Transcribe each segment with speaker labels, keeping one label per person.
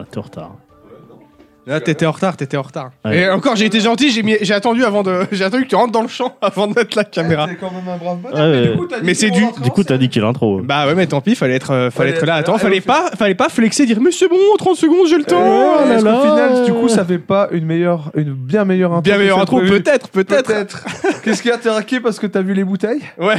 Speaker 1: était Ah, en retard.
Speaker 2: Là, t'étais en retard, t'étais en retard.
Speaker 1: Ouais.
Speaker 2: Et encore, j'ai été gentil, j'ai mis- j'ai attendu avant de, j'ai attendu que tu rentres dans le champ avant de mettre la caméra.
Speaker 3: C'est quand même un brave bonhomme.
Speaker 1: Ouais, Ah, ouais.
Speaker 2: Mais c'est du-
Speaker 1: Du coup, t'as niqué l'intro.
Speaker 2: Bah ouais, mais tant pis, fallait être, euh, fallait
Speaker 3: Ouais,
Speaker 2: être là.
Speaker 3: là,
Speaker 2: Attends,
Speaker 3: elle
Speaker 2: fallait
Speaker 3: le fait.
Speaker 2: pas, fallait pas flexer, dire mais c'est bon, 30 secondes, j'ai le temps.
Speaker 1: Oh là
Speaker 3: Est-ce qu'au
Speaker 1: là.
Speaker 3: final, du coup, ça fait pas une meilleure, une bien meilleure intro
Speaker 2: Bien
Speaker 3: que
Speaker 2: meilleur
Speaker 3: celle
Speaker 2: intro,
Speaker 3: prévue
Speaker 2: peut-être, peut-être.
Speaker 3: Peut-être. Qu'est-ce qui a t'es raqué parce que t'as vu les bouteilles
Speaker 2: Ouais.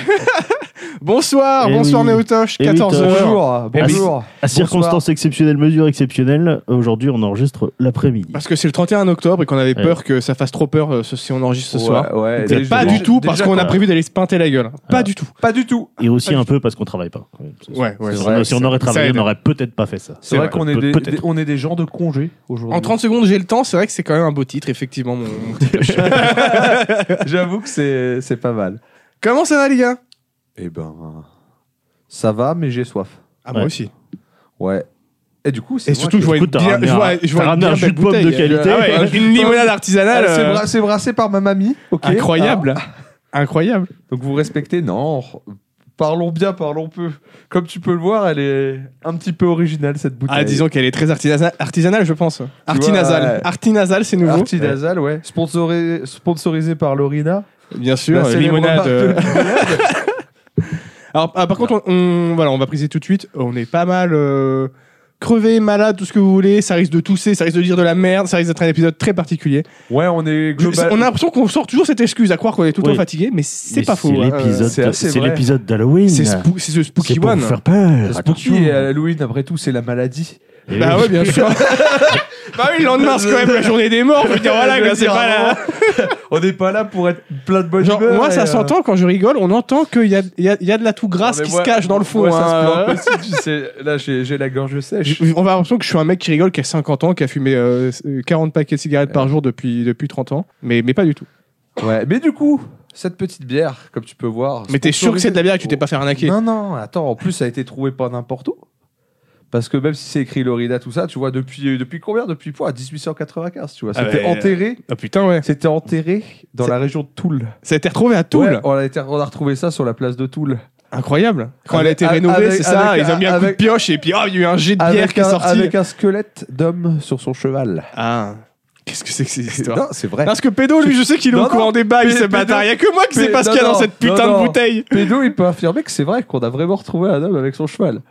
Speaker 2: bonsoir,
Speaker 1: Eh
Speaker 2: bonsoir
Speaker 1: oui.
Speaker 2: Néotoche,
Speaker 1: Eh oui,
Speaker 2: 14
Speaker 1: Toche.
Speaker 2: heures.
Speaker 3: Bonjour,
Speaker 1: Eh oui.
Speaker 3: ah, bonjour.
Speaker 1: À circonstances exceptionnelles, mesures exceptionnelles, aujourd'hui on enregistre l'après-midi.
Speaker 3: Bah,
Speaker 2: Parce que c'est le 31 octobre et qu'on avait
Speaker 1: Ouais.
Speaker 2: peur que ça fasse trop peur euh, ce- si on enregistre ce soir.
Speaker 3: Ouais, ouais,
Speaker 1: Peut-être
Speaker 2: Et
Speaker 3: déjà-
Speaker 2: pas du tout, parce
Speaker 3: déjà-
Speaker 2: qu'on a
Speaker 1: quoi.
Speaker 2: prévu d'aller se pinter la gueule. Pas du tout.
Speaker 3: Pas du tout.
Speaker 1: Et aussi un peu parce qu'on travaille pas.
Speaker 2: Ouais, ouais.
Speaker 1: Si
Speaker 3: vrai,
Speaker 1: on- si on
Speaker 2: ça-
Speaker 1: aurait
Speaker 2: ça
Speaker 1: travaillé,
Speaker 2: aide.
Speaker 1: on aurait peut-être pas fait ça.
Speaker 3: C'est vrai
Speaker 1: Peut-
Speaker 3: qu'on est
Speaker 1: peut-
Speaker 3: des,
Speaker 1: peut-être.
Speaker 3: des- on est des gens de congé aujourd'hui.
Speaker 2: En 30 secondes, j'ai le temps. C'est vrai que c'est quand même un beau titre, effectivement. mon- mon petit-
Speaker 3: J'avoue que c'est c'est pas mal.
Speaker 2: Comment ça va, les gars
Speaker 3: Eh ben, ça va, mais j'ai soif.
Speaker 2: Ah,
Speaker 1: Ouais.
Speaker 2: moi aussi.
Speaker 3: Ouais. Et du coup, c'est
Speaker 2: Et
Speaker 3: moi
Speaker 2: surtout,
Speaker 3: qui-
Speaker 2: je vois
Speaker 1: Du
Speaker 2: une
Speaker 1: coup, t'as
Speaker 2: bien-
Speaker 1: ramené
Speaker 2: je vois-
Speaker 1: un-
Speaker 2: je vois
Speaker 1: t'as
Speaker 2: une
Speaker 1: ramené un
Speaker 2: bien
Speaker 1: jus de
Speaker 2: belle
Speaker 1: pomme de
Speaker 2: bouteille.
Speaker 1: qualité.
Speaker 2: Ah ouais,
Speaker 3: Un jus de
Speaker 2: une limonade
Speaker 3: pomme.
Speaker 2: artisanale.
Speaker 3: Ah, c'est
Speaker 2: euh,
Speaker 3: bra- c'est brassé par ma mamie. ok.
Speaker 2: Incroyable. Incroyable.
Speaker 3: Ah, donc vous respectez Non. Parlons bien, parlons peu. Comme tu peux le voir, elle est un petit peu originale cette bouteille.
Speaker 2: Ah, disons qu'elle est très artisana- artisanale, je pense.
Speaker 3: vois, ouais.
Speaker 2: Artinasale. Artinasale, c'est nouveau.
Speaker 3: Artinasal, ouais. Sponsoré, sponsorisé par Lorina.
Speaker 2: Bien sûr,
Speaker 3: La
Speaker 1: Bah,
Speaker 2: euh,
Speaker 3: célèbre
Speaker 2: limonade.
Speaker 3: marque de
Speaker 2: euh.
Speaker 3: limonade.
Speaker 2: Alors, ah, par contre, on, on- voilà, on va priser tout de suite. On est pas mal euh, crevé, malade, tout ce que vous voulez. Ça risque de tousser, ça risque de dire de la merde, ça risque d'être un épisode très particulier.
Speaker 3: ouais, on est
Speaker 2: Je-
Speaker 3: global.
Speaker 2: on a l'impression qu'on sort toujours cette excuse à croire qu'on est tout le
Speaker 1: Oui.
Speaker 2: temps fatigué, mais c'est
Speaker 1: Mais
Speaker 2: pas faux.
Speaker 1: C'est
Speaker 2: hein.
Speaker 3: Euh,
Speaker 1: l'épisode,
Speaker 3: c'est assez
Speaker 1: c'est
Speaker 3: vrai.
Speaker 1: l'épisode d'Halloween.
Speaker 2: C'est spoo- c'est ce spooky
Speaker 1: C'est pour
Speaker 2: one.
Speaker 1: faire peur.
Speaker 3: Spooky et Halloween, après tout, c'est la maladie.
Speaker 1: Et
Speaker 2: Bah
Speaker 1: oui.
Speaker 2: ouais, bien sûr. bah oui, le lendemain, c'est quand même la journée des morts. Je veux dire, voilà,
Speaker 3: Je veux
Speaker 2: gars, c'est
Speaker 3: dire,
Speaker 2: pas la-
Speaker 3: On n'est pas là pour être plein de bonne
Speaker 2: Genre,
Speaker 3: humeur
Speaker 2: moi,
Speaker 3: et,
Speaker 2: ça
Speaker 3: euh,
Speaker 2: s'entend quand je rigole, on entend qu'il y a, il y, a, il y a de la tout grasse
Speaker 3: non, mais
Speaker 2: qui
Speaker 3: moi-
Speaker 2: se cache dans le fond.
Speaker 3: moi, ça
Speaker 2: hein.
Speaker 3: se plante aussi, tu sais. Là, j'ai j'ai la gorge sèche.
Speaker 2: Je- on va avoir l'impression que je suis un mec qui rigole, qui a 50 ans, qui a fumé euh, 40 paquets de cigarettes par jour depuis, depuis 30 ans. Mais, mais pas du tout.
Speaker 3: Ouais, mais du coup, cette petite bière, comme tu peux voir.
Speaker 2: Mais t'es sûr que c'est de la bière et que tu t'es pas fait arnaquer
Speaker 3: Non, non, attends, en plus, ça a été trouvé pas n'importe où. Parce que même si c'est écrit Lorida, tout ça, tu vois, depuis, euh, depuis combien Depuis quoi 1895, tu vois.
Speaker 2: Ah
Speaker 3: C'était
Speaker 2: bah,
Speaker 3: enterré.
Speaker 2: Ah putain, ouais.
Speaker 3: C'était enterré dans
Speaker 2: C'est-
Speaker 3: la région de Toul.
Speaker 2: Ça a été retrouvé à Toul.
Speaker 3: Ouais, on, a été- on a retrouvé ça sur la place de Toul.
Speaker 2: Incroyable. Quand elle a
Speaker 3: Avec-
Speaker 2: été rénovée,
Speaker 3: avec-
Speaker 2: c'est ça.
Speaker 3: avec-
Speaker 2: ils ont mis un coup
Speaker 3: avec-
Speaker 2: de pioche et puis oh, il y a eu un jet de bière qui
Speaker 3: un,
Speaker 2: est sorti.
Speaker 3: avec un squelette d'homme sur son cheval.
Speaker 2: Ah. Qu'est-ce que c'est que cette histoire
Speaker 3: Non, c'est vrai.
Speaker 2: Parce que Pédo, lui, je sais qu'il est
Speaker 3: Non,
Speaker 2: au courant
Speaker 3: non.
Speaker 2: des bails,
Speaker 3: Pédo-
Speaker 2: ce bâtard. Il y a que moi qui sais
Speaker 3: Pédo-
Speaker 2: pas ce qu'il y a
Speaker 3: non,
Speaker 2: dans cette
Speaker 3: non,
Speaker 2: putain
Speaker 3: non.
Speaker 2: de bouteille.
Speaker 3: Pédo, il peut affirmer que c'est vrai qu'on a vraiment retrouvé un homme avec son cheval.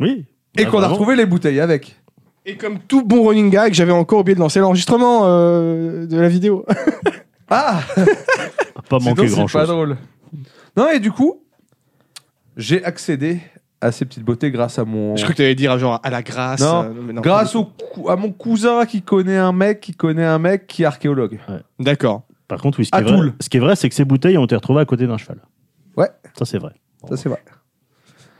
Speaker 1: Oui.
Speaker 2: Ah,
Speaker 3: Et
Speaker 1: Bah,
Speaker 3: qu'on a
Speaker 1: vraiment.
Speaker 3: retrouvé les bouteilles avec.
Speaker 2: Et comme tout bon running gag, j'avais encore oublié de lancer l'enregistrement euh, de la vidéo.
Speaker 3: Ah
Speaker 1: Pas
Speaker 3: Sinon,
Speaker 1: manqué
Speaker 3: c'est
Speaker 1: grand
Speaker 3: pas
Speaker 1: chose.
Speaker 3: drôle. Non, et du coup, j'ai accédé à ces petites beautés grâce à mon.
Speaker 2: Je crois que t'allais dire genre à la grâce.
Speaker 3: Non.
Speaker 2: euh, mais
Speaker 3: Grâce au cou- à mon cousin qui connaît un mec qui connaît un mec qui est archéologue.
Speaker 2: D'accord.
Speaker 1: Par contre, oui, ce qui,
Speaker 3: À
Speaker 1: est vrai,
Speaker 3: Toul.
Speaker 1: ce qui est vrai, c'est que ces bouteilles ont été retrouvées à côté d'un cheval.
Speaker 3: Ouais.
Speaker 1: Ça, c'est vrai.
Speaker 3: Ça, c'est vrai.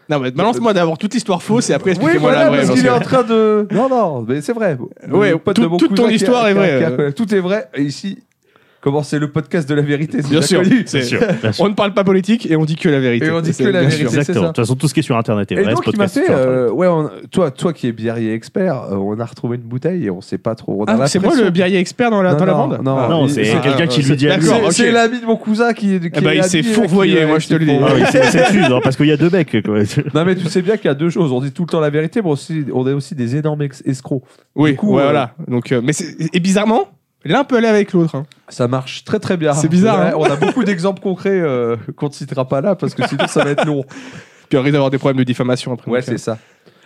Speaker 2: Non, mais balance-moi d'avoir toute l'histoire fausse et après
Speaker 3: Oui,
Speaker 2: expliquez-moi
Speaker 3: voilà,
Speaker 2: la vraie.
Speaker 3: parce
Speaker 2: parce
Speaker 3: qu'il est
Speaker 2: que-
Speaker 3: en train de. Non, non, mais c'est vrai. Le
Speaker 2: Ouais,
Speaker 3: pote
Speaker 2: tout-
Speaker 3: de mon
Speaker 2: toute ton
Speaker 3: cousin qui-
Speaker 2: histoire
Speaker 3: qui-
Speaker 2: est vraie,
Speaker 3: qui- qui-
Speaker 2: euh.
Speaker 3: Tout est vrai. Et ici, comment c'est le podcast de la vérité c'est
Speaker 2: Bien sûr.
Speaker 3: connu.
Speaker 2: C'est sûr.
Speaker 1: Bien sûr.
Speaker 2: On ne parle pas politique et on dit que la vérité.
Speaker 3: Et on dit
Speaker 2: C'est
Speaker 3: que la
Speaker 2: bien
Speaker 3: vérité.
Speaker 2: sûr.
Speaker 3: c'est
Speaker 1: Exactement.
Speaker 3: ça.
Speaker 1: De toute façon, tout ce qui est sur Internet est
Speaker 3: Et
Speaker 1: vrai.
Speaker 3: donc,
Speaker 1: ce
Speaker 3: il m'a
Speaker 1: podcast est
Speaker 3: fait,
Speaker 1: sur Internet.
Speaker 3: euh, ouais, on- toi, toi qui es biérrier expert, euh, on a retrouvé une bouteille et on sait pas trop. On a
Speaker 2: Ah, c'est moi
Speaker 3: l'impression-
Speaker 2: le birrier expert dans la,
Speaker 3: Non,
Speaker 2: dans la
Speaker 3: non,
Speaker 2: bande
Speaker 3: non.
Speaker 2: Ah.
Speaker 1: Non,
Speaker 3: il-
Speaker 1: c'est
Speaker 3: c'est-
Speaker 1: c'est quelqu'un
Speaker 2: ah,
Speaker 1: qui
Speaker 2: c'est-
Speaker 1: lui dit à lui.
Speaker 2: d'accord.
Speaker 3: C'est
Speaker 2: ok.
Speaker 3: c'est l'ami de mon cousin qui, qui
Speaker 2: Eh ben,
Speaker 3: est
Speaker 2: il
Speaker 3: ami
Speaker 2: s'est
Speaker 3: et qui-
Speaker 2: fourvoyé,
Speaker 3: euh,
Speaker 2: moi, je
Speaker 3: qui
Speaker 2: te le
Speaker 3: s'est
Speaker 2: dis.
Speaker 1: Ah
Speaker 3: fourvoyé.
Speaker 1: oui, c'est c'est une, hein, parce qu'il y a deux mecs. quoi.
Speaker 3: Non mais tu sais bien qu'il y a deux choses. On dit tout le temps la vérité, mais aussi, on est aussi des énormes ex- escrocs.
Speaker 2: Oui,
Speaker 3: Du coup,
Speaker 2: ouais,
Speaker 3: euh,
Speaker 2: voilà. Donc, euh, mais c'est- et bizarrement, l'un peut aller avec l'autre. hein.
Speaker 3: Ça marche très très bien.
Speaker 2: C'est bizarre,
Speaker 3: Ouais,
Speaker 2: hein.
Speaker 3: On a beaucoup d'exemples concrets euh, qu'on ne citera pas là parce que sinon ça va être long. euh.
Speaker 2: Puis on risque d'avoir des problèmes de diffamation après.
Speaker 3: Ouais,
Speaker 2: donc, euh,
Speaker 3: c'est ça.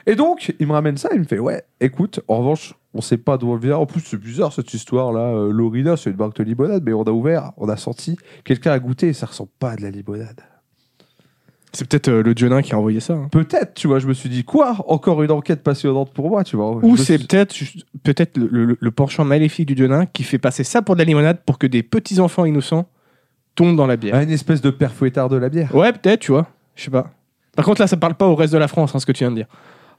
Speaker 3: Et donc, il me ramène ça, il me fait Ouais, écoute, en revanche, on sait pas d'où on vient. En plus, c'est bizarre cette histoire-là. Euh, Lorina, c'est une banque de limonade, mais on a ouvert, on a senti, quelqu'un a goûté et ça ressemble pas à de la limonade.
Speaker 2: euh, C'est peut-être euh, le Dionin qui a envoyé ça. hein.
Speaker 3: Peut-être, tu vois, je me suis dit Quoi Encore une enquête passionnante pour moi, tu vois. Je
Speaker 2: Ou
Speaker 3: me
Speaker 2: c'est
Speaker 3: suis-
Speaker 2: peut-être juste- peut-être le, le- le penchant maléfique du Dionin qui fait passer ça pour de la limonade pour que des petits enfants innocents tombent dans la bière.
Speaker 3: Ah, une espèce de père fouettard de la bière.
Speaker 2: Ouais, peut-être, tu vois. Je sais pas. Par contre, là, ça parle pas au reste de la France, hein, ce que tu viens de dire.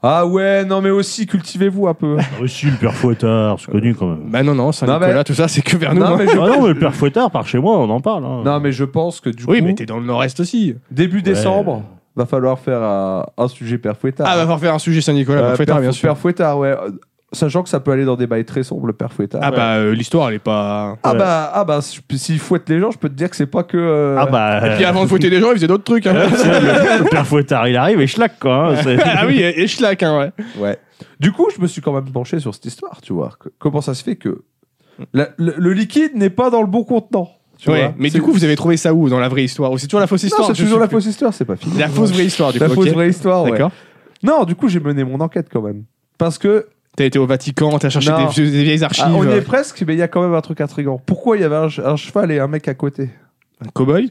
Speaker 3: Ah ouais, non, mais aussi, cultivez-vous un peu.
Speaker 1: Ah oui, si, le père Fouettard, c'est connu quand même.
Speaker 2: Bah non, non, Saint-Nicolas,
Speaker 3: Non, mais-
Speaker 2: tout ça, c'est que vers nous.
Speaker 3: non,
Speaker 2: hein.
Speaker 3: mais
Speaker 1: Ah
Speaker 3: je...
Speaker 1: non, mais le père Fouettard, par chez moi, on en parle. hein.
Speaker 3: non, mais je pense que du
Speaker 2: Oui,
Speaker 3: coup,
Speaker 2: mais t'es dans le nord-est aussi.
Speaker 3: début décembre, va falloir faire euh, un sujet père fouettard.
Speaker 2: Ah, va falloir faire un sujet Saint-Nicolas,
Speaker 3: Euh,
Speaker 2: pour fêtard,
Speaker 3: Père-
Speaker 2: bien sûr.
Speaker 3: Père Fouettard, ouais. Euh, Sachant que ça peut aller dans des bails très sombres, le père Fouettard.
Speaker 2: Ah bah, euh, l'histoire, elle est pas.
Speaker 3: Ah
Speaker 1: ouais.
Speaker 3: bah, ah bah, si- s'il fouette les gens, je peux te dire que c'est pas que. euh,
Speaker 1: Ah bah.
Speaker 2: Et puis avant de fouetter des gens, il faisait d'autres trucs. hein.
Speaker 1: euh, le, le père Fouettard, il arrive et schlac, quoi. hein, c'est-
Speaker 2: ah oui, et et schlac, hein, ouais.
Speaker 3: Ouais. Du coup, je me suis quand même penché sur cette histoire, tu vois. que- comment ça se fait que la- le, le liquide n'est pas dans le bon contenant tu
Speaker 2: Mm. Ouais,
Speaker 3: vois.
Speaker 2: mais
Speaker 3: C'est-
Speaker 2: du coup, vous avez trouvé ça où dans la vraie histoire Ou c'est toujours la fausse
Speaker 3: Non,
Speaker 2: histoire
Speaker 3: c'est
Speaker 2: Je
Speaker 3: toujours
Speaker 2: sais
Speaker 3: la
Speaker 2: plus.
Speaker 3: fausse histoire, c'est pas fini.
Speaker 2: La fausse vraie histoire, du
Speaker 3: La
Speaker 2: coup.
Speaker 3: fausse
Speaker 2: ok.
Speaker 3: vraie histoire, ouais.
Speaker 2: D'accord.
Speaker 3: Non, du coup, j'ai mené mon enquête quand même. Parce que
Speaker 2: T'as été au Vatican, t'as cherché
Speaker 3: Non.
Speaker 2: des, vieux- des vieilles archives.
Speaker 3: ah, on y est presque, mais il y a quand même un truc intrigant. Pourquoi il y avait un, ch- un cheval et un mec à côté
Speaker 2: Un cow-boy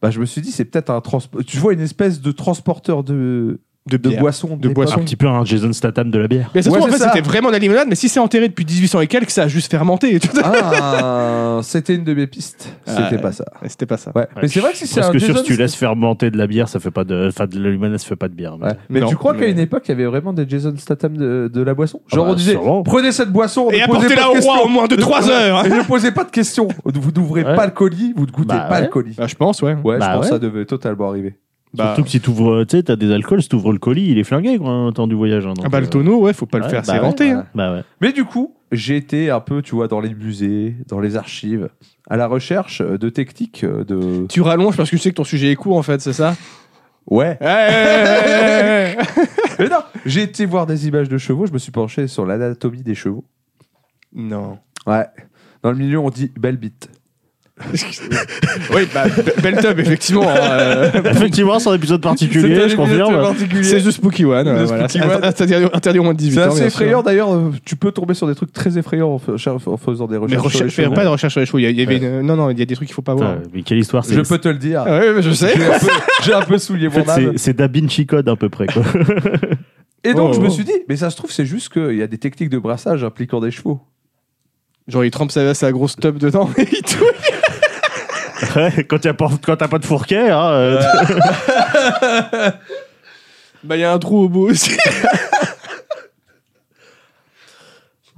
Speaker 3: bah, Je me suis dit, c'est peut-être un transporteur. Tu vois une espèce de transporteur de,
Speaker 2: de
Speaker 3: de
Speaker 2: bière.
Speaker 3: boissons.
Speaker 2: De
Speaker 3: l'époque.
Speaker 2: boissons.
Speaker 1: Un petit peu un Jason Statham de la bière.
Speaker 2: Mais ça se
Speaker 3: Ouais,
Speaker 2: trouve, en
Speaker 3: c'est
Speaker 2: fait,
Speaker 3: ça.
Speaker 2: c'était vraiment de la limonade, mais si c'est enterré depuis 1800 et quelques, ça a juste fermenté. tu vois.
Speaker 3: Ah, c'était une de mes pistes.
Speaker 2: Ah,
Speaker 3: C'était pas ça.
Speaker 2: C'était pas ça.
Speaker 3: Ouais. Mais c'est vrai que si c'est
Speaker 1: Parce
Speaker 3: un
Speaker 1: que sûr,
Speaker 3: Jason
Speaker 1: si tu laisses fermenter de la bière, ça fait pas de. Enfin, de l'humanas fait pas de bière. mais-
Speaker 3: Ouais. Mais
Speaker 2: Non,
Speaker 3: tu crois qu'à
Speaker 2: mais-
Speaker 3: une époque, il y avait vraiment des Jason Statham de, de la boisson Genre,
Speaker 1: Ah bah,
Speaker 3: on disait
Speaker 1: sûrement.
Speaker 3: prenez cette boisson,
Speaker 2: Et
Speaker 3: ne posez pas
Speaker 2: apportez-la
Speaker 3: de
Speaker 2: au roi
Speaker 3: questions.
Speaker 2: au moins de
Speaker 3: Ne-
Speaker 2: 3 heures hein.
Speaker 3: Et ne posez pas de questions. Vous n'ouvrez
Speaker 1: Ouais.
Speaker 3: pas le colis, vous ne goûtez
Speaker 1: Bah
Speaker 3: pas
Speaker 1: ouais.
Speaker 3: le colis.
Speaker 2: Bah, je pense, ouais.
Speaker 3: Ouais,
Speaker 1: Bah
Speaker 3: je pense
Speaker 1: ouais.
Speaker 3: que ça devait totalement arriver.
Speaker 2: Bah,
Speaker 1: Surtout que si t'ouvres, tu sais, t'as des alcools, si t'ouvres le colis, il est flingué, quoi, en temps du voyage. hein, donc,
Speaker 2: ah bah, le
Speaker 1: euh,
Speaker 2: tonneau, ouais, faut pas le
Speaker 1: ouais,
Speaker 2: faire
Speaker 1: bah
Speaker 2: s'éventer.
Speaker 3: ouais.
Speaker 2: hein.
Speaker 1: Bah ouais.
Speaker 3: Mais du coup, j'ai été un peu, tu vois, dans les musées, dans les archives, à la recherche euh, de techniques euh, de.
Speaker 2: Tu rallonges parce que tu sais que ton sujet est court, en fait, c'est ça
Speaker 3: Ouais.
Speaker 2: Ouais, ouais, ouais, ouais, ouais, ouais.
Speaker 3: Mais non, j'ai été voir des images de chevaux. Je me suis penché sur l'anatomie des chevaux.
Speaker 2: Non.
Speaker 3: Ouais. Dans le milieu, on dit belle bite.
Speaker 2: oui, bah, be- belle tub, effectivement. hein, euh,
Speaker 1: Effectivement, c'est un épisode
Speaker 3: C'est
Speaker 1: particulier,
Speaker 3: un
Speaker 1: je
Speaker 3: épisode
Speaker 1: confirme.
Speaker 3: particulier.
Speaker 2: C'est The Spooky One.
Speaker 3: The
Speaker 2: euh, voilà.
Speaker 3: Spooky
Speaker 2: C'est
Speaker 3: One.
Speaker 2: Interdit, interdit au moins de 18
Speaker 3: C'est
Speaker 2: ans.
Speaker 3: assez
Speaker 2: bien sûr.
Speaker 3: effrayant d'ailleurs, euh, tu peux tomber sur des trucs très effrayants en, fa- en faisant des
Speaker 2: Mais
Speaker 3: recherches. sur les
Speaker 2: recherche, fais
Speaker 3: chevaux.
Speaker 2: pas de recherche sur les chevaux. Il y a- il y avait une- Non, non, il y a des trucs qu'il faut pas voir.
Speaker 1: Putain, Mais quelle histoire, c'est.
Speaker 3: Je peux te le dire.
Speaker 2: Ah ouais, mais je sais.
Speaker 3: J'ai un peu- J'ai un, peu souillé
Speaker 1: En fait,
Speaker 3: mon âme.
Speaker 1: c'est- c'est Da Vinci Code à peu près. Quoi.
Speaker 3: Et donc
Speaker 2: Oh,
Speaker 3: je
Speaker 2: oh.
Speaker 3: me suis dit, mais ça se trouve, c'est juste qu'il y a des techniques de brassage impliquant des chevaux.
Speaker 2: Genre, il trempe sa, sa grosse tub dedans et il touille.
Speaker 1: Ouais, quand y a pas- quand t'as pas de fourquet, hein, euh,
Speaker 2: Bah, il y a un trou au bout aussi.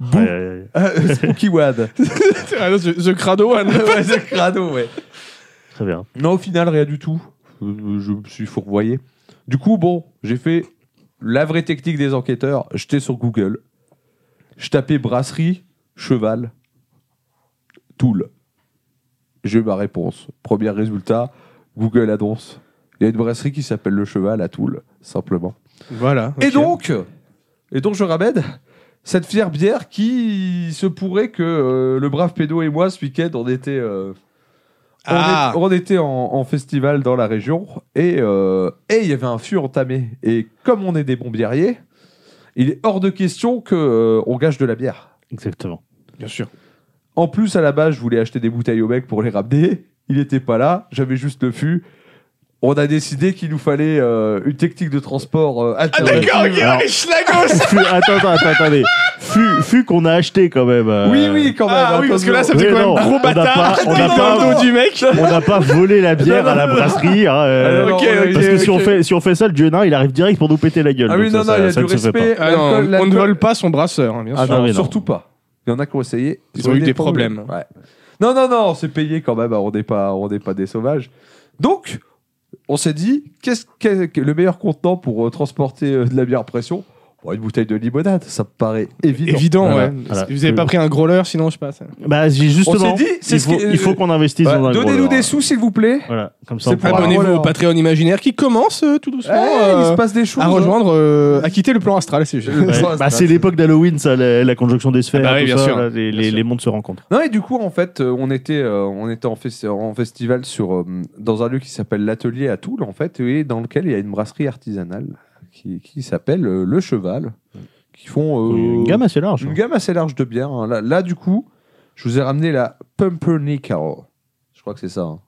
Speaker 1: ouais, ouais,
Speaker 3: Euh, Spooky Wad.
Speaker 2: ah, non, the, the Crado One.
Speaker 3: Ouais, c'est crado, ouais.
Speaker 1: très bien.
Speaker 3: Non, au final, rien du tout. Euh, Je me suis fourvoyé. Du coup, bon, j'ai fait la vraie technique des enquêteurs. J'étais sur Google. Je tapais brasserie, cheval, Toul. J'ai eu ma réponse. Premier résultat, Google annonce. Il y a une brasserie qui s'appelle Le Cheval à Toul, simplement.
Speaker 2: Voilà.
Speaker 3: Et donc, et donc je ramène cette fière bière qui se pourrait que euh, le brave pédo et moi ce week-end on était euh, on,
Speaker 2: Ah.
Speaker 3: est- on était en, en festival dans la région et euh, et il y avait un fût entamé et comme on est des bons biériers, il est hors de question que euh, on gâche de la bière.
Speaker 1: Exactement.
Speaker 2: Bien sûr.
Speaker 3: En plus, à la base, je voulais acheter des bouteilles au mec pour les ramener. Il n'était pas là. J'avais juste le fût. On a décidé qu'il nous fallait euh, une technique de transport euh, alternative.
Speaker 2: Ah, D'accord, ok,
Speaker 1: Alors-
Speaker 2: mais Schlagos
Speaker 1: Fût- attends, attends, attends, attendez. Fût, fût qu'on a aché quand même. euh,
Speaker 3: Oui, oui, quand même.
Speaker 2: Ah oui, parce que là, ça
Speaker 1: Oui,
Speaker 2: faisait quand
Speaker 1: non,
Speaker 2: même gros
Speaker 1: on a
Speaker 2: bâtard.
Speaker 1: pas- on a
Speaker 2: Dans
Speaker 1: pas-
Speaker 2: le dos du mec.
Speaker 1: On n'a pas volé la bière à la brasserie. hein, euh,
Speaker 3: Ah,
Speaker 2: Alors, ok, ok,
Speaker 1: parce que si, on
Speaker 2: ok.
Speaker 1: fait, si on fait ça, le Dionin, il arrive direct pour nous péter la gueule.
Speaker 3: Ah oui,
Speaker 1: Donc
Speaker 3: non,
Speaker 1: ça,
Speaker 3: non,
Speaker 1: ça-
Speaker 3: il y a
Speaker 1: ça
Speaker 3: du
Speaker 1: ne se fait
Speaker 3: respect.
Speaker 2: Ah non,
Speaker 3: L'alcool-
Speaker 2: on ne
Speaker 3: l'alcool-
Speaker 2: vole pas son brasseur, hein, bien
Speaker 3: Ah
Speaker 2: sûr.
Speaker 1: non,
Speaker 3: non,
Speaker 1: mais non.
Speaker 3: surtout pas. Il y en a qui ont essayé.
Speaker 2: Ils ont eu des
Speaker 3: dépendu.
Speaker 2: problèmes.
Speaker 3: Ouais. Non, non, non, on s'est payé quand même. hein, On n'est pas, on n'est pas des sauvages. Donc, on s'est dit, qu'est-ce qu'est- que le meilleur contenant pour euh, transporter euh, de la bière à pression Bon, Une bouteille de limonade, ça me paraît évident.
Speaker 2: Évident,
Speaker 1: Voilà,
Speaker 2: ouais.
Speaker 1: voilà.
Speaker 2: Vous avez pas pris un growler, sinon je passe.
Speaker 1: pas. Bah, j'ai- justement,
Speaker 3: On s'est dit, c'est
Speaker 1: il
Speaker 3: ce
Speaker 1: faut,
Speaker 3: qui-
Speaker 1: il faut qu'on investisse
Speaker 3: Ouais,
Speaker 1: dans un
Speaker 3: Donnez-nous
Speaker 1: growler.
Speaker 3: des sous, s'il vous plaît.
Speaker 1: Voilà, comme ça,
Speaker 3: C'est
Speaker 1: on
Speaker 3: pas
Speaker 1: pourra-
Speaker 3: abonné.
Speaker 2: Abonnez-vous
Speaker 3: growler.
Speaker 2: au Patreon imaginaire qui commence euh, tout doucement
Speaker 3: Eh, il
Speaker 2: euh,
Speaker 3: se passe des choses.
Speaker 2: à rejoindre, euh, à quitter le plan astral, c'est juste.
Speaker 3: Ouais.
Speaker 1: Ouais.
Speaker 3: Ça,
Speaker 1: Bah,
Speaker 3: ça,
Speaker 1: c'est
Speaker 3: ça.
Speaker 1: l'époque d'Halloween, ça, la, la conjonction des sphères,
Speaker 2: Ah bah oui,
Speaker 1: tout
Speaker 2: bien
Speaker 1: ça,
Speaker 2: sûr.
Speaker 1: là, les,
Speaker 2: Bien
Speaker 1: les-
Speaker 2: sûr.
Speaker 1: les mondes se rencontrent.
Speaker 3: Non, et du coup, en fait, euh, on était, euh, on était en, fes- en festival sur, euh, dans un lieu qui s'appelle l'Atelier à Toul, en fait, et dans lequel il y a une brasserie artisanale qui, qui s'appelle euh, Le Cheval, qui font euh,
Speaker 1: Une gamme assez large. hein.
Speaker 3: une gamme assez large de bières. hein. Là, là, du coup, je vous ai ramené la Pumpernickel. Je crois que c'est ça, hein,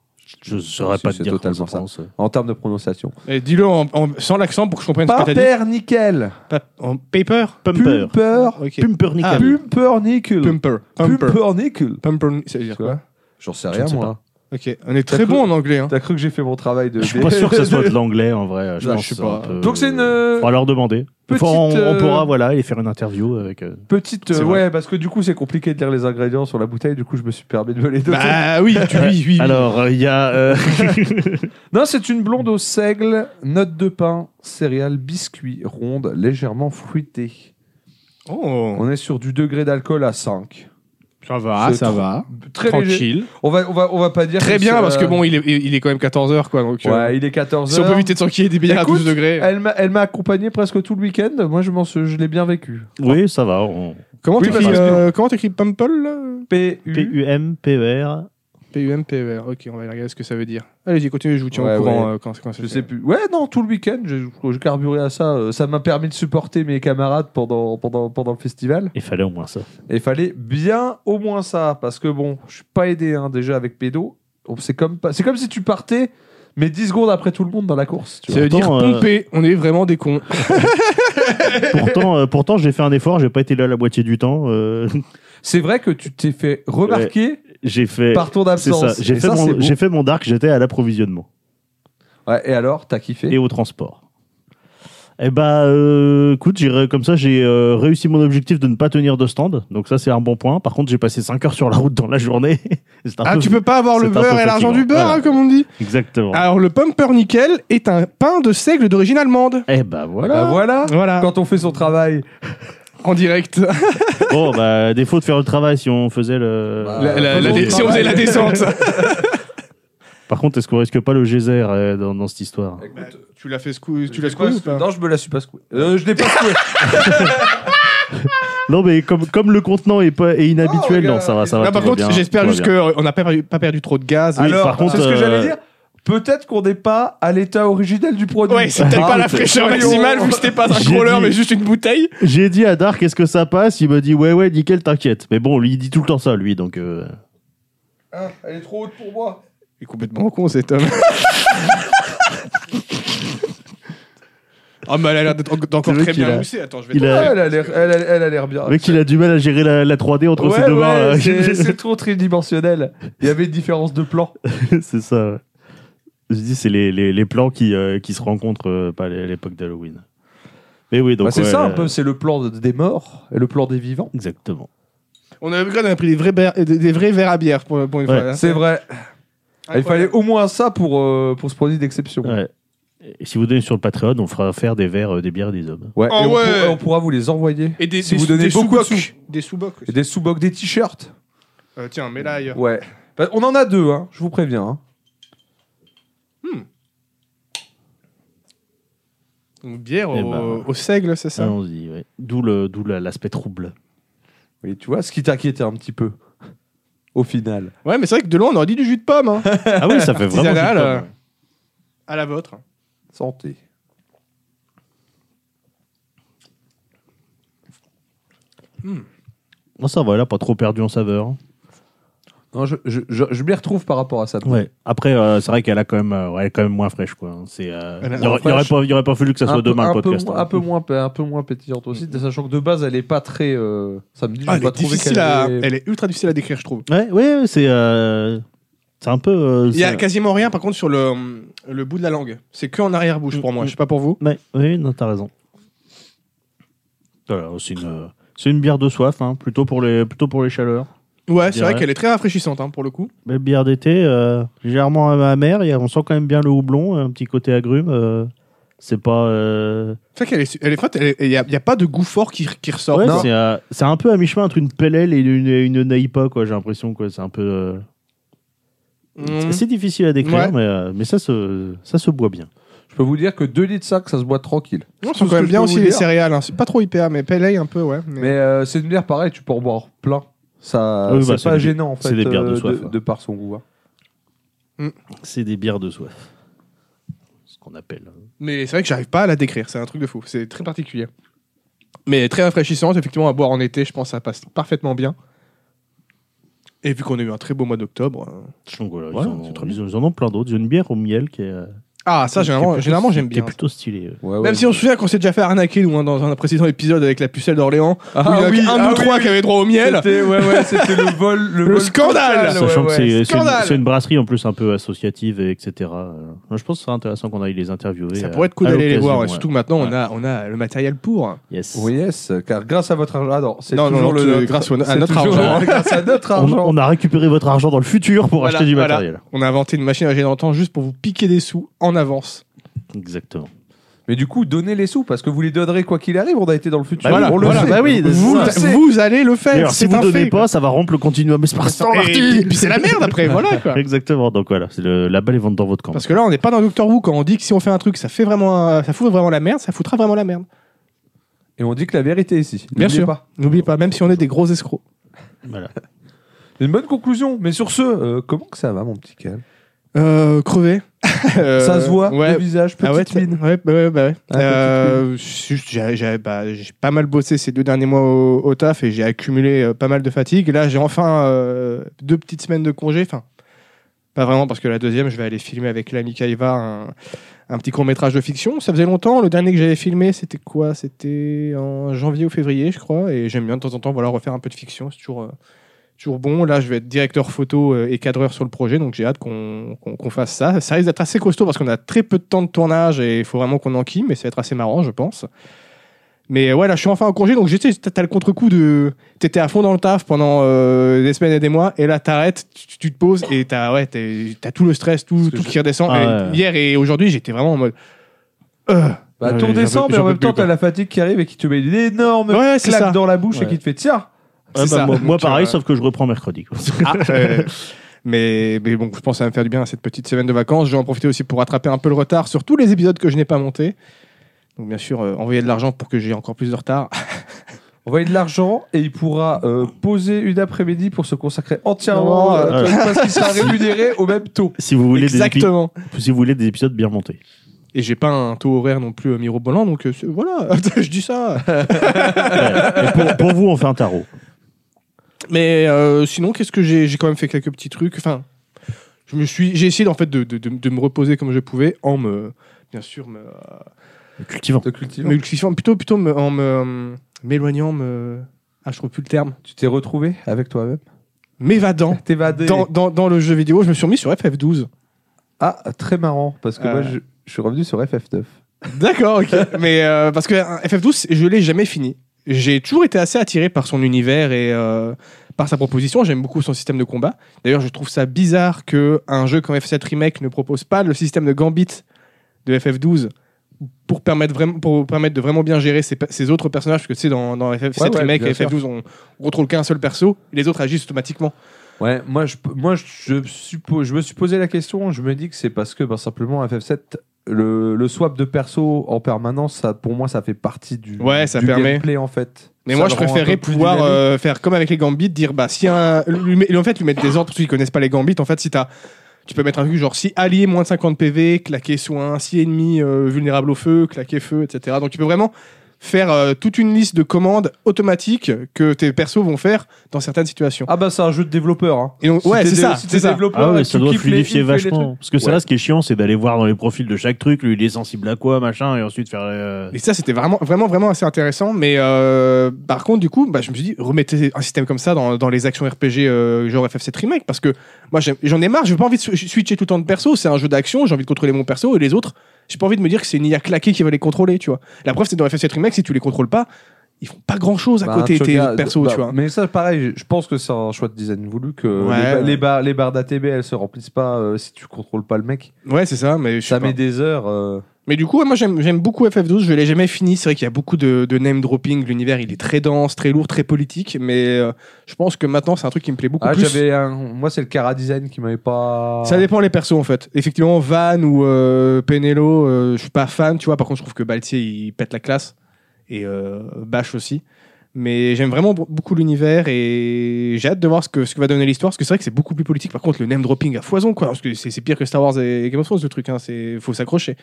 Speaker 1: Je ne saurais
Speaker 3: Si,
Speaker 1: pas te
Speaker 3: c'est
Speaker 1: dire
Speaker 3: totalement
Speaker 1: comment ça.
Speaker 3: en termes de prononciation.
Speaker 2: Eh, Dis-le en- en- sans l'accent pour que je comprenne ce que t'as dit.
Speaker 3: Pumpernickel.
Speaker 2: Pa- En paper
Speaker 1: Pumper.
Speaker 3: Pumper.
Speaker 2: Ok.
Speaker 1: Pumpernickel.
Speaker 2: Ah,
Speaker 3: Pumpernickel.
Speaker 2: Pumper. Pumper.
Speaker 3: Pumpernickel.
Speaker 2: Pumper. Ça veut dire
Speaker 3: Tu
Speaker 2: quoi
Speaker 3: vois J'en sais
Speaker 1: Je
Speaker 3: rien,
Speaker 1: ne sais
Speaker 3: moi.
Speaker 2: Ok, on est
Speaker 3: T'as
Speaker 2: très
Speaker 3: cru-
Speaker 2: bon en anglais. Hein.
Speaker 3: T'as cru que j'ai fait mon travail de.
Speaker 1: Je suis pas sûr que ce soit de l'anglais en vrai. Je
Speaker 2: Ah,
Speaker 1: pense
Speaker 2: je sais
Speaker 1: que c'est un
Speaker 2: pas.
Speaker 1: peu-
Speaker 3: Donc c'est une. euh,
Speaker 1: On va leur demander.
Speaker 3: Petite,
Speaker 1: Enfin, on, on
Speaker 3: euh,
Speaker 1: pourra voilà, aller faire une interview avec. euh,
Speaker 3: Petite,
Speaker 2: C'est
Speaker 3: euh,
Speaker 2: vrai.
Speaker 3: ouais, parce que du coup, c'est compliqué de lire les ingrédients sur la bouteille, du coup, je me suis permis de me les donner.
Speaker 2: Bah oui, tu- oui, oui, oui.
Speaker 1: Alors, euh, il y a. euh,
Speaker 3: Non, c'est une blonde au seigle, note de pain, céréales, biscuits, ronde, légèrement fruitée.
Speaker 2: Oh.
Speaker 3: On est sur du degré d'alcool à 5.
Speaker 4: Ça va,
Speaker 3: C'est
Speaker 4: ça
Speaker 3: tr-
Speaker 4: va.
Speaker 3: Très léger.
Speaker 4: Tranquille.
Speaker 3: On va, on va, on va pas dire.
Speaker 2: Très
Speaker 3: que
Speaker 2: bien,
Speaker 3: c'est,
Speaker 2: parce que
Speaker 3: euh,
Speaker 2: bon, il est, il est quand même 14h, quoi. Donc, euh,
Speaker 3: Ouais, il est 14h.
Speaker 2: si on peut éviter de s'enquiller des billets à
Speaker 3: Écoute,
Speaker 2: 12 degrés.
Speaker 3: Elle m'a, elle m'a accompagné presque tout le week-end. Moi, je, m'en suis- je l'ai bien vécu.
Speaker 1: Oui, ça va. on-
Speaker 2: Comment
Speaker 3: Oui,
Speaker 2: t'écris
Speaker 3: bah, ça
Speaker 2: euh, comment t'écris Pumple là
Speaker 3: P
Speaker 1: P-U-M-P-E-R.
Speaker 2: P-U-M-P-E-R. Ok, on va regarder ce que ça veut dire. Allez-y, continue, je vous tiens
Speaker 3: Ouais,
Speaker 2: au courant
Speaker 3: ouais.
Speaker 2: euh, quand, quand ça
Speaker 3: Je
Speaker 2: fait.
Speaker 3: sais plus. Ouais, non, tout le week-end, je, je carburais à ça. Euh, Ça m'a permis de supporter mes camarades pendant, pendant, pendant le festival.
Speaker 1: Il fallait au moins ça.
Speaker 3: Et fallait bien au moins ça. Parce que bon, je suis pas aidé hein, déjà avec Pédo. On- C'est comme, pas- c'est comme si tu partais, mais 10 secondes après tout le monde dans la course. tu
Speaker 2: Ça
Speaker 3: vois.
Speaker 2: veut dire
Speaker 1: Pourtant, euh,
Speaker 2: pomper, on est vraiment des cons.
Speaker 1: Pourtant, euh, pourtant j'ai fait un effort, j'ai pas été là la moitié du temps. euh,
Speaker 3: C'est vrai que tu t'es fait remarquer
Speaker 1: j'ai fait.
Speaker 3: par ton
Speaker 1: C'est
Speaker 3: absence.
Speaker 1: ça, j'ai
Speaker 3: Et
Speaker 1: fait,
Speaker 3: c'est
Speaker 1: mon-
Speaker 3: beau.
Speaker 1: j'ai fait mon dark, j'étais à l'approvisionnement
Speaker 3: Ouais, et alors, t'as kiffé Bah,
Speaker 1: et au transport. Eh bah, euh, écoute, j'ai re- comme ça, j'ai euh, réussi mon objectif de ne pas tenir de stand. Donc ça, c'est un bon point. Par contre, j'ai passé 5 heures sur la route dans la journée. C'est un
Speaker 2: Ah,
Speaker 1: peu-
Speaker 2: tu peux Ah. pas avoir le
Speaker 1: c'est un
Speaker 2: beurre
Speaker 1: peu
Speaker 2: et l'argent
Speaker 1: fatigant.
Speaker 2: du beurre,
Speaker 1: Voilà.
Speaker 2: hein, comme on dit.
Speaker 1: Exactement.
Speaker 2: Alors, le Pumper Nickel est un pain de seigle d'origine allemande.
Speaker 1: Eh bah voilà.
Speaker 2: Ah,
Speaker 3: Bah voilà.
Speaker 2: Voilà,
Speaker 3: Quand on fait son travail,
Speaker 2: en direct.
Speaker 1: Bon, bah, défaut de faire le travail si on faisait le.
Speaker 3: Bah,
Speaker 2: La- la- la-
Speaker 3: faisons le
Speaker 2: si on faisait la
Speaker 3: travail.
Speaker 2: descente.
Speaker 1: Par contre, est-ce qu'on risque pas le geyser euh, dans, dans cette histoire
Speaker 2: tu l'as fait secou- Bah, tu
Speaker 3: Je
Speaker 2: l'as hein.
Speaker 3: l'ai pas
Speaker 2: secoué ou
Speaker 3: secoué.
Speaker 2: pas
Speaker 3: Non, je me la suis pas secouée. Euh, je l'ai pas secouée.
Speaker 1: Non, mais comme, comme le contenant est, pas, est inhabituel,
Speaker 3: Oh,
Speaker 1: non, ça va, ça va.
Speaker 2: Là, par
Speaker 1: tout va
Speaker 2: contre,
Speaker 1: bien,
Speaker 2: j'espère
Speaker 1: tout va
Speaker 2: juste
Speaker 1: bien.
Speaker 2: qu'on n'a pas perdu, pas perdu trop de gaz.
Speaker 1: Oui,
Speaker 3: Alors,
Speaker 1: par contre,
Speaker 3: c'est ce que
Speaker 1: euh,
Speaker 3: j'allais dire. Peut-être qu'on n'est pas à l'état original du produit.
Speaker 2: Ouais, c'est peut-être
Speaker 3: Ah,
Speaker 2: pas la
Speaker 3: peut-
Speaker 2: fraîcheur
Speaker 3: soyons-
Speaker 2: maximale vu que c'était pas un
Speaker 1: J'ai
Speaker 2: crawler
Speaker 1: dit-
Speaker 2: mais juste une bouteille.
Speaker 1: J'ai dit à Dark, est-ce que ça passe Il me dit, ouais, ouais, nickel, t'inquiète. Mais bon, lui, il dit tout le temps ça, lui, donc. euh,
Speaker 3: Ah, elle est trop haute pour moi.
Speaker 2: Il est complètement con cet homme. Ah, mais elle a l'air d'être en- d'encore
Speaker 1: vrai
Speaker 2: très
Speaker 1: qu'il
Speaker 2: bien
Speaker 1: a-
Speaker 2: moussée. Attends, je vais
Speaker 1: il
Speaker 2: te-
Speaker 1: a-
Speaker 3: elle, a l'air, elle, a- elle a l'air bien.
Speaker 1: Le mec, il a du mal à gérer la, la 3D entre ses
Speaker 3: Ah, Ouais,
Speaker 1: deux
Speaker 3: ouais,
Speaker 1: mains. là.
Speaker 3: c'est, c'est trop tridimensionnel. Il y avait une différence de plan.
Speaker 1: C'est ça. ouais. Je dis, c'est les, les, les plans qui, euh, qui se rencontrent euh, pas à l'époque d'Halloween. Mais oui, donc.
Speaker 3: Bah, c'est
Speaker 1: ouais,
Speaker 3: ça un
Speaker 1: là-
Speaker 3: peu, c'est le plan de- des morts et le plan des vivants.
Speaker 1: Exactement.
Speaker 2: On a upgrade, on a pris des vrais, ber- des, des vrais verres à bière pour, pour une
Speaker 1: Ouais.
Speaker 2: fois. hein.
Speaker 3: C'est vrai. Il fallait au moins ça pour, euh, pour ce produit d'exception. Ouais,
Speaker 1: Ouais. Et si vous donnez sur le Patreon, on fera faire des verres, euh, des bières, des hommes.
Speaker 3: et
Speaker 2: Ah
Speaker 3: on,
Speaker 2: ouais.
Speaker 3: pourra, on pourra vous les envoyer.
Speaker 2: Et des,
Speaker 3: Si
Speaker 2: des-
Speaker 3: vous donnez
Speaker 2: des
Speaker 3: beaucoup de
Speaker 2: sous-bocs.
Speaker 3: sous.
Speaker 2: Des sous-bocs aussi.
Speaker 3: Et des sous-bocs, des t-shirts.
Speaker 2: Euh, tiens, mets-la ailleurs.
Speaker 3: Ouais. Bah, on en a deux, hein, je vous préviens. hein.
Speaker 2: Une bière
Speaker 1: Eh
Speaker 2: au,
Speaker 1: ben.
Speaker 2: au seigle, c'est ça
Speaker 1: Allons-y, ouais. D'où le- d'où la- l'aspect trouble.
Speaker 3: Oui, tu vois, ce qui t'inquiétait un petit peu. Au final.
Speaker 2: Ouais, mais c'est vrai que de loin, on aurait dit du jus de pomme. hein.
Speaker 1: Ah oui, ça fait vraiment.
Speaker 2: Artisanal,
Speaker 1: du
Speaker 2: euh. Ah,
Speaker 1: temps, ouais.
Speaker 2: à la vôtre.
Speaker 3: Santé.
Speaker 1: Bon, ça va, elle a pas trop perdu en saveur.
Speaker 3: Non, je, je, je, je m'y retrouve par rapport à ça.
Speaker 1: Ouais. Après, euh, c'est vrai qu'elle a quand même, euh, ouais, elle est quand même moins fraîche, quoi. C'est, euh,
Speaker 2: Elle est
Speaker 1: il y aurait, il y aurait
Speaker 2: fraîche.
Speaker 1: pas, il y aurait pas fallu que ça
Speaker 3: Un
Speaker 1: soit
Speaker 3: peu-
Speaker 1: demain
Speaker 3: un
Speaker 1: le podcast. hein.
Speaker 3: Peu, moins- un, peu moins, pe- un peu moins pétillante aussi, sachant que de base, elle est pas très. euh, samedi,
Speaker 2: Mm-hmm. Ah,
Speaker 3: j'ai
Speaker 2: elle,
Speaker 3: pas
Speaker 2: est
Speaker 3: trouvé
Speaker 2: difficile
Speaker 3: qu'elle
Speaker 2: à...
Speaker 3: est-
Speaker 2: elle est ultra difficile à décrire, je trouve.
Speaker 1: Ouais, ouais, ouais, c'est, euh, c'est un peu. euh,
Speaker 2: Il y a
Speaker 1: c'est-
Speaker 2: quasiment rien, par contre, sur le, le bout de la langue. C'est que en arrière-bouche pour moi. Je sais pas pour vous.
Speaker 1: Ouais, oui, non, t'as raison. Voilà, c'est une, euh, c'est une bière de soif, hein, plutôt pour les, plutôt pour les chaleurs.
Speaker 2: Ouais, c'est
Speaker 1: dirais.
Speaker 2: vrai qu'elle est très rafraîchissante hein, pour le coup.
Speaker 1: Belle bière d'été, euh, légèrement amère. et on sent quand même bien le houblon, un petit côté agrume. euh, c'est pas. euh,
Speaker 2: C'est vrai qu'elle est, su- elle est froide, elle est- il n'y a, il y a pas de goût fort qui, qui ressort.
Speaker 1: ouais,
Speaker 2: Non.
Speaker 1: c'est, euh, c'est un peu à mi-chemin entre une pale ale et une, une naipa, quoi. J'ai l'impression, quoi. C'est un peu. euh,
Speaker 2: Mm.
Speaker 1: C'est difficile à décrire,
Speaker 2: Ouais.
Speaker 1: mais, euh, mais ça, se, ça se boit bien.
Speaker 3: Je peux vous dire que 2 litres 5, ça se boit tranquille.
Speaker 2: Non,
Speaker 3: Tout
Speaker 2: c'est
Speaker 3: ce
Speaker 2: quand
Speaker 3: que
Speaker 2: même
Speaker 3: je
Speaker 2: bien
Speaker 3: peux
Speaker 2: aussi
Speaker 3: vous
Speaker 2: les
Speaker 3: dire.
Speaker 2: céréales. hein. C'est pas trop IPA, mais Pale Ale un peu, ouais. mais-
Speaker 3: Mais euh, c'est une bière pareille, tu peux en boire plein. Ça,
Speaker 1: Ah oui,
Speaker 3: c'est
Speaker 1: bah, c'est
Speaker 3: pas
Speaker 1: des-
Speaker 3: gênant en fait.
Speaker 1: c'est des bières de
Speaker 3: euh,
Speaker 1: soif,
Speaker 3: de,
Speaker 1: ouais.
Speaker 3: de par son goût. hein.
Speaker 1: C'est des bières de soif. Ce qu'on appelle. euh,
Speaker 2: Mais c'est vrai que j'arrive pas à la décrire, c'est un truc de fou, c'est très particulier. Mais très rafraîchissante, effectivement, à boire en été, je pense que ça passe parfaitement bien. Et vu qu'on a eu un très beau mois d'octobre. euh,
Speaker 1: Chocolat.
Speaker 2: Ouais,
Speaker 1: ils, en,
Speaker 2: c'est très
Speaker 1: ils en- ils en ont plein d'autres. Ils ont une bière au miel qui est. euh,
Speaker 2: Ah,
Speaker 1: qui
Speaker 2: ça,
Speaker 1: est
Speaker 2: généralement,
Speaker 1: plutôt-
Speaker 2: généralement j'aime bien.
Speaker 1: Qui est plutôt stylé.
Speaker 3: Ouais, Ah ouais.
Speaker 2: Même si on se souvient qu'on s'est déjà fait arnaquer, nous, hein, dans un précédent épisode avec la pucelle d'Orléans, où il y
Speaker 3: Ah
Speaker 2: en a
Speaker 3: oui,
Speaker 2: qu'un de
Speaker 3: ah
Speaker 2: nous
Speaker 3: oui,
Speaker 2: trois
Speaker 3: oui.
Speaker 2: qui avait droit au miel.
Speaker 3: C'était ouais, ouais, c'était le vol. Le,
Speaker 2: Ah, Le
Speaker 3: vol
Speaker 2: scandale
Speaker 3: total,
Speaker 1: Sachant que
Speaker 3: ouais, ouais.
Speaker 1: c'est- c'est une,
Speaker 2: Scandale
Speaker 1: c'est une brasserie en plus un peu associative, et etc. Euh, moi, je pense que c'est intéressant qu'on aille les interviewer.
Speaker 2: Ça
Speaker 1: euh,
Speaker 2: pourrait être cool
Speaker 1: à
Speaker 2: d'aller les voir,
Speaker 1: l'occasion,
Speaker 2: et surtout que maintenant, on,
Speaker 1: Ouais.
Speaker 2: a, on a le matériel pour.
Speaker 1: ouais. Yes.
Speaker 3: Oui, yes, car grâce à votre argent. Ah non, c'est
Speaker 2: Non, non,
Speaker 3: toujours
Speaker 2: non,
Speaker 3: le
Speaker 2: tu-
Speaker 3: nôtre.
Speaker 2: grâce au- à
Speaker 3: C'est
Speaker 2: notre
Speaker 3: toujours-
Speaker 2: argent.
Speaker 3: grâce à notre
Speaker 1: On,
Speaker 3: argent.
Speaker 1: on a récupéré votre argent dans le futur pour
Speaker 2: Voilà,
Speaker 1: acheter du
Speaker 2: voilà.
Speaker 1: matériel.
Speaker 2: On a inventé une machine à gagner dans le temps juste pour vous piquer des sous en avance.
Speaker 1: Exactement.
Speaker 3: Mais du coup, donnez les sous parce que vous les donnerez quoi qu'il arrive. On a été dans le futur.
Speaker 1: Bah oui,
Speaker 3: on le
Speaker 1: voilà,
Speaker 3: sait.
Speaker 1: bah oui,
Speaker 2: Vous,
Speaker 1: ça.
Speaker 2: le-
Speaker 3: c'est-
Speaker 2: vous allez le faire.
Speaker 1: D'ailleurs,
Speaker 2: Eh,
Speaker 1: si
Speaker 2: C'est
Speaker 1: vous
Speaker 2: un Eh,
Speaker 1: donnez
Speaker 2: fait.
Speaker 1: pas, ça va rompre le continuum espace
Speaker 2: Et puis- puis c'est la merde après, voilà quoi.
Speaker 1: Exactement, donc voilà, c'est le- la balle est vente dans votre camp.
Speaker 2: eh, Parce que là, on n'est pas dans Doctor Who quand on dit que si on fait un truc, ça fait vraiment, un- ça fout vraiment la merde, ça foutra vraiment la merde.
Speaker 3: Et on dit que la vérité ici.
Speaker 2: Bien
Speaker 3: N'oubliez
Speaker 2: sûr.
Speaker 3: pas.
Speaker 2: N'oubliez pas, même si on est des gros escrocs.
Speaker 1: Voilà.
Speaker 3: Une bonne conclusion. Mais sur ce, euh, comment que ça va, mon petit Cal
Speaker 2: Euh, crevé.
Speaker 3: Ça se voit,
Speaker 2: Ouais.
Speaker 3: le visage, petite
Speaker 2: Ah ouais, t'as-
Speaker 3: mine.
Speaker 2: ouais, bah ouais, bah ouais.
Speaker 3: Ah,
Speaker 2: Euh, juste, j'ai j'ai- bah, j'ai pas mal bossé ces deux derniers mois au, au taf et j'ai accumulé euh, pas mal de fatigue. Là, j'ai enfin euh, deux petites semaines de congé. Enfin, pas vraiment parce que la deuxième, je vais aller filmer avec l'ami Kaiva un, un petit court métrage de fiction. Ça faisait longtemps. Le dernier que j'avais filmé, c'était quoi C'était en janvier ou février, je crois. Et j'aime bien de temps en temps, voilà, refaire un peu de fiction. C'est toujours. euh, toujours bon. Là, je vais être directeur photo euh, et cadreur sur le projet, donc j'ai hâte qu'on qu'on- qu'on fasse ça. Ça risque d'être assez costaud parce qu'on a très peu de temps de tournage et il faut vraiment qu'on enquille, mais ça va être assez marrant, je pense. Mais euh, ouais, là, je suis enfin en congé, donc j'étais, t'as t'as le contre-coup de. T'étais à fond dans le taf pendant euh, des semaines et des mois, et là, t'arrêtes, tu, tu te poses, et t'as ouais, t'es- t'as tout le stress, tout,
Speaker 3: que
Speaker 2: tout
Speaker 3: je-
Speaker 2: qui redescend.
Speaker 1: Ah
Speaker 2: Et
Speaker 1: ouais.
Speaker 2: Hier et aujourd'hui, j'étais vraiment en mode. euh,
Speaker 3: Bah,
Speaker 2: Ouais,
Speaker 3: ton
Speaker 2: j'en peux-
Speaker 3: descend, mais
Speaker 2: j'en
Speaker 3: en
Speaker 2: peux
Speaker 3: même temps,
Speaker 2: plus, quoi.
Speaker 3: t'as la fatigue qui arrive et qui te met une énorme
Speaker 2: ouais, c'est
Speaker 3: claque
Speaker 2: ça.
Speaker 3: dans la bouche
Speaker 2: Ouais.
Speaker 3: et qui te fait tiens.
Speaker 1: Ah
Speaker 2: C'est
Speaker 1: bah,
Speaker 2: ça.
Speaker 1: moi, moi,
Speaker 2: Donc,
Speaker 1: pareil,
Speaker 2: euh,
Speaker 1: sauf que je reprends mercredi. quoi.
Speaker 2: Ah, euh, mais, mais bon, je pense que ça va me faire du bien cette petite semaine de vacances. Je vais en profiter aussi pour rattraper un peu le retard sur tous les épisodes que je n'ai pas montés. Donc, bien sûr, euh, envoyer de l'argent pour que j'ai encore plus de retard.
Speaker 3: On va de l'argent et il pourra euh, poser une après-midi pour se consacrer entièrement
Speaker 2: Non,
Speaker 3: à
Speaker 1: euh,
Speaker 3: toi, parce qu'il sera rémunéré au même taux.
Speaker 1: si, vous voulez des épi-
Speaker 2: Exactement.
Speaker 1: si vous voulez des épisodes bien montés.
Speaker 2: Et j'ai pas un taux horaire non plus euh, mirobolant, donc euh, c'est- voilà, je dis ça.
Speaker 1: Ouais. Et pour, pour vous, on fait un tarot.
Speaker 2: Mais euh, sinon, qu'est-ce que j'ai J'ai quand même fait quelques petits trucs. Enfin, je me suis, j'ai essayé en fait de, de- de- de me reposer comme je pouvais en me, bien sûr, me,
Speaker 1: Cultivant.
Speaker 3: Te cultivant.
Speaker 2: me cultivant, plutôt, plutôt me- en me m'éloignant, me, ah, je trouve plus le terme,
Speaker 3: Tu t'es retrouvé avec toi-même.
Speaker 2: m'évadant.
Speaker 3: T'évader.
Speaker 2: dans, dans, dans le jeu vidéo, je me suis remis sur FF12.
Speaker 3: Ah, très marrant, parce que
Speaker 2: Euh.
Speaker 3: moi, je, je suis revenu sur FF9.
Speaker 2: D'accord, ok. Mais euh, parce que euh, FF12, je l'ai jamais fini. J'ai toujours été assez attiré par son univers et euh, par sa proposition. J'aime beaucoup son système de combat. D'ailleurs, je trouve ça bizarre que un jeu comme F7 Remake ne propose pas le système de Gambit de FF12 pour permettre, vraiment, pour permettre de vraiment bien gérer ses, pe- ses autres personnages. Parce que tu sais, dans, dans FF7
Speaker 3: Ouais, ouais,
Speaker 2: Remake
Speaker 3: bien
Speaker 2: et FF12, on, on contrôle qu'un seul perso et les autres agissent automatiquement.
Speaker 3: Ouais, moi, je, moi je, je suppose, je me suis posé la question, je me dis que c'est parce que ben, simplement FF7, le, le swap de perso en permanence, ça, pour moi, ça fait partie du,
Speaker 2: Ouais, ça
Speaker 3: du
Speaker 2: permet.
Speaker 3: gameplay en fait.
Speaker 2: Mais
Speaker 3: Ça
Speaker 2: moi,
Speaker 3: le
Speaker 2: je
Speaker 3: rend un peu
Speaker 2: préférais
Speaker 3: plus
Speaker 2: pouvoir
Speaker 3: dynamique.
Speaker 2: euh, faire comme avec les gambits, dire bah si un, lui, met- en fait lui mettre des ordres parce qu'ils connaissent pas les gambits. En fait, si t'as, tu peux mettre un truc genre si allié moins de 50 PV, claquer soin, si ennemi euh, vulnérable au feu, claquer feu, etc. Donc tu peux vraiment faire euh, toute une liste de commandes automatiques que tes persos vont faire dans certaines situations.
Speaker 3: Ah bah c'est un jeu de développeur. Hein.
Speaker 2: Et donc, ouais,
Speaker 3: t'es
Speaker 2: c'est
Speaker 3: dé-
Speaker 2: ça,
Speaker 3: si t'es
Speaker 2: c'est ça.
Speaker 3: développeur,
Speaker 1: Ah ouais,
Speaker 3: tu
Speaker 1: ça doit
Speaker 3: kiffes les-
Speaker 1: fluidifier
Speaker 3: il fait les
Speaker 1: vachement. Parce que c'est
Speaker 3: Ouais.
Speaker 1: là ce qui est chiant, c'est d'aller voir dans les profils de chaque truc, lui, il est sensible à quoi, machin, et ensuite faire. euh,
Speaker 2: Et ça, c'était vraiment, vraiment, vraiment assez intéressant. Mais euh, par contre, du coup, bah, je me suis dit, remettez un système comme ça dans, dans les actions RPG euh, genre FF7 Remake. Parce que moi, j'aime- j'en ai marre, j'ai pas envie de sw- switcher tout le temps de perso. C'est un jeu d'action, j'ai envie de contrôler mon perso. Et les autres, j'ai pas envie de me dire que c'est une IA claquée qui va les contrôler, tu vois. La preuve, c'est dans FF7 Remake, si tu les contrôles pas, ils font pas grand chose à
Speaker 3: Bah,
Speaker 2: côté
Speaker 3: tu
Speaker 2: tes
Speaker 3: regardes-
Speaker 2: persos,
Speaker 3: bah,
Speaker 2: tu vois.
Speaker 3: Mais ça, pareil, je pense que c'est un choix de design voulu que
Speaker 2: Ouais,
Speaker 3: les, ba-
Speaker 2: ouais.
Speaker 3: les, barres- les barres d'ATB, elles se remplissent pas euh, si tu contrôles pas le mec.
Speaker 2: Ouais, c'est ça, mais je sais
Speaker 3: Ça
Speaker 2: pas.
Speaker 3: met des heures. euh,
Speaker 2: Mais du coup, ouais, moi j'aime j'aime beaucoup FF12, je l'ai jamais fini. C'est vrai qu'il y a beaucoup de, de name dropping, l'univers il est très dense, très lourd, très politique, mais euh, je pense que maintenant c'est un truc qui me plaît beaucoup
Speaker 3: Ah,
Speaker 2: plus.
Speaker 3: j'avais un... Moi, c'est le Cara Design qui m'avait pas.
Speaker 2: Ça dépend les persos en fait. Effectivement, Van ou euh, Penelo, euh, je suis pas fan, tu vois. Par contre, je trouve que Baltier il pète la classe et euh, Bash aussi. Mais j'aime vraiment b- beaucoup l'univers et j'ai hâte de voir ce que, ce que va donner l'histoire parce que c'est vrai que c'est beaucoup plus politique. Par contre, le name dropping à foison quoi, parce que c'est c'est pire que Star Wars et Game of Thrones le truc, hein, c'est faut s'accrocher.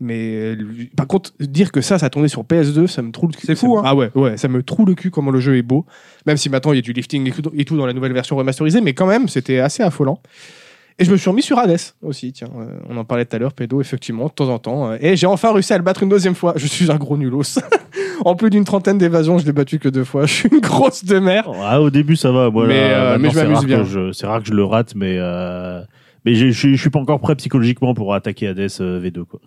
Speaker 2: Mais euh, lui- par contre, dire que ça, ça tournait sur PS2, ça me trouve le cul.
Speaker 3: C'est
Speaker 2: Ça
Speaker 3: fou,
Speaker 2: me-
Speaker 3: hein.
Speaker 2: Ah ouais, ouais, ça me trouve le cul comment le jeu est beau. Même si maintenant il y a du lifting et tout- et tout dans la nouvelle version remasterisée, mais quand même, c'était assez affolant. Et je me suis remis sur Hades aussi, tiens. euh, on en parlait tout à l'heure, Pédo, effectivement, de temps en temps. euh, et j'ai enfin réussi à le battre une deuxième fois. Je suis un gros nulos. en plus d'une trentaine d'évasions, je l'ai battu que deux fois. Je suis une grosse de mer.
Speaker 1: Ah, au début, ça va. Moi, là,
Speaker 2: Mais, euh,
Speaker 1: maintenant,
Speaker 2: mais je
Speaker 1: c'est
Speaker 2: m'amuse
Speaker 1: rare
Speaker 2: bien.
Speaker 1: que je- C'est rare que je le rate, mais. euh, Mais j'ai- je suis- je suis pas encore prêt psychologiquement pour attaquer Hades euh, V2. Quoi.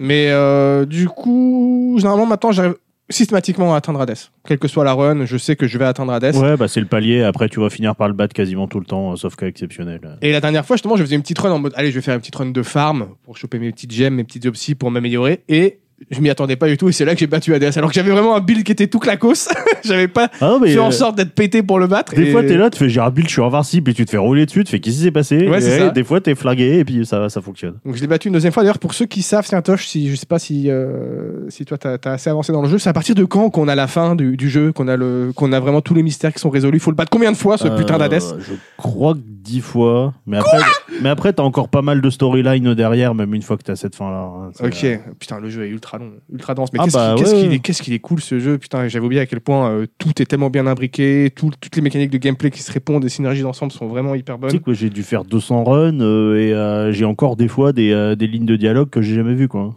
Speaker 2: Mais euh, du coup, généralement, maintenant, j'arrive systématiquement à atteindre Hades. Quelle que soit la run, je sais que je vais atteindre Hades.
Speaker 1: Ouais, bah c'est le palier. Après, tu vas finir par le battre quasiment tout le temps, euh, sauf cas exceptionnel.
Speaker 2: Et la dernière fois, justement, je faisais une petite run en mode, allez, je vais faire une petite run de farm pour choper mes petites gemmes, mes petites opsies pour m'améliorer. Et je m'y attendais pas du tout et c'est là que j'ai battu ADS. Alors que j'avais vraiment un build qui était tout clacos. j'avais pas
Speaker 1: Ah, non, mais,
Speaker 2: fait en
Speaker 1: euh,
Speaker 2: sorte d'être pété pour le battre.
Speaker 1: Des
Speaker 2: et-
Speaker 1: fois, t'es là, tu fais j'ai un build, je suis invincible, et tu te fais rouler dessus, tu fais qu'est-ce qui s'est passé
Speaker 2: Ouais,
Speaker 1: Et
Speaker 2: c'est ça.
Speaker 1: Des fois, t'es flagué, et puis ça, ça fonctionne.
Speaker 2: Donc je l'ai battu une deuxième fois. D'ailleurs, pour ceux qui savent, tiens Tosh, si, je sais pas si, euh, si toi t'as as assez avancé dans le jeu, c'est à partir de quand qu'on a la fin du, du jeu, qu'on a, le- qu'on a vraiment tous les mystères qui sont résolus. Faut le battre combien de fois ce
Speaker 1: Euh,
Speaker 2: putain d'Hades
Speaker 1: Je crois que 10 fois. Mais après, mais après t'as encore pas mal de storyline derrière, même une fois que t'as cette fin-là. hein. C'est-
Speaker 2: Ok, putain, le jeu est ultra long, ultra dense. Mais
Speaker 1: Ah
Speaker 2: qu'est-ce
Speaker 1: bah
Speaker 2: qu'il qu'est-ce
Speaker 1: ouais,
Speaker 2: qu'il
Speaker 1: ouais.
Speaker 2: est, qu'est-ce qu'il est cool ce jeu, putain, j'avais oublié à quel point euh, tout est tellement bien imbriqué, tout- toutes les mécaniques de gameplay qui se répondent, les synergies d'ensemble sont vraiment hyper
Speaker 1: Tu
Speaker 2: bonnes.
Speaker 1: sais que j'ai dû faire 200 runs euh, et euh, j'ai encore des fois des, euh, des lignes de dialogue que j'ai jamais vues quoi.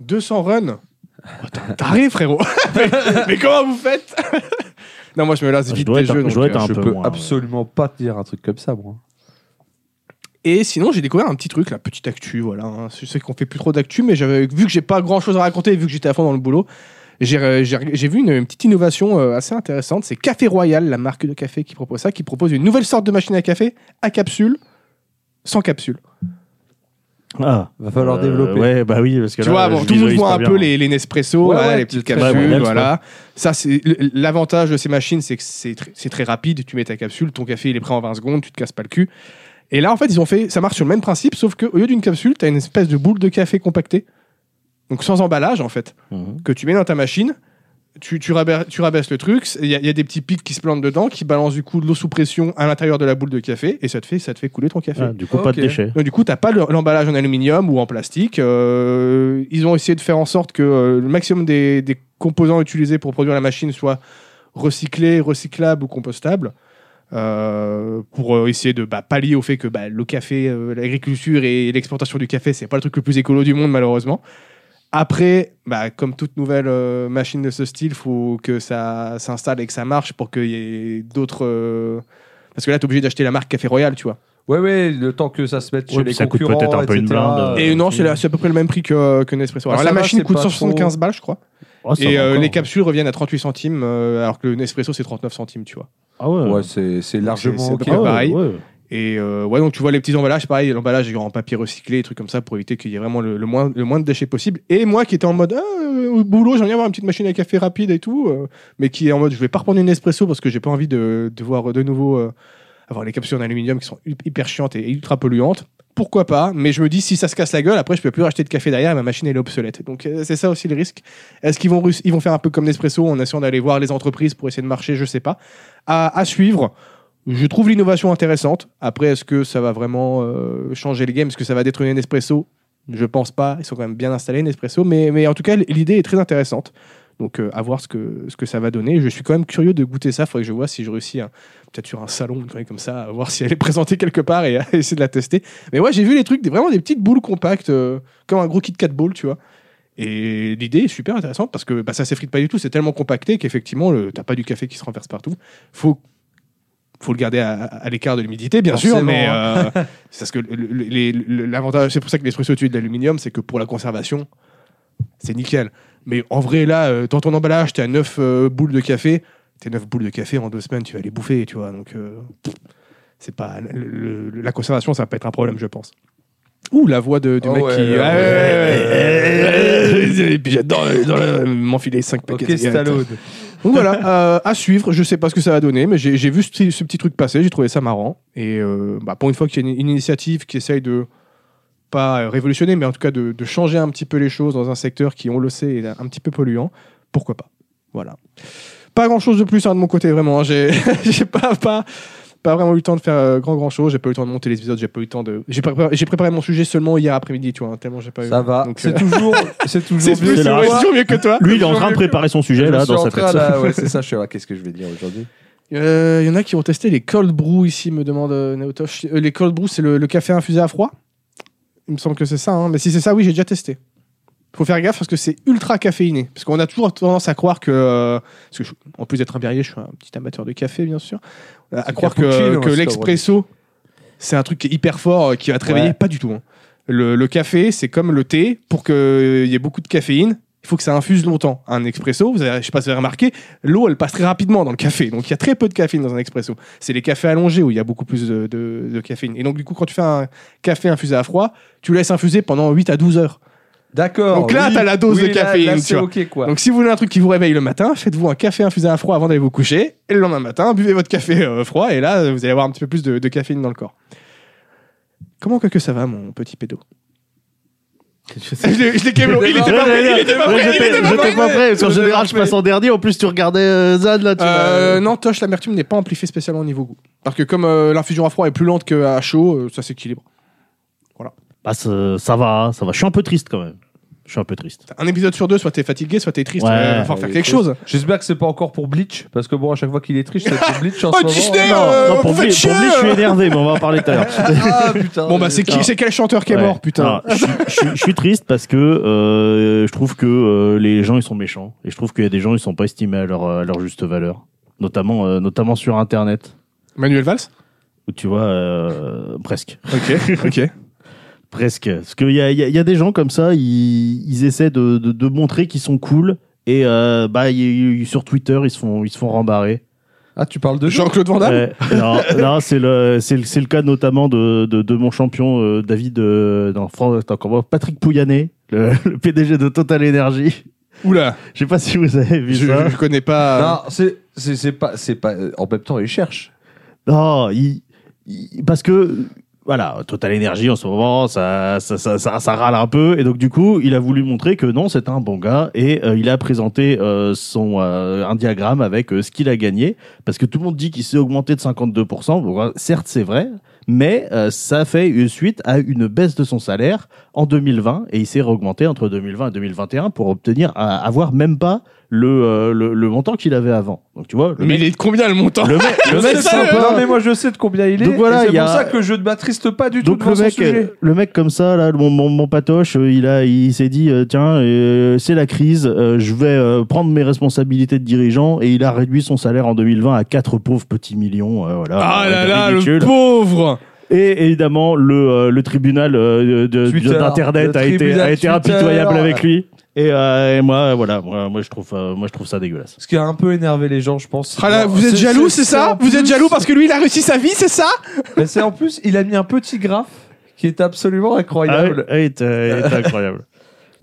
Speaker 2: 200 runs Oh, T'as un taré, frérot mais, mais comment vous faites Non, moi je me lasse
Speaker 1: Ah, Je
Speaker 2: vite
Speaker 1: dois
Speaker 2: des
Speaker 1: être un-
Speaker 2: jeux.
Speaker 1: je
Speaker 2: donc,
Speaker 1: dois
Speaker 2: euh,
Speaker 1: être un
Speaker 3: je
Speaker 1: peu
Speaker 3: peux
Speaker 1: moins, ouais.
Speaker 3: absolument pas te dire un truc comme ça, moi.
Speaker 2: Et sinon, j'ai découvert un petit truc, la petite actu, voilà. hein. Je sais qu'on fait plus trop d'actu, mais j'avais vu que j'ai pas grand chose à raconter, vu que j'étais à fond dans le boulot, j'ai euh, j'ai- j'ai vu une, une petite innovation euh, assez intéressante. C'est Café Royal, la marque de café qui propose ça, qui propose une nouvelle sorte de machine à café à capsule, sans capsule.
Speaker 1: Ah.
Speaker 3: Va falloir
Speaker 1: Euh,
Speaker 3: développer.
Speaker 1: Ouais, bah oui, parce que
Speaker 2: tu
Speaker 1: là,
Speaker 2: vois, bon,
Speaker 1: je
Speaker 2: tout le monde
Speaker 1: visualise
Speaker 2: voit
Speaker 1: pas
Speaker 2: un
Speaker 1: bien,
Speaker 2: peu
Speaker 1: hein.
Speaker 2: les, les Nespresso,
Speaker 3: Ouais,
Speaker 2: voilà,
Speaker 3: ouais,
Speaker 2: les petites
Speaker 3: c'est très
Speaker 2: capsules,
Speaker 1: bon.
Speaker 2: voilà. Ça, c'est l- l'avantage de ces machines, c'est que c'est tr- c'est très rapide. Tu mets ta capsule, ton café il est prêt en 20 secondes, tu te casses pas le cul. Et là, en fait, ils ont fait, ça marche sur le même principe, sauf que au lieu d'une capsule, tu as une espèce de boule de café compactée, donc sans emballage en fait,
Speaker 1: Mhm.
Speaker 2: que tu mets dans ta machine. Tu, tu, rabaisses, tu rabaisses le truc, il y, a- il y a des petits pics qui se plantent dedans, qui balancent du coup de l'eau sous pression à l'intérieur de la boule de café, et ça te fait, ça te fait couler ton café.
Speaker 1: Ah, du coup, pas de
Speaker 3: Ok.
Speaker 1: déchets.
Speaker 2: Donc, du coup, t'as pas le- l'emballage en aluminium ou en plastique. Euh, ils ont essayé de faire en sorte que euh, le maximum des, des composants utilisés pour produire la machine soient recyclés, recyclables ou compostables. euh, pour euh, essayer de bah, pallier au fait que bah, le café, euh, l'agriculture et l'exportation du café, c'est pas le truc le plus écolo du monde malheureusement. Après, bah, comme toute nouvelle euh, machine de ce style, faut que ça s'installe et que ça marche pour qu'il y ait d'autres. euh, Parce que là, t'es obligé d'acheter la marque Café Royal, tu vois.
Speaker 3: Ouais, ouais, le temps que ça se mette chez
Speaker 1: Ouais,
Speaker 3: les
Speaker 1: puis ça coûte
Speaker 3: concurrents,
Speaker 1: peut-être un peu une
Speaker 3: etc.,
Speaker 1: blinde.
Speaker 2: Et
Speaker 3: euh,
Speaker 2: non, c'est la- c'est à peu près le même prix que, que Nespresso.
Speaker 3: Ah,
Speaker 2: Alors,
Speaker 3: ça
Speaker 2: la
Speaker 3: va,
Speaker 2: machine
Speaker 3: c'est
Speaker 2: coûte
Speaker 3: pas
Speaker 2: 75
Speaker 3: trop-
Speaker 2: balles, je crois.
Speaker 1: Oh, ça
Speaker 2: et
Speaker 1: va
Speaker 2: euh,
Speaker 1: encore,
Speaker 2: les
Speaker 1: hein.
Speaker 2: capsules reviennent à 38 centimes, euh, alors que le Nespresso, c'est 39 centimes, tu vois.
Speaker 1: Ah ouais.
Speaker 3: Ouais, c'est c'est largement
Speaker 2: c'est-
Speaker 3: ok.
Speaker 2: c'est
Speaker 1: Ah ouais,
Speaker 2: pareil.
Speaker 1: ouais.
Speaker 2: Et euh, ouais, donc tu vois les petits emballages, pareil, l'emballage est en papier recyclé, des trucs comme ça, pour éviter qu'il y ait vraiment le, le moins, le moins de déchets possible. Et moi qui étais en mode, ah, euh, au boulot, j'aimerais bien avoir une petite machine à café rapide et tout, euh, mais qui est en mode, je vais pas reprendre une Nespresso parce que j'ai pas envie de, de voir de nouveau euh, avoir les capsules en aluminium qui sont hu- hyper chiantes et ultra polluantes. Pourquoi pas Mais je me dis, si ça se casse la gueule, après je peux plus racheter de café derrière, et ma machine elle est obsolète. Donc euh, c'est ça aussi le risque. Est-ce qu'ils vont, rus- ils vont faire un peu comme Nespresso en essayant d'aller voir les entreprises pour essayer de marcher Je sais pas. À, à suivre. Je trouve l'innovation intéressante. Après, est-ce que ça va vraiment euh, changer le game Est-ce que ça va détrôner Nespresso Je pense pas. Ils sont quand même bien installés, Nespresso. Mais, mais en tout cas, l'idée est très intéressante. Donc, euh, à voir ce que, ce que ça va donner. Je suis quand même curieux de goûter ça. Faudrait que je vois si je réussis, à- peut-être sur un salon, une connerie comme ça, à voir si elle est présentée quelque part et à essayer de la tester. Mais ouais, j'ai vu les trucs, des, vraiment des petites boules compactes, euh, comme un gros kit Kat Ball, tu vois. Et l'idée est super intéressante parce que bah, ça s'effrite pas du tout. C'est tellement compacté qu'effectivement, le- t'as pas du café qui se renverse partout. Faut faut le garder à, à l'écart de l'humidité, bien sûr,
Speaker 3: Forcément,
Speaker 2: mais euh, c'est parce que le- le- les- le- l'avantage, c'est pour ça que l'espresso utilise de l'aluminium, c'est que pour la conservation, c'est nickel. Mais en vrai, là, euh, dans ton emballage, t'es à 9 boules de café. Tes 9 boules de café en deux semaines, tu vas les bouffer, tu vois. Donc, euh, c'est pas le- le- la conservation, ça va pas être un problème, je pense. Ouh, la voix de, du
Speaker 3: Oh
Speaker 2: mec
Speaker 3: ouais,
Speaker 2: qui.
Speaker 3: ouais,
Speaker 2: Ah
Speaker 3: ouais,
Speaker 2: ouais, ouais, ouais. Et puis j'adore euh, dans le- m'enfiler 5 paquets
Speaker 3: Ok,
Speaker 2: de cigarettes.
Speaker 3: Stallone.
Speaker 2: Donc voilà, euh, à suivre. Je sais pas ce que ça va donner, mais j'ai j'ai vu ce, petit- ce petit truc passer, j'ai trouvé ça marrant. Et euh, bah, pour une fois qu'il y a une, une initiative qui essaye de pas euh, révolutionner, mais en tout cas de, de changer un petit peu les choses dans un secteur qui, on le sait, est un petit peu polluant, pourquoi pas Voilà. Pas grand chose de plus hein, de mon côté, vraiment. hein. J'ai j'ai pas, pas, pas vraiment eu le temps de faire euh, grand grand chose. J'ai pas eu le temps de monter les épisodes, j'ai pas eu le temps de. J'ai préparé, j'ai préparé mon sujet seulement hier après-midi, tu vois, hein, tellement j'ai pas eu.
Speaker 3: Ça va.
Speaker 2: Donc, euh,
Speaker 3: C'est toujours, c'est
Speaker 2: C'est
Speaker 3: toujours
Speaker 2: plus-
Speaker 3: mieux.
Speaker 2: c'est
Speaker 1: là.
Speaker 2: ouais, c'est toujours mieux que toi.
Speaker 1: Lui, il est en train de préparer son sujet là dans sa tête.
Speaker 3: ouais, c'est ça. Je suis là. Qu'est-ce que je vais dire aujourd'hui
Speaker 2: Il Euh, y en a qui ont testé les cold brew ici, me demande euh, Naotosh. Euh, les cold brew, c'est le, le café infusé à froid Il me semble que c'est ça. hein. Mais si c'est ça, oui, j'ai déjà testé. Faut faire gaffe parce que c'est ultra caféiné. Parce qu'on a toujours tendance à croire que. euh, parce que je- en plus d'être un berrier, je suis un petit amateur de café, bien sûr. euh, À
Speaker 3: C'est
Speaker 2: croire que,
Speaker 3: cappuccino,
Speaker 2: que
Speaker 3: hein,
Speaker 2: l'expresso, c'est un truc qui est hyper fort, euh, qui va te
Speaker 3: Ouais.
Speaker 2: réveiller. Pas du tout. hein. Le, le café, c'est comme le thé. Pour qu'il y ait beaucoup de caféine, il faut que ça infuse longtemps. Un expresso, vous avez, je sais pas si vous avez remarqué, l'eau, elle passe très rapidement dans le café. Donc, il y a très peu de caféine dans un expresso. C'est les cafés allongés où il y a beaucoup plus de, de- de caféine. Et donc, du coup, quand tu fais un café infusé à froid, tu laisses infuser pendant 8 à 12 heures.
Speaker 3: D'accord.
Speaker 2: Donc là, t'as la dose de
Speaker 3: Oh, là-
Speaker 2: caféine,
Speaker 3: là,
Speaker 2: tu
Speaker 3: c'est
Speaker 2: vois.
Speaker 3: ok, quoi.
Speaker 2: Donc si vous voulez un truc qui vous réveille le matin, faites-vous un café infusé à froid avant d'aller vous coucher. Et le lendemain matin, buvez votre café euh, froid et là, vous allez avoir un petit peu plus de, de caféine dans le corps. Comment que, que ça va, mon petit pédo Je l'ai je l'ai quand même- Il était pas prêt, il était pas prêt, il était
Speaker 1: J'étais
Speaker 2: pas prêt.
Speaker 1: j'étais pas prêt, parce qu'en
Speaker 2: Je l'ai
Speaker 1: général, je
Speaker 2: loupé.
Speaker 1: passe en dernier. En plus, tu regardais euh, Zad là. tu
Speaker 2: Euh,
Speaker 1: m'as-
Speaker 2: non, Toche, l'amertume n'est pas amplifiée spécialement au niveau goût. Parce que comme euh, l'infusion à froid est plus lente qu'à chaud, euh, ça s'équilibre.
Speaker 1: Bah, ça ça va, ça va. Je suis un peu triste quand même. Je suis un peu triste.
Speaker 2: Un épisode sur deux, soit t'es fatigué, soit t'es triste.
Speaker 1: Ouais.
Speaker 2: mais Il va falloir faire
Speaker 3: Oui,
Speaker 2: quelque
Speaker 3: oui.
Speaker 2: chose.
Speaker 3: J'espère que c'est pas encore pour Bleach, parce que bon, à chaque fois qu'il est triche, c'est pour Bleach en
Speaker 2: Oh,
Speaker 3: ce moment.
Speaker 2: Disney,
Speaker 1: Non,
Speaker 2: euh,
Speaker 1: non, pour
Speaker 2: vous
Speaker 1: Blé,
Speaker 2: faites chier,
Speaker 1: pour Blé, je suis
Speaker 2: euh.
Speaker 1: énervé, mais on va en parler tout à l'heure.
Speaker 3: Ah putain.
Speaker 2: Bon, bah, c'est qui,
Speaker 1: putain.
Speaker 2: c'est quel chanteur qui est
Speaker 1: Ouais. Ah.
Speaker 2: mort, putain
Speaker 1: Alors, je, suis- je suis- je suis triste parce que euh, je trouve que euh, les gens ils sont méchants et je trouve qu'il y a des gens ils sont pas estimés à leur, à leur juste valeur, notamment euh, notamment sur Internet
Speaker 2: Manuel Valls
Speaker 1: où tu vois euh, presque
Speaker 2: Ok, ok.
Speaker 1: presque parce qu'il y a, il y a- il y a des gens comme ça ils, ils essaient de, de, de montrer qu'ils sont cool et euh, bah ils- ils- sur Twitter ils se font ils se font rembarrer.
Speaker 3: Ah, tu parles de
Speaker 2: Jean-Claude Van Damme
Speaker 1: Ouais. non, non, c'est le c'est le, c'est le cas notamment de, de, de mon champion euh, David euh, non, Fran- attends, comment, Patrick Pouyanné le, le PDG de Total Energy.
Speaker 2: Oula,
Speaker 1: Je sais pas si vous avez vu
Speaker 2: je,
Speaker 1: ça.
Speaker 2: je- je connais pas.
Speaker 3: Non, c'est c'est- c'est pas c'est pas. euh, En même temps, il cherche.
Speaker 1: Non, il- il- parce que voilà, Total Energy en ce moment, ça, ça, ça, ça- ça râle un peu. Et donc, du coup, il a voulu montrer que non, c'est un bon gars. Et euh, il a présenté euh, son, euh, un diagramme avec euh, ce qu'il a gagné. Parce que tout le monde dit qu'il s'est augmenté de 52%. Bon, euh, certes, c'est vrai. Mais euh, ça fait une suite à une baisse de son salaire en 2020. Et il s'est augmenté entre 2020 et 2021 pour obtenir, à- avoir même pas le, euh, le, le montant qu'il avait avant. Donc, tu vois, le
Speaker 2: mais
Speaker 1: mec-
Speaker 2: il est de combien le montant
Speaker 1: le mec- le
Speaker 3: Je
Speaker 1: mec,
Speaker 3: sais
Speaker 1: c'est un
Speaker 3: pas,
Speaker 1: peu-
Speaker 3: Non, mais moi, je sais de combien il est.
Speaker 1: Donc
Speaker 3: et
Speaker 1: voilà,
Speaker 3: c'est
Speaker 1: il y
Speaker 3: pour
Speaker 1: a-
Speaker 3: ça que je ne m'attriste pas du tout
Speaker 1: Donc
Speaker 3: devant
Speaker 1: le
Speaker 3: son
Speaker 1: mec,
Speaker 3: sujet.
Speaker 1: le mec comme ça, là, mon, mon, mon patoche, euh, il a, il s'est dit, euh, tiens, euh, c'est la crise, euh, je vais euh, prendre mes responsabilités de dirigeant, et il a réduit son salaire en 2020 à 4 pauvres petits millions, euh, voilà.
Speaker 2: Ah
Speaker 1: Euh,
Speaker 2: là là, le
Speaker 1: ridicule.
Speaker 2: pauvre
Speaker 1: Et évidemment, le, euh, le tribunal euh, de-
Speaker 3: Twitter,
Speaker 1: d'internet
Speaker 3: le
Speaker 1: a été,
Speaker 3: tribunal
Speaker 1: a été
Speaker 3: Twitter.
Speaker 1: impitoyable avec lui. Et, euh, et moi, voilà, moi, moi, je trouve, euh, moi je trouve ça dégueulasse.
Speaker 3: Ce qui a un peu énervé les gens, je pense.
Speaker 2: Ah là,
Speaker 3: Non,
Speaker 2: Vous êtes jaloux, c'est ça
Speaker 3: en
Speaker 2: Vous êtes
Speaker 3: plus-
Speaker 2: jaloux parce que lui, il a réussi sa vie, c'est ça
Speaker 3: Mais c'est en plus, il a mis un petit graphe qui est absolument
Speaker 1: Ah ouais,
Speaker 3: incroyable.
Speaker 1: ouais, c'est c'est incroyable.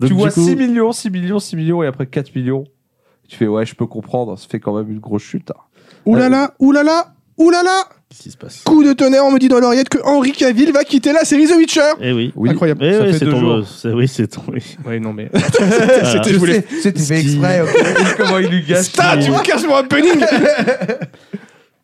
Speaker 1: Donc,
Speaker 3: tu
Speaker 1: du
Speaker 3: vois
Speaker 1: coup-
Speaker 3: 6 millions, 6 millions, 6 millions et après 4 millions. Tu fais, ouais, je peux comprendre, ça fait quand même une grosse chute. hein.
Speaker 2: Ouh là là, ouh là là, ouh là là
Speaker 1: Qu'est-ce qui se passe
Speaker 2: Coup de tonnerre, on me dit dans l'oreillette que Henri Cavill va quitter la série The Witcher
Speaker 1: Eh oui.
Speaker 3: Oui.
Speaker 2: Incroyable.
Speaker 1: Eh
Speaker 3: Ça
Speaker 1: oui,
Speaker 3: fait
Speaker 1: c'est
Speaker 3: deux
Speaker 1: tombé.
Speaker 3: jours.
Speaker 1: C'est- Oui, c'est tombé.
Speaker 3: Ah,
Speaker 2: Ouais, non mais. C'était- c'était- je voulais.
Speaker 3: C'était
Speaker 1: fait exprès,
Speaker 3: Comment il lui gâche
Speaker 2: Putain, tu me casses mon happening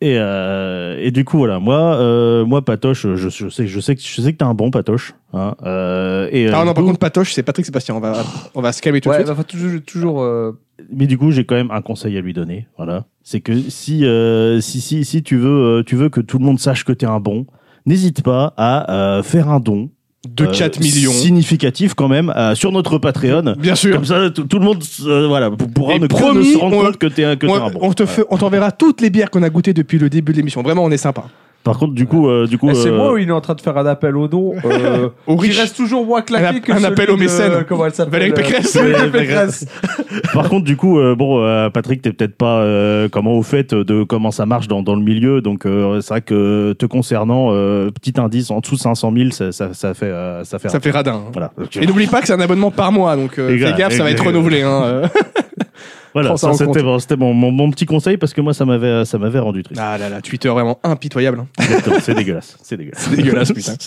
Speaker 1: Et, euh, et du coup voilà moi euh, moi Patoche je, je sais je sais que je sais que t'es un bon Patoche hein, euh, et euh,
Speaker 2: Ah non,
Speaker 1: du
Speaker 2: par
Speaker 1: coup-
Speaker 2: contre, Patoche, c'est Patrick Sébastien, on va, on va se calmer tout de
Speaker 3: Ouais,
Speaker 2: suite.
Speaker 3: bah, faut toujours. toujours euh,
Speaker 1: mais du coup j'ai quand même un conseil à lui donner voilà c'est que si euh, si si si tu veux euh, tu veux que tout le monde sache que t'es un bon n'hésite pas à euh, faire un don
Speaker 2: De
Speaker 1: euh,
Speaker 2: 4 millions.
Speaker 1: significatif quand même euh, sur notre Patreon
Speaker 2: Bien sûr.
Speaker 1: comme ça tout, tout le monde euh, voilà pour- pourra
Speaker 2: Et
Speaker 1: ne que
Speaker 2: promis,
Speaker 1: ne se rendre
Speaker 2: on-
Speaker 1: compte que t'es un que t'es un
Speaker 2: On,
Speaker 1: bon
Speaker 2: on te fait- on t'enverra toutes les bières qu'on a goûtées depuis le début de l'émission. Vraiment, on est sympa.
Speaker 1: par contre du coup euh, du coup
Speaker 3: eh, C'est
Speaker 1: euh,
Speaker 3: moi où il est en train de faire un appel au don euh,
Speaker 2: Au
Speaker 3: qui
Speaker 2: riche.
Speaker 3: reste toujours moins
Speaker 2: Un
Speaker 3: claqué
Speaker 2: app-
Speaker 3: que
Speaker 2: un
Speaker 3: celui
Speaker 2: appel aux
Speaker 3: de-
Speaker 2: mécènes.
Speaker 3: Comment elle s'appelle
Speaker 2: Valérie
Speaker 3: euh,
Speaker 2: Pécresse.
Speaker 3: Valérie Pécresse.
Speaker 1: Par contre, du coup, euh, bon, euh, Patrick, t'es peut-être pas euh, comment au fait de comment ça marche dans, dans le milieu. Donc, euh, c'est vrai que euh, te concernant, euh, petit indice, en dessous de 500 000, ça, ça, ça fait, euh, ça fait.
Speaker 2: Ça fait radin. hein.
Speaker 1: Voilà.
Speaker 2: Et n'oublie pas que c'est un abonnement par mois, donc euh,
Speaker 1: Les
Speaker 2: fais
Speaker 1: gars,
Speaker 2: gaffe, ça va
Speaker 1: les-
Speaker 2: être renouvelé. Hein. euh.
Speaker 1: Voilà.
Speaker 2: prends ça
Speaker 1: ça,
Speaker 2: en
Speaker 1: C'était
Speaker 2: compte.
Speaker 1: mon, c'était mon, mon- mon petit conseil parce que moi, ça m'avait, euh, ça m'avait rendu triste.
Speaker 2: Ah là là, Twitter vraiment impitoyable. hein.
Speaker 1: Exactement, c'est dégueulasse. C'est dégueulasse.
Speaker 2: C'est dégueulasse, putain.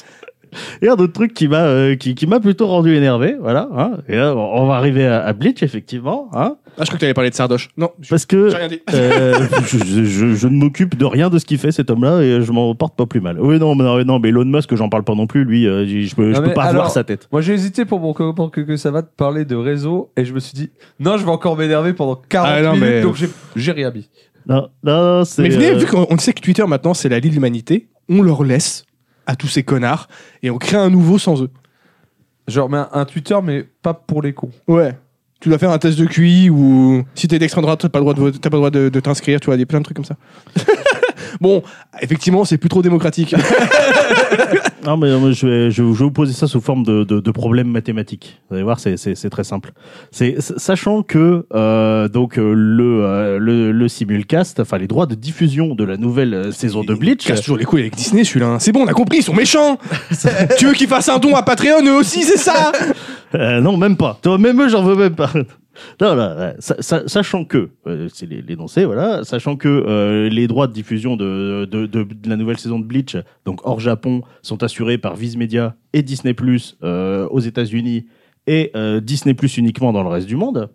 Speaker 1: Et un autre truc qui m'a euh, qui, qui m'a plutôt rendu énervé, voilà. hein. Et là, on on va arriver à, à Bleach effectivement, hein,
Speaker 2: Ah, je crois que t'allais parler de Sardoche. Non, j'ai
Speaker 1: parce que
Speaker 2: rien dit.
Speaker 1: Euh, je, je- je- je ne m'occupe de rien de ce qu'il fait cet homme-là et je m'en porte pas plus mal. Oui, non, mais, non, mais Elon Musk, j'en parle pas non plus, lui, euh, je peux, je
Speaker 3: Non,
Speaker 1: peux
Speaker 3: mais
Speaker 1: pas
Speaker 3: alors-
Speaker 1: voir sa tête.
Speaker 3: Moi j'ai hésité pour mon comment que, que ça va te parler de réseau et je me suis dit non je vais encore m'énerver pendant 40
Speaker 2: Ah, non,
Speaker 3: minutes
Speaker 2: mais-
Speaker 3: donc j'ai- j'ai rien mis.
Speaker 1: Non, non, non, c'est.
Speaker 2: Mais venez,
Speaker 1: euh,
Speaker 2: vu qu'on on sait que Twitter maintenant c'est la Lille de l'humanité, on leur laisse à tous ces connards et on crée un nouveau sans eux.
Speaker 3: Genre mais un, un Twitter mais pas pour les cons.
Speaker 2: Ouais. Tu dois faire un test de QI ou si t'es d'extrême droite, t'as pas le droit de, vote- t'as pas le droit de, de t'inscrire, tu vois, des plein de trucs comme ça. bon, effectivement, c'est plus trop démocratique.
Speaker 1: Non, mais moi, je, vais, je, vais- je vais vous poser ça sous forme de, de, de problème mathématique. Vous allez voir, c'est- c'est c'est très simple. C'est s- sachant que euh, donc euh, le, euh, le le simulcast, enfin les droits de diffusion de la nouvelle euh, saison de Bleach,
Speaker 2: Il casse toujours les couilles avec Disney, celui-là. hein. C'est bon, on a compris, ils sont méchants. tu veux qu'ils fassent un don à Patreon, eux aussi, c'est ça
Speaker 1: Euh, non, même pas. Toi, même eux, j'en veux même pas. Non, là, là, sa- sa- sachant que, euh, c'est l'é- l'énoncé, voilà, sachant que euh, les droits de diffusion de, de, de- de la nouvelle saison de Bleach, donc hors Japon, sont assurés par Viz Media et Disney Plus euh, aux États-Unis et euh, Disney Plus uniquement dans le reste du monde.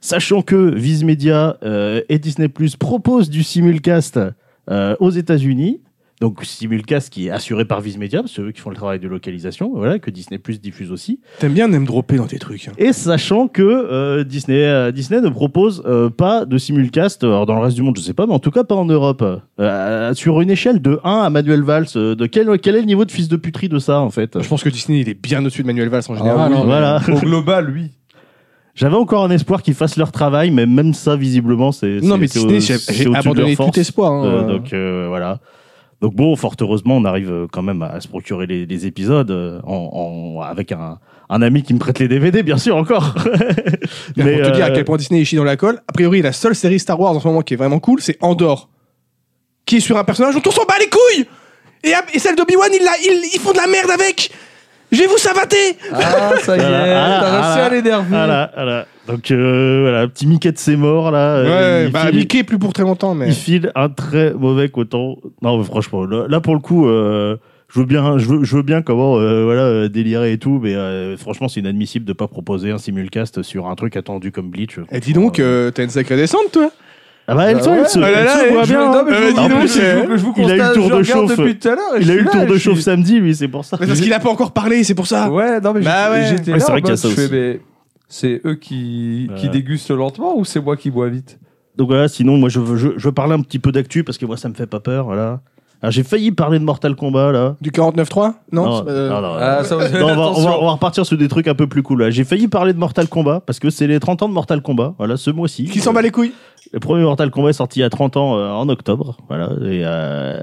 Speaker 1: Sachant que Viz Media euh, et Disney Plus proposent du simulcast euh, aux États-Unis, donc simulcast qui est assuré par Viz Media, parce que c'est eux qui font le travail de localisation, voilà, que Disney Plus diffuse aussi.
Speaker 2: T'aimes bien me dropper dans tes trucs. hein.
Speaker 1: Et sachant que euh, Disney, euh, Disney ne propose euh, pas de simulcast, euh, alors dans le reste du monde, je sais pas, mais en tout cas pas en Europe. Euh, sur une échelle de 1 à Manuel Valls, euh, de quel, quel est le niveau de fils de puterie de ça en fait
Speaker 2: Je pense que Disney, il est bien au-dessus de Manuel Valls en
Speaker 3: Ah,
Speaker 2: général.
Speaker 3: oui,
Speaker 1: voilà.
Speaker 3: mais Au global, oui.
Speaker 1: J'avais encore un espoir qu'ils fassent leur travail, mais même ça, visiblement, c'est.
Speaker 2: non,
Speaker 1: c'est-
Speaker 2: mais
Speaker 1: c'est
Speaker 2: Disney,
Speaker 1: au-
Speaker 2: j'ai
Speaker 1: c'est
Speaker 2: j'ai
Speaker 1: au-dessus de
Speaker 2: abandonné
Speaker 1: leur force.
Speaker 2: tout espoir. hein.
Speaker 1: Euh, donc euh, voilà. Donc bon, fort heureusement, on arrive euh, quand même à se procurer les, les épisodes euh, en, en- avec un, un ami qui me prête les DVD, bien sûr, encore.
Speaker 2: Là, pour te dire à
Speaker 1: euh,
Speaker 2: quel point Disney est chié dans la colle, a priori, la seule série Star Wars en ce moment qui est vraiment cool, c'est Andorre. Qui est sur un personnage dont on s'en bat les couilles Et, et celle d'Obi-Wan, ils, la- ils, ils font de la merde avec Je vais vous savater
Speaker 3: Ah, ça y est,
Speaker 1: Voilà,
Speaker 3: t'as
Speaker 1: voilà,
Speaker 3: réussi à l'énerver.
Speaker 1: Voilà, voilà. Donc euh, voilà, petit Mickey de ses morts là. euh,
Speaker 2: Ouais,
Speaker 1: il
Speaker 2: bah
Speaker 1: file-
Speaker 2: Mickey plus pour très longtemps, mais.
Speaker 1: il file un très mauvais coton. Non, mais franchement, là, là, pour le coup, euh, je veux bien, je veux, je veux bien comment euh, voilà euh, délirer et tout, mais euh, franchement, c'est inadmissible de pas proposer un simulcast sur un truc attendu comme Bleach.
Speaker 2: Et dis donc, euh, t'as une sacrée descente, toi
Speaker 1: ah bah, elle
Speaker 3: Bah
Speaker 1: se,
Speaker 3: ouais.
Speaker 1: elle se,
Speaker 2: Ah là
Speaker 1: elle
Speaker 2: là,
Speaker 1: se
Speaker 2: elle
Speaker 1: voit
Speaker 3: Je-
Speaker 1: bien.
Speaker 3: non,
Speaker 1: hein.
Speaker 3: mais je
Speaker 2: Euh,
Speaker 3: vous-
Speaker 2: dis
Speaker 3: en
Speaker 2: donc,
Speaker 3: plus,
Speaker 2: euh,
Speaker 3: je vous- je vous
Speaker 1: il a eu le
Speaker 3: constate,
Speaker 1: tour
Speaker 3: je
Speaker 1: de
Speaker 3: regarde
Speaker 1: chauffe.
Speaker 3: depuis tout à l'heure. et
Speaker 1: Il
Speaker 3: je
Speaker 1: a eu
Speaker 3: suis
Speaker 1: le
Speaker 3: là,
Speaker 1: tour
Speaker 3: et
Speaker 1: de
Speaker 3: je
Speaker 1: chauffe
Speaker 3: suis-
Speaker 1: samedi, lui, c'est pour ça.
Speaker 2: Parce qu'il a pas encore parlé, c'est pour ça
Speaker 3: Ouais, non, mais
Speaker 2: Bah
Speaker 3: j'ai-
Speaker 2: ouais.
Speaker 3: j'étais
Speaker 1: Ouais,
Speaker 3: là.
Speaker 1: c'est
Speaker 3: en
Speaker 1: vrai qu'il y a
Speaker 3: mode,
Speaker 1: ça
Speaker 3: je fais,
Speaker 1: aussi.
Speaker 3: mais C'est eux qui, qui
Speaker 1: Ouais.
Speaker 3: dégustent lentement ou c'est moi qui bois vite
Speaker 1: Donc voilà, sinon, moi, je veux, je, je veux parler un petit peu d'actu parce que moi, ça me fait pas peur. Voilà. Alors, j'ai failli parler de Mortal Kombat là.
Speaker 2: Du 49.3 Non, Euh, c'est pas-
Speaker 1: non, non,
Speaker 3: Ah, ça va-
Speaker 1: Non, on, va, on, va,
Speaker 3: Attention.
Speaker 1: on va repartir sur des trucs un peu plus cool. là. J'ai failli parler de Mortal Kombat parce que c'est les 30 ans de Mortal Kombat. Voilà, ce mois-ci.
Speaker 2: Qui s'en bat les couilles
Speaker 1: Le premier Mortal Kombat est sorti il y a 30 ans euh, en octobre. Voilà. Et, euh,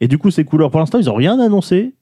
Speaker 1: et du coup, c'est cool. Alors, pour l'instant, ils ont rien annoncé.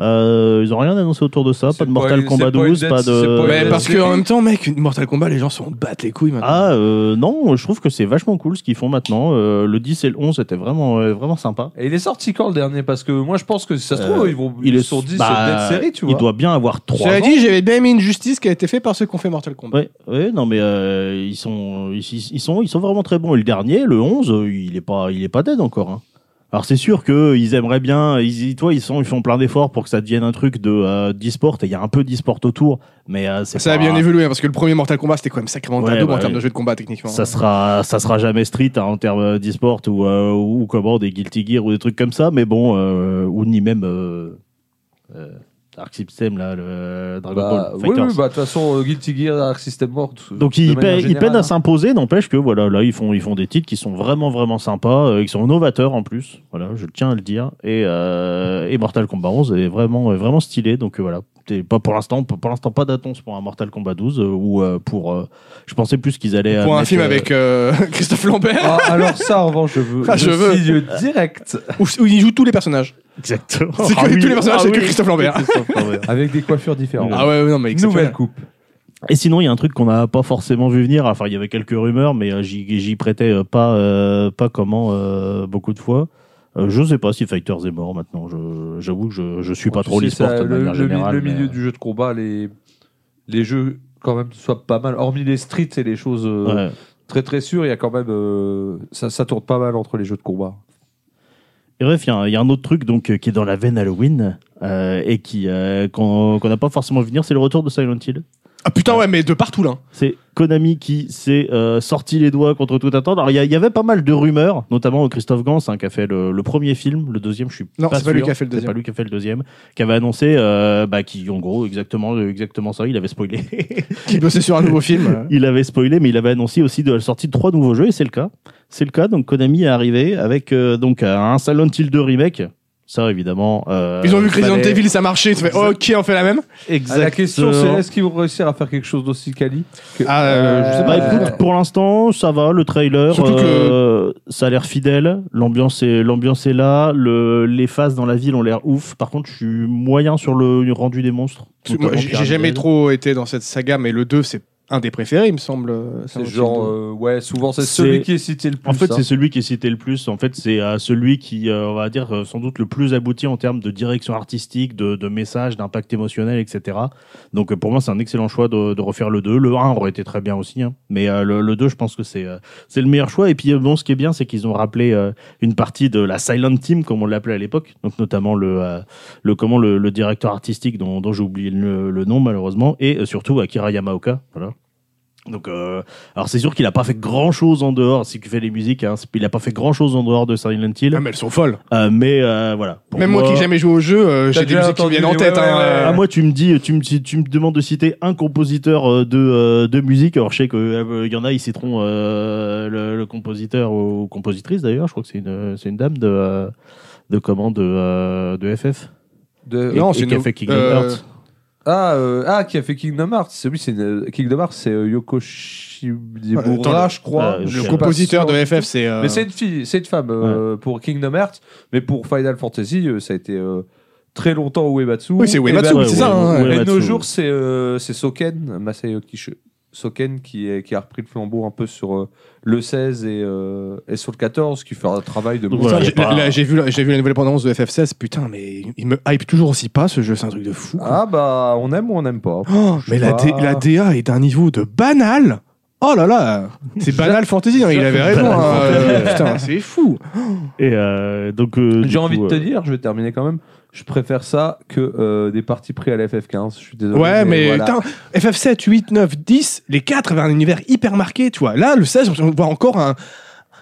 Speaker 1: Euh, ils ont rien annoncé autour de ça.
Speaker 3: C'est
Speaker 1: Pas de
Speaker 3: pas
Speaker 1: Mortal
Speaker 3: une-
Speaker 1: Kombat
Speaker 3: c'est pas une
Speaker 1: 12,
Speaker 3: date,
Speaker 1: pas
Speaker 3: c'est
Speaker 1: de.
Speaker 3: pas une
Speaker 2: Ouais,
Speaker 3: Euh,
Speaker 2: parce
Speaker 3: c'est-
Speaker 2: que en même temps, mec, Mortal Kombat, les gens s'en battent les couilles maintenant.
Speaker 1: Ah euh, non, je trouve que c'est vachement cool ce qu'ils font maintenant. Euh, le 10 et le 11 étaient vraiment, euh, vraiment sympa.
Speaker 3: Et il est sorti quand le dernier Parce que moi je pense que si ça se trouve,
Speaker 1: Euh,
Speaker 3: ils vont
Speaker 1: il
Speaker 3: ils
Speaker 1: est-
Speaker 3: se sont dit
Speaker 1: bah,
Speaker 3: c'est une belle série, tu
Speaker 1: Il
Speaker 3: vois.
Speaker 1: doit bien avoir 3
Speaker 2: Cela
Speaker 1: Ah, ans.
Speaker 2: dit, j'avais bien mis une justice qui a été faite par ceux qui ont fait Mortal Kombat.
Speaker 1: Ouais, ouais, non mais euh, ils sont ils, ils- ils sont ils sont vraiment très bons. Et le dernier, le 11, euh, il est pas il est pas dead encore hein. Alors c'est sûr que euh, ils aimeraient bien ils toi ils sont ils font plein d'efforts pour que ça devienne un truc de euh, d'e-sport et il y a un peu d'e-sport autour mais euh, c'est
Speaker 2: Ça
Speaker 1: pas-
Speaker 2: a bien évolué hein, parce que le premier Mortal Kombat c'était quand même sacrément
Speaker 1: Ouais,
Speaker 2: tabou
Speaker 1: bah
Speaker 2: en termes
Speaker 1: oui.
Speaker 2: de jeu de combat techniquement.
Speaker 1: ça sera ça sera jamais street hein, en termes d'e-sport ou euh, ou comment des Guilty Gear ou des trucs comme ça mais bon euh, ou ni même euh, euh, Arc System là le Dragon
Speaker 3: Bah,
Speaker 1: Ball
Speaker 3: oui,
Speaker 1: Fighters.
Speaker 3: oui, bah de toute façon, euh, Guilty Gear, Arc System Mort.
Speaker 1: Donc
Speaker 3: de
Speaker 1: ils,
Speaker 3: manière
Speaker 1: peinent- ils
Speaker 3: générale,
Speaker 1: peinent
Speaker 3: hein.
Speaker 1: à s'imposer, n'empêche que voilà, là ils font ils font des titres qui sont vraiment vraiment sympas, euh, qui sont novateurs en plus. Voilà, je tiens à le dire. Et, euh, et Mortal Kombat 11 est vraiment est vraiment stylé. Donc euh, voilà, C'est pas pour l'instant pour pour l'instant pas d'annonce pour un Mortal Kombat 12 euh, ou euh, pour euh, je pensais plus qu'ils allaient euh,
Speaker 2: Pour un
Speaker 1: mettre,
Speaker 2: film
Speaker 1: euh,
Speaker 2: avec euh, Christophe Lambert
Speaker 3: Ah, alors ça, en revanche, je veux.
Speaker 2: Ah, je veux.
Speaker 3: signe direct.
Speaker 2: où, où il joue tous les personnages.
Speaker 1: exactement
Speaker 2: C'est que
Speaker 1: Ah oui,
Speaker 2: tous les personnages,
Speaker 1: ah
Speaker 2: c'est que
Speaker 1: oui.
Speaker 2: Christophe Lambert.
Speaker 1: Christophe Lambert.
Speaker 3: Avec des coiffures différentes.
Speaker 2: Ah ouais, ouais, non mais exceptionnel.
Speaker 3: Nouvelle coupe.
Speaker 1: Et sinon, il y a un truc qu'on n'a pas forcément vu venir. Enfin, il y avait quelques rumeurs, mais euh, j'y j'y prêtais euh, pas, euh, pas comment euh, beaucoup de fois. Euh, je sais pas si Fighters est mort maintenant. Je- J'avoue que je, je suis pas
Speaker 3: Oh, Tu
Speaker 1: trop
Speaker 3: sais,
Speaker 1: l'e-sport
Speaker 3: ça,
Speaker 1: de
Speaker 3: le,
Speaker 1: manière
Speaker 3: le mi-
Speaker 1: générale.
Speaker 3: le milieu
Speaker 1: mais, euh,
Speaker 3: du jeu de combat, les, les jeux quand même soient pas mal. Hormis les streets et les choses
Speaker 1: euh,
Speaker 3: euh,
Speaker 1: ouais.
Speaker 3: très très sûres, il y a quand même. euh, ça, ça tourne pas mal entre les jeux de combat.
Speaker 1: Et bref, il y a un- il y, a un autre truc donc euh, qui est dans la veine Halloween euh, et qui euh, qu'on qu'on n'a pas forcément vu venir, c'est le retour de Silent Hill.
Speaker 2: Ah putain ouais, mais de partout là.
Speaker 1: C'est Konami qui s'est euh, sorti les doigts contre toute attente. Alors il y, a- il y avait pas mal de rumeurs, notamment Christophe Gans hein, qui a fait le, le premier film, le deuxième je suis
Speaker 2: Non, c'est pas
Speaker 1: sûr.
Speaker 2: lui qui a fait le
Speaker 1: C'est
Speaker 2: deuxième.
Speaker 1: pas lui qui a fait le deuxième, qui avait annoncé, euh, bah, qui en gros exactement exactement ça, il avait spoilé.
Speaker 2: Qui bossait sur un nouveau film.
Speaker 1: il avait spoilé, mais il avait annoncé aussi de la sortie de trois nouveaux jeux et c'est le cas. C'est le cas. Donc Konami est arrivé avec euh, donc un Silent Hill 2 remake. Ça évidemment. euh,
Speaker 2: Ils ont vu que Resident
Speaker 1: fallait-
Speaker 2: Evil ça marchait, ça fait OK, on fait la même.
Speaker 1: Exactement.
Speaker 3: Ah, La question, c'est est-ce qu'ils vont réussir à faire quelque chose d'aussi quali que-
Speaker 2: Ah, euh, je sais
Speaker 1: Bah,
Speaker 2: pas,
Speaker 1: écoute, pour l'instant, ça va, le trailer,
Speaker 2: Surtout que-
Speaker 1: euh, ça a l'air fidèle, l'ambiance est, l'ambiance est là, le, les phases dans la ville ont l'air ouf. Par contre, je suis moyen sur le rendu des monstres.
Speaker 2: Moi,
Speaker 1: notamment
Speaker 2: J'ai j'ai
Speaker 1: Pyramid
Speaker 2: jamais
Speaker 1: Head.
Speaker 2: trop été dans cette saga mais le 2 c'est un des préférés, il me semble.
Speaker 3: C'est
Speaker 2: Silent Hill
Speaker 3: genre,
Speaker 2: 2.
Speaker 3: euh, ouais, souvent c'est
Speaker 1: C'est-
Speaker 3: celui qui est cité le plus.
Speaker 1: En fait,
Speaker 3: hein.
Speaker 1: c'est celui qui est cité le plus. En fait, c'est euh, celui qui, euh, on va dire, euh, sans doute le plus abouti en termes de direction artistique, de, de message, d'impact émotionnel, etc. Donc, euh, pour moi, c'est un excellent choix de, de refaire le 2. Le 1 aurait été très bien aussi, hein. mais euh, le, le 2, je pense que c'est euh, c'est le meilleur choix. Et puis, euh, bon, ce qui est bien, c'est qu'ils ont rappelé euh, une partie de la Silent Team, comme on l'appelait à l'époque. Donc, notamment le, euh, le, comment, le, le directeur artistique dont, dont j'ai oublié le, le nom, malheureusement, et euh, surtout Akira Yamaoka. Voilà. Donc, euh, alors c'est sûr qu'il a pas fait grand chose en dehors, si tu fais les musiques, hein, c'est- il a pas fait grand chose en dehors de Silent Hill.
Speaker 2: Ah, mais elles sont folles.
Speaker 1: Euh, mais euh, voilà. Pour
Speaker 2: Même moi, qui n'ai jamais joué au jeu, euh,
Speaker 3: T'as
Speaker 2: j'ai des
Speaker 3: déjà
Speaker 2: musiques qui me viennent en
Speaker 3: entendu,
Speaker 2: tête.
Speaker 3: ouais,
Speaker 2: hein,
Speaker 3: ouais,
Speaker 2: euh.
Speaker 1: Ah, moi, tu me dis, tu me, si tu me demandes de citer un compositeur euh, de, euh, de musique. Alors, je sais qu'il y en a, ils citeront euh, le, le compositeur ou compositrice d'ailleurs. Je crois que c'est une, c'est une dame de, euh, de comment de, euh, de FF.
Speaker 3: De-
Speaker 1: Et-
Speaker 2: Non,
Speaker 1: et
Speaker 2: c'est
Speaker 1: qui a
Speaker 2: une-
Speaker 1: fait Kingdom
Speaker 2: euh,
Speaker 1: Hearts.
Speaker 3: Ah, euh, ah, qui a fait Kingdom Hearts. C'est lui, c'est une- Kingdom Hearts, c'est euh, Yoko
Speaker 2: Attends,
Speaker 3: Shibura,
Speaker 2: le-
Speaker 3: je crois.
Speaker 1: euh,
Speaker 3: Je
Speaker 1: le
Speaker 3: suis pas
Speaker 2: Compositeur
Speaker 3: sûr.
Speaker 2: de FF, c'est. euh,
Speaker 3: Mais c'est une fille, c'est une femme euh, pour Kingdom Hearts, mais pour Final Fantasy, euh, ça a été euh, très longtemps Uematsu.
Speaker 2: Oui, c'est Uematsu,
Speaker 1: bah,
Speaker 3: Et,
Speaker 2: c'est ça, hein,
Speaker 3: et de
Speaker 1: Uematsu.
Speaker 3: nos jours, c'est euh, c'est Soken, Masayoki Sh- Soken qui, est- qui a repris le flambeau un peu sur euh, le 16 et, euh, et sur le 14, qui fait un travail de
Speaker 1: Donc
Speaker 2: Putain,
Speaker 1: voilà,
Speaker 2: j'ai-
Speaker 1: y a pas-
Speaker 2: là, j'ai vu, la- j'ai vu la nouvelle bande-annonce de FF16. Putain, mais il me hype toujours aussi pas ce jeu, c'est un truc de fou. quoi.
Speaker 3: Ah bah, on aime ou on n'aime pas.
Speaker 2: Oh,
Speaker 3: Je
Speaker 2: mais la,
Speaker 3: sais pas.
Speaker 2: D- la DA est d'un niveau de banal. Oh là là, c'est banal fantasy. hein, il avait raison.
Speaker 1: Banal
Speaker 2: hein,
Speaker 1: Fantasy,
Speaker 2: euh, putain, c'est fou.
Speaker 1: Et euh, donc, euh, du
Speaker 3: J'ai envie
Speaker 1: coup,
Speaker 3: de te
Speaker 1: euh,
Speaker 3: dire, je vais terminer quand même, je préfère ça que euh, des parties pris à la FF15. Je suis désolé.
Speaker 2: Ouais, mais
Speaker 3: voilà.
Speaker 2: putain, FF7, 8, 9, 10, les 4 avaient un univers hyper marqué, tu vois. Là, le 16, on voit encore un.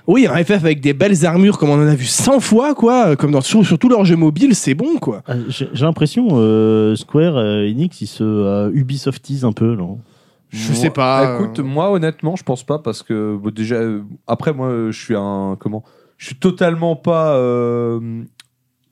Speaker 2: Oui, un FF avec des belles armures comme on en a vu 100 fois, quoi. Comme dans sur, sur tous leurs jeux mobiles, c'est bon, quoi.
Speaker 1: Ah, J'ai j'ai l'impression euh, Square euh, Enix ils se euh, Ubisoftisent un peu non
Speaker 2: Je
Speaker 3: Moi-
Speaker 2: sais pas.
Speaker 3: Bah, Écoute, moi honnêtement, je pense pas parce que bon, déjà euh, après moi euh, je suis un comment Je suis totalement pas euh,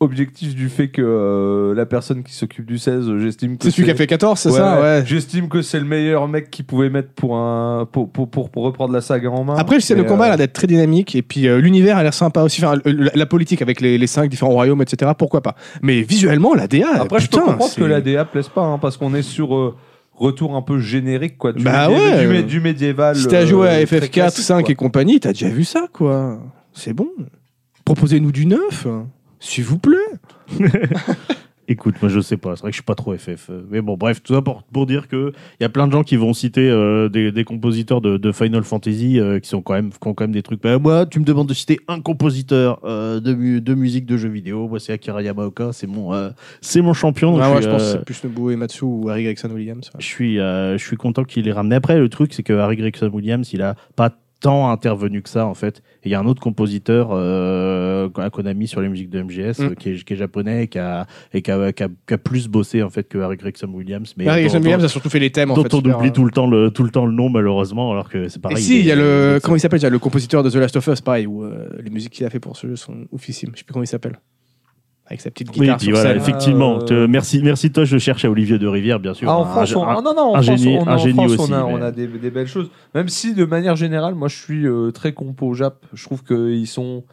Speaker 3: objectif du fait que euh, la personne qui s'occupe du 16, euh, j'estime que
Speaker 2: c'est celui qui a fait 14, c'est
Speaker 3: Ouais,
Speaker 2: ça,
Speaker 3: ouais.
Speaker 2: ouais.
Speaker 3: J'estime que c'est le meilleur mec qui pouvait mettre pour un pour, pour, pour, pour reprendre la saga en
Speaker 1: Hein,
Speaker 3: main.
Speaker 2: Après, c'est le
Speaker 3: Mais,
Speaker 2: combat
Speaker 3: euh,
Speaker 2: a l'air d'être très dynamique et puis euh, l'univers a l'air sympa aussi. Enfin, le- le- la politique avec les, les cinq différents royaumes, etc. Pourquoi pas Mais visuellement, la DA.
Speaker 3: Après, je peux
Speaker 2: putain,
Speaker 3: comprendre
Speaker 2: c'est-
Speaker 3: que la DA plaise pas, hein, parce qu'on est sur euh, retour un peu générique, quoi. Du,
Speaker 2: Bah
Speaker 3: médié-
Speaker 2: ouais.
Speaker 3: du, mé- du médiéval.
Speaker 2: Si t'as joué à
Speaker 3: euh, très
Speaker 2: FF4,
Speaker 3: classique,
Speaker 2: 5
Speaker 3: quoi.
Speaker 2: et compagnie, t'as déjà vu ça, quoi. C'est bon. Proposez-nous du neuf, s'il vous plaît.
Speaker 1: Écoute, moi je sais pas, c'est vrai que je suis pas trop FF. euh, Mais bon, bref, tout ça pour, pour dire que il y a plein de gens qui vont citer euh, des, des compositeurs de, de Final Fantasy euh, qui sont quand même qui ont quand même des trucs. Bah, moi, tu me demandes de citer un compositeur euh, de, mu- de musique de jeux vidéo. Moi, c'est Akira Yamaoka, c'est mon euh, c'est mon champion. donc
Speaker 2: Ah,
Speaker 1: je
Speaker 2: ouais,
Speaker 1: suis,
Speaker 2: je pense que
Speaker 1: euh,
Speaker 2: c'est plus Nobuo Ematsu ou Harry Gregson Williams. ouais.
Speaker 1: je suis, euh, je suis content qu'il les ramené. Après, le truc, c'est que Harry Gregson Williams, il a pas tant intervenu que ça, en fait. Et il y a un autre compositeur euh, qu'on qu'on a mis sur les musiques de MGS,
Speaker 2: Mm.
Speaker 1: euh, qui, est, qui est japonais, et qui a, et qui a, qui a- qui a plus bossé, en fait, que Harry Gregson Williams. Mais
Speaker 2: Harry
Speaker 1: dont-
Speaker 2: Gregson Williams a surtout fait les thèmes, en
Speaker 1: dont
Speaker 2: fait.
Speaker 1: on
Speaker 2: super,
Speaker 1: oublie
Speaker 2: euh.
Speaker 1: tout, le temps le, tout le temps le nom, malheureusement, alors que c'est
Speaker 2: Et
Speaker 1: pareil.
Speaker 2: si, il y a
Speaker 1: est-
Speaker 2: le.
Speaker 1: est-
Speaker 2: Comment il s'appelle déjà Le compositeur de The Last of Us, pareil, où euh, les musiques qu'il a fait pour ce jeu sont officimes. Je sais plus comment il s'appelle. Avec sa petite
Speaker 1: Oui,
Speaker 2: guitare.
Speaker 1: puis
Speaker 2: sur
Speaker 1: voilà,
Speaker 2: scène.
Speaker 1: effectivement.
Speaker 3: Euh,
Speaker 1: Te- merci, merci toi, je cherche à Olivier de Rivière, bien sûr.
Speaker 3: Ah, en
Speaker 1: Un-
Speaker 3: France, on,
Speaker 1: un-
Speaker 3: ah, non, non, en
Speaker 1: un
Speaker 3: France,
Speaker 1: génie-
Speaker 3: on,
Speaker 1: un
Speaker 3: en
Speaker 1: génie
Speaker 3: France,
Speaker 1: aussi,
Speaker 3: on a,
Speaker 1: mais-
Speaker 3: on a des, des belles choses. Même si, de manière générale, moi, je suis euh, très compo Jap. Je trouve qu'ils sont.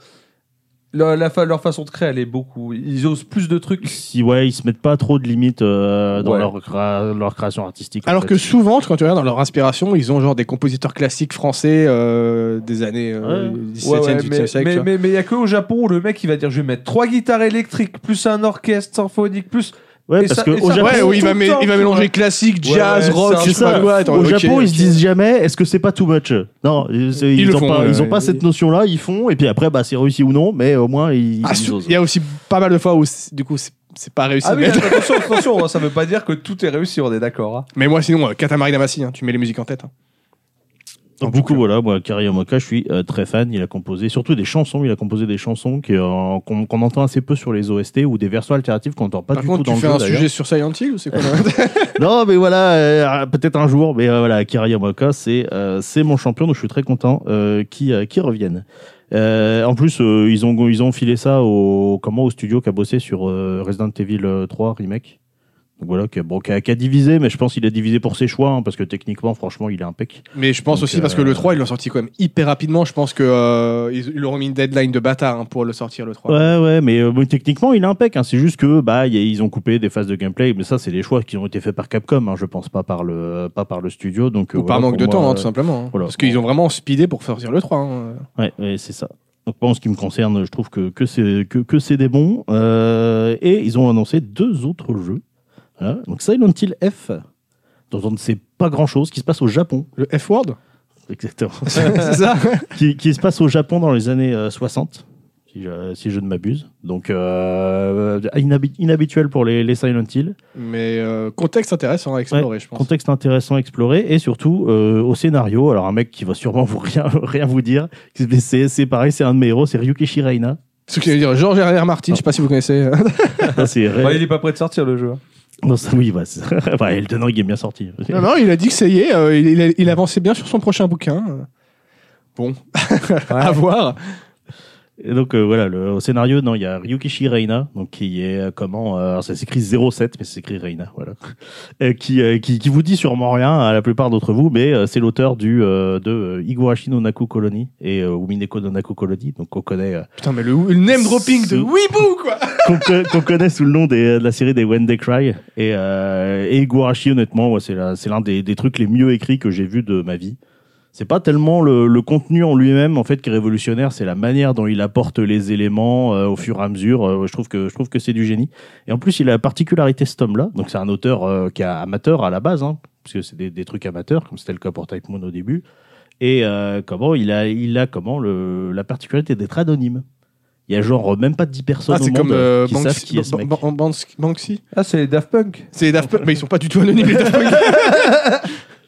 Speaker 3: La, la fa- leur façon de créer, elle est beaucoup. Ils osent plus de trucs.
Speaker 1: ah, si ouais, ils se mettent pas trop de limites euh, dans
Speaker 3: Ouais.
Speaker 1: leur, cra- leur création artistique. en
Speaker 2: Alors
Speaker 1: fait.
Speaker 2: que souvent, quand tu regardes dans leur inspiration, ils ont genre des compositeurs classiques français euh, des années euh,
Speaker 1: Ouais.
Speaker 2: 17e,
Speaker 3: Ouais, ouais,
Speaker 2: 18e
Speaker 3: mais-
Speaker 2: siècle. tu
Speaker 3: mais
Speaker 2: vois.
Speaker 3: mais- mais il y a que au Japon où le mec il va dire je vais mettre trois guitares électriques plus un orchestre symphonique plus
Speaker 1: Ouais,
Speaker 3: Et
Speaker 1: parce
Speaker 3: ça-
Speaker 1: que
Speaker 3: et
Speaker 1: au
Speaker 3: ça-
Speaker 1: Japon,
Speaker 2: Ouais, où il
Speaker 3: tout
Speaker 2: va,
Speaker 3: le
Speaker 2: mé-
Speaker 3: temps,
Speaker 2: il va
Speaker 3: tu
Speaker 2: mélanger
Speaker 3: vois.
Speaker 2: classique,
Speaker 3: Ouais,
Speaker 2: jazz,
Speaker 3: ouais,
Speaker 2: rock,
Speaker 3: c'est
Speaker 2: je sais
Speaker 1: ça.
Speaker 2: pas quoi. Attends,
Speaker 1: Au
Speaker 2: ok,
Speaker 1: Japon, ils se
Speaker 2: ok.
Speaker 1: disent jamais est-ce que c'est pas too much Non, ils, ils
Speaker 2: Ils le
Speaker 1: ont
Speaker 2: font,
Speaker 1: pas,
Speaker 2: ouais,
Speaker 1: ils ont
Speaker 2: ouais.
Speaker 1: pas cette notion-là, ils font, et puis après, bah, c'est réussi ou non, mais au moins, ils,
Speaker 2: Ah,
Speaker 1: ils
Speaker 2: sou-
Speaker 1: osent.
Speaker 2: Il y a aussi pas mal de fois où, c'est- du coup, c'est c'est pas réussi.
Speaker 3: Ah oui,
Speaker 2: mais...
Speaker 3: attention, attention, hein, ça veut pas dire que tout est réussi, on est d'accord. hein.
Speaker 2: mais moi, sinon, euh, Katamari Damacy, hein, tu mets les musiques en tête. hein. Ah,
Speaker 1: Donc, du coup, voilà, moi, Kari Yamoka, je suis euh, très fan. Il a composé surtout des chansons. Il a composé des chansons qui, euh, qu'on qu'on entend assez peu sur les OST ou des versions alternatives qu'on entend pas
Speaker 2: Par
Speaker 1: du
Speaker 2: contre,
Speaker 1: tout dans
Speaker 2: tu fais
Speaker 1: le
Speaker 2: un
Speaker 1: jeu. d'ailleurs.
Speaker 2: sujet sur Silent Hill ou c'est quoi hein là
Speaker 1: Non, mais voilà, euh, peut-être un jour. Mais euh, voilà, Akira Yamaoka, c'est euh, c'est mon champion, donc je suis très content euh, qu'ils euh, qu'ils reviennent. Euh, en plus, euh, ils ont ils ont filé ça au comment au studio qui a bossé sur euh, Resident Evil 3 euh, remake. Donc voilà, qui bon, qui a, qui a divisé, mais je pense qu'il a divisé pour ses choix, hein, parce que techniquement, franchement, il est impec.
Speaker 2: Mais je pense
Speaker 1: Donc,
Speaker 2: aussi parce que
Speaker 1: euh,
Speaker 2: le 3, ils l'ont sorti quand même hyper rapidement. Je pense que euh, ils, ils leur ont mis une deadline de bâtard hein, pour le sortir le 3.
Speaker 1: Ouais, ouais, mais euh, bon, techniquement, il est impec. hein. C'est juste que bah, y a- ils ont coupé des phases de gameplay, mais ça, c'est des choix qui ont été faits par Capcom, hein, je pense, pas par le, pas par le studio. Donc, euh,
Speaker 2: Ou par
Speaker 1: voilà,
Speaker 2: manque de
Speaker 1: pour moi,
Speaker 2: temps, hein,
Speaker 1: euh,
Speaker 2: tout simplement. hein.
Speaker 1: voilà.
Speaker 2: Parce qu'ils ont vraiment speedé pour sortir le 3. hein.
Speaker 1: Ouais, ouais, c'est ça. Donc moi, en ce qui me concerne, je trouve que, que c'est que, que c'est des bons. Euh, et ils ont annoncé deux autres jeux. Voilà. Donc Silent Hill F, dont on ne sait pas grand-chose, qui se passe au Japon.
Speaker 2: Le F-Word
Speaker 1: Exactement.
Speaker 2: C'est ça
Speaker 1: qui, qui se passe au Japon dans les années euh, 60, si je, si je ne m'abuse. Donc euh, inhabi- inhabituel pour les, les Silent Hill.
Speaker 2: Mais euh, contexte intéressant à explorer, je pense.
Speaker 1: Contexte intéressant à explorer et surtout euh, au scénario. Alors un mec qui va sûrement vous rien, rien vous dire. Mais C'est c'est pareil, c'est un de mes héros, c'est Ryukishi Reina.
Speaker 2: Ce que j'allais dire, Georges R.R. Martin, je sais pas si vous connaissez.
Speaker 1: Ça, c'est Rei-
Speaker 3: Bah, il est pas prêt de sortir le jeu. hein.
Speaker 1: Non, ça, oui, bah, c'est- bah, Elden Ring est bien sorti.
Speaker 2: non, non, il a dit que ça y est, euh, il, il- il avançait bien sur son prochain bouquin. Bon, à voir.
Speaker 1: Et donc euh, voilà, le, au scénario, non, il y a Ryukishi Reina, donc qui est euh, comment, euh, alors, ça s'écrit 07, mais c'est écrit Reina, voilà, Euh, qui, euh, qui qui vous dit sûrement rien à la plupart d'entre vous, mais euh, c'est l'auteur du euh, de euh, Higurashi no Naku Colony et euh, Umineko no Naku Colony, donc on connaît euh,
Speaker 2: Putain, mais le, le name dropping
Speaker 1: Ce-
Speaker 2: de Weeboo, quoi
Speaker 1: qu'on co- qu'on connaît sous le nom des- de la série des When They Cry. Et, euh, et Igarashi, honnêtement, ouais, c'est la- c'est l'un des, des trucs les mieux écrits que j'ai vu de ma vie. C'est pas tellement le, le contenu en lui-même en fait qui est révolutionnaire, c'est la manière dont il apporte les éléments euh, au fur et à mesure. Euh, je trouve que je trouve que c'est du génie. Et en plus, il a la particularité cet homme-là. Donc c'est un auteur euh, qui est amateur à la base, hein, parce que c'est des, des trucs amateurs, comme c'était le cas pour Type Moon au début. Et euh, comment il a il a comment le la particularité d'être anonyme. Il y a genre même pas 10 personnes
Speaker 2: Ah,
Speaker 1: au
Speaker 2: c'est
Speaker 1: monde
Speaker 2: comme
Speaker 1: euh,
Speaker 2: euh,
Speaker 1: qui savent qui est ce
Speaker 2: Banksy.
Speaker 1: mec.
Speaker 2: Ban- Ban- Banksy- Banksy.
Speaker 3: Ah, c'est les Daft Punk.
Speaker 2: C'est les Daft Punk, mais ils sont pas du tout anonymes, les Daft Punk.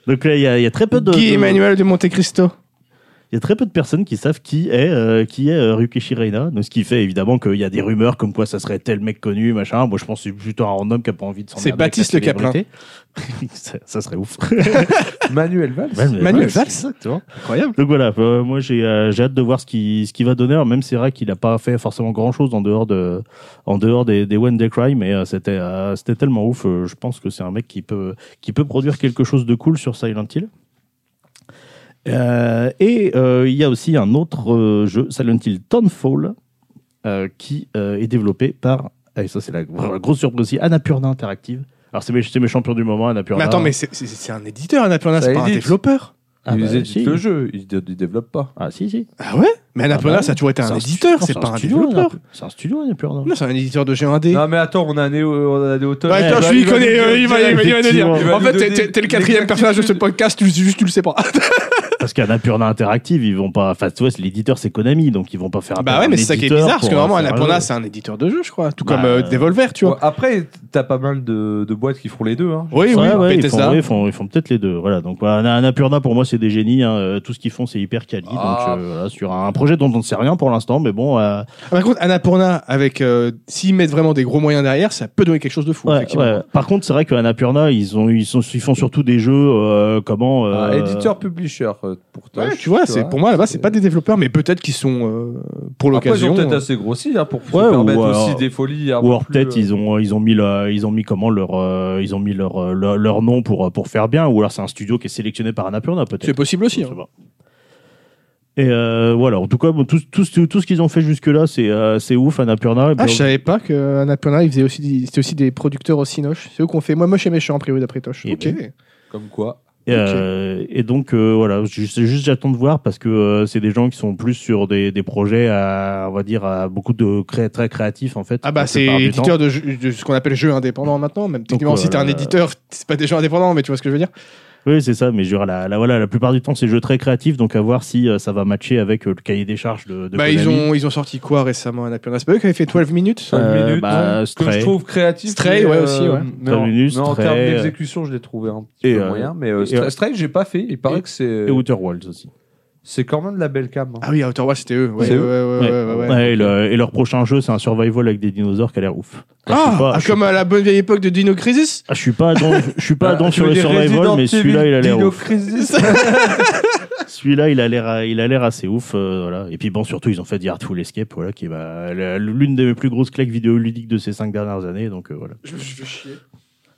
Speaker 1: Donc là, il y, a- il y a très peu de, de-
Speaker 2: Guy
Speaker 1: il
Speaker 2: Emmanuel de Monte Cristo.
Speaker 1: y a très peu de personnes qui savent qui est euh, qui est euh, Ryukishi Reina. Donc ce qui fait évidemment qu'il y a des rumeurs comme quoi ça serait tel mec connu, machin. Moi, je pense que c'est plutôt un random qui a pas envie de s'en.
Speaker 2: C'est Baptiste Le Caplin.
Speaker 1: ça, ça serait ouf.
Speaker 3: Manuel Valls.
Speaker 2: Manuel Valls.
Speaker 1: exactement.
Speaker 2: Incroyable.
Speaker 1: Donc voilà, euh, moi j'ai euh, j'ai hâte de voir ce qui ce qui va donner. Alors, même c'est vrai qu'il n'a pas fait forcément grand chose en dehors de en dehors des, des When They Cry, mais euh, c'était euh, c'était tellement ouf. Euh, je pense que c'est un mec qui peut qui peut produire quelque chose de cool sur Silent Hill. Euh, et euh, il y a aussi un autre euh, jeu, Silent Hill Townfall, euh, qui euh, est développé par et ça c'est la gr- grosse surprise aussi Annapurna Interactive. Alors c'est mes, c'est mes champions du moment Annapurna.
Speaker 2: Mais attends, mais c'est- c'est c'est un éditeur, Annapurna,
Speaker 3: Ça
Speaker 2: hein, c'est pas un
Speaker 3: édite.
Speaker 2: développeur.
Speaker 1: ah,
Speaker 3: ils
Speaker 1: bah,
Speaker 3: éditent
Speaker 1: si.
Speaker 3: le jeu, ils dé- ils développent pas.
Speaker 1: Ah si si.
Speaker 2: Ah ouais Mais Annapurna,
Speaker 1: bah oui.
Speaker 2: ça a toujours été un,
Speaker 1: C'est stu-
Speaker 2: éditeur,
Speaker 1: non,
Speaker 2: c'est
Speaker 1: un
Speaker 2: pas un
Speaker 1: studio,
Speaker 2: développeur.
Speaker 1: Annapurna. C'est un studio Annapurna.
Speaker 2: Non, c'est un éditeur de géant indé.
Speaker 3: Non, mais attends, on a un auteur.
Speaker 2: Ouais, attends,
Speaker 1: bah,
Speaker 2: je
Speaker 1: il
Speaker 2: suis connais, euh, il va il va- il va nous dire.
Speaker 1: effectivement. Il
Speaker 3: va
Speaker 2: En
Speaker 3: nous
Speaker 2: fait,
Speaker 3: donner
Speaker 2: t'es- t'es t'es le
Speaker 3: l'exactitude.
Speaker 2: quatrième personnage de ce podcast, tu- juste tu le sais pas.
Speaker 1: Parce qu'Annapurna Interactive, ils vont pas. Enfin, tu vois, l'éditeur, c'est Konami, donc ils vont pas faire. appel
Speaker 2: Bah
Speaker 1: à
Speaker 2: ouais,
Speaker 1: un
Speaker 2: mais c'est ça qui est
Speaker 1: éditeur
Speaker 2: bizarre, parce
Speaker 1: pour,
Speaker 2: que
Speaker 1: euh,
Speaker 2: normalement,
Speaker 1: faire un
Speaker 2: Annapurna,
Speaker 1: jeu.
Speaker 2: c'est un éditeur de jeu, je crois. Tout
Speaker 1: Bah,
Speaker 2: comme euh,
Speaker 1: euh,
Speaker 2: Devolver, tu vois.
Speaker 3: Ouais, Après, t'as pas mal de, de boîtes qui font les deux. Hein.
Speaker 2: Oui, oui,
Speaker 1: Ouais, ouais, ils, font,
Speaker 2: Bethesda.
Speaker 1: ouais, ils font, ils font peut-être les deux. Voilà. Donc, voilà, Anna- Annapurna, pour moi, c'est des génies. hein. Euh, Tout ce qu'ils font, c'est hyper quali.
Speaker 3: Ah.
Speaker 1: Donc, euh, voilà, sur un projet dont on ne sait rien pour l'instant, mais bon. euh,
Speaker 2: Ah, Par contre, Annapurna, avec euh, s'ils mettent vraiment des gros moyens derrière, ça peut donner quelque chose de fou.
Speaker 1: ouais,
Speaker 2: effectivement.
Speaker 1: ouais. Par contre, c'est vrai que Annapurna, ils ont, ils sont, ils font surtout des jeux. euh, comment euh,
Speaker 3: Ah, éditeur publisher euh, pour toi.
Speaker 2: Ouais, tu vois, c'est pour moi là-bas, c'est pas des développeurs, mais peut-être qu'ils sont euh, pour
Speaker 3: Après, ils
Speaker 2: l'occasion. euh,
Speaker 3: ont peut-être assez grossi hein, pour se
Speaker 1: Ouais, ou
Speaker 3: permettre
Speaker 1: alors-
Speaker 3: aussi des folies. un
Speaker 1: Ou
Speaker 3: peu
Speaker 1: alors
Speaker 3: plus,
Speaker 1: peut-être
Speaker 3: euh,
Speaker 1: ils ont ils ont mis le- ils ont mis comment leur euh, ils ont mis leur, euh, leur leur nom pour euh, pour faire bien ou alors c'est un studio qui est sélectionné par Annapurna peut-être.
Speaker 2: C'est possible aussi.
Speaker 1: Je
Speaker 2: hein.
Speaker 1: sais pas. Et euh, voilà, en tout cas, bon, tout, tout, tout, tout ce qu'ils ont fait jusque-là, c'est euh, c'est ouf, Annapurna. Et
Speaker 2: Ah,
Speaker 1: puis,
Speaker 2: je savais pas que Annapurna, ils faisaient aussi, des- c'était aussi des producteurs aussi noches. C'est eux qu'on fait moi moche et méchant, a priori, d'après Toche.
Speaker 1: Eh
Speaker 2: Ok.
Speaker 3: Comme quoi.
Speaker 1: et, euh, et donc, euh, voilà, ju- c'est juste j'attends de voir parce que euh, c'est des gens qui sont plus sur des, des projets, à, on va dire, à beaucoup de cré- très créatifs en fait.
Speaker 2: Ah bah
Speaker 1: la
Speaker 2: c'est
Speaker 1: plupart du temps.
Speaker 2: éditeur de, jeux- de ce qu'on appelle jeu indépendant maintenant, même techniquement
Speaker 1: euh,
Speaker 2: si t'es un
Speaker 1: la-
Speaker 2: éditeur, c'est pas des jeux indépendants, mais tu vois ce que je veux dire
Speaker 1: Oui, c'est ça, mais je veux dire, la, la- voilà, la plupart du temps, c'est des jeux très créatifs, donc à voir si euh, ça va matcher avec euh, le cahier des charges de, de
Speaker 2: Bah
Speaker 1: Konami.
Speaker 2: ils ont, ils ont sorti quoi récemment Annapurna C'est pas eux qui avaient fait 12 minutes
Speaker 1: Euh,
Speaker 3: Cinq minutes,
Speaker 1: bah,
Speaker 3: donc, que
Speaker 1: Stray.
Speaker 3: je trouve créatif.
Speaker 2: Stray,
Speaker 3: mais,
Speaker 2: ouais, aussi, ouais.
Speaker 3: mais
Speaker 1: Cinq
Speaker 3: en-
Speaker 1: minutes,
Speaker 3: mais en
Speaker 1: Stray,
Speaker 3: termes
Speaker 1: euh,
Speaker 3: d'exécution, je l'ai trouvé un petit
Speaker 1: et,
Speaker 3: peu
Speaker 1: euh,
Speaker 3: moyen. Mais euh,
Speaker 1: et,
Speaker 3: Stray,
Speaker 1: euh,
Speaker 3: Stray, j'ai pas fait. Il paraît que c'est
Speaker 1: Et
Speaker 2: Euh,
Speaker 1: Outer Worlds aussi.
Speaker 3: c'est quand même de la belle cam. hein.
Speaker 2: Ah oui, Outer Wilds c'était eux. Ouais,
Speaker 3: C'est
Speaker 2: ouais,
Speaker 3: eux
Speaker 2: ouais, ouais, ouais, ouais.
Speaker 1: Ouais, et, le- et leur prochain jeu, c'est un survival avec des dinosaures qui a l'air ouf. Enfin, je
Speaker 2: Ah,
Speaker 1: suis pas-
Speaker 2: ah,
Speaker 1: je suis
Speaker 2: comme à la bonne vieille époque de Dino Crisis
Speaker 1: Ah, je suis pas dans, je suis pas
Speaker 3: Ah,
Speaker 1: dans
Speaker 3: tu
Speaker 1: sur
Speaker 3: veux
Speaker 1: le
Speaker 3: dire
Speaker 1: survival,
Speaker 3: Resident
Speaker 1: mais
Speaker 3: Evil,
Speaker 1: celui-là, il a l'air
Speaker 3: Dino
Speaker 1: ouf.
Speaker 3: Crisis.
Speaker 1: Celui-là, il a l'air, il a l'air assez ouf, euh, voilà. Et puis bon, surtout, ils ont fait The Artful Escape, voilà, qui est bah, la- l'une des plus grosses claques vidéoludiques de ces cinq dernières années, donc euh, voilà.
Speaker 2: Je me suis fait chier.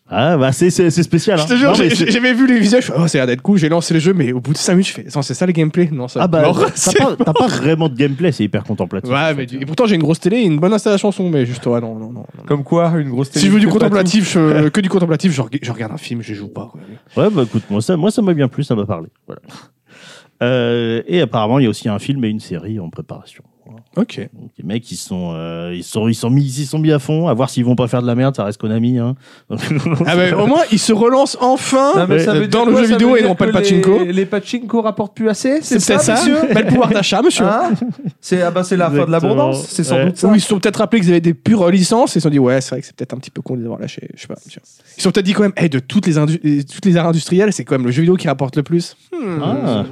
Speaker 1: Ah, bah, c'est c'est- c'est spécial. hein.
Speaker 2: Je te jure,
Speaker 1: Non, mais
Speaker 2: j'ai j'ai
Speaker 1: c'est-
Speaker 2: jamais vu les visages. je fais, Oh, c'est l'air d'être cool. J'ai lancé le jeu, mais au bout de 5 minutes, je fais. Attends, c'est ça le gameplay Non, ça.
Speaker 1: Ah, bah,
Speaker 2: non,
Speaker 1: t'as
Speaker 2: c'est-
Speaker 1: pas, t'as pas vraiment de gameplay, c'est hyper contemplatif.
Speaker 2: Ouais, mais du- et pourtant, j'ai une grosse télé et une bonne installation son, mais juste, ouais, non, non, non.
Speaker 3: Comme quoi, une grosse télé.
Speaker 2: Si je veux du
Speaker 3: c'est pas
Speaker 2: contemplatif, je- que du contemplatif, je, reg- je regarde un film, je joue pas. quoi.
Speaker 1: Ouais, bah écoute, moi ça, moi ça m'a bien plu, ça m'a parlé. Voilà. Euh, et apparemment, il y a aussi un film et une série en préparation.
Speaker 2: Ok.
Speaker 1: Donc, les mecs, ils sont, euh, ils sont, ils sont mis, ils s'y sont mis à fond. À voir s'ils vont pas faire de la merde, ça reste Konami. Hein. Donc,
Speaker 2: Ah bah, au moins, il se relance enfin
Speaker 3: tout. Non, mais ça
Speaker 2: euh,
Speaker 3: veut
Speaker 2: dans
Speaker 3: dire
Speaker 2: le
Speaker 3: quoi
Speaker 2: jeu
Speaker 3: Ça veut
Speaker 2: vidéo et
Speaker 3: dire
Speaker 2: non pas
Speaker 3: que
Speaker 2: le pachinko.
Speaker 3: Les, les pachinko rapportent plus assez, c'est
Speaker 2: C'est
Speaker 3: ça,
Speaker 2: ça,
Speaker 3: monsieur
Speaker 2: Bel pouvoir d'achat, monsieur.
Speaker 3: Hein C'est ah bah, c'est la fin de
Speaker 1: Exactement.
Speaker 3: l'abondance, c'est sans
Speaker 1: Ouais.
Speaker 3: doute ça.
Speaker 2: Ou ils se sont peut-être rappelés qu'ils avaient des pures licences et ils se sont dit ouais c'est vrai que c'est peut-être un petit peu con de les avoir lâchés je sais pas tu vois. ils se sont peut-être dit quand même hey, de toutes les indu- euh, toutes les arts industrielles c'est quand même le jeu vidéo qui rapporte le plus Hmm.
Speaker 1: ah,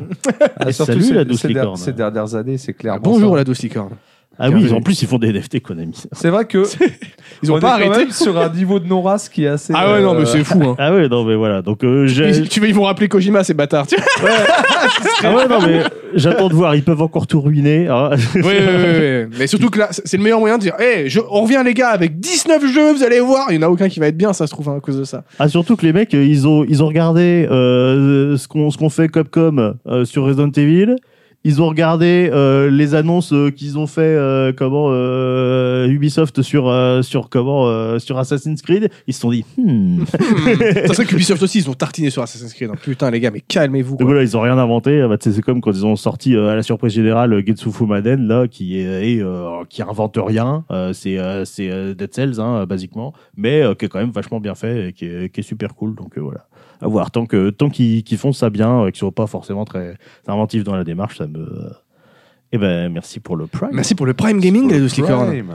Speaker 3: Ah,
Speaker 1: Et
Speaker 3: surtout
Speaker 1: salut,
Speaker 3: ces-
Speaker 1: la douce
Speaker 3: ces, der-
Speaker 1: licorne.
Speaker 3: ces dernières années, c'est clairement.
Speaker 2: Ah, bonjour
Speaker 3: ça.
Speaker 2: la douce licorne
Speaker 1: ah oui, en plus ils font des NFT Konami.
Speaker 3: C'est vrai que
Speaker 2: ils ont
Speaker 3: on
Speaker 2: pas
Speaker 3: est quand
Speaker 2: arrêté
Speaker 3: même sur un niveau de non-race qui est assez.
Speaker 2: ah ouais non mais
Speaker 3: euh,
Speaker 2: c'est fou hein.
Speaker 1: Ah ouais, non mais voilà. Donc euh, j'ai-
Speaker 2: Ils, tu veux, ils vont rappeler Kojima ces bâtards tu vois.
Speaker 1: ah ouais, non mais j'attends de voir. Ils peuvent encore tout ruiner. hein.
Speaker 2: Oui, oui, oui, oui. mais surtout que là c'est c'est le meilleur moyen de dire hey je- on revient les gars avec 19 jeux vous allez voir il y en a aucun qui va être bien ça se trouve hein, à cause de ça
Speaker 1: Ah surtout que les mecs, euh, ils ont, ils ont regardé euh, ce qu'on ce qu'on fait Capcom euh, sur Resident Evil. Ils ont regardé euh, les annonces euh, qu'ils ont fait euh, comment euh, Ubisoft sur euh, sur comment euh, sur Assassin's Creed. Ils se sont dit. Hmm.
Speaker 2: Hmm. ça serait que Ubisoft aussi ils ont tartiné sur Assassin's Creed hein. putain les gars mais calmez-vous
Speaker 1: Donc
Speaker 2: quoi.
Speaker 1: voilà, ils ont rien inventé. Ah bah, tu sais, c'est comme quand ils ont sorti euh, à la surprise générale euh, Getsu Fumaden là, qui est et, euh, qui invente rien. Euh, c'est euh, c'est euh, Dead Cells hein, euh, basiquement, mais euh, qui est quand même vachement bien fait et qui est, qui est super cool. Donc euh, voilà, à voir. Tant que tant qu'ils qu'ils font ça bien, euh, qu'ils soient pas forcément très inventifs dans la démarche, ça me. euh, Eh ben merci pour le prime.
Speaker 2: merci pour le Prime Gaming la douce licorne
Speaker 3: Prime.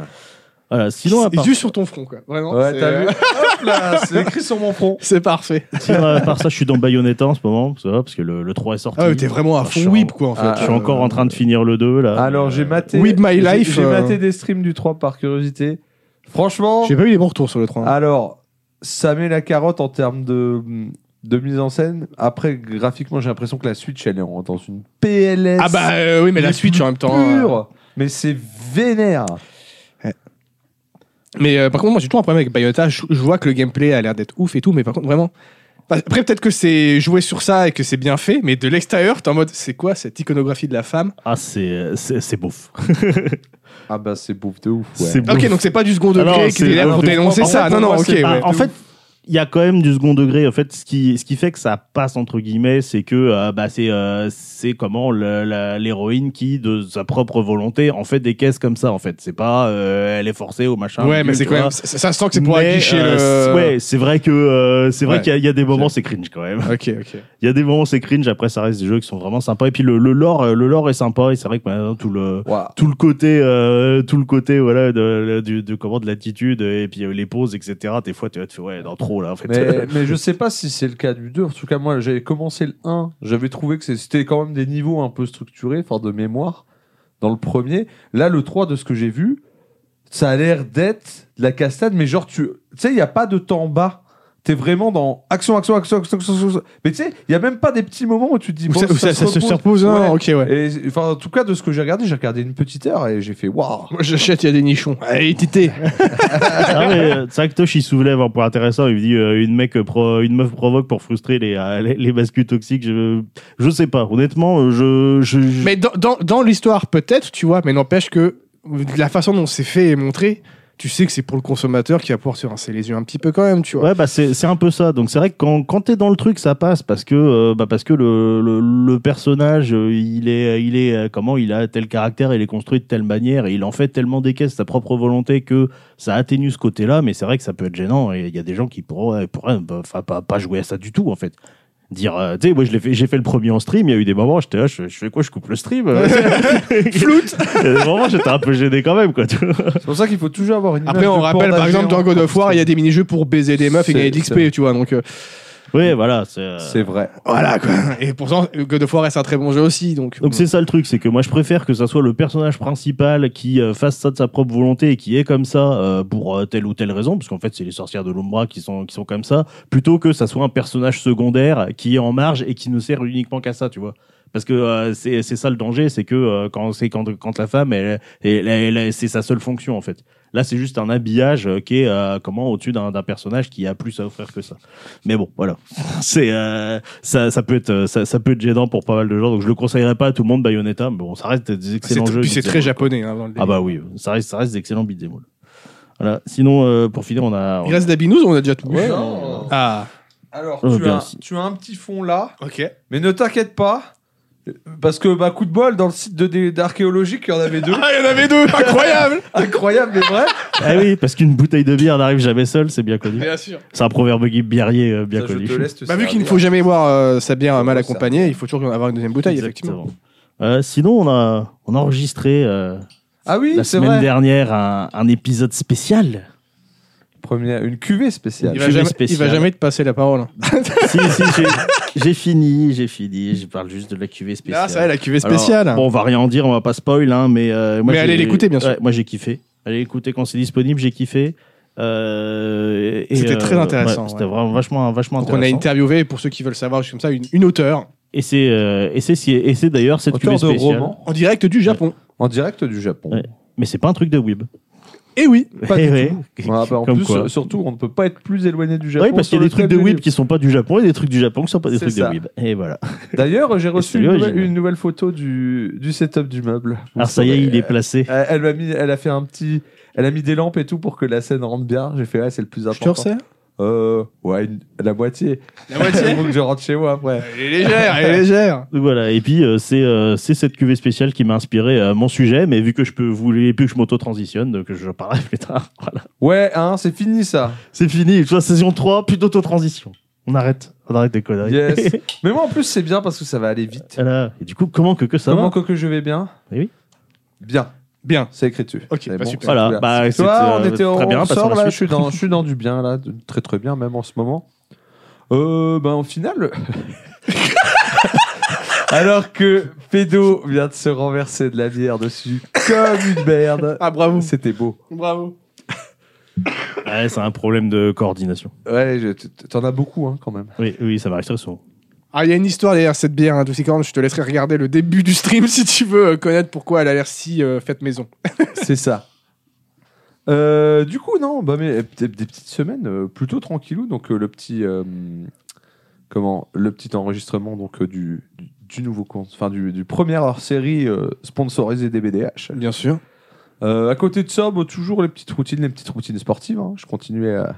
Speaker 1: Voilà, sinon à
Speaker 2: C'est
Speaker 1: part,
Speaker 2: juste sur ton front, quoi. Vraiment.
Speaker 3: Ouais,
Speaker 2: c'est- euh,
Speaker 3: t'as vu Hop là, c'est écrit sur mon front.
Speaker 2: C'est parfait.
Speaker 1: sinon, à part ça, je suis dans Bayonetta en ce moment, ça va, parce que le, le 3 est sorti.
Speaker 2: Ah, mais t'es vraiment à
Speaker 1: Je
Speaker 2: fond
Speaker 1: suis en-
Speaker 2: whip, quoi, en euh, fait.
Speaker 3: Ah,
Speaker 1: Je suis encore en train de finir le 2 là.
Speaker 3: Alors j'ai maté.
Speaker 2: With My
Speaker 3: j'ai-
Speaker 2: Life,
Speaker 3: J'ai
Speaker 2: euh,
Speaker 3: maté des streams du 3 par curiosité. Franchement,
Speaker 2: J'ai pas eu les bons retours sur le 3.
Speaker 3: alors ça met la carotte en termes de de mise en scène. Après, graphiquement, j'ai l'impression que la Switch elle est en- dans une PLS.
Speaker 2: Ah, bah euh, oui, mais la
Speaker 3: Les
Speaker 2: Switch en même temps.
Speaker 3: pure.
Speaker 2: euh,
Speaker 3: Mais c'est vénère.
Speaker 2: Mais euh, par contre, moi j'ai toujours un problème avec Bayonetta. Je, je vois que le gameplay a l'air d'être ouf et tout, mais par contre, vraiment. Bah, Après, peut-être que c'est joué sur ça et que c'est bien fait, mais de l'extérieur, t'es en mode, c'est quoi cette iconographie de la femme
Speaker 1: Ah c'est c'est c'est beauf.
Speaker 3: Ah bah c'est bouffe de ouf. ouais.
Speaker 1: C'est beauf.
Speaker 2: Ok, donc c'est pas du second
Speaker 1: Alors,
Speaker 2: degré qui
Speaker 1: c'est-
Speaker 2: est là
Speaker 1: alors,
Speaker 2: pour
Speaker 1: je-
Speaker 2: dénoncer
Speaker 3: en
Speaker 2: ça.
Speaker 3: fait,
Speaker 2: Non,
Speaker 3: pour
Speaker 2: non,
Speaker 3: moi,
Speaker 2: ok.
Speaker 3: c'est-
Speaker 2: ouais.
Speaker 1: Ah, en
Speaker 3: de
Speaker 1: fait, il y a quand même du second degré. En fait, ce qui, ce qui fait que ça passe entre guillemets, c'est que euh, bah, c'est euh, c'est comment le- la- l'héroïne qui, de sa propre volonté, en fait des caisses comme ça. En fait, c'est pas euh, elle est forcée au machin.
Speaker 2: Ouais,
Speaker 1: tu
Speaker 2: mais c'est
Speaker 1: vois.
Speaker 2: quand même. Ça ça se sent que c'est pour
Speaker 1: Mais,
Speaker 2: aguicher
Speaker 1: euh,
Speaker 2: le.
Speaker 1: Ouais, c'est vrai que euh, c'est vrai
Speaker 2: Ouais.
Speaker 1: qu'il y, a- il y a des moments c'est cringe quand même.
Speaker 2: Ok, ok.
Speaker 1: Il y a des moments c'est cringe. Après, ça reste des jeux qui sont vraiment sympas. Et puis le, le lore, euh, le lore est sympa. Et c'est vrai que maintenant tout le
Speaker 3: Ouah.
Speaker 1: tout le côté euh, tout le côté voilà de, de, de comment de l'attitude et puis euh, les poses etc des fois tu tu fais ouais non trop là en fait
Speaker 3: Mais, mais je sais pas si c'est le cas du 2. En tout cas, moi, j'avais commencé le 1. J'avais trouvé que c'est- c'était quand même des niveaux un peu structurés, enfin de mémoire, dans le premier. Là, le 3, de ce que j'ai vu, ça a l'air d'être de la castagne, mais genre, tu tu sais, il n'y a pas de temps bas. T'es vraiment dans action, action, action, action, action, action. Mais tu sais, il n'y a même pas des petits moments où tu te dis,
Speaker 2: Ou
Speaker 3: bon,
Speaker 2: ça, ou ça- ça se surpose, non,
Speaker 3: Ouais.
Speaker 2: ok, ouais.
Speaker 3: Et, enfin, en tout cas, de ce que j'ai regardé, j'ai regardé une petite heure et j'ai fait waouh!
Speaker 2: Moi j'achète, il y a des nichons. Allez, tité.
Speaker 1: Ah ouais, euh, c'est vrai que Tosh il soulève un point intéressant. Il me dit euh, une, mec, euh, pro- une meuf provoque pour frustrer les, euh, les, les masculins toxiques. Je, je sais pas, honnêtement, euh, je. je, je-
Speaker 2: Mais dans, dans, dans l'histoire, peut-être, tu vois, mais n'empêche que de la façon dont c'est fait et montré, tu sais que c'est pour le consommateur qui va pouvoir se rincer les yeux un petit peu quand même, tu vois.
Speaker 1: Ouais, bah c'est c'est un peu ça. Donc c'est vrai que quand, quand t'es dans le truc, ça passe parce que, euh, bah, parce que le, le, le personnage, euh, il est, il est euh, comment, il a tel caractère, il est construit de telle manière et il en fait tellement des caisses sa propre volonté que ça atténue ce côté-là. Mais c'est vrai que ça peut être gênant et il y a des gens qui pourraient, pourraient bah, enfin, pas, pas jouer à ça du tout en fait. Dire, euh, tu sais, moi je l'ai fait- j'ai fait, le premier en stream, il y a eu des moments, j'étais là, je, je fais quoi, je coupe le stream
Speaker 2: Floute
Speaker 1: Il y a des moments, j'étais un peu gêné quand même, quoi. tu vois.
Speaker 3: C'est pour ça qu'il faut toujours avoir une.
Speaker 2: Après, on rappelle par exemple dans God of War, il y a des mini-jeux pour baiser des meufs et gagner de
Speaker 3: C'est-
Speaker 2: l'XP, tu vois. Donc euh,
Speaker 1: Oui, voilà. C'est euh,
Speaker 3: C'est vrai.
Speaker 2: voilà quoi. Et pourtant, God of War reste un très bon jeu aussi. Donc, euh,
Speaker 1: Donc c'est ça le truc, c'est que moi je préfère que ça soit le personnage principal qui euh, fasse ça de sa propre volonté et qui est comme ça euh, pour euh, telle ou telle raison, parce qu'en fait c'est les sorcières de l'Ombra qui sont qui sont comme ça, plutôt que ça soit un personnage secondaire qui est en marge et qui ne sert uniquement qu'à ça, tu vois. Parce que euh, c'est c'est ça le danger, c'est que euh, quand c'est quand quand la femme, elle, elle- elle- elle- c'est sa seule fonction en fait. Là, c'est juste un habillage euh, qui est euh, comment au-dessus d'un d'un personnage qui a plus à offrir que ça. Mais bon, voilà, c'est euh, ça, ça peut être euh, ça, ça peut être gênant pour pas mal de gens. Donc je le conseillerais pas à tout le monde Bayonetta, mais bon, ça reste des
Speaker 2: Bah, C'est
Speaker 1: excellents jeux.
Speaker 2: puis c'est
Speaker 1: beat'em
Speaker 2: très
Speaker 1: up, quoi.
Speaker 2: japonais. hein, dans le
Speaker 1: Ah bah oui, ça reste ça reste des excellents beat'em all. Voilà. Sinon, euh, pour finir, on a.
Speaker 2: Il reste d'Abinous, on a déjà tout. vu.
Speaker 3: Ouais,
Speaker 1: non.
Speaker 3: non.
Speaker 2: Ah,
Speaker 3: Alors,
Speaker 1: Oh,
Speaker 3: tu,
Speaker 1: bien,
Speaker 3: as,
Speaker 1: si.
Speaker 3: tu as un petit fond là,
Speaker 2: ok.
Speaker 3: mais ne t'inquiète pas, parce que, bah, coup de bol, dans le site de- de- d'archéologique, il y en avait deux.
Speaker 2: Ah, il y en avait deux, incroyable
Speaker 3: Incroyable, mais vrai.
Speaker 1: Ah oui, parce qu'une bouteille de bière n'arrive jamais seule, c'est bien connu.
Speaker 2: Bien sûr.
Speaker 1: C'est un proverbe gui- biérier euh, bien
Speaker 3: Ça,
Speaker 1: connu.
Speaker 3: je te laisse te
Speaker 2: Bah, vu qu'il ne
Speaker 3: servir.
Speaker 2: faut jamais boire euh, sa bière mal
Speaker 3: Ça.
Speaker 2: accompagnée, il faut toujours avoir une deuxième bouteille, effectivement.
Speaker 1: Exactement. Euh, sinon, on a, on a enregistré euh,
Speaker 3: Ah oui,
Speaker 1: la
Speaker 3: c'est
Speaker 1: semaine
Speaker 3: vrai.
Speaker 1: dernière un, un épisode spécial.
Speaker 3: Première, une cuvée spéciale.
Speaker 2: Il va,
Speaker 1: Fumée
Speaker 2: jamais, il
Speaker 1: spéciale.
Speaker 2: va jamais te passer la parole.
Speaker 1: si, si, j'ai- j'ai fini, j'ai fini. Je parle juste de la cuvée spéciale.
Speaker 2: Là, ça, Ah, la cuvée
Speaker 1: Alors,
Speaker 2: spéciale.
Speaker 1: bon, on va rien en dire, on va pas spoil, hein, mais. euh, moi,
Speaker 2: Mais
Speaker 1: j'ai-
Speaker 2: allez l'écouter, bien sûr.
Speaker 1: Ouais, moi, j'ai kiffé. Allez l'écouter quand c'est disponible, j'ai kiffé. Euh, et,
Speaker 2: C'était
Speaker 1: euh,
Speaker 2: très intéressant,
Speaker 1: ouais, C'était
Speaker 2: ouais.
Speaker 1: vraiment vachement, vachement
Speaker 2: Donc, on
Speaker 1: intéressant.
Speaker 2: a interviewé, pour ceux qui veulent savoir, juste comme ça, une, une auteure
Speaker 1: Et c'est, euh, et c'est, si- et c'est d'ailleurs cette
Speaker 3: Auteur
Speaker 1: cuvée
Speaker 3: de
Speaker 1: spéciale.
Speaker 3: roman
Speaker 2: en direct du Japon.
Speaker 3: en direct du Japon.
Speaker 1: Ouais. Mais c'est pas un truc de Eh web.
Speaker 2: Et Eh oui,
Speaker 3: Pas du
Speaker 1: Oui,
Speaker 3: Ouais, bah, en
Speaker 1: Comme
Speaker 3: plus,
Speaker 1: quoi.
Speaker 3: euh, surtout, on ne peut pas être plus éloigné du Japon.
Speaker 1: parce qu'il y
Speaker 3: sur
Speaker 1: a
Speaker 3: le
Speaker 1: des trucs de
Speaker 3: thème
Speaker 1: web
Speaker 3: livre.
Speaker 1: qui sont pas du Japon et des trucs du Japon qui sont pas des
Speaker 3: C'est
Speaker 1: trucs
Speaker 3: ça.
Speaker 1: de web. Et voilà.
Speaker 3: D'ailleurs, j'ai
Speaker 1: c'est
Speaker 3: reçu une
Speaker 1: l'original.
Speaker 3: nouvelle, une nouvelle photo du, du setup du meuble. Vous
Speaker 1: Alors Ah, ça y est,
Speaker 3: savez,
Speaker 1: il est
Speaker 3: euh,
Speaker 1: placé.
Speaker 3: Elle, elle m'a mis, elle a fait un petit, elle a mis des lampes et tout pour que la scène rentre bien. J'ai fait, ouais, c'est le plus
Speaker 2: je te
Speaker 3: important.
Speaker 2: resserre.
Speaker 3: Euh, ouais, une- la moitié.
Speaker 2: La
Speaker 3: Il faut que je rentre chez moi après.
Speaker 2: Elle est légère, elle est légère.
Speaker 1: Donc Voilà. Et puis euh, c'est euh, c'est cette cuvée spéciale qui m'a inspiré euh, mon sujet, mais vu que je peux vous les- plus que je m'auto transitionne, donc je parlerai plus tard. Voilà.
Speaker 3: Ouais, hein, c'est fini ça.
Speaker 1: C'est fini. Tu vois, saison 3, plus d'auto transition. On arrête. On arrête les conneries.
Speaker 3: Yes. Mais moi, en plus, c'est bien parce que ça va aller vite.
Speaker 1: Voilà. Et du coup, comment que que Euh, ça
Speaker 3: Comment
Speaker 1: va
Speaker 3: que, que je vais bien
Speaker 1: Eh oui.
Speaker 3: Bien,
Speaker 2: Bien.
Speaker 3: c'est écrit dessus.
Speaker 2: Ok,
Speaker 3: C'est
Speaker 2: bah, super.
Speaker 1: Voilà.
Speaker 3: super.
Speaker 1: Bah,
Speaker 3: Tu
Speaker 1: c'est,
Speaker 3: vois, on
Speaker 1: euh,
Speaker 3: était
Speaker 1: très
Speaker 3: on
Speaker 1: bien. passons à
Speaker 3: sort
Speaker 1: la
Speaker 3: là, je
Speaker 1: suite.
Speaker 3: suis dans, je suis dans du bien là, de- très très bien même en ce moment. Euh, ben au final, alors que Pédo vient de se renverser de la bière dessus comme une merde,
Speaker 2: Ah, bravo.
Speaker 3: c'était beau.
Speaker 2: Bravo.
Speaker 1: Ouais, c'est un problème de coordination.
Speaker 3: Ouais, je- t- t'en as beaucoup hein, quand même.
Speaker 1: Oui, oui, ça m'arrive très souvent.
Speaker 2: Ah, il y a une histoire derrière cette bière, hein, Doucy Corne. Je te laisserai regarder le début du stream si tu veux euh, connaître pourquoi elle a l'air si euh, faite maison.
Speaker 3: C'est ça. Euh, du coup non, bah mais euh, des, des petites semaines euh, plutôt tranquillou donc euh, le petit euh, comment le petit enregistrement donc euh, du, du du nouveau compte, enfin du, du premier hors série sponsorisé des BDH.
Speaker 2: Bien sûr.
Speaker 3: Euh, à côté de ça, bah, toujours les petites routines, les petites routines sportives. hein. Je continuais à,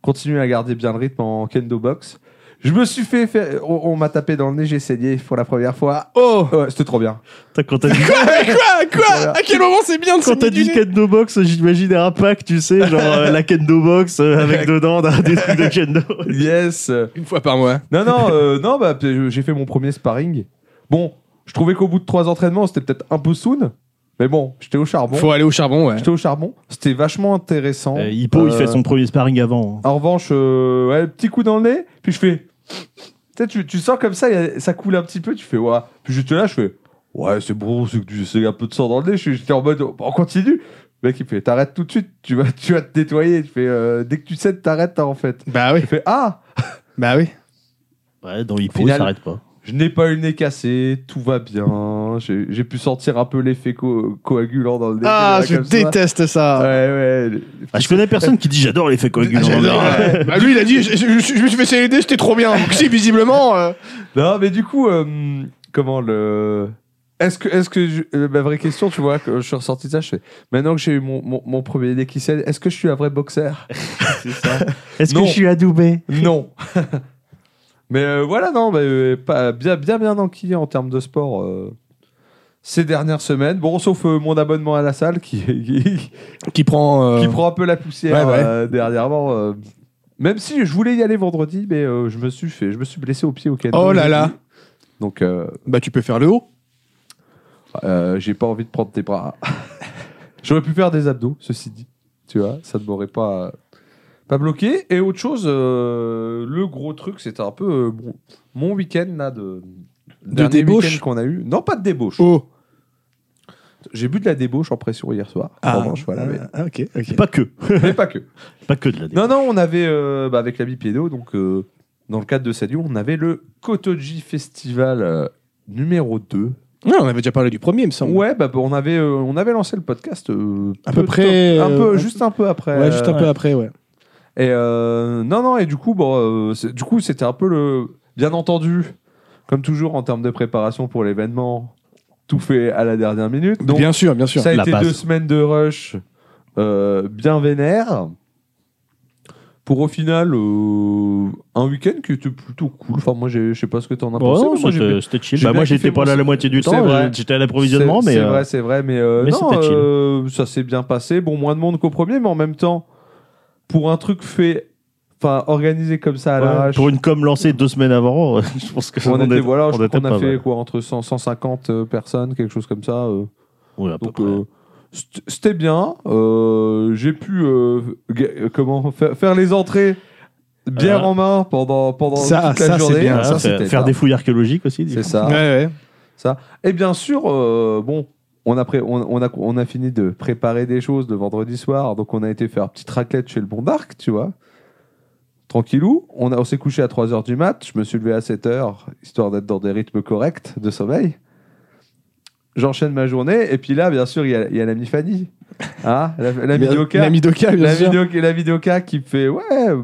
Speaker 3: continuais à garder bien le rythme en kendo box. Je me suis fait, faire- on, on m'a tapé dans le nez, j'ai saigné pour la première fois.
Speaker 2: Oh
Speaker 3: Ouais, c'était trop bien.
Speaker 1: T'as- Quand t'as dit
Speaker 2: Quoi Quoi Quoi À quel moment c'est bien de
Speaker 1: Quand t'as dit
Speaker 2: s'imaginer
Speaker 1: kendo box, j'imagine un pack, tu sais, genre euh, la kendo box euh, avec dedans des trucs de kendo.
Speaker 3: Yes.
Speaker 2: Une fois par mois.
Speaker 3: Non, non, euh, non, bah, p- j'ai fait mon premier sparring. Bon, je trouvais qu'au bout de trois entraînements, c'était peut-être un peu soon, mais bon, j'étais au charbon.
Speaker 2: Faut aller au charbon, ouais.
Speaker 3: J'étais au charbon. C'était vachement intéressant.
Speaker 1: Euh, Hippo, il
Speaker 3: Euh,
Speaker 1: fait son premier sparring avant. hein.
Speaker 3: En revanche, euh, ouais, petit coup dans le nez, puis je fais. Tu sais, tu, tu sens comme ça, y a- ça coule un petit peu, tu fais, ouais. Puis juste là, je fais, ouais, c'est bon, c'est que tu- c'est un peu de sang dans le nez. Je suis- J'étais en mode, oh, on continue. Le mec, il fait, t'arrêtes tout de suite, tu vas, tu vas te nettoyer. Tu fais, euh, dès que tu sais, t'arrêtes, hein, en fait.
Speaker 2: Bah oui,
Speaker 3: Je fais, ah,
Speaker 2: bah oui.
Speaker 1: Ouais, dans Hippo,
Speaker 3: final-
Speaker 1: il s'arrête pas.
Speaker 3: je n'ai pas eu le nez cassé, tout va bien. J'ai j'ai pu sentir un peu l'effet co- coagulant dans le nez.
Speaker 2: Ah,
Speaker 3: voilà,
Speaker 2: je
Speaker 3: comme ça.
Speaker 2: déteste
Speaker 3: Ouais,
Speaker 2: ça.
Speaker 3: ouais. le-
Speaker 1: Ah, je connais personne qui dit j'adore l'effet
Speaker 3: Ah,
Speaker 1: coagulant.
Speaker 2: J'adore.
Speaker 1: Ouais.
Speaker 2: Bah lui, il a dit, je, je- je- je me suis fait céléder, c'était trop bien. Donc si, visiblement. euh,
Speaker 3: Non, mais du coup, euh, comment le. Est-ce que, est-ce que je- euh, ma vraie question, tu vois, que je suis ressorti de ça, je fais. Maintenant que j'ai eu mon, mon, mon premier nez qui saigne, est-ce que je suis un vrai boxeur C'est ça.
Speaker 1: Est-ce
Speaker 3: Non.
Speaker 1: que je suis adoubé
Speaker 3: non. mais euh, voilà, non, mais, euh, pas bien, bien, bien enquillé en termes de sport. euh, Ces dernières semaines, bon, sauf euh, mon abonnement à la salle qui, qui,
Speaker 2: Qui prend. euh,
Speaker 3: qui prend un peu la poussière
Speaker 2: ouais, ouais.
Speaker 3: euh, dernièrement. euh, même si je voulais y aller vendredi, mais euh, je me suis fait, je me suis blessé au pied au canon.
Speaker 2: Oh là là.
Speaker 3: Donc euh,
Speaker 2: Bah tu peux faire le haut.
Speaker 3: Euh, j'ai pas envie de prendre tes bras. J'aurais pu faire des abdos, ceci dit. Tu vois, ça ne m'aurait pas, euh, pas bloqué. Et autre chose, euh, le gros truc, c'était un peu euh, bon, mon week-end là de, dernier
Speaker 2: débauche.
Speaker 3: week-end qu'on a eu. Non, pas de débauche.
Speaker 2: Oh.
Speaker 3: J'ai bu de la débauche en pression hier soir. en revanche, voilà, mais,
Speaker 2: ah, ok, ok.
Speaker 1: Pas que.
Speaker 3: mais pas que.
Speaker 1: Pas que de la
Speaker 3: Non, non, on avait euh, bah, avec l'ami Pédo, donc euh, dans le cadre de Sadio, on avait le Kotoji Festival euh, numéro 2.
Speaker 2: Ouais, on avait déjà parlé du premier, il me semble.
Speaker 3: Ouais, bah, bah, on, avait, euh, on avait lancé le podcast euh,
Speaker 2: À
Speaker 3: peu
Speaker 2: peu près,
Speaker 3: Un peu,
Speaker 2: euh,
Speaker 3: juste un peu après.
Speaker 2: Ouais, juste un
Speaker 3: euh,
Speaker 2: peu après, ouais.
Speaker 3: Et euh, non, non, et du coup, bon, euh, c'est- du coup, c'était un peu le. Bien entendu, comme toujours en termes de préparation pour l'événement, tout fait à la dernière minute. Donc,
Speaker 2: bien sûr, bien sûr.
Speaker 3: ça a
Speaker 1: La
Speaker 3: été
Speaker 1: base.
Speaker 3: deux semaines de rush euh, bien vénère. Pour au final, euh, un week-end qui était plutôt cool. Enfin, moi, j'ai- je sais pas ce que t'en as
Speaker 1: Ouais,
Speaker 3: pensé.
Speaker 1: non,
Speaker 3: mais moi, j'ai bien-
Speaker 1: c'était c'était chill.
Speaker 3: j'ai
Speaker 1: Bah,
Speaker 3: bien
Speaker 1: moi,
Speaker 3: kiffé
Speaker 1: j'étais pas
Speaker 3: mon-
Speaker 1: là la moitié du
Speaker 3: c'est
Speaker 1: temps.
Speaker 3: vrai.
Speaker 1: J'étais à l'approvisionnement,
Speaker 3: C'est-
Speaker 1: mais.
Speaker 3: c'est
Speaker 1: euh,
Speaker 3: vrai, c'est vrai, mais, euh,
Speaker 1: mais
Speaker 3: non,
Speaker 1: c'était chill.
Speaker 3: euh, ça s'est bien passé. Bon, moins de monde qu'au premier, mais en même temps, pour un truc fait, enfin organisé comme ça à
Speaker 1: ouais,
Speaker 3: l'arrache,
Speaker 1: pour une com lancée deux semaines avant, euh, je pense que
Speaker 3: on, était,
Speaker 1: est-
Speaker 3: voilà, je
Speaker 1: on
Speaker 3: crois
Speaker 1: était
Speaker 3: qu'on a
Speaker 1: pas
Speaker 3: fait
Speaker 1: mal.
Speaker 3: quoi entre 100, 150 euh, personnes, quelque chose comme ça. euh.
Speaker 1: Ouais, à peu
Speaker 3: donc
Speaker 1: près.
Speaker 3: euh, c't- c'était bien. Euh, J'ai pu euh, ga- euh, comment faire, faire les entrées bière
Speaker 1: Ah.
Speaker 3: en main pendant pendant
Speaker 2: Ça,
Speaker 3: toute la
Speaker 2: ça, c'est
Speaker 3: journée.
Speaker 2: bien,
Speaker 1: Ah,
Speaker 3: Ça,
Speaker 1: faire
Speaker 3: c'était
Speaker 1: faire
Speaker 3: bien.
Speaker 1: des fouilles archéologiques aussi. disons.
Speaker 3: c'est ça.
Speaker 2: Ouais, ouais.
Speaker 3: Et bien sûr, euh, bon, on a, pré- on, on a, on a fini de préparer des choses le vendredi soir, donc on a été faire petite raclette chez le Bon d'Arc, tu vois. Tranquillou, on, a- on s'est couché à 3h du mat, je me suis levé à 7h, histoire d'être dans des rythmes corrects de sommeil. J'enchaîne ma journée, et puis là, bien sûr, il y a, il y a l'ami Fanny. Hein, la, la
Speaker 2: Bien-
Speaker 3: vidéoca.
Speaker 2: L'ami Doka, bien
Speaker 3: la,
Speaker 2: sûr.
Speaker 3: vidéo, la vidéoca qui me fait ouais euh,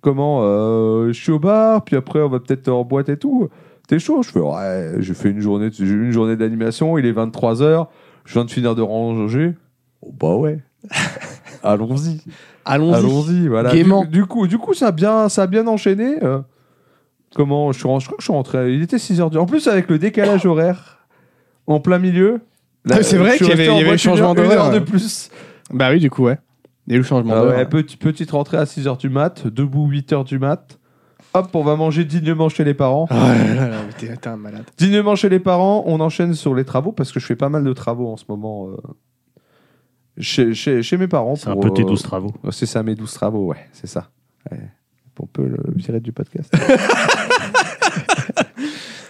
Speaker 3: comment euh, je suis au bar puis après on va peut-être en boîte et tout t'es chaud je fais ouais j'ai fait une journée de- j'ai eu une journée d'animation il est 23h je viens de finir de ranger oh, bah ouais allons-y
Speaker 2: Allons-y.
Speaker 3: allons-y voilà du,
Speaker 2: Gaiement.
Speaker 3: du coup du coup ça a bien ça a bien enchaîné euh, comment je, suis ren- je crois que je suis rentré il était 6h du en plus avec le décalage horaire en plein milieu
Speaker 2: Ah, c'est vrai
Speaker 3: je suis
Speaker 2: qu'il y avait-
Speaker 3: resté
Speaker 2: il
Speaker 3: en
Speaker 2: y avait le
Speaker 3: voiture
Speaker 2: changement
Speaker 3: une heure-
Speaker 2: d'horaire,
Speaker 3: une heure
Speaker 2: ouais.
Speaker 3: de plus
Speaker 2: Bah oui, du coup, ouais. Il y a eu le changement
Speaker 3: ah
Speaker 2: d'heure.
Speaker 3: ouais, petit- petite rentrée à 6h du mat, debout 8h du mat. Hop, on va manger dignement chez les parents.
Speaker 2: Ah là là là, mais t'es t'es un malade.
Speaker 3: Dignement chez les parents, on enchaîne sur les travaux parce que je fais pas mal de travaux en ce moment euh, chez, chez- chez mes parents.
Speaker 1: C'est un
Speaker 3: pour,
Speaker 1: peu tes
Speaker 3: euh,
Speaker 1: 12 travaux.
Speaker 3: Ouais, C'est ça, mes 12 travaux, ouais, c'est ça. Ouais. On peut le virer du podcast.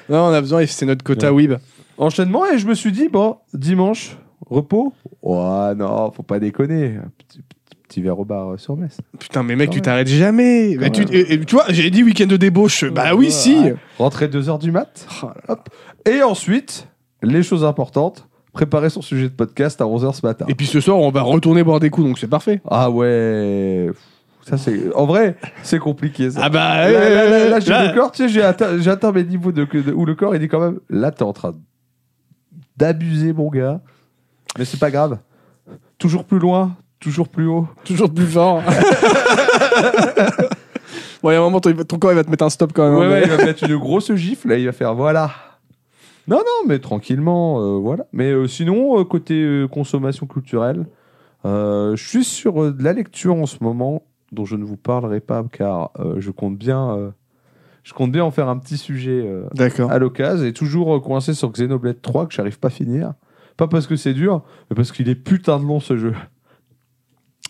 Speaker 2: Non, on a besoin, c'est notre quota Weeb.
Speaker 3: Enchaînement, et je me suis dit, bon, dimanche, repos. Ouais, non, faut pas déconner. Petit, petit- petit verre au bar euh, sur Metz.
Speaker 2: Putain, mais mec,
Speaker 3: Quand
Speaker 2: tu
Speaker 3: même.
Speaker 2: t'arrêtes jamais. Bah, tu,
Speaker 3: même.
Speaker 2: et- et tu vois, j'ai dit week-end de débauche. Bah oui,
Speaker 3: Ouais.
Speaker 2: si.
Speaker 3: Rentrer 2h du mat.
Speaker 2: Oh là là.
Speaker 3: Et ensuite, les choses importantes, préparer son sujet de podcast à 11h ce matin.
Speaker 2: Et puis ce soir, on va retourner boire des coups, donc c'est parfait.
Speaker 3: Ah ouais. Ça, c'est... En vrai, c'est compliqué ça.
Speaker 2: Ah bah,
Speaker 3: Là, là, là, là, j'ai
Speaker 2: là-
Speaker 3: le corps, tu sais, j'ai atteint, j'ai atteint mes niveaux de, de- où le corps il dit quand même là t'es en train d'abuser mon gars, mais c'est pas grave, toujours plus loin, toujours plus haut.
Speaker 2: toujours plus fort. bon, il y a un moment, ton, ton corps, il va te mettre un stop quand même.
Speaker 3: Ouais,
Speaker 2: hein,
Speaker 3: ouais,
Speaker 2: mais-
Speaker 3: il va mettre une grosse gifle et il va faire voilà. Non, non, mais tranquillement, euh, voilà. Mais euh, sinon, euh, côté euh, consommation culturelle, euh, je suis sur euh, de la lecture en ce moment, dont je ne vous parlerai pas car euh, je compte bien, euh, je compte bien en faire un petit sujet euh,
Speaker 2: D'accord.
Speaker 3: à l'occasion et toujours euh, coincé sur Xenoblade 3 que j'arrive pas à finir. Pas parce que c'est dur, mais parce qu'il est putain de long ce jeu.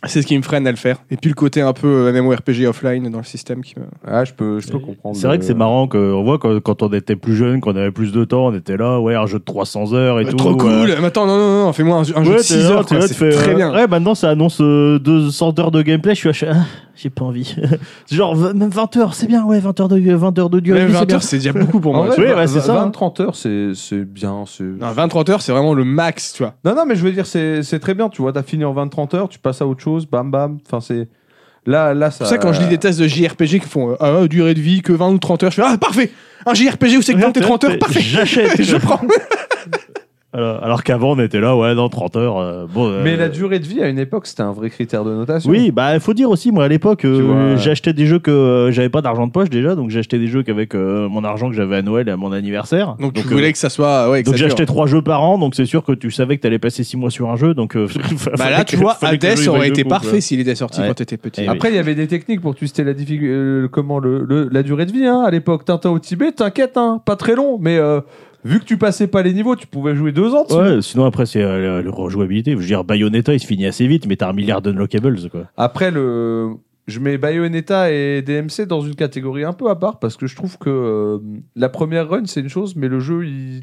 Speaker 2: C'est ce qui me freine à le faire. Et puis le côté un peu euh, MMORPG offline dans le système qui me.
Speaker 3: Ah, je peux, je peux comprendre.
Speaker 1: C'est vrai que c'est
Speaker 3: euh,
Speaker 1: marrant qu'on voit que quand on était plus jeune, qu'on avait plus de temps, on était là, ouais, un jeu de 300 heures et
Speaker 2: Bah,
Speaker 1: tout. euh,
Speaker 2: trop cool!
Speaker 1: ouais.
Speaker 2: Mais attends, non, non, non, fais-moi un, jeu- un jeu
Speaker 1: Ouais,
Speaker 2: de
Speaker 1: t'es
Speaker 2: 6
Speaker 1: là,
Speaker 2: heures,
Speaker 1: t'es
Speaker 2: quoi,
Speaker 1: là,
Speaker 2: c'est
Speaker 1: tu fais,
Speaker 2: très
Speaker 1: euh,
Speaker 2: bien.
Speaker 1: Ouais, maintenant ça annonce euh, 200 heures de gameplay. Je suis à ch- ah, j'ai pas envie. Genre, v- même 20 heures, c'est bien, ouais, 20 heures de, 20 heures de durée.
Speaker 2: Même
Speaker 1: c'est
Speaker 2: 20
Speaker 1: bien.
Speaker 2: heures, c'est déjà beaucoup pour
Speaker 3: en
Speaker 2: moi.
Speaker 3: vrai,
Speaker 1: Oui, ouais, c'est
Speaker 3: vingt-
Speaker 1: ça, hein.
Speaker 3: 20-30 heures, c'est c'est bien. c'est-
Speaker 2: Non, 20-30 heures, c'est vraiment le max, tu vois.
Speaker 3: Non, non, mais je veux dire, c'est c'est très bien. Tu vois, t'as fini en 20-30 heures, tu passes à autre chose, bam, bam. Enfin, c'est. Là, là,
Speaker 2: C'est
Speaker 3: ça.
Speaker 2: pour ça que quand je lis des tests de JRPG qui font euh, ah, durée de vie que 20 ou 30 heures, je fais ah parfait Un JRPG où c'est que 20 et 30 heures, parfait
Speaker 1: J'achète.
Speaker 2: Je prends
Speaker 1: Alors, alors qu'avant, on était là, ouais, dans 30 heures. euh, bon, euh,
Speaker 3: Mais la durée de vie, à une époque, c'était un vrai critère de notation.
Speaker 1: Oui, bah il faut dire aussi, moi à l'époque, euh,
Speaker 3: Tu vois.
Speaker 1: j'achetais des jeux que euh, j'avais pas d'argent de poche déjà, donc j'achetais des jeux qu'avec euh, mon argent que j'avais à Noël et à mon anniversaire.
Speaker 2: Donc tu
Speaker 1: euh,
Speaker 2: voulais que ça soit. Ouais, que
Speaker 1: donc
Speaker 2: ça dure.
Speaker 1: j'achetais trois jeux par an, donc c'est sûr que tu savais que t'allais passer six mois sur un jeu, donc. euh,
Speaker 2: Bah
Speaker 1: fallait
Speaker 2: là,
Speaker 1: que-
Speaker 2: tu vois,
Speaker 1: fallait que le jeu,
Speaker 2: Hades
Speaker 1: il
Speaker 2: aurait
Speaker 1: vaille
Speaker 2: été
Speaker 1: le coup, quoi.
Speaker 2: parfait s'il était sorti
Speaker 1: Ouais.
Speaker 2: quand t'étais petit. Ah,
Speaker 1: Et-
Speaker 3: Après, il y avait des techniques pour twister la difficulté. comment le, le- la durée de vie, hein, à l'époque. Tintin au Tibet, t'inquiète, hein, pas très long, mais. euh, Vu que tu passais pas les niveaux, tu pouvais jouer deux ans. dessus.
Speaker 1: Ouais, sinon après c'est euh, la- la rejouabilité. Je veux dire, Bayonetta il se finit assez vite, mais t'as un milliard d'unlockables quoi.
Speaker 3: Après, le... je mets Bayonetta et DMC dans une catégorie un peu à part parce que je trouve que euh, la première run c'est une chose, mais le jeu il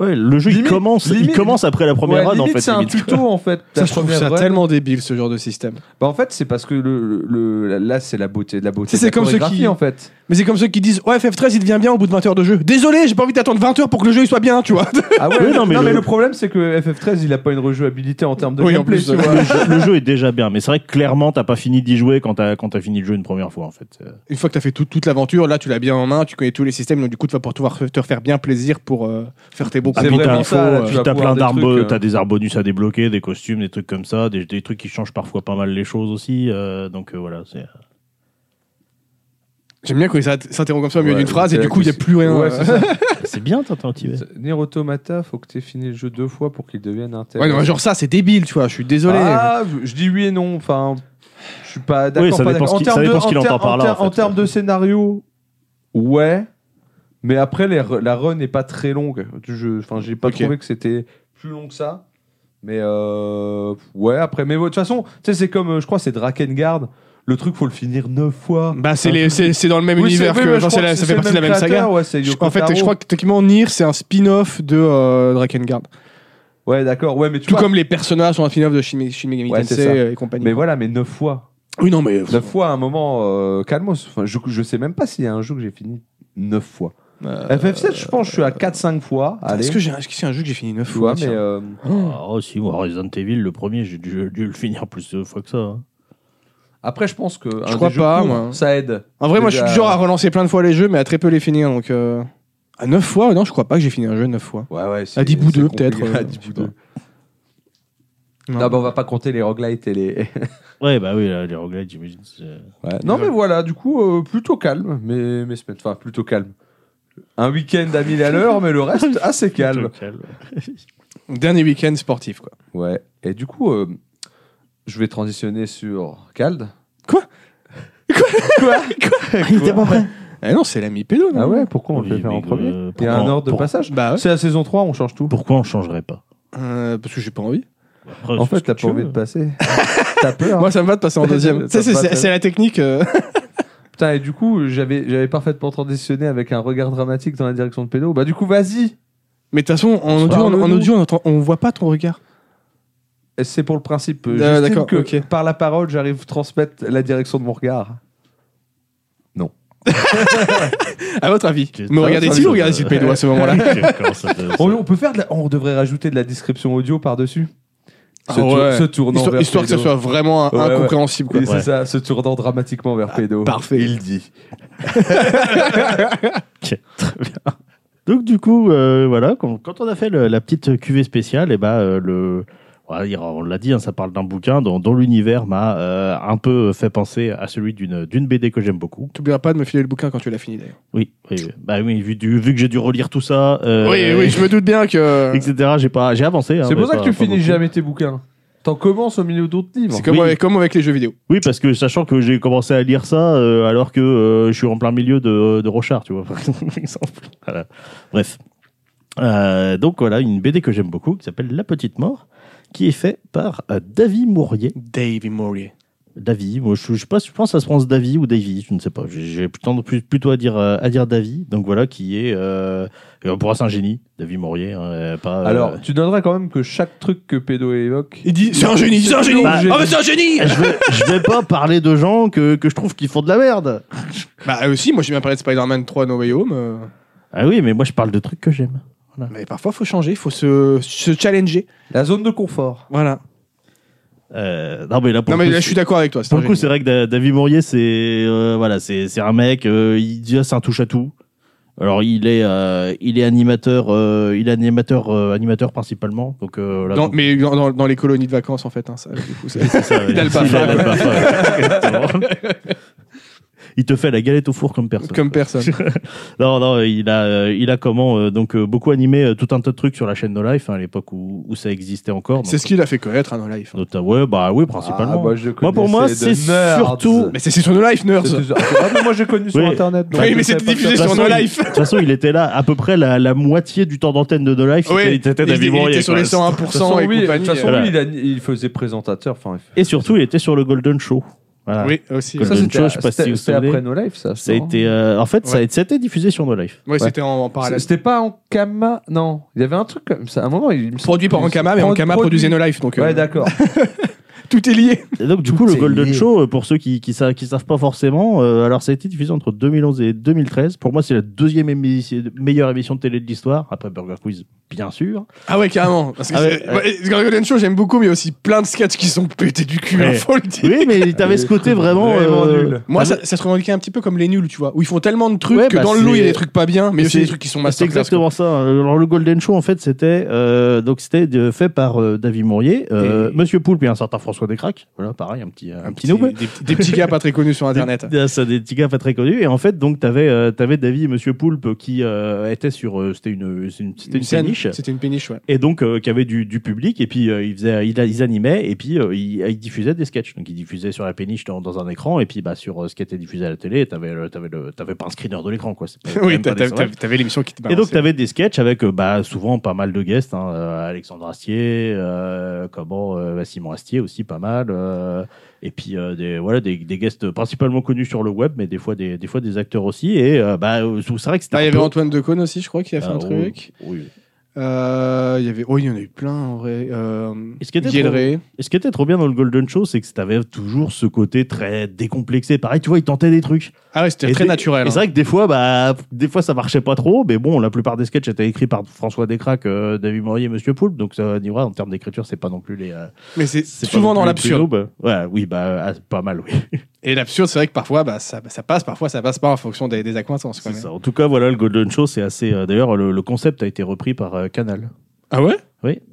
Speaker 1: Ouais, le jeu il
Speaker 3: Limite-
Speaker 1: commence, il
Speaker 3: limite-
Speaker 1: commence après la première
Speaker 3: Ouais,
Speaker 1: run en
Speaker 3: limite,
Speaker 1: fait.
Speaker 3: C'est un
Speaker 1: limite.
Speaker 3: tuto en fait.
Speaker 2: Ça,
Speaker 3: la
Speaker 2: je trouve
Speaker 3: première
Speaker 2: ça
Speaker 3: run.
Speaker 2: tellement débile ce genre de système.
Speaker 3: Bah, en fait, c'est parce que le, le- le- là, c'est la beauté de la beauté.
Speaker 2: Si,
Speaker 3: de
Speaker 2: c'est
Speaker 3: la
Speaker 2: comme ceux
Speaker 3: chorégraphie,
Speaker 2: qui-
Speaker 3: en fait.
Speaker 2: Mais c'est comme ceux qui disent Ouais, FF13, il devient bien au bout de 20 heures de jeu. Désolé, j'ai pas envie d'attendre 20 heures pour que le jeu il soit bien, tu vois.
Speaker 3: Ah ouais,
Speaker 1: Oui, non,
Speaker 3: non, mais,
Speaker 1: mais
Speaker 3: le...
Speaker 1: le-
Speaker 3: problème, c'est que FF13, il a pas une rejouabilité en termes de
Speaker 2: Oui, en
Speaker 3: gameplay,
Speaker 2: plus, euh,
Speaker 3: tu
Speaker 2: ouais.
Speaker 3: vois.
Speaker 1: le, jeu, le jeu est déjà bien, mais c'est vrai que clairement, t'as pas fini d'y jouer quand t'as quand t'as fini le jeu une première fois en fait. Euh,
Speaker 2: Une fois que t'as fait tout- toute l'aventure, là, tu l'as bien en main, tu connais tous les systèmes, donc du coup, tu vas pouvoir pouvoir te refaire bien plaisir pour euh, faire tes beaux
Speaker 3: C'est
Speaker 1: puis
Speaker 2: combos.
Speaker 3: vrai. vraiment
Speaker 1: t'as-
Speaker 3: ça, là, tu
Speaker 1: puis
Speaker 3: vas
Speaker 1: t'as
Speaker 3: pouvoir
Speaker 1: plein
Speaker 3: des
Speaker 1: d'armes,
Speaker 3: trucs, euh.
Speaker 1: t'as des arts bonus à débloquer, des costumes, des trucs comme ça, des, des trucs qui changent parfois pas mal les choses aussi. euh, donc euh, voilà, c'est.
Speaker 2: J'aime bien quand ils s'int- s'interrompent comme ça au milieu
Speaker 3: Ouais,
Speaker 2: d'une phrase et
Speaker 3: c'est
Speaker 2: du coup, il n'y a
Speaker 3: la-
Speaker 2: plus rien.
Speaker 3: Ouais,
Speaker 2: euh,
Speaker 3: c'est ça.
Speaker 1: C'est bien, t'es motivé.
Speaker 3: Nier Automata, faut que t'aies fini le jeu deux fois pour qu'il devienne
Speaker 2: Ouais,
Speaker 3: intéressant.
Speaker 2: non, mais genre ça, c'est débile, tu vois, je suis désolé.
Speaker 3: Ah, je dis oui et non. Enfin, je suis pas d'accord.
Speaker 1: Oui, ça
Speaker 3: pas
Speaker 1: dépend
Speaker 3: d'accord.
Speaker 1: ce qu'il- ça
Speaker 3: termes
Speaker 1: dépend
Speaker 3: de-
Speaker 1: ce qu'il
Speaker 3: en ter-
Speaker 1: entend par là,
Speaker 3: ter-
Speaker 1: en fait.
Speaker 3: En termes de scénario, ouais. Mais après, les re- la run n'est pas très longue du jeu. Enfin, j'ai pas
Speaker 2: Ok.
Speaker 3: trouvé que c'était plus long que ça. Mais euh, ouais, après, mais de toute façon, tu sais, c'est comme, euh, je crois, c'est Drakengard. Le truc, faut le finir neuf fois.
Speaker 2: Bah, c'est les- c'est c'est dans le même
Speaker 3: Oui,
Speaker 2: univers
Speaker 3: c'est-
Speaker 2: que.
Speaker 3: oui, mais je
Speaker 2: genre,
Speaker 3: crois
Speaker 2: c'est la-
Speaker 3: que
Speaker 2: ça
Speaker 3: c'est
Speaker 2: fait
Speaker 3: le
Speaker 2: partie de la
Speaker 3: même
Speaker 2: même saga.
Speaker 3: créateur, ouais, c'est Yoko
Speaker 2: En fait,
Speaker 3: Taro.
Speaker 2: je crois que techniquement, Nier, c'est un spin-off de euh, Drakengard.
Speaker 3: Ouais, d'accord. Ouais, mais tu
Speaker 2: Tout
Speaker 3: vois-
Speaker 2: comme les personnages sont un spin-off de Shin Me- Shin Megami
Speaker 3: Ouais,
Speaker 2: Tensei
Speaker 3: c'est ça.
Speaker 2: euh, et compagnie.
Speaker 3: Mais voilà, mais neuf fois.
Speaker 2: Oui, non, mais.
Speaker 3: Neuf fois à un moment, euh, calmos. Enfin, je, je sais même pas s'il y a un jeu que j'ai fini neuf fois.
Speaker 2: Euh,
Speaker 3: FF7, je pense, que je suis à 4-5 fois. Allez,
Speaker 2: Est-ce que j'ai est-ce que c'est un jeu que j'ai fini 9
Speaker 3: tu vois,
Speaker 2: fois
Speaker 3: mais
Speaker 2: tiens
Speaker 3: euh,
Speaker 1: Ah, oh, si, moi, Resident Evil, le premier, j'ai dû, dû le finir plus de fois que ça. hein.
Speaker 3: après, je pense que un
Speaker 2: crois
Speaker 3: des jeux
Speaker 2: pas,
Speaker 3: courts,
Speaker 2: moi.
Speaker 3: ça aide.
Speaker 2: En vrai, moi, je suis du
Speaker 3: euh, déjà-
Speaker 2: genre à relancer plein de fois les jeux, mais à très peu les finir. Donc, euh, à 9 fois, non, je crois pas que j'ai fini un jeu 9 fois.
Speaker 3: euh, Ouais, ouais, c'est-
Speaker 2: À 10 bouts
Speaker 3: c'est
Speaker 2: d'eux,
Speaker 3: compliqué.
Speaker 2: peut-être, euh,
Speaker 3: À 10
Speaker 2: je sais
Speaker 3: bouts d'eux.
Speaker 2: pas. Ah
Speaker 3: Non, bah, on va pas compter les roguelites et les.
Speaker 1: Ouais, bah oui, là, les roguelites, j'imagine. c'est-
Speaker 3: Ouais. Non, mais voilà, du coup, euh, plutôt calme. Mais, mais semaines, enfin, plutôt calme. Un week-end à 1000 à l'heure, mais le reste assez calme.
Speaker 2: Dernier week-end sportif, quoi.
Speaker 3: Ouais. Et du coup, euh, je vais transitionner sur Cald.
Speaker 2: Quoi
Speaker 3: Quoi Quoi
Speaker 2: Il était pas prêt. Ah non, c'est l'ami pédo, non
Speaker 3: Ah ouais, pourquoi on
Speaker 1: Mmh. Oui,
Speaker 3: le fait faire
Speaker 1: mais
Speaker 3: en premier
Speaker 1: euh,
Speaker 3: Il y a
Speaker 1: pourquoi-
Speaker 3: un ordre de
Speaker 1: pour-
Speaker 3: passage.
Speaker 2: Bah ouais.
Speaker 3: C'est la saison 3, on change tout.
Speaker 1: Pourquoi on changerait pas
Speaker 2: Euh, parce que j'ai pas envie.
Speaker 1: Après,
Speaker 3: En
Speaker 1: c'est
Speaker 3: fait,
Speaker 1: ce que
Speaker 3: t'as
Speaker 1: tu
Speaker 3: pas envie
Speaker 1: veux.
Speaker 3: de passer. t'as peur.
Speaker 2: Moi, ça me va de passer en deuxième.
Speaker 3: Ah. Ça
Speaker 2: Tu sais, c'est
Speaker 3: me va,
Speaker 2: c'est-
Speaker 3: ça.
Speaker 2: c'est la technique. euh.
Speaker 3: Putain, et du coup, j'avais j'avais parfaitement transitionné avec un regard dramatique dans la direction de Pédo. Bah, du coup, vas-y
Speaker 2: Mais de toute façon, en audio, en, en audio, on, entend- on voit pas ton regard.
Speaker 3: Et C'est pour le principe.
Speaker 2: Ah,
Speaker 3: J'estime
Speaker 2: d'accord,
Speaker 3: que
Speaker 2: ok.
Speaker 3: par la parole, j'arrive à transmettre la direction de mon regard.
Speaker 2: À votre avis
Speaker 1: Tu-
Speaker 2: Me
Speaker 1: Ah,
Speaker 2: regardez-tu
Speaker 1: ça,
Speaker 2: ou regardez-tu
Speaker 1: ça-
Speaker 2: pédo à ce moment-là
Speaker 1: Je commence à te-
Speaker 3: On, on peut faire de la- on devrait rajouter de la description audio par-dessus.
Speaker 2: Ah
Speaker 3: Se, tour-
Speaker 2: ouais.
Speaker 3: se tournant
Speaker 2: Histoire,
Speaker 3: vers
Speaker 2: histoire que ça
Speaker 3: Pédo.
Speaker 2: soit vraiment
Speaker 3: Ouais, ouais.
Speaker 2: incompréhensible, quoi. Ah,
Speaker 3: Et c'est
Speaker 1: Ouais.
Speaker 3: ça, se tournant dramatiquement vers Pédo.
Speaker 2: parfait.
Speaker 3: Il dit.
Speaker 1: Ok, très bien. Donc du coup, euh, voilà, quand, quand on a fait le- la petite cuvée spéciale, et ben euh, le, on va dire, on l'a dit, hein, ça parle d'un bouquin dont, dont l'univers m'a euh, un peu fait penser à celui d'une d'une BD que j'aime beaucoup.
Speaker 2: T'oublieras pas de me filer le bouquin quand tu l'as fini, d'ailleurs.
Speaker 1: Oui, oui, oui. bah oui, vu, du- vu que j'ai dû relire tout ça, euh,
Speaker 2: Oui, oui, je me doute bien que. euh,
Speaker 1: etc. J'ai pas, j'ai avancé. hein,
Speaker 3: C'est pour
Speaker 1: mais
Speaker 3: ça que
Speaker 1: pas-
Speaker 3: tu
Speaker 1: pas
Speaker 3: finis
Speaker 1: beaucoup.
Speaker 3: jamais tes bouquins. T'en commences au milieu d'autres livres.
Speaker 2: C'est comme,
Speaker 1: Oui.
Speaker 2: avec- comme avec les jeux vidéo.
Speaker 1: Oui, parce que sachant que j'ai commencé à lire ça euh, alors que euh, je suis en plein milieu de, de Rochard, tu vois, par exemple. Voilà. Bref. Euh, donc voilà, une BD que j'aime beaucoup qui s'appelle La Petite Mort, qui est faite par euh, Davy Mourier.
Speaker 2: Davey Morier.
Speaker 1: Davy, moi je, je sais pas, je pense que ça se prononce Davy ou Davy, je ne sais pas. J'ai- J'ai plutôt, plus- plutôt à dire, euh, à dire Davy, donc voilà, qui est. Euh, et pour moi, c'est un génie, Davy Mourier. hein, euh, pas, euh,
Speaker 3: Alors, tu donneras quand même que chaque truc que Pédo évoque.
Speaker 2: Il dit C'est un génie, c'est un génie
Speaker 1: Bah,
Speaker 2: Ah, mais c'est un génie
Speaker 1: je vais, je vais pas parler de gens que, que je trouve qui font de la merde.
Speaker 2: Bah, aussi, moi j'ai bien parlé de Spider-Man 3 No Way Home. euh,
Speaker 1: Ah oui, mais moi je parle de trucs que j'aime.
Speaker 2: Mais parfois, faut changer, faut se, se challenger.
Speaker 3: La zone de confort.
Speaker 2: Voilà.
Speaker 1: Euh, non mais là pour
Speaker 2: Non,
Speaker 1: le
Speaker 2: mais
Speaker 1: coup,
Speaker 2: là, je
Speaker 1: c'est-
Speaker 2: suis d'accord avec toi. c'est
Speaker 1: pour
Speaker 2: un
Speaker 1: le coup,
Speaker 2: génie.
Speaker 1: c'est vrai que Da- David Mourier c'est euh, voilà c'est c'est un mec euh, il déjà c'est un touche à tout. Alors il est euh, il est animateur euh, il est animateur euh, animateur principalement donc euh, là,
Speaker 2: Dans-
Speaker 1: donc,
Speaker 2: mais dans, dans- dans les colonies de vacances, en fait. hein, ça, du coup, c'est-
Speaker 1: c'est ça,
Speaker 2: il a le
Speaker 1: il
Speaker 2: Bafa,
Speaker 1: le Bafa, ouais. Il te fait la galette au four comme personne.
Speaker 2: comme personne.
Speaker 1: Non, non, il a, euh, il a comment euh, donc euh, beaucoup animé euh, tout un tas de trucs sur la chaîne No Life hein, à l'époque où, où ça existait encore. donc,
Speaker 2: C'est ce qu'il a fait connaître à No Life. hein.
Speaker 1: notamment- ouais, bah oui, principalement.
Speaker 3: Ah, moi, je
Speaker 1: Moi, pour moi,
Speaker 3: connaissais de
Speaker 1: c'est
Speaker 3: nerds.
Speaker 1: surtout-
Speaker 2: Mais c'est c'est sur No Life,
Speaker 3: C'est
Speaker 2: Nerds
Speaker 3: toujours- Ah, mais moi j'ai connu sur
Speaker 1: Oui.
Speaker 3: internet. donc
Speaker 2: Oui,
Speaker 3: je
Speaker 2: mais
Speaker 3: savais
Speaker 2: c'était
Speaker 3: pas que
Speaker 2: diffusé
Speaker 3: ça-
Speaker 1: De
Speaker 2: sur
Speaker 1: toute façon,
Speaker 2: No
Speaker 1: il-
Speaker 2: Life.
Speaker 1: De toute façon, il était là à peu près la, la moitié du temps d'antenne de No Life.
Speaker 2: Oui,
Speaker 1: c'était- il était
Speaker 2: il,
Speaker 1: David
Speaker 2: il
Speaker 1: Mourier,
Speaker 2: était sur
Speaker 1: quoi.
Speaker 2: les 101%
Speaker 3: De toute façon,
Speaker 2: et
Speaker 3: oui, de
Speaker 2: compagnie.
Speaker 3: toute façon,
Speaker 2: euh,
Speaker 1: Voilà.
Speaker 3: oui, il, a- il faisait présentateur. Enfin, il-
Speaker 1: Et surtout, il était sur le Golden Show. Voilà.
Speaker 2: euh. Oui, aussi.
Speaker 1: Comme-
Speaker 2: Ça,
Speaker 3: ça,
Speaker 1: Golden
Speaker 3: c'était-
Speaker 1: Show, je sais pas si
Speaker 3: c'était
Speaker 1: vous
Speaker 3: c'était
Speaker 1: savez.
Speaker 3: après No Life, ça.
Speaker 1: Ça a
Speaker 3: non
Speaker 1: été, euh, en fait, ça a été- ça a été diffusé sur No Life.
Speaker 2: Ouais, c'était en, en parallèle.
Speaker 3: C'était pas en Kama. Non, il y avait un truc comme ça. À un moment, il me semble-
Speaker 2: Produit par Ankama, mais
Speaker 3: Pro-
Speaker 2: Ankama
Speaker 3: produit-
Speaker 2: produisait No Life. Donc, euh,
Speaker 3: Ouais, d'accord.
Speaker 2: Tout est lié.
Speaker 1: Et donc, du coup, le
Speaker 3: est
Speaker 1: Golden
Speaker 3: lié.
Speaker 1: Show, euh, pour ceux qui qui, sa- qui savent pas forcément, euh, alors ça a été diffusé entre 2011 et 2013. Pour moi, c'est la deuxième émi- meilleure émission de télé de l'histoire, après Burger Quiz, bien sûr.
Speaker 2: Ah ouais, carrément. Parce que
Speaker 1: Ah ouais,
Speaker 2: c'est- ouais, Gary Golden Show, j'aime beaucoup, mais il y a aussi plein de sketchs qui sont pétés du cul,
Speaker 1: Ouais.
Speaker 2: il faut le dire.
Speaker 1: Oui, mais t'avais ce côté Euh, vraiment. Ah
Speaker 3: Vraiment nul.
Speaker 2: euh, Moi, ça, ça se revendiquait un petit peu comme les nuls, tu vois, où ils font tellement de trucs
Speaker 1: Ouais,
Speaker 2: que
Speaker 1: bah,
Speaker 2: dans le lot, il y a
Speaker 1: c'est-
Speaker 2: des trucs pas bien, mais il y a aussi
Speaker 1: c'est-
Speaker 2: des trucs qui sont
Speaker 1: C'est
Speaker 2: masterclass.
Speaker 1: exactement ça. Alors, le Golden Show, en fait, c'était euh, donc c'était euh, fait par euh, David Mourier, euh,
Speaker 2: Et-
Speaker 1: Monsieur Poulpe et un certain François Descraques. Voilà, pareil, un petit,
Speaker 2: quoi.
Speaker 1: un, petit noob.
Speaker 2: des, petits- des petits gars pas très connus sur Internet.
Speaker 1: Des, ça, des petits gars pas très connus. Et en fait, donc, t'avais euh, t'avais David et Monsieur Poulpe qui euh, étaient sur. euh, c'était une, c'était une, c'était une
Speaker 2: scène.
Speaker 1: péniche.
Speaker 2: C'était une péniche, ouais.
Speaker 1: Et donc, euh, qui avait du, du public, et puis euh, ils, faisaient, ils, ils animaient, et puis euh, ils, ils diffusaient des sketchs. Donc, ils diffusaient sur la péniche dans, dans un écran, et puis bah, sur euh, ce qui était diffusé à la télé, t'avais le- t'avais le- t'avais pas un screener de l'écran, quoi. C'est pas-
Speaker 2: Oui,
Speaker 1: même pas
Speaker 2: t'as-
Speaker 1: des
Speaker 2: t'as-
Speaker 1: sauvages.
Speaker 2: t'avais t'avais l'émission qui te
Speaker 1: Et donc,
Speaker 2: balançait.
Speaker 1: tu avais des sketchs avec euh, bah, souvent pas mal de guests. hein, euh, Alexandre Astier, euh, comment, euh, bah, Simon Astier aussi, pas mal. euh, et puis, euh, des, voilà, des, des guests principalement connus sur le web, mais des fois des, des, fois des acteurs aussi. Et euh, bah, euh, c'est vrai que c'était.
Speaker 2: Ah, il y
Speaker 1: un
Speaker 2: avait
Speaker 1: peu-
Speaker 2: Antoine Decaune aussi, je crois, qui a fait
Speaker 1: Ah,
Speaker 2: un
Speaker 1: oui,
Speaker 2: truc.
Speaker 1: oui.
Speaker 2: Euh, Il y avait. Oh, il y en a eu plein, en vrai. Euh...
Speaker 1: Est-ce qu'il y a des
Speaker 2: Guilleré.
Speaker 1: Et ce qui était trop bien dans le Golden Show, c'est que tu avais toujours ce côté très décomplexé. Pareil, tu vois, ils tentaient des trucs.
Speaker 2: Ah ouais, c'était
Speaker 1: Et
Speaker 2: très
Speaker 1: des-
Speaker 2: naturel.
Speaker 1: et C'est
Speaker 2: hein.
Speaker 1: vrai que des fois, bah, des fois, ça marchait pas trop, mais bon, la plupart des sketchs étaient écrits par François Descraques, euh, David Maurier et Monsieur Poulpe, donc ça, on y voit, en termes d'écriture, c'est pas non plus les. euh,
Speaker 2: Mais c'est
Speaker 1: c'est pas
Speaker 2: souvent
Speaker 1: non
Speaker 2: dans
Speaker 1: plus les
Speaker 2: l'absurde.
Speaker 1: plus nobles. Ouais, oui, bah, euh, ah, pas mal, oui.
Speaker 2: Et l'absurde, c'est vrai que parfois, bah, ça, ça passe, parfois, ça passe pas en fonction des, des accointances. Quoi,
Speaker 1: C'est
Speaker 2: mais-
Speaker 1: ça. En tout cas, voilà, le Golden Show, c'est assez. euh, D'ailleurs, le, le concept a été repris par euh, Canal.
Speaker 2: Ah ouais
Speaker 1: Oui,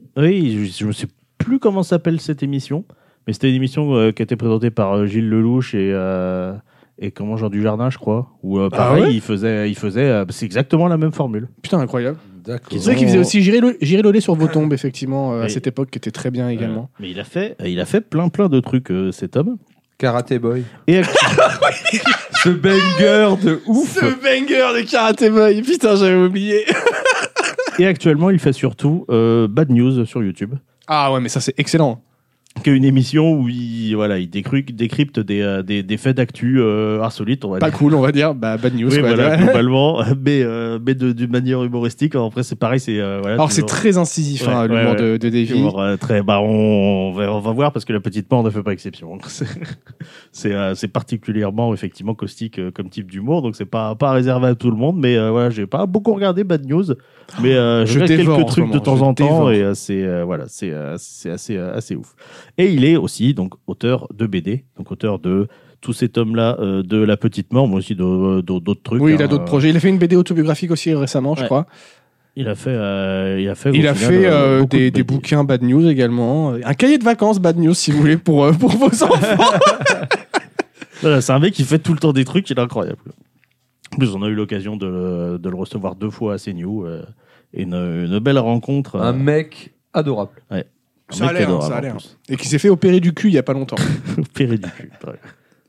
Speaker 1: je, je me sais plus comment s'appelle cette émission, mais c'était une émission euh, qui a été présentée par euh, Gilles Lelouch et euh, et comment Jean Dujardin, je crois. Ou
Speaker 2: Ah
Speaker 1: pareil,
Speaker 2: ouais
Speaker 1: il faisait, il faisait, euh, c'est exactement la même formule.
Speaker 2: Putain, incroyable.
Speaker 3: D'accord.
Speaker 2: C'est vrai qu'il faisait aussi J'irai l'olé sur vos tombes, effectivement, euh, à
Speaker 1: Et-
Speaker 2: cette époque, qui était très bien également.
Speaker 1: Euh, mais il a fait, il a fait plein plein de trucs euh, cet homme.
Speaker 3: Karate Boy.
Speaker 1: Et actu-
Speaker 3: Ce banger de ouf.
Speaker 2: banger de Karate Boy Putain, j'avais oublié
Speaker 1: et actuellement, il fait surtout euh, Bad News sur YouTube,
Speaker 2: Ah ouais, mais ça, c'est excellent.
Speaker 1: qui est une émission où il voilà, il décrypte, décrypte des, euh, des des faits d'actu euh, insolites, on va
Speaker 2: Pas
Speaker 1: dire.
Speaker 2: cool, on va dire. Bah, bad news,
Speaker 1: Oui,
Speaker 2: quoi.
Speaker 1: voilà,
Speaker 2: tu vois.
Speaker 1: globalement, mais, euh, mais de- d'une manière humoristique. Après, c'est pareil, c'est euh, voilà.
Speaker 2: Alors, c'est
Speaker 1: toujours-
Speaker 2: très incisif, hein,
Speaker 1: Ouais,
Speaker 2: l'humour
Speaker 1: ouais, ouais.
Speaker 2: de, de Davy.
Speaker 1: Humour, euh, très, bah, on, on va, on va voir parce que la petite mort ne fait pas exception. C'est- c'est euh, c'est particulièrement effectivement caustique euh, comme type d'humour, donc c'est pas pas réservé à tout le monde. Mais euh, voilà, j'ai pas beaucoup regardé Bad News, mais euh,
Speaker 2: Je
Speaker 1: je regarde
Speaker 2: dévore en
Speaker 1: quelques
Speaker 2: ce
Speaker 1: trucs de
Speaker 2: moment,
Speaker 1: temps
Speaker 2: je
Speaker 1: en temps
Speaker 2: dévore.
Speaker 1: et euh, c'est euh, voilà, c'est euh, c'est assez euh, assez ouf. Et il est aussi donc auteur de BD, donc auteur de tous ces tomes-là euh, de La Petite Mort, mais aussi de- de- d'autres trucs.
Speaker 2: Oui, il
Speaker 1: hein.
Speaker 2: a d'autres projets. Il a fait une BD autobiographique aussi récemment, je
Speaker 1: Ouais.
Speaker 2: crois.
Speaker 1: Il a fait, euh, il a fait, au
Speaker 2: Il a
Speaker 1: final,
Speaker 2: fait
Speaker 1: euh,
Speaker 2: euh,
Speaker 1: beaucoup de
Speaker 2: des, des
Speaker 1: BD.
Speaker 2: bouquins Bad News également. Un cahier de vacances Bad News, si vous voulez, pour, euh, pour vos enfants.
Speaker 1: Voilà, c'est un mec qui fait tout le temps des trucs, il est incroyable. En plus, on a eu l'occasion de, le- de le recevoir deux fois à CNU. euh, et une, une belle rencontre. euh,
Speaker 3: Un mec adorable.
Speaker 1: un
Speaker 2: Ah, Ça a
Speaker 1: mec
Speaker 2: l'air,
Speaker 1: adorable,
Speaker 2: ça a
Speaker 1: en
Speaker 2: l'air.
Speaker 1: plus.
Speaker 2: Et qui s'est fait opérer du cul il y a pas longtemps.
Speaker 1: Opéré du cul, ouais.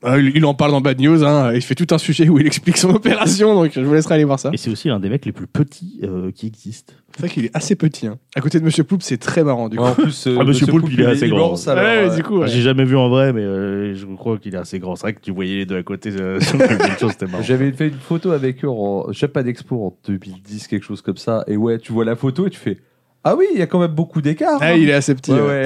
Speaker 2: Ah, il, il en parle dans Bad News. hein. Il fait tout un sujet où il explique son opération. Donc, je vous laisserai aller voir ça.
Speaker 1: Et c'est aussi l'un des mecs les plus petits euh, qui existent.
Speaker 2: C'est vrai qu'il est assez petit. hein. À côté de Monsieur Poupe, c'est très marrant, du coup.
Speaker 3: Ouais, en plus, euh,
Speaker 1: Ah, Monsieur Poulpe, il est assez grand.
Speaker 3: immense, alors, euh,
Speaker 2: Ouais,
Speaker 3: ouais.
Speaker 2: du coup, ouais.
Speaker 1: J'ai jamais vu en vrai, mais euh, je crois qu'il est assez grand. C'est vrai que tu voyais les deux à côté. euh, sur la même chose, c'était marrant.
Speaker 3: J'avais fait une photo avec eux en Japan Expo en 2010, quelque chose comme ça. Et ouais, tu vois la photo et tu fais Ah oui, il y a quand même beaucoup d'écart.
Speaker 2: Ah,
Speaker 3: hein.
Speaker 2: il est assez petit.
Speaker 3: Ouais,
Speaker 2: ouais.
Speaker 3: ouais.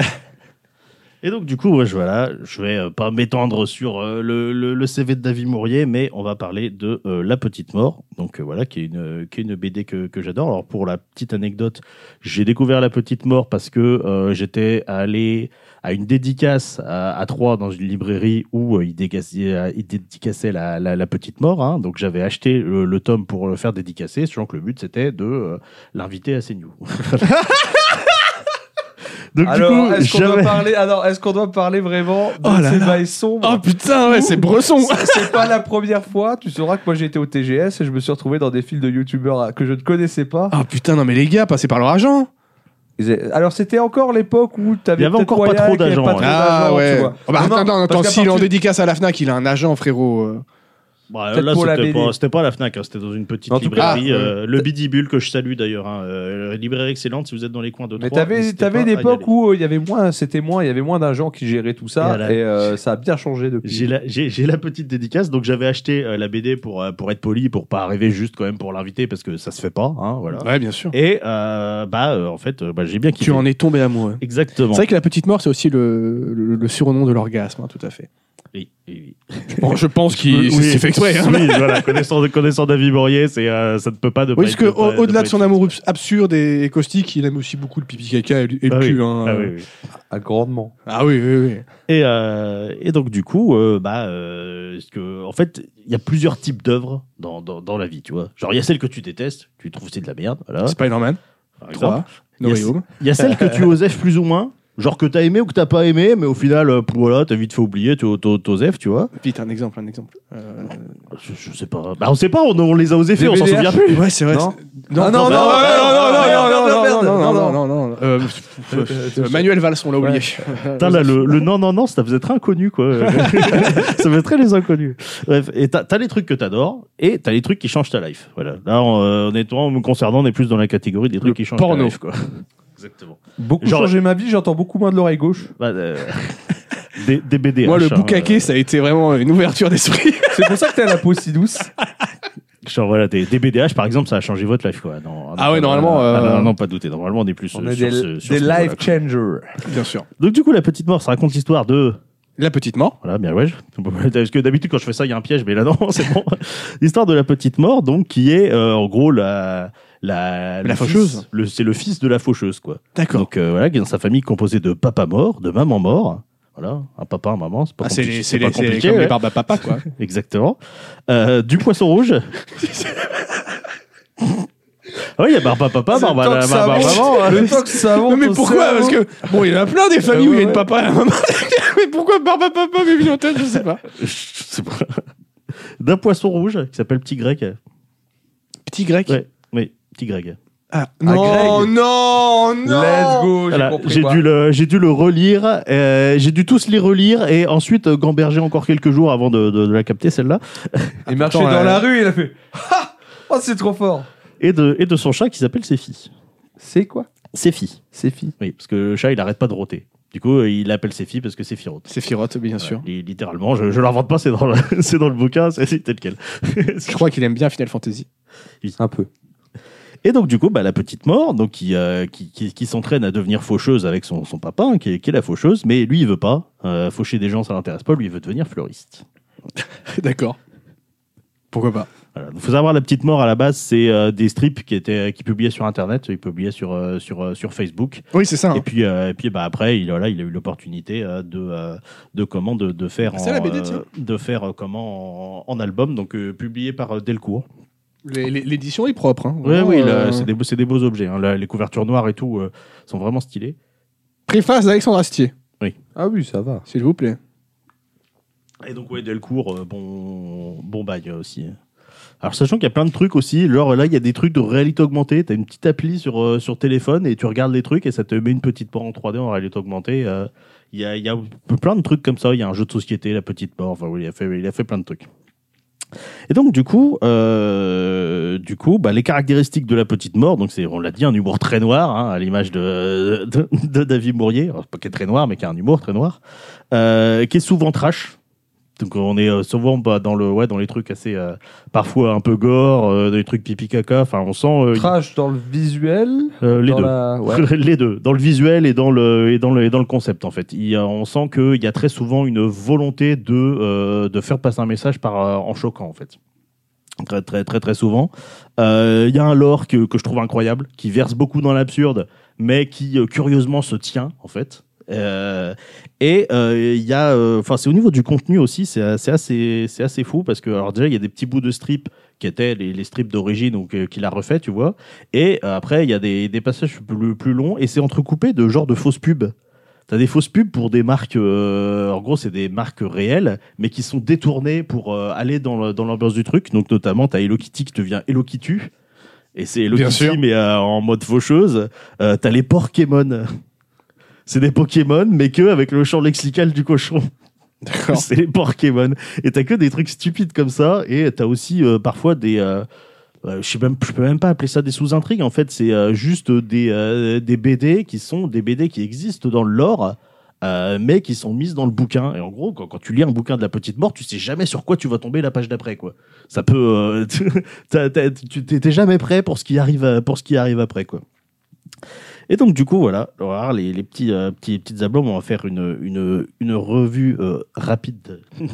Speaker 1: Et donc, du coup, moi, je, voilà, je vais euh, pas m'étendre sur euh, le, le- le CV de David Mourier, mais on va parler de euh, La Petite Mort, donc euh, voilà, qui est une, euh, qui est une BD que, que j'adore. Alors, pour la petite anecdote, j'ai découvert La Petite Mort parce que euh, j'étais allé à une dédicace à, à Troyes dans une librairie où euh, il, dédicaçait, il dédicaçait la, la, La Petite Mort. hein. donc, j'avais acheté le, le tome pour le faire dédicacer, sachant que le but, c'était de euh, l'inviter à CNU. Donc,
Speaker 3: Alors, est-ce qu'on doit
Speaker 1: j'avais-
Speaker 3: parler Alors, est-ce qu'on doit parler vraiment de
Speaker 2: Oh là
Speaker 3: ces
Speaker 2: là.
Speaker 3: bails sombres
Speaker 2: Oh putain, ouais, c'est Bresson.
Speaker 3: C'est pas la première fois, tu sauras que moi j'étais au TGS et je me suis retrouvé dans des fils de youtubeurs euh, que je ne connaissais pas.
Speaker 2: Ah putain, non mais les gars, passez par leur agent.
Speaker 3: Ils étaient- Alors c'était encore l'époque où t'avais
Speaker 1: Il y avait
Speaker 3: peut-être
Speaker 1: encore pas
Speaker 3: Royal
Speaker 1: trop
Speaker 3: qui avait
Speaker 1: d'agents,
Speaker 3: pas
Speaker 1: ouais.
Speaker 3: trop d'agents, tu vois.
Speaker 2: Ah, Oh, bah,
Speaker 3: Non, non,
Speaker 2: attends,
Speaker 3: parce
Speaker 2: attends,
Speaker 3: qu'à
Speaker 2: s'il est en
Speaker 3: partir-
Speaker 2: dédicace à la FNAC, il a un agent, frérot. euh.
Speaker 1: Bah,
Speaker 3: Peut-être
Speaker 1: là,
Speaker 3: pour la
Speaker 1: c'était
Speaker 3: BD.
Speaker 1: pas, c'était pas à la Fnac, hein, c'était dans une petite
Speaker 3: En tout cas,
Speaker 1: librairie.
Speaker 3: ah,
Speaker 1: euh, le Bidibule que je salue d'ailleurs, hein, euh, librairie excellente si vous êtes dans les coins de
Speaker 3: Mais
Speaker 1: Troyes,
Speaker 3: t'avais
Speaker 1: n'hésitez
Speaker 3: t'avais
Speaker 1: pas
Speaker 3: une
Speaker 1: à y
Speaker 3: époque
Speaker 1: aller.
Speaker 3: où euh, il y avait moins, c'était moins, il y avait moins d'agents qui géraient tout ça,
Speaker 1: Et à la-
Speaker 3: et euh, ça a bien changé depuis.
Speaker 1: J'ai la, j'ai- j'ai la petite dédicace, donc j'avais acheté euh, la BD pour, euh, pour être poli, pour pas arriver juste quand même pour l'inviter parce que ça se fait pas, hein, voilà.
Speaker 2: Ouais, bien sûr.
Speaker 1: Et euh, bah euh, en fait, euh, bah, j'ai bien kiffé.
Speaker 2: Tu en es tombé amoureux.
Speaker 1: Exactement.
Speaker 2: C'est vrai que la petite mort, c'est aussi le, le- le surnom de l'orgasme, hein, tout à fait.
Speaker 1: Oui, oui, oui.
Speaker 2: je pense
Speaker 1: Oui,
Speaker 2: c'est fait exprès. Hein.
Speaker 1: Oui, voilà, connaissant, connaissant David Bourrier, c'est, euh, ça ne peut pas de
Speaker 2: Oui,
Speaker 1: pas
Speaker 2: parce
Speaker 1: être-
Speaker 2: que
Speaker 1: de pas-
Speaker 2: au- au-delà
Speaker 1: pas
Speaker 2: de son
Speaker 1: être-
Speaker 2: amour abs- absurde et, et caustique, il aime aussi beaucoup le pipi caca et, le- et
Speaker 1: Ah
Speaker 2: le
Speaker 1: oui.
Speaker 2: cul. hein.
Speaker 1: Ah oui, oui.
Speaker 3: Ah, grandement.
Speaker 2: Ah oui, oui, oui.
Speaker 1: Et, euh, et donc du coup, euh, bah, euh, ce que, en fait, il y a plusieurs types d'œuvres dans, dans, dans la vie, tu vois. Genre, il y a celle que tu détestes, tu trouves que c'est de la merde, voilà.
Speaker 2: Spider-Man,
Speaker 1: par exemple.
Speaker 2: 3, No
Speaker 1: Yes.
Speaker 2: Way Home.
Speaker 1: Il y a celle que tu osef plus ou moins, genre que t'as aimé ou que t'as pas aimé, mais au final, euh, voilà, t'as vite fait oublier, tu tu- t'osef, tu vois.
Speaker 2: Vite, un exemple, un exemple. Euh,
Speaker 1: Je, je sais pas. Bah, on sait pas, on, on les a osés, on s'en
Speaker 3: VDH.
Speaker 1: souvient plus.
Speaker 2: Ouais, c'est vrai.
Speaker 3: Non.
Speaker 2: c'est-
Speaker 3: Ah
Speaker 2: bah,
Speaker 3: non, non,
Speaker 2: ouais,
Speaker 3: non, non, non, non, non,
Speaker 2: non, non, non, non, non, non. Euh, euh, Manuel Valls, on l'a oublié.
Speaker 1: Putain, là, le, le non, non, non, ça faisait très inconnu, quoi. ça faisait très les inconnus. Bref, et t'as t'as les trucs que t'adores et t'as les trucs qui changent ta life. Voilà. Là, en, euh, honnêtement, me concernant, on est plus dans la catégorie des trucs
Speaker 2: Le
Speaker 1: qui changent
Speaker 2: porno.
Speaker 1: ta life, quoi. Exactement.
Speaker 3: Beaucoup
Speaker 1: Genre-
Speaker 3: changé ma vie, j'entends beaucoup moins de l'oreille gauche.
Speaker 1: Bah, euh, des, des BD.
Speaker 2: Moi, le
Speaker 1: boucaqué
Speaker 2: boucaquet, ça a été vraiment une ouverture d'esprit.
Speaker 3: C'est pour ça que t'as la peau si douce.
Speaker 1: euh, Genre, voilà, des, des BDH, par exemple, ça a changé votre life, quoi. Non,
Speaker 2: Ah ouais, normalement, euh,
Speaker 1: non, non, non, pas douter. Normalement, on est plus
Speaker 3: On
Speaker 1: euh,
Speaker 3: est
Speaker 1: sur
Speaker 3: des,
Speaker 1: ce- sur
Speaker 3: des
Speaker 1: ce niveau-là,
Speaker 3: life
Speaker 1: quoi.
Speaker 3: changers.
Speaker 2: Bien sûr.
Speaker 1: Donc, du coup, La Petite Mort, ça raconte l'histoire de.
Speaker 2: La petite mort.
Speaker 1: Voilà, bien ouais. je- Parce que d'habitude, quand je fais ça, il y a un piège, mais là, non, c'est bon. L'histoire de la petite mort, donc, qui est, euh, en gros, la. La, le fils-
Speaker 2: faucheuse.
Speaker 1: le- C'est le fils de la faucheuse, quoi.
Speaker 2: D'accord.
Speaker 1: Donc, euh, voilà, qui est dans sa famille composée de papa mort, de maman mort. Voilà, un papa, un maman, c'est pas,
Speaker 2: Ah, c'est
Speaker 1: compli- c'est
Speaker 2: les, c'est
Speaker 1: pas
Speaker 2: les, c'est
Speaker 1: compliqué.
Speaker 2: comme les
Speaker 1: ouais.
Speaker 2: barbes à papa, quoi.
Speaker 1: Exactement. Euh, du poisson rouge. Ah oui, il y a Barba Papa, Barba,
Speaker 3: Le temps
Speaker 1: la-
Speaker 3: que ça
Speaker 1: Barba
Speaker 3: avance,
Speaker 1: Maman. hein.
Speaker 3: Le temps que ça avance,
Speaker 2: Non, mais
Speaker 3: on
Speaker 2: pourquoi
Speaker 3: sait,
Speaker 2: Parce que, bon, il y en a plein des familles
Speaker 3: Euh,
Speaker 2: où il y a
Speaker 3: ouais.
Speaker 2: une papa et un maman. mais pourquoi barbe à papa, mais venu en tête, je sais pas.
Speaker 1: Je sais pas. D'un poisson rouge qui s'appelle Petit Grec.
Speaker 2: Petit grec.
Speaker 1: Ouais, oui, Petit Grec.
Speaker 2: Ah,
Speaker 3: Ah,
Speaker 2: non,
Speaker 3: Greg.
Speaker 2: non, non
Speaker 3: Let's go, j'ai
Speaker 1: Voilà,
Speaker 3: compris.
Speaker 1: j'ai
Speaker 3: moi.
Speaker 1: dû le j'ai dû le relire, euh, j'ai dû tous les relire et ensuite euh, gamberger encore quelques jours avant de, de- de la capter celle-là
Speaker 3: Il marchait
Speaker 2: Attends,
Speaker 3: dans
Speaker 2: euh,
Speaker 3: la rue, il a fait Ah Oh, c'est trop fort
Speaker 1: et de et de son chat qui s'appelle Séfi.
Speaker 3: C'est quoi
Speaker 1: Séfi,
Speaker 3: Séfi.
Speaker 1: oui, parce que le chat il arrête pas de rôter. Du coup, euh, il l'appelle Séfi parce que Séfi rote.
Speaker 2: C'est Firotte, bien sûr.
Speaker 1: Voilà, li- littéralement, je, je l'invente pas, c'est dans le c'est dans le bouquin, c'est c'est tel quel.
Speaker 2: Je crois qu'il aime bien Final Fantasy.
Speaker 3: Un peu.
Speaker 1: Et donc du coup, bah, la petite mort, donc qui, euh, qui, qui, qui s'entraîne à devenir faucheuse avec son, son papa, hein, qui, est, qui est la faucheuse, mais lui il veut pas Euh, faucher des gens, ça l'intéresse pas, lui il veut devenir fleuriste.
Speaker 2: D'accord. Pourquoi pas
Speaker 1: Voilà. Donc, faut savoir, la petite mort à la base, c'est euh, des strips qui étaient qui publiaient sur Internet, ils publiaient sur euh, sur euh, sur Facebook.
Speaker 2: Oui, c'est ça. hein.
Speaker 1: Et puis euh, et puis bah après, il voilà, il a eu l'opportunité euh, de euh, de comment de, de faire
Speaker 2: Ah, C'est la BD,
Speaker 1: euh,
Speaker 2: tiens.
Speaker 1: de faire euh, comment en, en album, donc euh, publié par euh, Delcourt.
Speaker 2: Les- les- L'édition est propre. Hein.
Speaker 1: Oui,
Speaker 2: Vraiment,
Speaker 1: oui, là,
Speaker 2: euh,
Speaker 1: c'est des beaux- c'est des beaux objets. hein. Là, les couvertures noires et tout euh, sont vraiment stylées.
Speaker 2: Préface d'Alexandre Astier,
Speaker 3: Ah oui, ça va.
Speaker 2: s'il vous plaît.
Speaker 1: Et donc, ouais, Delcourt, euh, bon, bon bail euh, aussi. Alors, sachant qu'il y a plein de trucs aussi. Genre, là, il y a des trucs de réalité augmentée. T'as une petite appli sur, euh, sur téléphone et tu regardes les trucs et ça te met une petite mort en 3D en réalité augmentée. euh. Il y, a, il y a plein de trucs comme ça. Il y a un jeu de société, la petite mort. Enfin, oui, il a fait, il a fait plein de trucs. Et donc, du coup, euh, du coup bah, les caractéristiques de la petite mort, donc c'est, on l'a dit, un humour très noir, hein, à l'image de, de, de David Mourier, Alors, pas qui est très noir, mais qui a un humour très noir, euh, qui est souvent trash, donc on est euh, souvent bah, dans le ouais dans les trucs assez euh, parfois un peu gore, euh, des trucs pipi caca. Enfin on sent euh,
Speaker 3: Trash dans le visuel.
Speaker 1: euh, les
Speaker 3: dans
Speaker 1: deux.
Speaker 3: la- ouais.
Speaker 1: les deux, dans le visuel et dans le, et dans le, et dans le concept en fait. Il y a- on sent qu'il y a très souvent une volonté de, euh, de faire passer un message par, euh, en choquant en fait. Très très très très souvent. Euh, Il y a un lore que, que je trouve incroyable, qui verse beaucoup dans l'absurde, mais qui euh, curieusement se tient en fait. Euh, et euh, il y a, euh, enfin c'est au niveau du contenu aussi, c'est c'est assez, c'est assez fou parce que alors déjà il y a des petits bouts de strips qui étaient les, les strips d'origine donc euh, qu'il a refait, tu vois. Et euh, après, il y a des, des passages plus, plus longs et c'est entrecoupé de genre de fausses pubs. T'as des fausses pubs pour des marques, euh, en gros, c'est des marques réelles, mais qui sont détournées pour euh, aller dans le- dans l'ambiance du truc. Donc, notamment, t'as Hello Kitty qui devient Hello Kitty. Et c'est Hello
Speaker 2: Bien
Speaker 1: Kitty,
Speaker 2: sûr.
Speaker 1: mais euh, en mode faucheuse. Euh, t'as les Pokémon. C'est des Pokémon, mais que avec le champ lexical du cochon.
Speaker 2: D'accord.
Speaker 1: c'est les Pokémon. Et t'as que des trucs stupides comme ça. Et t'as aussi euh, parfois des. euh, euh, je sais même, je peux même pas appeler ça des sous-intrigues. En fait, c'est euh, juste des, euh, des BD qui sont des BD qui existent dans le lore, euh, mais qui sont mises dans le bouquin. Et en gros, quand, quand tu lis un bouquin de la petite mort, tu sais jamais sur quoi tu vas tomber la page d'après, quoi. Ça peut, euh, t'as- t'as- tu t'es t'es jamais prêt pour ce qui arrive, euh, pour ce qui arrive après, quoi. Et donc, du coup, voilà, on va voir les, les petits, euh, petits, petites ablômes, on va faire une, une, une revue euh, rapide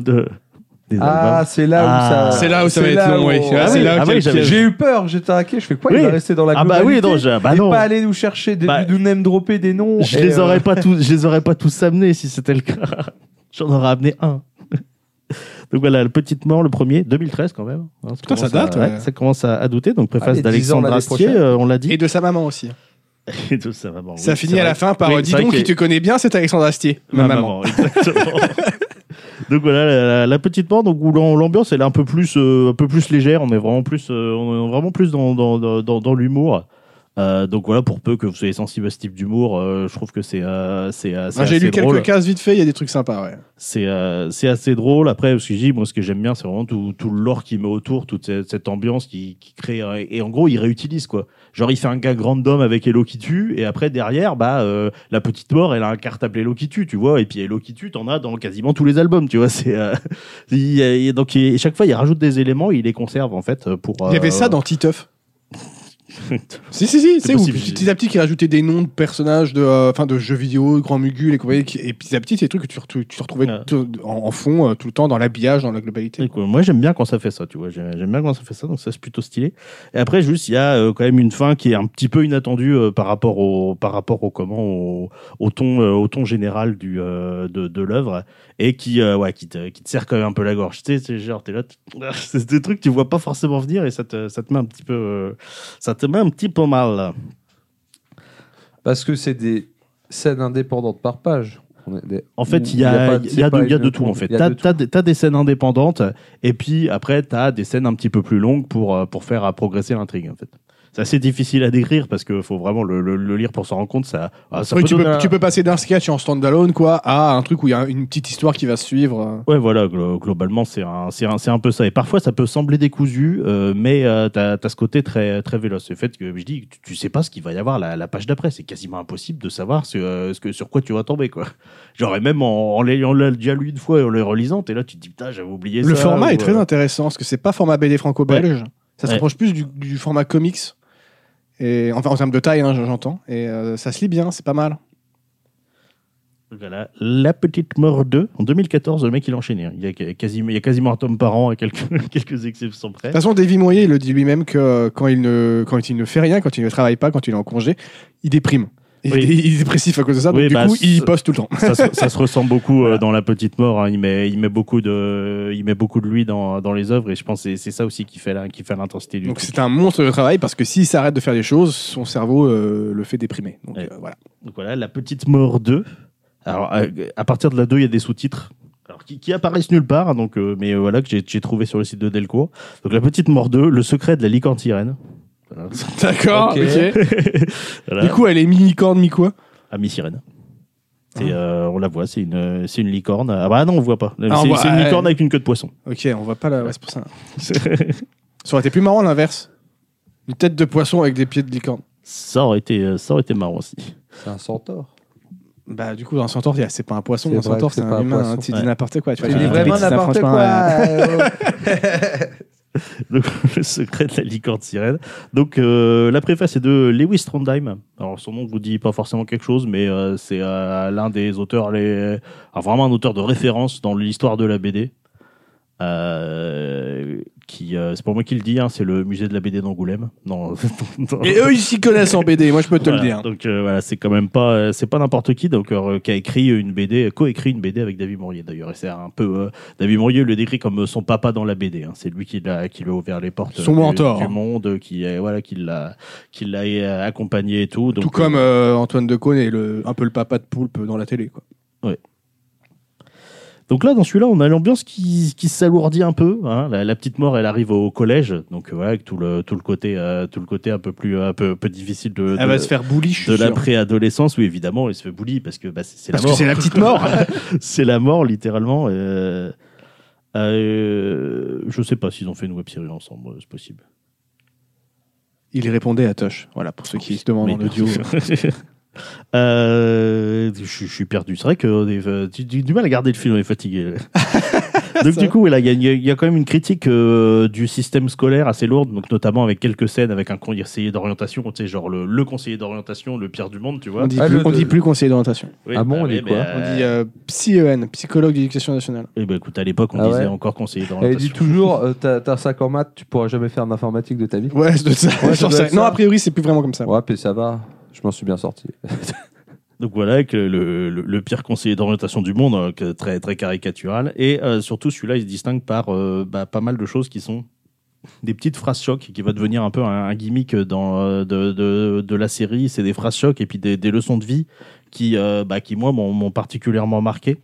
Speaker 1: de, des
Speaker 3: Ah,
Speaker 1: albums.
Speaker 3: c'est là
Speaker 1: Ah.
Speaker 3: où ça.
Speaker 1: C'est
Speaker 2: là où ça va être long, oui. Ah
Speaker 1: oui, ah oui, j'avais-
Speaker 3: J'ai eu peur, j'étais inquiet. Je fais quoi
Speaker 1: Oui.
Speaker 3: Il va rester dans la
Speaker 1: Ah bah oui,
Speaker 3: globalité
Speaker 1: non, je- bah
Speaker 3: et
Speaker 1: non.
Speaker 3: pas aller nous chercher des,
Speaker 1: Bah,
Speaker 3: nous name dropper des noms.
Speaker 1: Je
Speaker 3: et,
Speaker 1: les
Speaker 3: euh,
Speaker 1: aurais pas tous, je les aurais pas tous amenés si c'était le cas. J'en aurais amené un. Donc voilà, le petite mort, le premier, 2013 quand même. Hein,
Speaker 2: Putain, ça
Speaker 1: commence
Speaker 2: date,
Speaker 1: à-
Speaker 2: ouais.
Speaker 1: ouais, Ça commence à, à douter. Donc préface
Speaker 3: Allez, 10
Speaker 1: d'Alexandre
Speaker 3: ans l'année
Speaker 1: Astier,
Speaker 3: prochaine.
Speaker 1: euh, on l'a dit.
Speaker 2: Et de sa maman aussi.
Speaker 1: Et tout ça, maman,
Speaker 2: ça
Speaker 1: oui,
Speaker 2: finit
Speaker 1: c'est
Speaker 2: à la
Speaker 1: vrai.
Speaker 2: fin par
Speaker 1: Oui,
Speaker 2: euh,
Speaker 1: c'est
Speaker 2: Dis
Speaker 1: vrai
Speaker 2: donc,
Speaker 1: qu'il-
Speaker 2: qui te connaît bien, c'est Alexandre Astier. Ma, maman.
Speaker 1: exactement. donc voilà, la, la- la petite mort, donc où l'am- l'ambiance elle est un peu plus, euh, un peu plus légère. On est vraiment plus, euh, on est vraiment plus dans, dans, dans, dans- dans l'humour. Euh, donc voilà, pour peu que vous soyez sensible à ce type d'humour, euh, je trouve que c'est, euh, c'est, euh, c'est
Speaker 2: Ah, J'ai
Speaker 1: assez
Speaker 2: lu quelques
Speaker 1: drôle.
Speaker 2: cases vite fait, il y a des trucs sympas, ouais.
Speaker 1: c'est euh, c'est assez drôle après parce que je dis moi ce que j'aime bien c'est vraiment tout, tout le lore qui met autour toute cette, cette ambiance qui, qui crée euh, et en gros il réutilise quoi genre il fait un gag random avec Hello qui tue et après derrière bah euh, la petite mort elle a un cartable Hello qui tue tu vois et puis Hello qui tue t'en as dans quasiment tous les albums tu vois c'est euh, il y a- il y a- donc il- chaque fois il rajoute des éléments il les conserve en fait pour
Speaker 2: Il y avait ça
Speaker 1: euh,
Speaker 2: dans Titeuf. Si, si, si, c'est où
Speaker 1: possible, j'ai-
Speaker 2: Petit à petit, qui rajoutait des noms de personnages, de, euh, enfin, de jeux vidéo, Grand Mugul, et, compagnie, qui- et petit à petit, c'est des trucs que tu, re- tu retrouvais
Speaker 1: Ouais.
Speaker 2: tout- en, en fond, euh, tout le temps, dans l'habillage, dans la globalité.
Speaker 1: Et quoi, Moi, j'aime bien quand ça fait ça, tu vois. J'ai- J'aime bien quand ça fait ça, donc ça, c'est plutôt stylé. Et après, juste, il y a euh, quand même une fin qui est un petit peu inattendue euh, par rapport au, par rapport au comment, au, au ton, euh, au ton général du, euh, de, de l'œuvre et qui, euh, ouais, qui te, qui te serre quand même un peu la gorge. Tu sais, c'est genre, t'es là, tu- c'est des trucs que tu vois pas forcément venir et ça te, ça te met un petit peu, euh, ça te met un petit peu mal.
Speaker 3: Parce que c'est des scènes indépendantes par page. On est des-
Speaker 1: En fait, il y a,
Speaker 3: pas-
Speaker 1: il
Speaker 3: c'est
Speaker 1: y a, de,
Speaker 3: pas
Speaker 1: il y a de
Speaker 3: une-
Speaker 1: tout. En fait,
Speaker 3: il y a
Speaker 1: t'as
Speaker 3: de tout.
Speaker 1: t'as des, t'as des scènes indépendantes et puis après t'as des scènes un petit peu plus longues pour euh, pour faire euh, progresser l'intrigue. En fait, c'est assez difficile à décrire parce que faut vraiment le, le- le lire pour s'en rendre compte. Ça, ah, ça
Speaker 2: Oui,
Speaker 1: peut
Speaker 2: tu,
Speaker 1: donner
Speaker 2: peux,
Speaker 1: un-
Speaker 2: tu peux passer d'un sketch en stand-alone, quoi, à un truc où il y a une petite histoire qui va se suivre.
Speaker 1: Ouais, voilà, glo- globalement, c'est un, c'est un, c'est un peu ça. Et parfois, ça peut sembler décousu, euh, mais euh, t'as as ce côté très, très véloce. Le fait que je dis, tu, tu sais pas ce qu'il va y avoir la, la page d'après. C'est quasiment impossible de savoir ce, euh, ce que, sur quoi tu vas tomber, quoi. Genre, et même en, en l'ayant là- déjà lu une fois et en le relisant, t'es là, tu te dis, putain, j'avais oublié ça.
Speaker 2: Le format
Speaker 1: ou,
Speaker 2: est très
Speaker 1: euh,
Speaker 2: intéressant, parce que c'est pas format BD franco-belge. Ça se
Speaker 1: Ouais.
Speaker 2: rapproche plus du, du format comics. Et, enfin, en termes de taille, hein, j'entends. Et euh, ça se lit bien, c'est pas mal.
Speaker 1: Voilà, La Petite Mort 2, en 2014, le mec il enchaînait. hein. Il y a, qu- quasiment, il y a quasiment un tome par an, à quelques, quelques exceptions près.
Speaker 2: De toute façon, Davy Mourier, il le dit lui-même que euh, quand il, ne, quand il ne fait rien, quand il ne travaille pas, quand il est en congé, il déprime. Il,
Speaker 1: Oui.
Speaker 2: il est dépressif à cause de ça, donc
Speaker 1: Oui,
Speaker 2: du
Speaker 1: bah,
Speaker 2: coup,
Speaker 1: c'est-
Speaker 2: il poste tout le temps.
Speaker 1: ça, se- ça se ressent beaucoup euh, dans La Petite Mort. hein. Il, met, il, met beaucoup de, il met beaucoup de lui dans, dans les œuvres et je pense que c'est- c'est ça aussi qui fait la- qui fait l'intensité du
Speaker 2: Donc
Speaker 1: truc.
Speaker 2: c'est un monstre de travail parce que s'il s'arrête de faire des choses, son cerveau euh, le fait déprimer. Donc
Speaker 1: Ouais.
Speaker 2: euh, voilà.
Speaker 1: Donc voilà, La Petite Mort 2. Alors, à, à partir de la 2, il y a des sous-titres. Alors, qui, qui apparaissent nulle part, hein, donc, euh, mais euh, voilà, que j'ai- j'ai trouvé sur le site de Delcourt. Donc, La Petite Mort 2, Le secret de la licorne sirène. Voilà.
Speaker 2: D'accord,
Speaker 3: Ok.
Speaker 2: ok.
Speaker 1: Voilà.
Speaker 2: Du coup, elle est mi-corne, mi-quoi
Speaker 1: à mi-sirène. C'est, euh, on la voit, c'est une, euh, c'est une licorne. Ah bah non, on voit pas.
Speaker 2: on
Speaker 1: c'est,
Speaker 2: voit,
Speaker 1: c'est une
Speaker 2: ouais.
Speaker 1: licorne avec une queue de poisson.
Speaker 2: Ok, on va pas la... ouais, c'est pour ça. Ça aurait été plus marrant l'inverse. Une tête de poisson avec des pieds de licorne.
Speaker 1: ça, aurait été, euh, ça aurait été marrant aussi.
Speaker 3: C'est un centaure.
Speaker 2: Bah du coup, un centaure, c'est pas un poisson,
Speaker 3: C'est
Speaker 2: un
Speaker 3: vrai que
Speaker 2: centaure,
Speaker 3: c'est
Speaker 2: c'est
Speaker 3: pas
Speaker 2: un
Speaker 3: un
Speaker 2: humain.
Speaker 3: poisson.
Speaker 2: hein. Tu dis
Speaker 1: Ouais.
Speaker 2: n'importe quoi. Tu vois,
Speaker 1: Tu
Speaker 2: tu
Speaker 1: dis
Speaker 2: dis
Speaker 1: vraiment
Speaker 2: bêtises, hein, franchement, euh,
Speaker 1: Donc, le secret de la licorne sirène. Donc, euh, la préface est de Lewis Trondheim. Alors, son nom vous dit pas forcément quelque chose, mais euh, c'est euh, l'un des auteurs, les... alors, vraiment un auteur de référence dans l'histoire de la BD. Euh, qui, euh, c'est pour moi qui le dit, hein, c'est le musée de la BD d'Angoulême. Non, non.
Speaker 2: Et eux, ils s'y connaissent en BD, moi je peux te
Speaker 1: Voilà,
Speaker 2: le dire.
Speaker 1: Donc euh, voilà, c'est quand même pas, euh, c'est pas n'importe qui donc euh, qui a écrit une BD, co-écrit une BD avec David Mourier d'ailleurs. Et c'est un peu euh, David Mourier le décrit comme euh, son papa dans la BD. hein. C'est lui qui l'a, qui lui a ouvert les portes
Speaker 2: Son
Speaker 1: du,
Speaker 2: mentor.
Speaker 1: du monde, euh, qui est voilà, qui l'a, qui l'a euh, accompagné et tout. Donc,
Speaker 2: Tout comme
Speaker 1: euh,
Speaker 2: euh, Antoine Decaune est le, un peu le papa de poulpe dans la télé. Quoi.
Speaker 1: Donc là, dans celui-là, on a l'ambiance qui, qui s'alourdit un peu. hein. La, la petite mort, elle arrive au collège, donc euh, voilà, avec tout le tout le côté euh, tout le côté un peu plus un peu, un peu difficile de,
Speaker 2: Elle
Speaker 1: de-
Speaker 2: va se faire bully, je
Speaker 1: de
Speaker 2: suis
Speaker 1: la
Speaker 2: sûr.
Speaker 1: préadolescence, oui, évidemment, elle se fait bully parce que bah, c'est c'est la
Speaker 2: Parce que
Speaker 1: mort.
Speaker 2: c'est la petite mort.
Speaker 1: c'est la mort, littéralement. euh, euh, je sais pas s'ils ont fait une web série ensemble, euh, c'est possible.
Speaker 2: Il répondait à Tosh. Voilà, pour ceux qui se demandent
Speaker 1: Oui,
Speaker 2: en audio.
Speaker 1: Euh, je, je suis perdu. C'est vrai que on est- euh, tu, tu as du mal à garder le fil, on est fatigué. donc du coup, voilà, il y a- il y, a- il y a quand même une critique euh, du système scolaire assez lourde, donc notamment avec quelques scènes avec un conseiller d'orientation, tu sais, genre le, le conseiller d'orientation, le pire du monde, tu vois.
Speaker 2: On dit,
Speaker 3: Ah,
Speaker 2: plus,
Speaker 3: le-
Speaker 2: on dit plus conseiller d'orientation.
Speaker 1: Oui,
Speaker 3: Ah bon, on
Speaker 1: oui,
Speaker 3: dit
Speaker 1: mais,
Speaker 3: quoi
Speaker 2: On
Speaker 1: euh,
Speaker 2: dit euh, PsyEN, psychologue d'éducation nationale.
Speaker 1: Eh ben écoute, à l'époque, on
Speaker 3: Ah ouais.
Speaker 1: disait encore conseiller
Speaker 3: Elle
Speaker 1: d'orientation.
Speaker 3: dit toujours euh, t'as t'as un sac en maths, tu pourras jamais faire d'informatique de ta vie.
Speaker 2: Ouais, c'est de ça.
Speaker 3: Ouais, ça
Speaker 2: Sur
Speaker 3: doit
Speaker 2: ça.
Speaker 3: être
Speaker 2: Non,
Speaker 3: ça.
Speaker 2: a priori, c'est plus vraiment comme ça.
Speaker 3: Ouais, puis ça va, je m'en suis bien sorti.
Speaker 1: Donc voilà, que le, le, le pire conseiller d'orientation du monde, euh, que très, très caricatural. Et euh, surtout, celui-là, il se distingue par euh, bah, pas mal de choses qui sont des petites phrases chocs qui va devenir un peu un, un gimmick dans, euh, de, de, de la série. C'est des phrases chocs et puis des, des leçons de vie qui, euh, bah, qui moi, m'ont m'ont particulièrement marqué.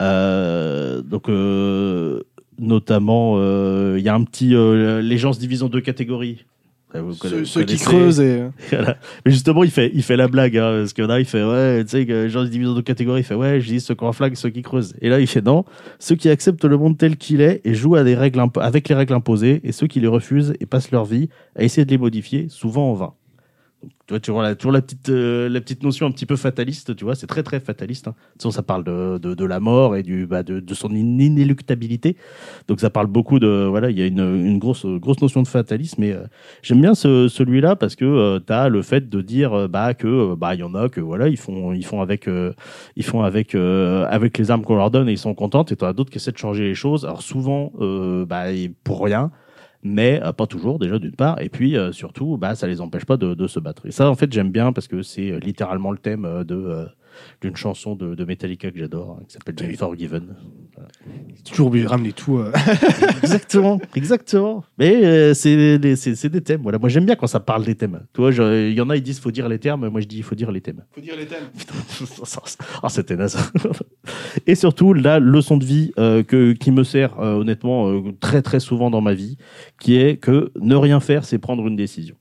Speaker 1: Euh, donc, euh, notamment, euh, il y a un petit. euh, les gens se divisent en deux catégories. Vous
Speaker 2: Ceux,
Speaker 1: conna-
Speaker 2: ceux qui
Speaker 1: connaissez-
Speaker 2: creusent et. euh,
Speaker 1: voilà. Mais justement, il fait, il fait la blague, hein, parce qu'il y en a, il fait, ouais, tu sais, que les gens se divisent en deux catégories, il fait, ouais, je dis ceux qui ont un flag, ceux qui creusent. Et là, il fait, non, ceux qui acceptent le monde tel qu'il est et jouent à des règles impo- avec les règles imposées, et ceux qui les refusent et passent leur vie à essayer de les modifier, souvent en vain. Donc, tu vois, tu vois, là, toujours la petite, euh, la petite notion un petit peu fataliste, tu vois, c'est très très fataliste. hein. De toute façon, ça parle de, de, de la mort et du, bah, de, de son in- inéluctabilité. Donc ça parle beaucoup de, voilà, il y a une, une grosse, grosse notion de fatalisme, et euh, J'aime bien ce- celui-là parce que tu as le fait de dire euh, bah que euh, bah il y en a que voilà ils font ils font avec euh, ils font avec euh, avec les armes qu'on leur donne et ils sont contents et t'en as d'autres qui essaient de changer les choses alors souvent euh, bah et pour rien mais euh, pas toujours déjà d'une part et puis euh, surtout bah ça les empêche pas de, de se battre et ça en fait j'aime bien parce que c'est euh, littéralement le thème euh, de euh, d'une chanson de, de Metallica que j'adore hein, qui s'appelle Jane Forgiven
Speaker 2: Toujours obligé de ramener tout. euh.
Speaker 1: Exactement, exactement. Mais euh, c'est des- c'est- c'est des thèmes. Voilà, moi j'aime bien quand ça parle des thèmes. Tu vois, je- il y en a ils disent faut dire les termes, moi je dis il faut dire les thèmes.
Speaker 2: Faut dire les thèmes.
Speaker 1: Putain, ah, c'était naze. Et surtout la leçon de vie euh, que qui me sert euh, honnêtement euh, très très souvent dans ma vie, qui est que ne rien faire, c'est prendre une décision.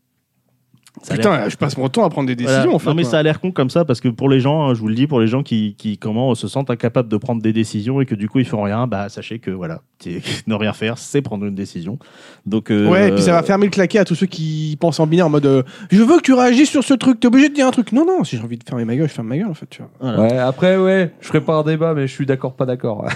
Speaker 1: Ça a l'air-
Speaker 2: Putain, je passe mon temps à prendre des
Speaker 1: voilà.
Speaker 2: décisions en fait.
Speaker 1: Non, mais
Speaker 2: quoi.
Speaker 1: ça a l'air con comme ça parce que pour les gens, hein, je vous le dis, pour les gens qui, qui comment se sentent incapables de prendre des décisions et que du coup ils font rien, bah sachez que voilà, t'es- ne rien faire, c'est prendre une décision. Donc euh,
Speaker 2: Ouais, et puis ça va fermer le claquet à tous ceux qui pensent en binaire en mode euh, je veux que tu réagisses sur ce truc, t'es obligé de dire un truc. Non, non, si j'ai envie de fermer ma gueule, je ferme ma gueule en fait. Tu vois.
Speaker 1: Voilà.
Speaker 3: Ouais, après, ouais, je ferai pas un débat, mais je suis d'accord, pas d'accord.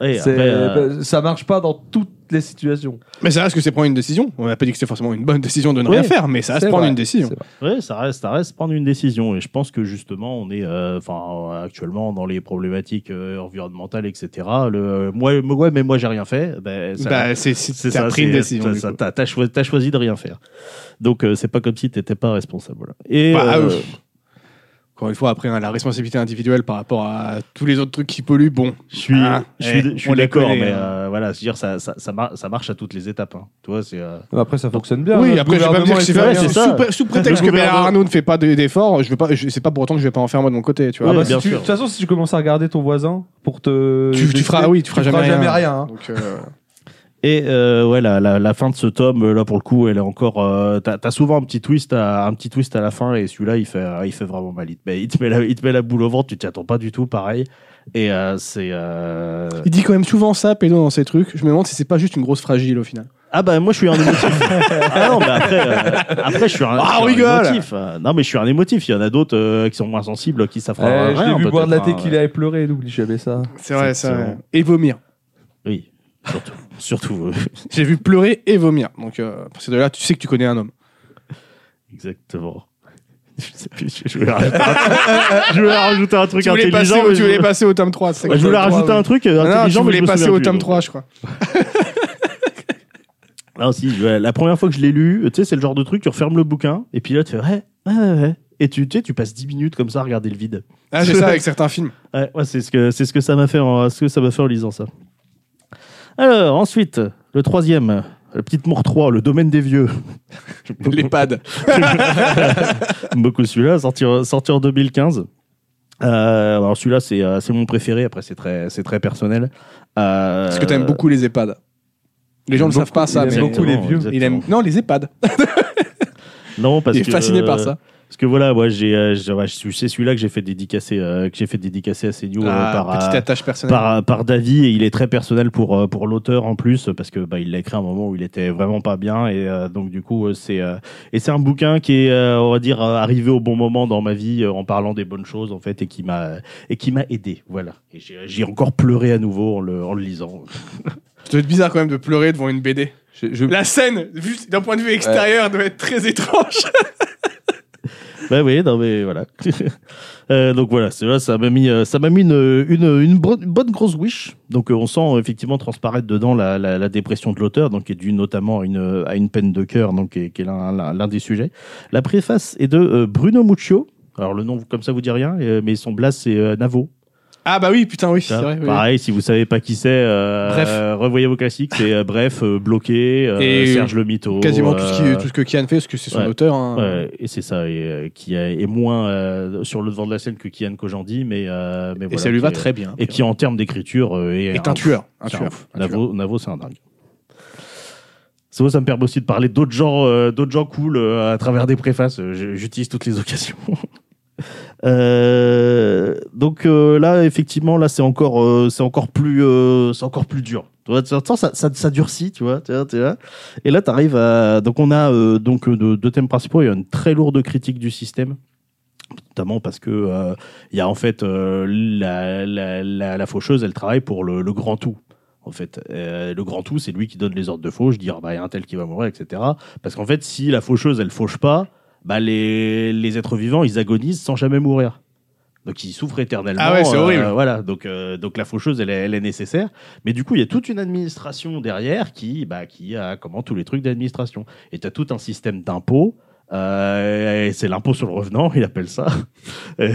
Speaker 1: Et
Speaker 3: C'est-
Speaker 1: après, euh,
Speaker 3: bah, Ça marche pas dans toutes les situations.
Speaker 2: Mais ça reste que c'est prendre une décision. On n'a pas dit que c'est forcément une bonne décision de ne rien
Speaker 3: Ouais,
Speaker 2: faire, mais ça reste
Speaker 3: C'est
Speaker 2: prendre
Speaker 3: vrai,
Speaker 2: une décision.
Speaker 3: c'est vrai.
Speaker 1: ouais, ça reste, ça reste prendre une décision. Et je pense que justement, on est, euh, enfin, actuellement dans les problématiques euh, environnementales, etc. Le, moi, ouais, mais moi j'ai rien fait. Ben, ça-
Speaker 2: Bah, c'est
Speaker 1: C'est
Speaker 2: c'est
Speaker 1: ça,
Speaker 2: t'as pris une
Speaker 1: c'est-
Speaker 2: décision.
Speaker 1: t'as-
Speaker 2: du
Speaker 1: ça-
Speaker 2: coup.
Speaker 1: T'as t'as choi- t'as choisi de rien faire. Donc euh, c'est pas comme si t'étais pas responsable. voilà. Et
Speaker 2: Bah,
Speaker 1: euh,
Speaker 2: euh, Encore une fois, après, hein, la responsabilité individuelle par rapport à tous les autres trucs qui polluent, bon.
Speaker 1: je suis,
Speaker 2: Ah,
Speaker 1: je suis,
Speaker 2: eh,
Speaker 1: je suis
Speaker 2: on les
Speaker 1: d'accord,
Speaker 2: connaît,
Speaker 1: mais
Speaker 2: hein.
Speaker 1: euh, voilà, c'est dire ça, ça, ça, mar- ça marche à toutes les étapes. Hein. Tu vois, c'est euh,
Speaker 3: Après, ça fonctionne bien.
Speaker 2: oui,
Speaker 3: Notre
Speaker 2: après, je vais pas me dire
Speaker 3: gouvernement,
Speaker 2: que c'est
Speaker 3: il fait
Speaker 1: vrai,
Speaker 2: vrai.
Speaker 3: rien.
Speaker 1: c'est
Speaker 2: Sous,
Speaker 1: ça.
Speaker 2: pré- sous prétexte
Speaker 1: Le
Speaker 2: que Bernard
Speaker 1: gouvernement-
Speaker 2: Arnault ne fait pas de- d'efforts, je veux pas, je- c'est pas pour autant que je vais pas en faire moi de mon côté, tu vois.
Speaker 1: Ouais,
Speaker 3: Ah bah,
Speaker 1: bien
Speaker 3: si tu- De
Speaker 1: sûr.
Speaker 3: toute façon, si tu commences à regarder ton voisin pour te.
Speaker 2: tu, tu feras, oui, tu feras jamais,
Speaker 3: hein.
Speaker 2: Donc, euh,
Speaker 1: Et euh, ouais, la, la, la fin de ce tome, euh, là pour le coup, elle est encore. euh, t'as, t'as souvent un petit twist, à, un petit twist à la fin, et celui-là, il fait, euh, il fait vraiment mal. Il te met, il te met, la, il te met la boule au ventre, tu t'y attends pas du tout, pareil. Et euh, c'est. euh,
Speaker 2: Il dit quand même souvent ça, Pédo, dans ses trucs. Je me demande si c'est pas juste une grosse fragile au final.
Speaker 1: Ah bah moi je suis un émotif. ah non mais après, euh, après je suis un,
Speaker 2: Ah,
Speaker 1: je suis un
Speaker 2: rigole
Speaker 1: émotif. Euh, Non mais je suis un émotif. Il y en a d'autres euh, qui sont moins sensibles, qui savent
Speaker 3: Eh,
Speaker 1: rien.
Speaker 3: je l'ai vu
Speaker 1: peut-être,
Speaker 3: boire de la
Speaker 1: hein, ouais.
Speaker 3: tequila et pleurer, n'oublie jamais ça.
Speaker 2: C'est
Speaker 1: vrai,
Speaker 2: vrai,
Speaker 1: c'est
Speaker 2: ça.
Speaker 1: vrai.
Speaker 2: Et vomir.
Speaker 1: Oui, surtout, surtout. euh,
Speaker 2: J'ai vu pleurer et vomir. Donc, euh, à partir de là, tu sais que tu connais un homme.
Speaker 1: Exactement. Je sais plus, je voulais rajouter un- je voulais rajouter un truc
Speaker 2: Tu voulais, passer,
Speaker 1: intelligent.
Speaker 2: au-
Speaker 1: mais
Speaker 2: tu
Speaker 1: je-
Speaker 2: voulais passer au tome 3.
Speaker 1: Ouais, je voulais rajouter un truc euh,
Speaker 2: Non, tu
Speaker 1: intelligent, mais je
Speaker 2: voulais
Speaker 1: me
Speaker 2: passer
Speaker 1: souviens
Speaker 2: au
Speaker 1: plus.
Speaker 2: tome 3, je crois.
Speaker 1: Non, Ah, si, je- la première fois que je l'ai lu, euh, tu sais, c'est le genre de truc, tu refermes le bouquin, et puis là, tu fais, ouais, ouais, ouais, ouais. Et tu, tu sais, tu passes 10 minutes comme ça à regarder le vide.
Speaker 2: Ah, j'ai ça avec certains films.
Speaker 1: Ouais, ouais, c'est ce que c'est ce que ça m'a fait en ce que ça m'a fait en lisant ça. Alors ensuite, le troisième, le petite mour 3, le domaine des vieux.
Speaker 2: Les pads.
Speaker 1: Beaucoup celui-là, sorti, en- sorti en 2015. Euh, alors celui-là, c'est euh, c'est mon préféré. Après, c'est très, c'est très personnel. Euh,
Speaker 2: Parce que t'aimes beaucoup les EHPAD. Les gens ne
Speaker 3: Beaucoup-
Speaker 2: savent pas ça,
Speaker 3: il aime
Speaker 2: mais
Speaker 3: beaucoup les vieux.
Speaker 2: il aime. Non, les EHPAD.
Speaker 1: Non, parce
Speaker 2: il est
Speaker 1: que- euh,
Speaker 2: fasciné par ça.
Speaker 1: Parce que voilà, moi, j'ai, euh, j'ai- ouais, c'est celui-là que j'ai fait dédicacer, euh, que j'ai fait dédicacer à Seigno
Speaker 2: Ah,
Speaker 1: par,
Speaker 2: petite
Speaker 1: euh,
Speaker 2: attache personnelle.
Speaker 1: par, par Davy et il est très personnel pour, euh, pour l'auteur en plus parce que bah, il l'a écrit à un moment où il était vraiment pas bien et euh, donc du coup euh, c'est euh, et c'est un bouquin qui est euh, on va dire euh, arrivé au bon moment dans ma vie euh, en parlant des bonnes choses en fait et qui m'a et qui m'a aidé voilà et j'ai, j'ai encore pleuré à nouveau en le, en le lisant
Speaker 2: Ça doit être bizarre quand même de pleurer devant une BD.
Speaker 3: Je- je-
Speaker 2: La scène, vue d'un point de vue extérieur, doit être très étrange.
Speaker 1: bah oui non mais voilà Euh, donc voilà c'est là ça m'a mis euh, ça m'a mis une, une, une bonne- bonne grosse wish donc euh, on sent euh, effectivement transparaître dedans la, la, la dépression de l'auteur donc qui est due notamment à une à une peine de cœur donc qui est, qui est l'un l'un- l'un des sujets La préface est de euh, Bruno Muccio. Alors le nom comme ça vous dit rien, euh, mais son blast c'est euh, Navo.
Speaker 2: Ah bah oui, putain, oui, c'est vrai. oui.
Speaker 1: Pareil, si vous savez pas qui c'est, euh,
Speaker 2: Bref.
Speaker 1: euh, revoyez vos classiques. C'est euh, bref, euh, bloqué, euh,
Speaker 2: Et, euh,
Speaker 1: Serge le Mito.
Speaker 2: Quasiment tout, ce qui-
Speaker 1: euh,
Speaker 2: tout ce que Kian fait, parce que c'est son
Speaker 1: ouais.
Speaker 2: auteur. hein.
Speaker 1: ouais, et c'est ça, et, euh, qui est est moins euh, sur le devant de la scène que Kian Kojandi, mais, euh, mais
Speaker 2: Et
Speaker 1: voilà,
Speaker 2: ça lui va
Speaker 1: qui est-
Speaker 2: très bien.
Speaker 1: Et qui en termes d'écriture euh, est,
Speaker 2: est un tueur. Un
Speaker 1: C'est
Speaker 2: tueur.
Speaker 1: ouf.
Speaker 2: un tueur.
Speaker 1: Navo, Navo, c'est un dingue. Ça, ça me permet aussi de parler d'autres gens, euh, d'autres gens cool euh, à travers des préfaces. Euh, je- J'utilise toutes les occasions. Euh, donc euh, là, effectivement, là, c'est encore, euh, c'est encore plus, euh, c'est encore plus dur. Tu vois, tu entends, ça, ça, ça durcit, tu vois. tu vois, tu vois. Et là, t'arrives à. Donc, on a euh, donc euh, deux, deux thèmes principaux. Il y a une très lourde critique du système, notamment parce que euh, il y a en fait euh, la, la, la- la faucheuse, elle travaille pour le, le grand tout. En fait, Euh, le grand tout, c'est lui qui donne les ordres de fauche, dire bah il y a un tel qui va mourir, etc. Parce qu'en fait, si la faucheuse elle fauche pas, bah les, les êtres vivants ils agonisent sans jamais mourir. Donc ils souffrent éternellement.
Speaker 2: Ah ouais, c'est
Speaker 1: Euh,
Speaker 2: horrible.
Speaker 1: Voilà, donc euh, donc la faucheuse elle, est- elle est nécessaire, mais du coup il y a toute une administration derrière qui bah qui a comment tous les trucs d'administration. Et tu as tout un système d'impôts. euh, et c'est l'impôt sur le revenant, il appelle ça. Euh,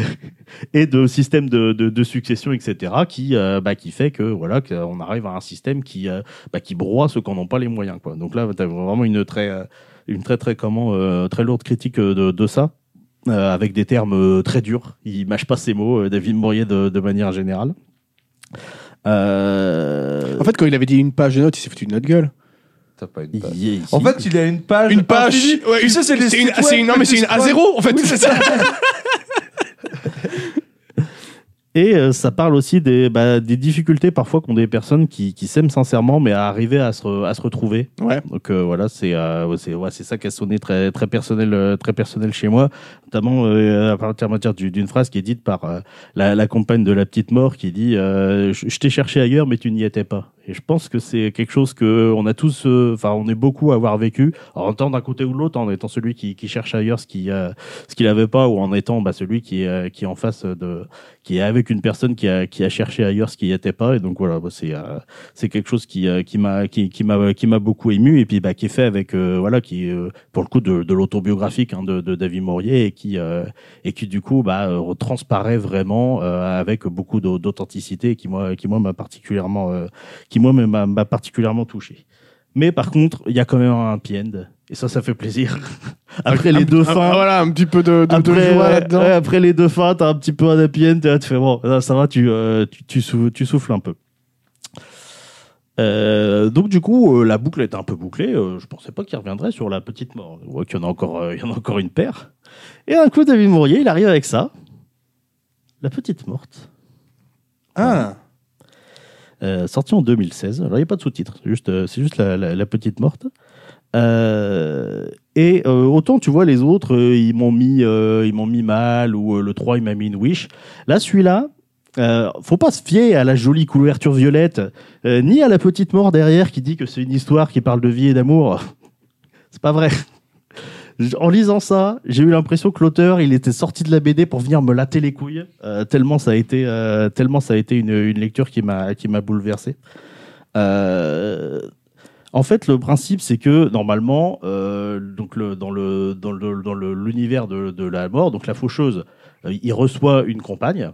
Speaker 1: et de système de, de, de succession, etc., qui, euh, bah, qui fait que voilà, qu'on arrive à un système qui, euh, bah, qui broie ceux qui n'en ont pas les moyens. Quoi. Donc là, tu as vraiment une très, euh, une très, très, comment, euh, très lourde critique euh, de, de ça. euh, avec des termes euh, très durs. Il mâche pas ses mots, euh, David Mourier, de, de manière générale. Euh,
Speaker 2: En fait, quand il avait dit une page de notes, il s'est foutu de notre gueule.
Speaker 3: T'as pas une
Speaker 1: il-
Speaker 3: page.
Speaker 1: il-
Speaker 3: En fait, il a une page.
Speaker 2: Une page
Speaker 3: infinie.
Speaker 2: ouais,
Speaker 3: Tu
Speaker 2: une-
Speaker 3: sais, c'est les
Speaker 2: c'est une,
Speaker 3: sites
Speaker 2: c'est
Speaker 3: web
Speaker 2: une- Non, mais
Speaker 3: que
Speaker 2: c'est
Speaker 3: tu
Speaker 2: une
Speaker 3: scrolles.
Speaker 2: A0, en fait. c'est ça.
Speaker 1: Et euh, ça parle aussi des, bah, des difficultés parfois qu'ont des personnes qui, qui s'aiment sincèrement, mais à arriver à se, re- à se retrouver.
Speaker 2: Ouais.
Speaker 1: Donc euh, voilà, c'est euh, ouais, c'est ouais, c'est ça qui a sonné très, très, personnel, euh, très personnel chez moi, notamment euh, à partir à partir du- d'une phrase qui est dite par euh, la, la compagne de la petite mort qui dit euh, Je je t'ai cherché ailleurs, mais tu n'y étais pas. Et je pense que c'est quelque chose que on a tous, euh, enfin, on est beaucoup à avoir vécu, en étant d'un côté ou de l'autre, en étant celui qui, qui cherche ailleurs ce qu'il euh, ce qu'il n'avait pas, ou en étant bah, celui qui, est, euh, qui est en face de, qui est avec une personne qui a, qui a cherché ailleurs ce qu'il n'y était pas. Et donc voilà, bah, c'est euh, c'est quelque chose qui, euh, qui m'a qui, qui m'a qui m'a beaucoup ému et puis bah, qui est fait avec euh, voilà qui est, euh, pour le coup de, de l'autobiographique hein, de, de David Maurier et qui euh, et qui du coup bah, euh, transparaît vraiment euh, avec beaucoup d'au- d'authenticité et qui moi qui moi m'a particulièrement euh, qui moi m'a m'a particulièrement touché. Mais par contre, il y a quand même un happy end et ça ça fait plaisir. Après les deux
Speaker 2: Un-
Speaker 1: fins,
Speaker 2: Voilà, un petit peu de, de- de
Speaker 1: après,
Speaker 2: joie
Speaker 1: ouais,
Speaker 2: là-dedans.
Speaker 1: ouais, après les deux fins, t'as un petit peu un happy end, t'es là, tu fais bon, là, ça va, tu, euh, tu, tu, sou- tu souffles un peu. Euh, donc du coup, euh, la boucle est un peu bouclée. euh, je pensais pas qu'il reviendrait sur la petite mort. On voit qu'il y en a encore, euh, il y en a encore une paire. Et d'un coup, David Mourier, il arrive avec ça, la petite morte,
Speaker 2: Ah.
Speaker 1: Bah, euh, sortie en 2016. Alors il n'y a pas de sous-titre, c'est juste, euh, c'est juste la, la- la petite morte. Euh, et euh, autant tu vois les autres, euh, ils m'ont mis, euh, ils m'ont mis mal ou euh, le 3 il m'a mis une wish. Là celui-là, euh, faut pas se fier à la jolie couverture violette euh, ni à la petite mort derrière qui dit que c'est une histoire qui parle de vie et d'amour. c'est pas vrai. Je- En lisant ça, j'ai eu l'impression que l'auteur, il était sorti de la BD pour venir me latter les couilles, euh, tellement ça a été, euh, tellement ça a été une, une lecture qui m'a qui m'a bouleversé. Euh, en fait, le principe, c'est que normalement, euh, donc le, dans le dans le- dans le- l'univers de, de la mort, donc la faucheuse, euh, il reçoit une compagne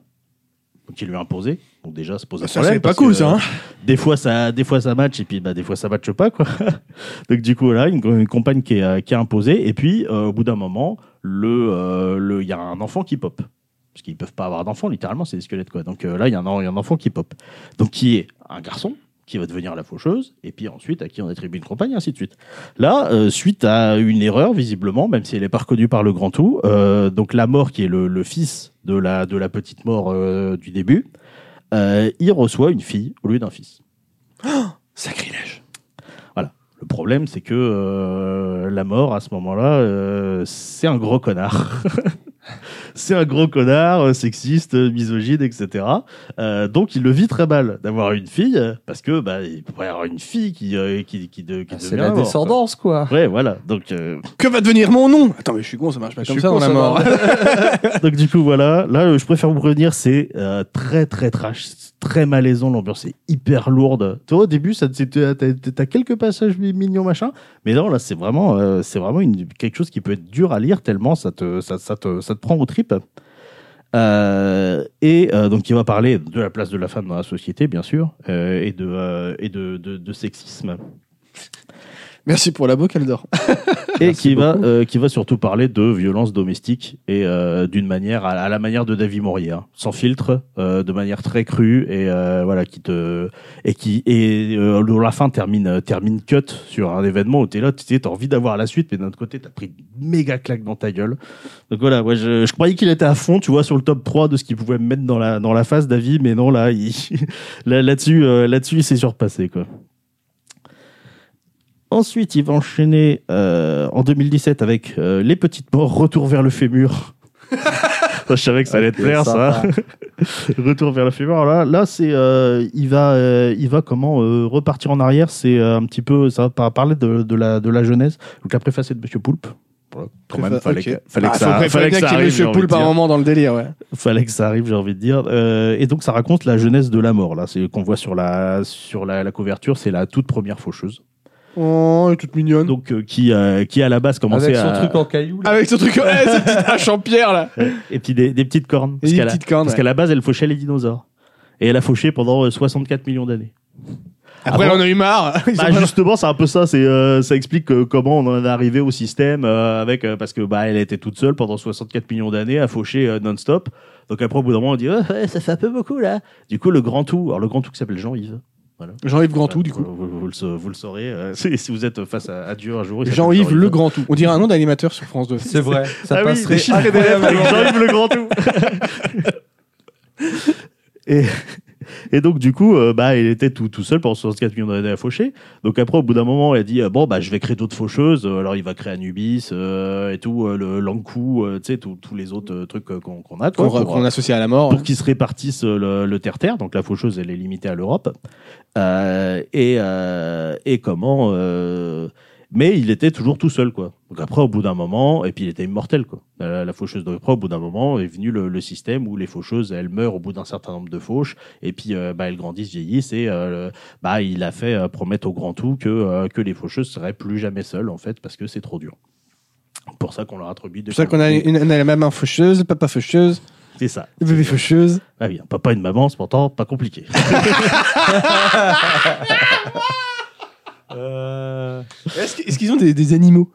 Speaker 1: qui lui est imposée. Donc déjà, ça pose un
Speaker 2: Ça,
Speaker 1: problème
Speaker 2: c'est pas
Speaker 1: parce
Speaker 2: cool,
Speaker 1: que,
Speaker 2: ça. hein.
Speaker 1: des fois ça des fois ça match et puis bah des fois ça matche pas quoi donc du coup là une, une compagne qui est, euh, qui est imposée et puis euh, au bout d'un moment le euh, le- il y a un enfant qui pop parce qu'ils peuvent pas avoir d'enfants, littéralement, c'est des squelettes. Quoi. Donc euh, là, il y, a un- il y a un enfant qui pop. Donc qui est un garçon qui va devenir la faucheuse, et puis ensuite à qui on attribue une compagne, et ainsi de suite. Là, euh, suite à une erreur, visiblement, même si elle n'est pas reconnue par le grand tout, euh, donc la mort qui est le, le fils de la, de la petite mort euh, du début, euh, il reçoit une fille au lieu d'un fils.
Speaker 2: Sacrilège.
Speaker 1: Le problème, c'est que euh, la mort, à ce moment-là, euh, c'est un gros connard. c'est un gros connard, euh, sexiste, euh, misogyne, etc. Euh, donc, il le vit très mal d'avoir une fille, euh, parce que bah, il pourrait y avoir une fille qui, euh, qui, qui, de- qui
Speaker 3: Ah, C'est
Speaker 1: devient
Speaker 3: la
Speaker 1: mort,
Speaker 3: descendance, quoi.
Speaker 1: quoi. Ouais, voilà. Donc, euh,
Speaker 2: Que va devenir mon nom Attends, mais je suis con, ça marche pas
Speaker 3: Je
Speaker 2: comme
Speaker 3: suis
Speaker 2: ça
Speaker 3: con,
Speaker 2: dans la
Speaker 3: ça
Speaker 2: mort.
Speaker 3: marche.
Speaker 1: donc, du coup, voilà. Là, euh, je préfère vous prévenir, c'est euh, très, très trash, c'est très malaisant. L'ambiance est hyper lourde. Toi, au début, ça, c'est- t'as, t'as- t'as quelques passages mi- mignons, machin. Mais non, là, c'est vraiment, euh, c'est vraiment une, quelque chose qui peut être dur à lire tellement ça te, ça, ça te, ça te prend aux tripes. Euh, et euh, donc, il va parler de la place de la femme dans la société, bien sûr, euh, et, de, euh, et de, de- de sexisme.
Speaker 2: Merci pour la boca, elle dort.
Speaker 1: Et
Speaker 3: Merci
Speaker 1: qui va,
Speaker 3: beaucoup.
Speaker 1: euh, qui va surtout parler de violence domestique et euh, d'une manière, à, à la manière de David Morier, hein, sans filtre, euh, de manière très crue et euh, voilà, qui te. Et qui. Et euh, dont la fin termine, euh, termine cut sur un événement où t'es là, tu as envie d'avoir la suite, mais d'un autre côté, t'as pris une méga claque dans ta gueule. Donc voilà, ouais, je, je croyais qu'il était à fond, tu vois, sur le top 3 de ce qu'il pouvait me mettre dans la, dans la face, David, mais non, là, il- là- là-dessus, euh, là-dessus, il s'est surpassé, quoi. Ensuite, il va enchaîner euh, en 2017 avec euh, Les Petites Morts, Retour vers le Fémur. Ça, je savais que ça allait te
Speaker 3: Ok,
Speaker 1: plaire, ça.
Speaker 3: sympa.
Speaker 1: Retour vers le fémur. Alors Là, là c'est, euh, il va, euh, il va comment euh, repartir en arrière. C'est euh, un petit peu, ça va par- parler de, de la de la jeunesse. Donc la préface est de Monsieur Poulpe. Voilà, quand même, fallait, que-
Speaker 2: Ah,
Speaker 1: fallait que ça, fallait que ça arrive. j'ai
Speaker 2: Monsieur
Speaker 1: envie de
Speaker 2: Poule par
Speaker 1: dire.
Speaker 2: moment dans le délire, ouais.
Speaker 1: Fallait que ça arrive, j'ai envie de dire. Euh, et donc ça raconte la jeunesse de la mort. Là, c'est qu'on voit sur la sur la, la couverture, c'est la toute première faucheuse.
Speaker 2: Oh, elle est toute mignonne.
Speaker 1: Donc euh, qui euh, qui à la base commençait
Speaker 3: Avec son
Speaker 1: à
Speaker 3: truc en caillou. là.
Speaker 2: Avec ce truc, ouais, cette petite hache en pierre, là.
Speaker 1: et puis des, des petites cornes.
Speaker 2: Et
Speaker 1: Parce
Speaker 2: une
Speaker 1: qu'elle a-
Speaker 2: petite corne.
Speaker 1: parce
Speaker 2: ouais.
Speaker 1: qu'à la base, elle fauchait les dinosaures. Et elle a fauché pendant euh, 64 millions d'années.
Speaker 2: Après,
Speaker 1: Avant-
Speaker 2: on en a eu marre. Ils
Speaker 1: Bah,
Speaker 2: ont pas-
Speaker 1: justement, c'est un peu ça. C'est euh, ça explique euh, comment on en est arrivé au système euh, avec euh, parce que bah elle était toute seule pendant 64 millions d'années à faucher euh, non-stop. Donc après au bout d'un moment on dit Ouais, ouais, ça fait un peu beaucoup là. Du coup le grand tout, alors le grand tout qui s'appelle Jean-Yves.
Speaker 2: Jean-Yves Grand Tout, du coup.
Speaker 1: Vous, vous- vous le, sa- vous le saurez euh, si, si vous êtes face à, à Dieu un jour. il s'appelle
Speaker 2: Jean-Yves Le Grand Tout. On dirait un nom d'animateur sur France 2.
Speaker 3: C'est vrai. Ça
Speaker 1: Ah oui,
Speaker 3: passerait
Speaker 1: des chiffres et des lettres avec Jean-Yves
Speaker 3: incroyablement.
Speaker 1: Le Grand Tout. et, et donc, du coup, euh, bah, il était tout, tout seul pendant 64 millions d'années à faucher. Donc, après, au bout d'un moment, il a dit euh, Bon, bah, je vais créer d'autres faucheuses. Euh, Alors, il va créer Anubis euh, et tout, euh, le Lankou, euh, tu sais, tous tous les autres euh, trucs euh, qu'on qu'on a. quoi,
Speaker 2: Qu'on
Speaker 1: pour,
Speaker 2: qu'on associe à la mort.
Speaker 1: pour qu'ils se répartissent euh, le, le terre-terre. Donc la faucheuse, elle est limitée à l'Europe. Euh, et, euh, et comment euh, Mais il était toujours tout seul, quoi. Donc après, au bout d'un moment, et puis il était immortel, quoi. La, la faucheuse de au bout d'un moment, est venu le, le système où les faucheuses, elles meurent au bout d'un certain nombre de fauches, et puis euh, bah, elles grandissent, vieillissent, et euh, le- bah, il a fait euh, promettre au grand tout que, euh, que les faucheuses seraient plus jamais seules, en fait, parce que c'est trop dur. Pour ça qu'on leur attribue des
Speaker 2: C'est pour ça qu'on a, une, on a la maman faucheuse, papa faucheuse,
Speaker 1: C'est ça.
Speaker 2: le bébé faucheuse.
Speaker 1: Ah oui, un papa et une maman, c'est pourtant pas compliqué.
Speaker 3: Euh,
Speaker 2: Est-ce que- est-ce qu'ils ont des, des animaux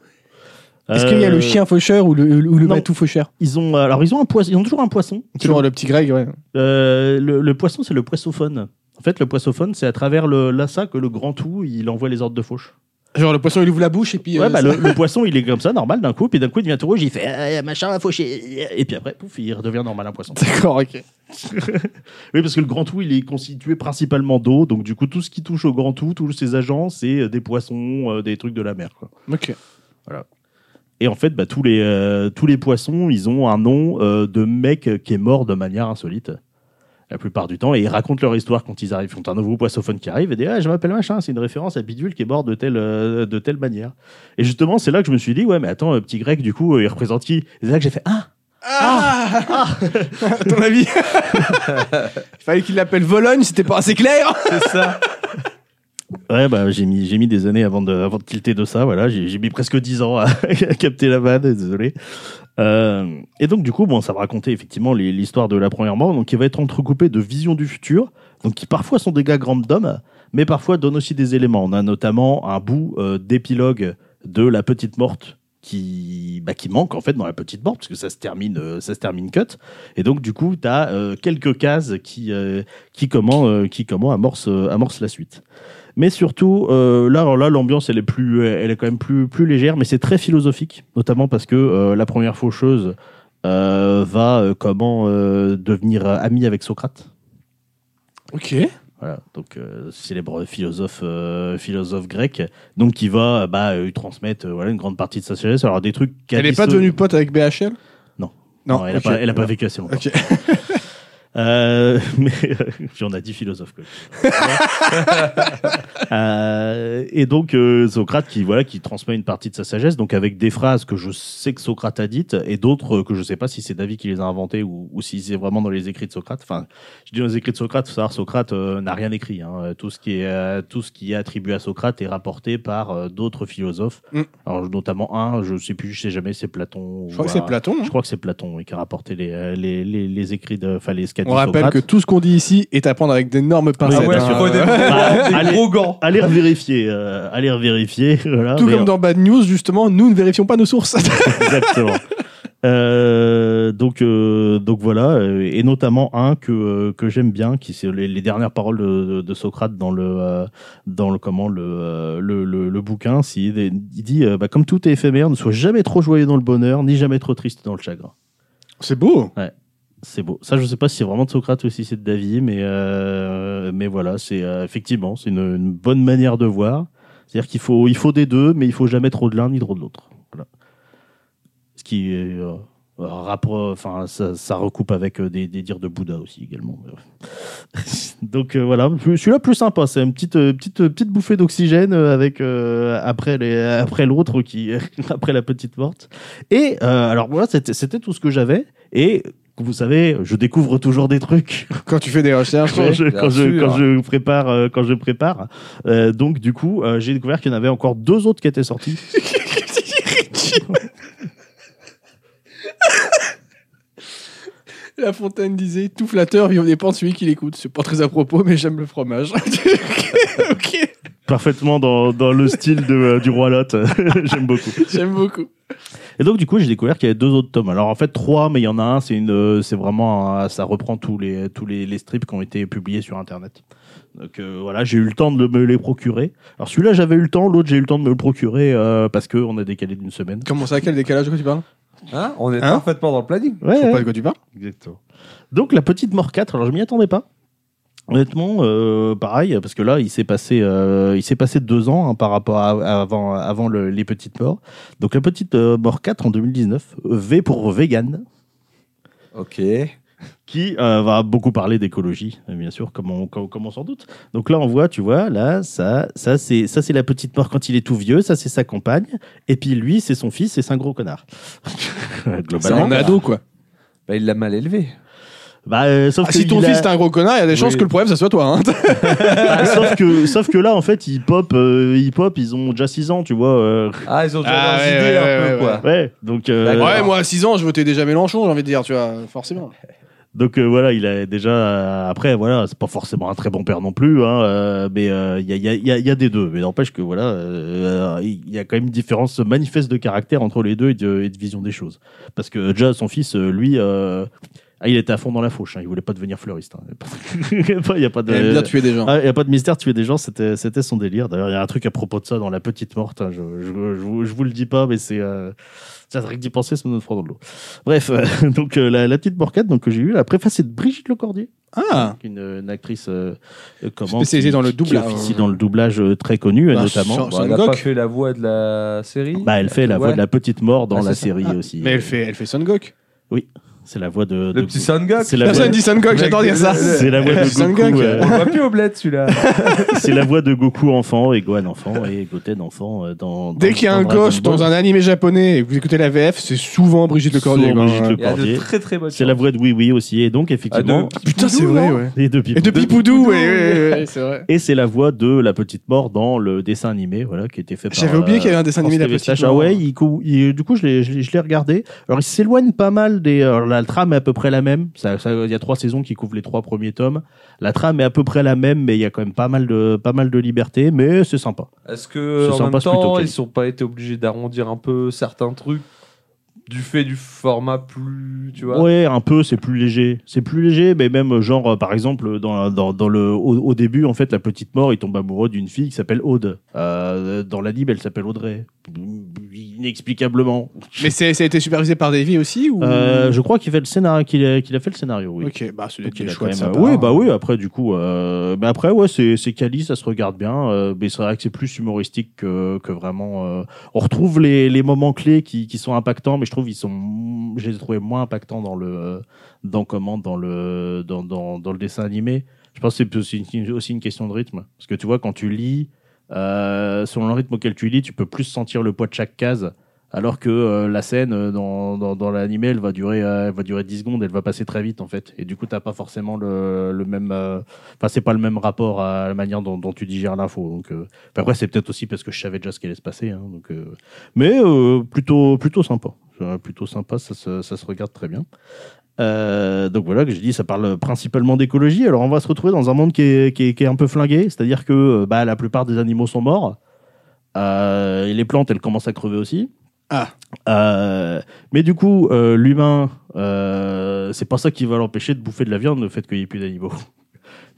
Speaker 2: Est-ce qu'il y a
Speaker 1: Euh,
Speaker 2: le chien faucheur ou le, ou le
Speaker 1: non.
Speaker 2: matou faucheur
Speaker 1: Ils ont alors ils ont un poisson, ils ont toujours un poisson.
Speaker 2: Toujours le petit Greg, ouais.
Speaker 1: Euh, le, le poisson c'est le poissophone. En fait, le poissophone c'est à travers le l'assa que le grand tout il envoie les ordres de fauche.
Speaker 2: Genre le poisson il ouvre la bouche et puis.
Speaker 1: ouais,
Speaker 2: euh,
Speaker 1: bah, le,
Speaker 2: ça-
Speaker 1: le poisson il est comme ça normal d'un coup, puis d'un coup il devient tout rouge, il fait Ah, machin à faucher, et puis après pouf il redevient normal un poisson.
Speaker 2: D'accord, ok.
Speaker 1: Oui, parce que le grand tout, il est constitué principalement d'eau, donc du coup, tout ce qui touche au grand tout, tous ses agents, c'est euh, des poissons, euh, des trucs de la mer. Quoi.
Speaker 2: Ok.
Speaker 1: Et en fait, bah, tous, les, euh, tous les poissons, ils ont un nom euh, de mec qui est mort de manière insolite, la plupart du temps. Et ils racontent leur histoire quand ils arrivent. Ils ont un nouveau poissophone qui arrive et dit Ah, je m'appelle machin, c'est une référence à Bidule qui est mort de telle, euh, de telle manière. Et justement, c'est là que je me suis dit Ouais, mais attends, euh, petit grec, du coup, euh, il représente qui Et C'est là que j'ai fait Ah
Speaker 2: Ah, À ton avis Il fallait qu'il l'appelle Vologne, c'était pas assez clair
Speaker 3: C'est ça.
Speaker 1: Ouais, bah, j'ai mis, j'ai mis des années avant de, avant de tilter de ça, voilà. J'ai, j'ai mis presque 10 ans à, à capter la vanne, désolé. Euh, et donc, du coup, bon, ça va raconter effectivement les- l'histoire de la première mort, donc qui va être entrecoupée de visions du futur, donc qui parfois sont des gars random, mais parfois donnent aussi des éléments. On a notamment un bout euh, d'épilogue de la petite morte qui, bah, qui manque en fait dans la petite bande, parce que ça se termine, euh, ça se termine cut. Et donc, du coup, tu as quelques cases qui, euh, qui, comment, euh, qui comment amorcent, euh, amorcent la suite. Mais surtout, euh, là, alors là, l'ambiance, elle est plus, elle est quand même plus, plus légère, mais c'est très philosophique, notamment parce que euh, la première faucheuse euh, va euh, comment euh, devenir amie avec Socrate.
Speaker 2: Ok.
Speaker 1: Voilà, donc euh, célèbre philosophe, euh, philosophe grec, donc qui va euh, bah, euh, lui transmettre euh, voilà, une grande partie de sa sagesse. Alors des trucs qu'a
Speaker 2: Elle
Speaker 1: dit
Speaker 2: est pas
Speaker 1: ce-
Speaker 2: devenue pote avec BHL
Speaker 1: Non.
Speaker 2: Non,
Speaker 1: Non, elle n'a
Speaker 2: ok.
Speaker 1: pas, elle a pas vécu assez longtemps.
Speaker 2: Ok.
Speaker 1: Euh, mais puis on a dit philosophe. Quoi. Euh, et donc euh, Socrate qui voilà qui transmet une partie de sa sagesse, donc avec des phrases que je sais que Socrate a dites et d'autres euh, que je sais pas si c'est David qui les a inventées ou, ou si c'est vraiment dans les écrits de Socrate. Enfin, je dis dans les écrits de Socrate, faut savoir Socrate euh, n'a rien écrit. hein. Tout ce qui est euh, tout ce qui est attribué à Socrate est rapporté par euh, d'autres philosophes.
Speaker 2: Mm.
Speaker 1: Alors notamment un, je sais plus, je sais jamais, c'est Platon.
Speaker 2: Je crois que c'est Platon. hein.
Speaker 1: Je crois que c'est Platon oui, qui a rapporté les, euh, les, les, les écrits de. Enfin, les
Speaker 2: On rappelle que tout ce qu'on dit ici est à prendre avec d'énormes pincettes.
Speaker 1: Ah ouais,
Speaker 2: hein.
Speaker 1: sur-
Speaker 2: Euh,
Speaker 1: Bah, allez-
Speaker 3: des gros gants.
Speaker 1: Allez revérifier. euh, allez revérifier. Voilà,
Speaker 2: Tout
Speaker 1: mais,
Speaker 2: comme dans Bad News, justement, nous ne vérifions pas nos sources.
Speaker 1: euh, Exactement. Euh, donc, euh, donc voilà, euh, et notamment un que, euh, que j'aime bien, qui c'est les, les dernières paroles de, de- de Socrate dans le, euh, dans le, comment, le, euh, le, le- le bouquin. Si, il dit euh, bah, Comme tout est éphémère, ne sois jamais trop joyeux dans le bonheur, ni jamais trop triste dans le chagrin.
Speaker 2: C'est beau.
Speaker 1: C'est beau. Ça, je sais pas si c'est vraiment de Socrate ou si c'est de David, mais, euh, mais voilà, c'est euh, effectivement, c'est une, une bonne manière de voir. C'est-à-dire qu'il faut, il faut des deux, mais il faut jamais trop de l'un ni trop de l'autre. Voilà. Ce qui est, euh, rappro- enfin, ça, ça recoupe avec euh, des, des dires de Bouddha aussi également. Mais bref. Donc euh, voilà, Plus- celui-là plus sympa, c'est une petite, euh, petite, euh, petite bouffée d'oxygène euh, avec euh, après les, après l'autre qui, après la petite morte. Et euh, alors voilà, c'était c'était tout ce que j'avais. Et vous savez, je découvre toujours des trucs
Speaker 2: Quand tu fais des recherches,
Speaker 1: quand
Speaker 2: ouais.
Speaker 1: je,
Speaker 3: bien
Speaker 1: quand je,
Speaker 3: sûr.
Speaker 1: quand je prépare. euh, quand je prépare. Euh, donc, du coup, euh, j'ai découvert qu'il y en avait encore deux autres qui étaient sortis.
Speaker 2: La Fontaine disait Tout flatteur vit au dépend de celui qui l'écoute. C'est pas très à propos, mais j'aime le fromage. ok,
Speaker 1: parfaitement dans, dans le style de, euh, du Roi Lot. J'aime beaucoup.
Speaker 2: j'aime beaucoup.
Speaker 1: Et donc, du coup, j'ai découvert qu'il y avait deux autres tomes. Alors, en fait, trois, mais il y en a un, c'est une, euh, c'est vraiment, un- ça reprend tous les, tous les, les strips qui ont été publiés sur Internet. Donc, euh, voilà, j'ai eu le temps de me les procurer. Alors, celui-là, j'avais eu le temps, l'autre, j'ai eu le temps de me le procurer euh, parce qu'on a décalé d'une semaine.
Speaker 2: Comment ça, quel décalage de quoi tu parles
Speaker 3: Hein On est
Speaker 2: Hein
Speaker 3: parfaitement dans le planning.
Speaker 2: Je
Speaker 1: Ouais,
Speaker 2: sais
Speaker 1: ouais.
Speaker 2: pas de quoi tu parles.
Speaker 1: Exactement. Donc la petite mort 4, alors je m'y attendais pas. Honnêtement, euh, pareil, parce que là, il s'est passé, euh, il s'est passé deux ans hein, par rapport à, à avant, avant le- les petites morts. Donc la petite euh, mort 4 en 2019, euh, V pour vegan,
Speaker 3: Ok.
Speaker 1: qui euh, va beaucoup parler d'écologie, euh, bien sûr, comme on, comme, comme on s'en doute. Donc là, on voit, tu vois, là, ça, ça c'est, ça c'est la petite mort quand il est tout vieux, ça c'est sa compagne, et puis lui, c'est son fils, et c'est un gros connard.
Speaker 2: C'est
Speaker 1: Globalement.
Speaker 2: un ado, quoi.
Speaker 3: Bah, il l'a mal élevé.
Speaker 1: Bah, euh, sauf
Speaker 2: Ah,
Speaker 1: que
Speaker 2: si ton
Speaker 1: il a-
Speaker 2: fils est un gros connard, il y a des chances
Speaker 1: Oui.
Speaker 2: que le problème, ça soit toi. hein.
Speaker 1: Ah, sauf que sauf que là en fait ils pop euh, ils pop ils ont déjà 6 ans tu vois euh,
Speaker 3: Ah, ils ont déjà
Speaker 2: Ah,
Speaker 3: leurs
Speaker 2: ouais,
Speaker 3: idées
Speaker 2: ouais,
Speaker 3: un
Speaker 2: ouais,
Speaker 3: peu, quoi.
Speaker 1: ouais donc euh,
Speaker 3: D'accord.
Speaker 2: ouais, moi, à 6 ans, je votais déjà Mélenchon, j'ai envie de dire, tu vois, forcément.
Speaker 1: donc euh, voilà il a déjà euh, après voilà c'est pas forcément un très bon père non plus hein, euh, mais euh, il y, a, il y, a, il y a- il y a des deux mais n'empêche que voilà euh, il y a quand même une différence manifeste de caractère entre les deux et de, et de vision des choses parce que déjà son fils euh, lui euh, ah, il était à fond dans la fauche hein, il voulait pas devenir fleuriste hein. il y a pas de
Speaker 2: Il aime bien tuer des gens.
Speaker 1: Il n'y Ah, a pas de mystère, tuer des gens, c'était c'était son délire. D'ailleurs, il y a un truc à propos de ça dans La Petite Morte. hein, je, je, je vous- je vous le dis pas, mais c'est. Euh, ça, rien que d'y penser, ça me donne froid dans le dos. Bref, euh, donc euh, la, la Petite Morcade donc, que j'ai eue, la préface est de Brigitte Lecordier,
Speaker 2: Ah
Speaker 1: qui est une, une actrice euh, euh, comment,
Speaker 2: Spécialisée
Speaker 1: qui-
Speaker 2: dans le
Speaker 1: qui-
Speaker 2: doublage.
Speaker 1: Qui officie dans le doublage euh, très connu, euh,
Speaker 2: Bah,
Speaker 1: notamment.
Speaker 2: sans-
Speaker 3: Bon, elle a
Speaker 2: Sandcock.
Speaker 3: pas fait la voix de la série.
Speaker 1: Bah, elle fait la voix
Speaker 3: Ouais.
Speaker 1: de la Petite Mort dans
Speaker 3: Ah,
Speaker 1: la
Speaker 3: c'est ça.
Speaker 1: série
Speaker 3: Ah,
Speaker 1: aussi.
Speaker 2: Mais elle fait, elle fait Son Goku.
Speaker 1: C'est la voix de. de-
Speaker 3: Le petit Sangok.
Speaker 1: C'est la voix-
Speaker 2: Personne dit Son Goku,
Speaker 3: Mec,
Speaker 2: j'adore dire ça.
Speaker 3: le-
Speaker 1: C'est la voix
Speaker 2: Elle
Speaker 1: de
Speaker 2: fait Son
Speaker 1: Goku.
Speaker 2: Goku.
Speaker 1: euh,
Speaker 3: On le voit plus au bled, celui-là.
Speaker 1: c'est la voix de Goku enfant et Gohan enfant et Goten enfant euh, dans. dans-
Speaker 2: Dès qu'il y a
Speaker 1: dans
Speaker 2: un
Speaker 1: Dragon
Speaker 2: gosse
Speaker 1: Ball.
Speaker 2: dans un animé japonais et que vous écoutez la VF, c'est souvent Brigitte Lecordier.
Speaker 1: Souvent
Speaker 2: quoi.
Speaker 1: Brigitte
Speaker 3: Il y a de
Speaker 1: Cordier.
Speaker 3: très très bonnes
Speaker 1: C'est la voix de Oui Oui aussi, et donc effectivement.
Speaker 3: Ah, de-
Speaker 2: Putain, c'est
Speaker 3: Poudou,
Speaker 2: vrai,
Speaker 3: non
Speaker 2: ouais.
Speaker 1: Et de Pipoudou.
Speaker 2: Et de Pipoudou, ouais,
Speaker 3: Pipoudou.
Speaker 2: ouais, ouais, c'est vrai.
Speaker 1: Et c'est la voix de la petite mort dans le dessin animé, voilà, qui était fait par. euh,
Speaker 2: J'avais oublié qu'il y avait un dessin animé de la
Speaker 1: Horst
Speaker 2: petite.
Speaker 1: Wessach. Ah ouais, il cou- il- du coup, je l'ai je l'ai- je l'ai regardé. Alors, il s'éloigne pas mal des. alors, la, la trame est à peu près la même. Ça, ça, il y a trois saisons qui couvrent les trois premiers tomes. La trame est à peu près la même, mais il y a quand même pas mal de, pas mal de liberté, mais c'est sympa.
Speaker 3: Est-ce que
Speaker 1: Ce
Speaker 3: en
Speaker 1: sympa,
Speaker 3: même
Speaker 1: c'est plutôt
Speaker 3: temps,
Speaker 1: quali.
Speaker 3: ils sont pas été obligés d'arrondir un peu certains trucs du fait du format plus, tu vois
Speaker 1: Ouais, un peu, c'est plus léger. C'est plus léger, mais même genre, euh, par exemple, dans, dans, dans le, au, au début, en fait, la petite mort, il tombe amoureux d'une fille qui s'appelle Aude. Euh, dans l'anime, elle s'appelle Audrey. Inexplicablement.
Speaker 2: Mais c'est- ça a été supervisé par Davy aussi ou...
Speaker 1: Euh, je crois qu'il fait le scénario, qu'il a, qu'il a fait le scénario, oui.
Speaker 2: Ok, bah c'est
Speaker 1: Donc, il
Speaker 2: des
Speaker 1: a
Speaker 2: choix de hein.
Speaker 1: quand
Speaker 2: sa
Speaker 1: même-
Speaker 2: part.
Speaker 1: oui, bah oui, après, du coup, euh, mais après, ouais, c'est, c'est quali, ça se regarde bien, euh, mais c'est vrai que c'est plus humoristique que, que vraiment, euh, on retrouve les, les moments clés qui, qui sont impactants, mais je trouve ils sont, je les ai trouvés moins impactants dans le, euh, dans comment, dans le, dans, dans, dans le dessin animé. Je pense que c'est aussi une, aussi une question de rythme. Parce que tu vois, quand tu lis, euh, selon le rythme auquel tu lis, tu peux plus sentir le poids de chaque case. Alors que euh, la scène euh, dans, dans, dans l'anime, elle va durer euh, elle va durer 10 secondes, elle va passer très vite en fait. Et du coup, t'as pas forcément le, le même, euh, enfin c'est pas le même rapport à la manière dont, dont tu digères l'info. Donc euh, enfin, après, c'est peut-être aussi parce que je savais déjà ce qui allait se passer. hein, donc, euh, mais euh, plutôt plutôt sympa, Euh, plutôt sympa, ça se, ça se regarde très bien. Euh, donc voilà, que je dis, ça parle principalement d'écologie. Alors on va se retrouver dans un monde qui est, qui est, qui est un peu flingué, c'est-à-dire que euh, bah, la plupart des animaux sont morts. Euh, et les plantes, elles commencent à crever aussi.
Speaker 2: Ah.
Speaker 1: Euh, mais du coup, euh, l'humain, euh, c'est pas ça qui va l'empêcher de bouffer de la viande, le fait qu'il n'y ait plus d'animaux.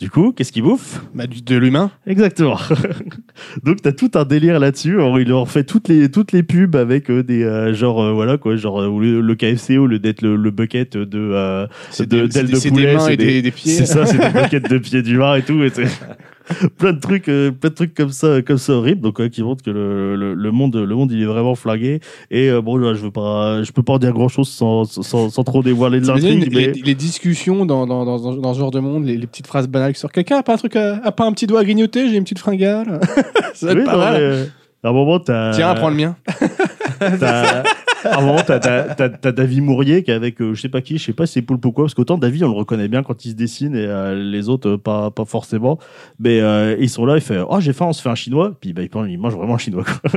Speaker 1: Du coup, qu'est-ce qu'il bouffe
Speaker 2: Bah, du- de l'humain.
Speaker 1: Exactement. Donc t'as tout un délire là-dessus. Alors, Il leur fait toutes les toutes les pubs avec euh, des euh, genre euh, voilà quoi, genre euh, où le, le KFC au lieu d'être le, le bucket de euh,
Speaker 2: C'est
Speaker 1: De-
Speaker 2: des,
Speaker 1: d'ailes
Speaker 2: c'est des-
Speaker 1: de
Speaker 2: c'est
Speaker 1: poulet,
Speaker 2: des mains
Speaker 1: c'est
Speaker 2: et des,
Speaker 1: c'est
Speaker 2: des pieds.
Speaker 1: ça, c'est des plaquettes de pieds du vin et tout. Et c'est- plein de trucs, euh, plein de trucs comme ça, comme ça horrible. Donc ouais, qui montre que le, le, le monde, le monde, il est vraiment flagué. Et euh, bon, là, je veux pas, je peux pas en dire grand chose sans, sans, sans trop dévoiler de
Speaker 2: T'imagines
Speaker 1: l'intrigue.
Speaker 2: les,
Speaker 1: Mais...
Speaker 2: les discussions dans, dans, dans, dans- dans ce genre de monde, les, les petites phrases banales sur quelqu'un a pas un truc à, a pas un petit doigt à grignoter, j'ai une petite fringale. ça va être
Speaker 1: Oui, Euh,
Speaker 2: pas
Speaker 1: non,
Speaker 2: mal.
Speaker 1: mais, euh, à un moment, t'as.
Speaker 2: Tiens, prends le mien.
Speaker 1: T'as- À un moment, t'as, t'as, t'as- t'as Davy Mourier qui est avec euh, je sais pas qui, je sais pas si c'est Paul pourquoi, parce qu'autant Davy on le reconnaît bien quand il se dessine et euh, les autres euh, pas, pas forcément, mais euh, ils sont là, il fait oh j'ai faim, on se fait un chinois, puis bah, il, prend- il mange vraiment un chinois quoi.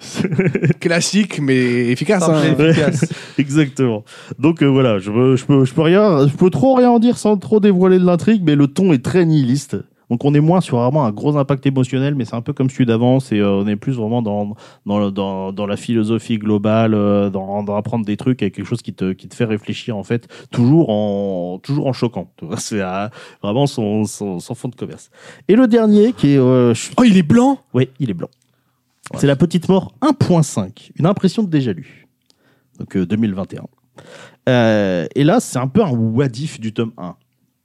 Speaker 1: C'est-
Speaker 2: Classique mais efficace.
Speaker 3: Simple
Speaker 2: hein.
Speaker 3: et efficace.
Speaker 1: Exactement. Donc euh, voilà, je, veux- je peux, je peux rien, je peux trop rien en dire sans trop dévoiler de l'intrigue, mais le ton est très nihiliste. Donc on est moins sur vraiment un gros impact émotionnel, mais c'est un peu comme celui d'avant, c'est euh, on est plus vraiment dans dans, le- dans, dans la philosophie globale, euh, dans, dans apprendre des trucs avec quelque chose qui te, qui te fait réfléchir en fait, toujours en toujours en choquant. Tu vois, C'est euh, vraiment son, son, son fond de commerce. Et le dernier qui est euh, je-
Speaker 2: Oh, il est blanc.
Speaker 1: Ouais, il est blanc. C'est la petite mort 1.5, une impression de déjà lu. Donc euh, 2021. Euh, et là, c'est un peu un wadif du tome 1.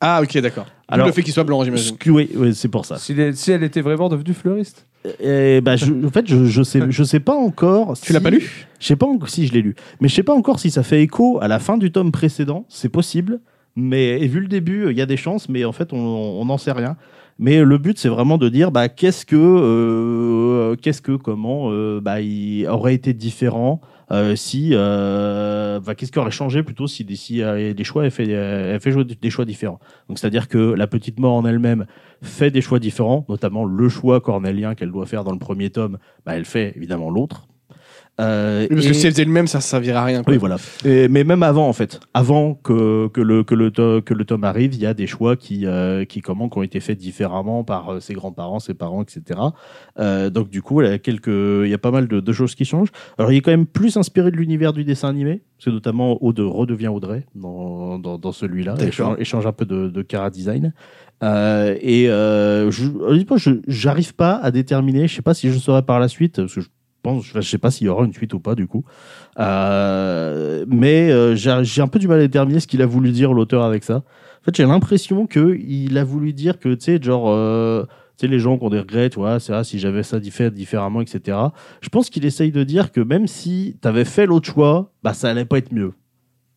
Speaker 2: Ah, ok, d'accord. Alors,
Speaker 1: Alors-
Speaker 2: le fait qu'il soit blanc,
Speaker 1: Ce
Speaker 2: j'imagine.
Speaker 1: que- ouais, ouais, c'est pour ça.
Speaker 3: S'il est- si elle était vraiment devenue fleuriste.
Speaker 1: Et bah, je- en fait, je, je sais, je sais pas encore.
Speaker 2: Tu l'as pas lu
Speaker 1: Je sais pas encore si je l'ai lu, mais je sais pas encore si ça fait écho à la fin du tome précédent. C'est possible, mais et vu le début, il y a des chances, mais en fait, on- on n'en sait rien. Mais le but, c'est vraiment de dire, bah, qu'est-ce que, euh, qu'est-ce que, comment, euh, bah, il aurait été différent euh, si, euh, bah, qu'est-ce qui aurait changé plutôt si, des- si euh, des choix, elle fait, euh, elle fait jouer des choix différents. Donc, c'est-à-dire que la petite mort en elle-même fait des choix différents, notamment le choix cornélien qu'elle doit faire dans le premier tome, bah, elle fait évidemment l'autre. Euh,
Speaker 2: Oui, Parce que
Speaker 1: et-
Speaker 2: si elle faisait le même, ça ne servirait à rien. quoi.
Speaker 1: oui, voilà. Et- mais même avant, en fait, avant que, que, le, que, le, to- que le tome arrive, il y a des choix qui, euh, qui, comment, qui ont été faits différemment par euh, ses grands-parents, ses parents, etc. Euh, donc, du coup, il y a quelques- il y a pas mal de, de choses qui changent. Alors, il est quand même plus inspiré de l'univers du dessin animé, parce que notamment Aude redevient Audrey dans, dans, dans celui-là, et
Speaker 2: D'accord.
Speaker 1: change, et change un peu de, de cara-design. Euh, et euh, je- honnêtement, je j'arrive pas à déterminer, je sais pas si je saurai par la suite, parce que je pense, je sais pas s'il y aura une suite ou pas, du coup. Euh, mais euh, j'ai j'ai un peu du mal à déterminer ce qu'il a voulu dire l'auteur avec ça. En fait, j'ai l'impression que il a voulu dire que tu sais, genre, euh, tu sais, les gens qui ont des regrets, tu vois, c'est ah, si j'avais ça diffé- différemment, etc. Je pense qu'il essaye de dire que même si t'avais fait l'autre choix, bah ça allait pas être mieux.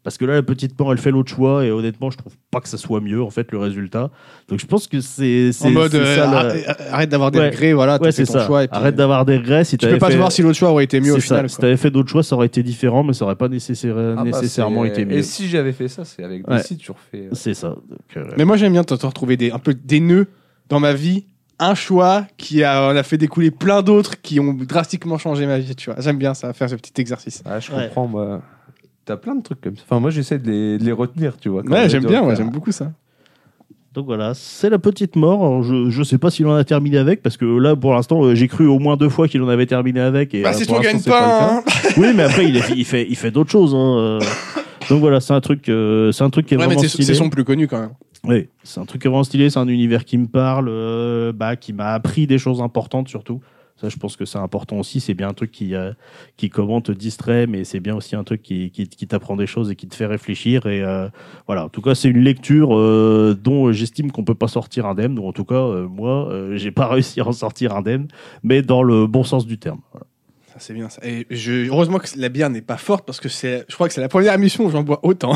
Speaker 1: Parce que là, la petite mort, elle fait l'autre choix, et honnêtement, je trouve pas que ça soit mieux, en fait, le résultat. Donc, je pense que c'est. c'est-
Speaker 2: En mode,
Speaker 1: c'est
Speaker 2: euh,
Speaker 1: ça, la-
Speaker 2: arrête, arrête d'avoir des
Speaker 1: Ouais.
Speaker 2: regrets, voilà, t'as
Speaker 1: Ouais,
Speaker 2: fait
Speaker 1: c'est
Speaker 2: ton
Speaker 1: ça.
Speaker 2: choix. Et puis, euh,
Speaker 1: Arrête d'avoir des regrets si
Speaker 2: tu peux
Speaker 1: t'avais
Speaker 2: pas
Speaker 1: fait-
Speaker 2: te voir si l'autre choix aurait été mieux au
Speaker 1: c'est ça.
Speaker 2: final.
Speaker 1: Si
Speaker 2: quoi.
Speaker 1: t'avais fait d'autres choix, ça aurait été différent, mais ça aurait pas nécessaire-
Speaker 3: Ah bah,
Speaker 1: nécessairement
Speaker 3: c'est-
Speaker 1: été mieux.
Speaker 3: Et si j'avais fait ça, c'est avec
Speaker 1: Ouais.
Speaker 3: des sites, tu refais. euh,
Speaker 1: C'est ça. Donc, euh,
Speaker 2: Mais moi, j'aime bien te te retrouver des, un peu des nœuds dans ma vie. Un choix qui a, on a fait découler plein d'autres qui ont drastiquement changé ma vie, tu vois. J'aime bien ça, faire ce petit exercice.
Speaker 3: Ah, je
Speaker 1: Ouais.
Speaker 3: comprends, moi. t'as plein de trucs comme ça. Enfin, moi, j'essaie de les, de les retenir, tu vois. quand
Speaker 2: Ouais,
Speaker 3: je
Speaker 2: j'aime
Speaker 3: dois
Speaker 2: bien,
Speaker 3: faire.
Speaker 2: ouais, j'aime beaucoup ça.
Speaker 1: Donc voilà, c'est la petite mort. Alors, je, je sais pas s'il en a terminé avec, parce que là, pour l'instant, euh, j'ai cru au moins deux fois qu'il en avait terminé avec.
Speaker 2: Bah,
Speaker 1: Et, euh, pour l'instant, c'est le cas.
Speaker 2: hein.
Speaker 1: Oui, mais après, il, est- il fait, il fait d'autres choses. hein, euh. Donc voilà, c'est un truc, euh, c'est un truc qui est
Speaker 2: Ouais, mais
Speaker 1: vraiment
Speaker 2: c'est
Speaker 1: stylé.
Speaker 2: c'est son plus connu quand même.
Speaker 1: Oui, c'est un truc qui est vraiment stylé. C'est un univers qui me parle, euh, bah, qui m'a appris des choses importantes surtout. Ça, je pense que c'est important aussi. C'est bien un truc qui, euh, qui comment te distrait, mais c'est bien aussi un truc qui, qui, qui t'apprend des choses et qui te fait réfléchir. Et euh, voilà, en tout cas, c'est une lecture euh, dont j'estime qu'on peut pas sortir indemne. Donc, en tout cas, euh, moi, euh, j'ai pas réussi à en sortir indemne, mais dans le bon sens du terme.
Speaker 2: Ça, C'est bien ça. Et je- heureusement que la bière n'est pas forte parce que c'est, je crois que c'est la première émission où j'en bois autant.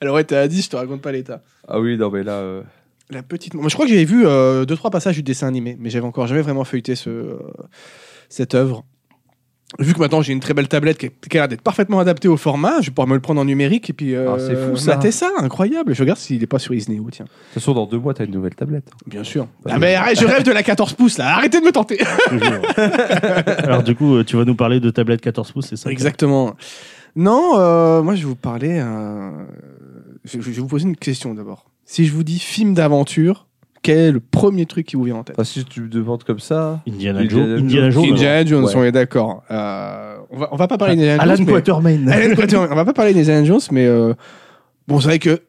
Speaker 2: Elle aurait été à 10, je te raconte pas l'état.
Speaker 3: Ah oui, non, mais là. euh,
Speaker 2: La petite. Moi, je crois que j'avais vu euh, deux trois passages du dessin animé, mais j'avais encore jamais vraiment feuilleté ce, euh, cette œuvre. Vu que maintenant j'ai une très belle tablette qui, est- qui a l'air d'être parfaitement adaptée au format, je vais pouvoir me le prendre en numérique et puis. euh,
Speaker 3: Ah, c'est fou, ça.
Speaker 2: mater ça, incroyable. Je regarde s'il n'est pas sur Isneo, tiens.
Speaker 3: De toute façon, dans deux mois, t'as une nouvelle tablette.
Speaker 2: Bien sûr.
Speaker 3: Ah,
Speaker 2: Ah, mais arrête, je rêve de la 14 pouces là. Arrêtez de me tenter.
Speaker 1: Toujours. Alors, du coup, euh, tu vas nous parler de tablette 14 pouces, c'est ça
Speaker 2: Exactement. Non, euh, moi je vais vous parler. euh, je, je vais vous poser une question d'abord. Si je vous dis film d'aventure, quel est le premier truc qui vous vient en tête
Speaker 3: Enfin, si tu me demandes comme ça.
Speaker 1: Indiana
Speaker 3: Indiana
Speaker 1: Jones.
Speaker 3: Jones.
Speaker 1: Indiana Jones. alors.
Speaker 2: Indiana Jones,
Speaker 3: Ouais.
Speaker 2: on est d'accord. Euh, on, va, on va pas parler d'Indiana Jones.
Speaker 1: Alan
Speaker 2: mais-
Speaker 1: Quatermain.
Speaker 2: Alan Quatermain. On va pas parler d'Indiana Jones, mais euh, bon, c'est vrai que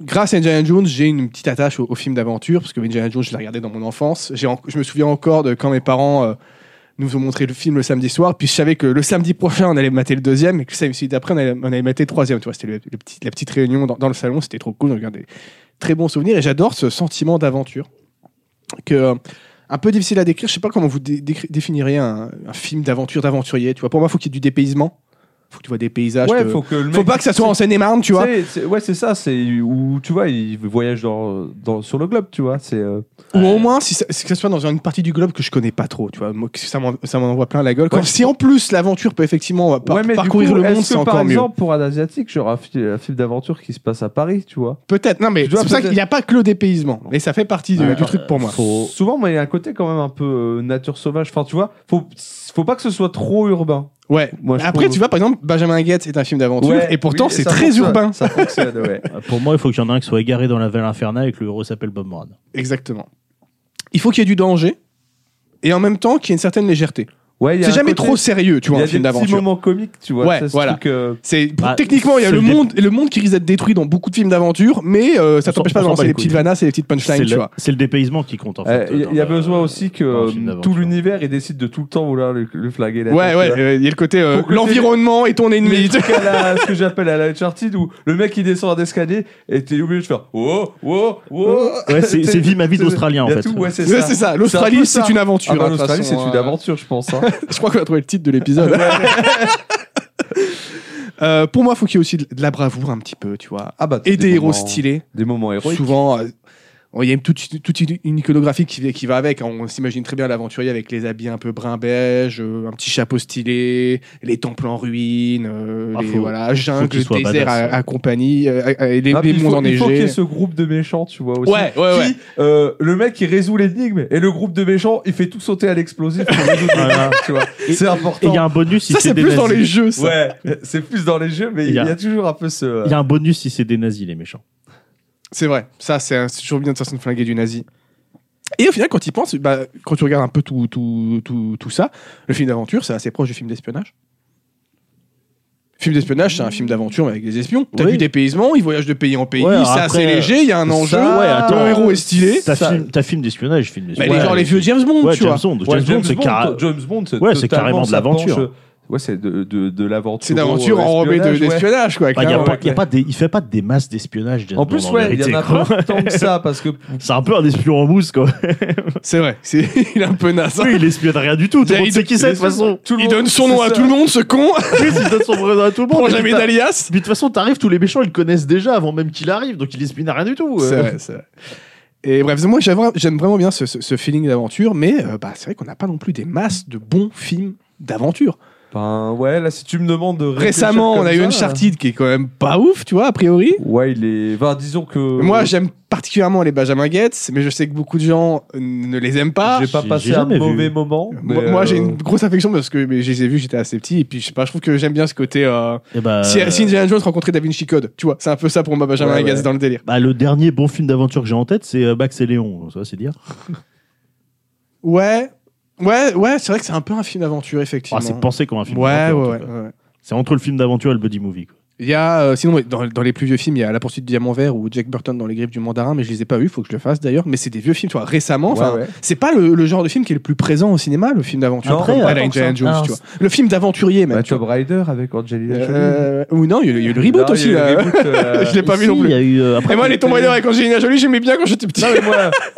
Speaker 2: grâce à Indiana Jones, j'ai une petite attache au, au film d'aventure parce que Indiana Jones, je l'ai regardé dans mon enfance. J'ai en- je me souviens encore de quand mes parents euh, nous ont montré le film le samedi soir, puis je savais que le samedi prochain, on allait mater le deuxième et que le samedi d'après, on allait, on allait mater le troisième. Tu vois, c'était le, le petit- la petite réunion dans, dans le salon, c'était trop cool. On regardait très bons souvenirs et j'adore ce sentiment d'aventure que euh, un peu difficile à décrire. Je sais pas comment vous dé- décri- définiriez un, un film d'aventure d'aventurier. Tu vois, pour moi, faut qu'il y ait du dépaysement. Faut que tu vois des paysages.
Speaker 3: Ouais,
Speaker 2: que-
Speaker 3: faut que le mec.
Speaker 2: ah, Faut pas que ça soit en Seine-et-Marne, tu vois.
Speaker 3: C'est- c'est- ouais, c'est ça. C'est où tu vois, il voyage dans, dans- sur le globe, tu vois. C'est euh,
Speaker 2: Ou au moins, si ça, si que ça soit dans une partie du globe que je connais pas trop, tu vois. Moi, que ça m'en ça m'en envoie plein la gueule. Quand,
Speaker 3: Ouais.
Speaker 2: si en plus l'aventure peut effectivement par-
Speaker 3: ouais, mais du
Speaker 2: parcourir
Speaker 3: coup,
Speaker 2: le monde,
Speaker 3: est-ce
Speaker 2: c'est
Speaker 3: que,
Speaker 2: encore
Speaker 3: par
Speaker 2: mieux.
Speaker 3: exemple, pour un asiatique, genre un, fi- un film d'aventure qui se passe à Paris, tu vois.
Speaker 2: Peut-être. Non, mais
Speaker 3: Tu
Speaker 2: c'est
Speaker 3: dois
Speaker 2: pour ça
Speaker 3: peut-être-
Speaker 2: qu'il n'y a pas que le dépaysement. Mais ça fait partie du,
Speaker 3: Ouais.
Speaker 2: du truc pour moi.
Speaker 3: Faut- Souvent, mais il y a un côté quand même un peu euh, nature sauvage. Enfin, tu vois, faut faut pas que ce soit trop urbain.
Speaker 2: Ouais.
Speaker 3: Moi, je
Speaker 2: Après,
Speaker 3: trouve-
Speaker 2: tu vois, par exemple, Benjamin Gates est un film d'aventure
Speaker 3: Ouais,
Speaker 2: et pourtant
Speaker 3: oui,
Speaker 2: c'est
Speaker 3: ça
Speaker 2: très
Speaker 3: fonctionne,
Speaker 2: urbain.
Speaker 3: Ça fonctionne, ouais.
Speaker 1: Euh, Pour moi, il faut qu'il y en ait un qui soit égaré dans la vallée infernale et que le héros s'appelle Bob Moran.
Speaker 2: Exactement. Il faut qu'il y ait du danger et en même temps qu'il y ait une certaine légèreté.
Speaker 3: Ouais, il y a
Speaker 2: C'est
Speaker 3: un
Speaker 2: jamais
Speaker 3: côté-
Speaker 2: trop sérieux, tu vois, un
Speaker 3: Il y
Speaker 2: film
Speaker 3: a des petits
Speaker 2: d'aventure.
Speaker 3: moments comiques, tu vois.
Speaker 2: Ouais,
Speaker 3: ça, ce
Speaker 2: voilà.
Speaker 3: truc, euh,
Speaker 2: C'est
Speaker 1: Bah,
Speaker 2: techniquement il y a
Speaker 1: c'est
Speaker 2: le
Speaker 1: le dé-
Speaker 2: monde et le monde qui risque d'être détruit dans beaucoup de films d'aventure, mais euh, ça
Speaker 1: On s'en-
Speaker 2: t'empêche pas
Speaker 1: on
Speaker 2: de
Speaker 1: s'en
Speaker 2: lancer
Speaker 1: bat
Speaker 2: les
Speaker 1: les
Speaker 2: petites
Speaker 1: couilles.
Speaker 2: vanasses et les petites punchlines,
Speaker 1: C'est
Speaker 2: tu
Speaker 1: le,
Speaker 2: vois.
Speaker 1: c'est le dépaysement qui compte en
Speaker 3: euh,
Speaker 1: fait.
Speaker 3: Il y a-
Speaker 1: dans
Speaker 3: il y a
Speaker 1: le-
Speaker 3: besoin aussi que
Speaker 1: dans le
Speaker 3: euh,
Speaker 1: film d'aventure.
Speaker 3: tout l'univers il décide de tout le temps vouloir le, le flaguer. La
Speaker 2: Ouais,
Speaker 3: tête,
Speaker 2: ouais,
Speaker 3: tu vois.
Speaker 2: euh, il y a le côté euh,
Speaker 3: Faut que le
Speaker 2: l'environnement est ton
Speaker 3: Mais
Speaker 2: ennemi.
Speaker 3: le truc à la- ce que j'appelle à la Uncharted où le mec il descend un escalier et t'es obligé de faire oh, oh, oh.
Speaker 1: Ouais, c'est- c'est vie ma vie d'Australien, en
Speaker 3: Il y a
Speaker 1: fait.
Speaker 3: tout, ouais, c'est
Speaker 2: Ouais,
Speaker 3: ça.
Speaker 2: C'est ça,
Speaker 3: un peu
Speaker 2: l'Australie
Speaker 3: ça.
Speaker 2: c'est une
Speaker 3: Ah
Speaker 2: aventure.
Speaker 3: bah,
Speaker 2: hein, de toute
Speaker 3: L'Australie c'est
Speaker 2: façon,
Speaker 3: une
Speaker 2: euh,
Speaker 3: aventure, je pense. hein.
Speaker 2: Je crois qu'on a trouvé le titre de l'épisode. Euh, pour moi, faut qu'il y ait aussi de de la bravoure un petit peu, tu vois.
Speaker 3: Ah bah, t'as
Speaker 2: Et des héros
Speaker 3: moments-
Speaker 2: stylés.
Speaker 3: Des moments héroïques.
Speaker 2: Souvent, euh, bon, il y a toute, toute une- une iconographie qui, qui va avec. On s'imagine très bien l'aventurier avec les habits un peu brun beige, euh, un petit chapeau stylé, les temples en ruine, euh,
Speaker 1: Ah,
Speaker 2: les
Speaker 1: faut-
Speaker 2: voilà, jungle,
Speaker 1: qu'il soit
Speaker 2: désert
Speaker 1: badass,
Speaker 2: à,
Speaker 1: ouais.
Speaker 2: à compagnie, euh, à- à- et les
Speaker 3: Ah, puis
Speaker 2: les
Speaker 3: il
Speaker 2: mondes
Speaker 3: faut, il faut qu'il y ait
Speaker 2: enneigés.
Speaker 3: ce groupe de méchants, tu vois. Aussi,
Speaker 2: Ouais, ouais, ouais.
Speaker 3: Qui, euh, le mec il résout l'énigme et le groupe de méchants il fait tout sauter à l'explosif pour résoudre
Speaker 1: Voilà.
Speaker 3: l'énigme, tu vois. C'est
Speaker 1: Et il
Speaker 3: important.
Speaker 1: y a un bonus si
Speaker 2: Ça,
Speaker 1: c'est
Speaker 2: c'est
Speaker 1: des
Speaker 2: plus
Speaker 1: nazis.
Speaker 2: dans les jeux, ça.
Speaker 3: Ouais, c'est plus dans les jeux, mais il y, a toujours un peu ce. euh,
Speaker 1: Il y a un bonus si c'est des nazis, les méchants.
Speaker 2: C'est vrai. Ça, c'est un- c'est toujours bien de façon de flinguer du nazi. Et au final, quand tu y penses, bah, quand tu regardes un peu tout, tout, tout, tout ça, le film d'aventure, c'est assez proche du film d'espionnage. Film d'espionnage, c'est un film d'aventure mais avec des espions. T'as
Speaker 1: Oui.
Speaker 2: vu des paysements, ils voyagent de pays en pays,
Speaker 1: Ouais, alors
Speaker 2: c'est assez
Speaker 1: après,
Speaker 2: léger, il y a un enjeu,
Speaker 1: ouais, attends.
Speaker 2: le héros est stylé.
Speaker 1: T'as
Speaker 3: Ça-
Speaker 1: film, t'as film d'espionnage, film
Speaker 2: Bah,
Speaker 1: d'espionnage.
Speaker 2: les,
Speaker 1: Ouais,
Speaker 2: genre les vieux James Bond,
Speaker 1: Ouais,
Speaker 2: tu
Speaker 1: James
Speaker 2: vois.
Speaker 1: Bond. James Bond, c'est carré-
Speaker 3: James Bond, c'est
Speaker 1: Ouais, c'est carrément de
Speaker 3: totalement, ça
Speaker 1: l'aventure.
Speaker 3: penche- euh, Ouais, c'est de, de, de l'aventure. euh,
Speaker 2: C'est d'aventure enrobée de-
Speaker 3: espionnage, ouais.
Speaker 2: d'espionnage, quoi.
Speaker 1: Bah, y a
Speaker 2: clairement.
Speaker 1: pas-
Speaker 3: ouais,
Speaker 1: y a pas des- il fait pas des masses d'espionnage. James
Speaker 3: En
Speaker 1: Bond,
Speaker 3: plus, ouais, il y
Speaker 1: vérité,
Speaker 3: en a
Speaker 1: quoi.
Speaker 3: pas tant que ça parce que.
Speaker 1: C'est un peu un espion en mousse, quoi.
Speaker 2: C'est vrai, c'est- il est un peu naze. hein.
Speaker 1: Lui, il espionne rien du tout. Tout le
Speaker 2: Il
Speaker 1: monde sait qui c'est, de toute façon.
Speaker 3: Tout le
Speaker 2: Il
Speaker 3: monde-
Speaker 2: donne son nom
Speaker 3: c'est
Speaker 2: à
Speaker 3: ça.
Speaker 2: tout le monde, ce con,
Speaker 1: Plus, il donne son prénom à tout le monde.
Speaker 2: prend
Speaker 1: Mais
Speaker 2: jamais
Speaker 1: putain,
Speaker 2: d'alias.
Speaker 1: Mais de toute façon, t'arrives, tous les méchants, ils le connaissent déjà avant même qu'il arrive, donc il espionne rien du tout.
Speaker 2: C'est
Speaker 1: euh.
Speaker 2: vrai, c'est vrai. Et bref, moi j'aime vra- j'aime vraiment bien ce, ce- ce feeling d'aventure, mais euh, bah, c'est vrai qu'on n'a pas non plus des masses de bons films d'aventure.
Speaker 3: Ben ouais, là, si tu me demandes de.
Speaker 2: Récemment,
Speaker 3: réfléchir
Speaker 2: on a
Speaker 3: comme
Speaker 2: eu
Speaker 3: ça, hein. euh,
Speaker 2: une Uncharted qui est quand même pas ouf, tu vois, a priori.
Speaker 3: Ouais, il est. Enfin, disons que.
Speaker 2: Moi, j'aime particulièrement les Benjamin Gates, mais je sais que beaucoup de gens euh, ne les aiment pas.
Speaker 3: j'ai pas
Speaker 1: j'ai
Speaker 3: passé un
Speaker 1: jamais vu.
Speaker 3: mauvais moment.
Speaker 2: Moi,
Speaker 3: mais,
Speaker 2: moi,
Speaker 3: euh,
Speaker 2: j'ai une grosse affection parce que mais je les ai vus, j'étais assez petit, et puis je sais pas, je trouve que j'aime bien ce côté. euh,
Speaker 1: Et bah,
Speaker 2: Si, si Indiana Jones rencontrait Da Vinci Code, tu vois, c'est un peu ça pour moi, Benjamin
Speaker 3: Ouais,
Speaker 2: Gates
Speaker 3: ouais.
Speaker 2: dans le délire.
Speaker 1: bah, le dernier bon film d'aventure que j'ai en tête, c'est euh, Max et Léon, ça c'est dire.
Speaker 2: Ouais, ouais, ouais, c'est vrai que c'est un peu un film d'aventure, effectivement.
Speaker 1: Ah, c'est pensé comme un film
Speaker 2: ouais, ouais,
Speaker 1: d'aventure. en
Speaker 2: ouais,
Speaker 1: tout cas.
Speaker 2: ouais.
Speaker 1: C'est entre le film d'aventure et le buddy movie. quoi.
Speaker 2: Il y a, euh, sinon, dans, dans les plus vieux films, il y a La poursuite du diamant vert ou Jack Burton dans Les griffes du mandarin, mais je les ai pas vus, faut que je le fasse d'ailleurs. Mais c'est des vieux films, tu vois, récemment.
Speaker 3: ouais,
Speaker 2: enfin,
Speaker 3: ouais.
Speaker 2: C'est pas le, le genre de film qui est le plus présent au cinéma, le film d'aventure.
Speaker 3: Non,
Speaker 2: Après,
Speaker 1: pas
Speaker 2: à la
Speaker 3: tant
Speaker 2: Indiana
Speaker 3: que
Speaker 2: Jones,
Speaker 1: Ah,
Speaker 2: tu vois. Le film d'aventurier, même.
Speaker 3: Bah,
Speaker 2: tu
Speaker 3: Tomb
Speaker 2: vois.
Speaker 3: Rider avec Angelina Jolie.
Speaker 2: Euh, ou non, il y a eu- il y a eu le reboot
Speaker 3: Non,
Speaker 2: aussi.
Speaker 3: il y a eu
Speaker 2: là.
Speaker 3: le reboot, euh,
Speaker 2: je l'ai pas
Speaker 1: Et
Speaker 2: vu
Speaker 1: si,
Speaker 2: non
Speaker 1: il y
Speaker 2: plus.
Speaker 1: a eu, euh, après,
Speaker 2: Et moi, les Tomb Rider avec Angelina Jolie, j'aimais bien quand j'étais petit.
Speaker 3: Non, mais moi,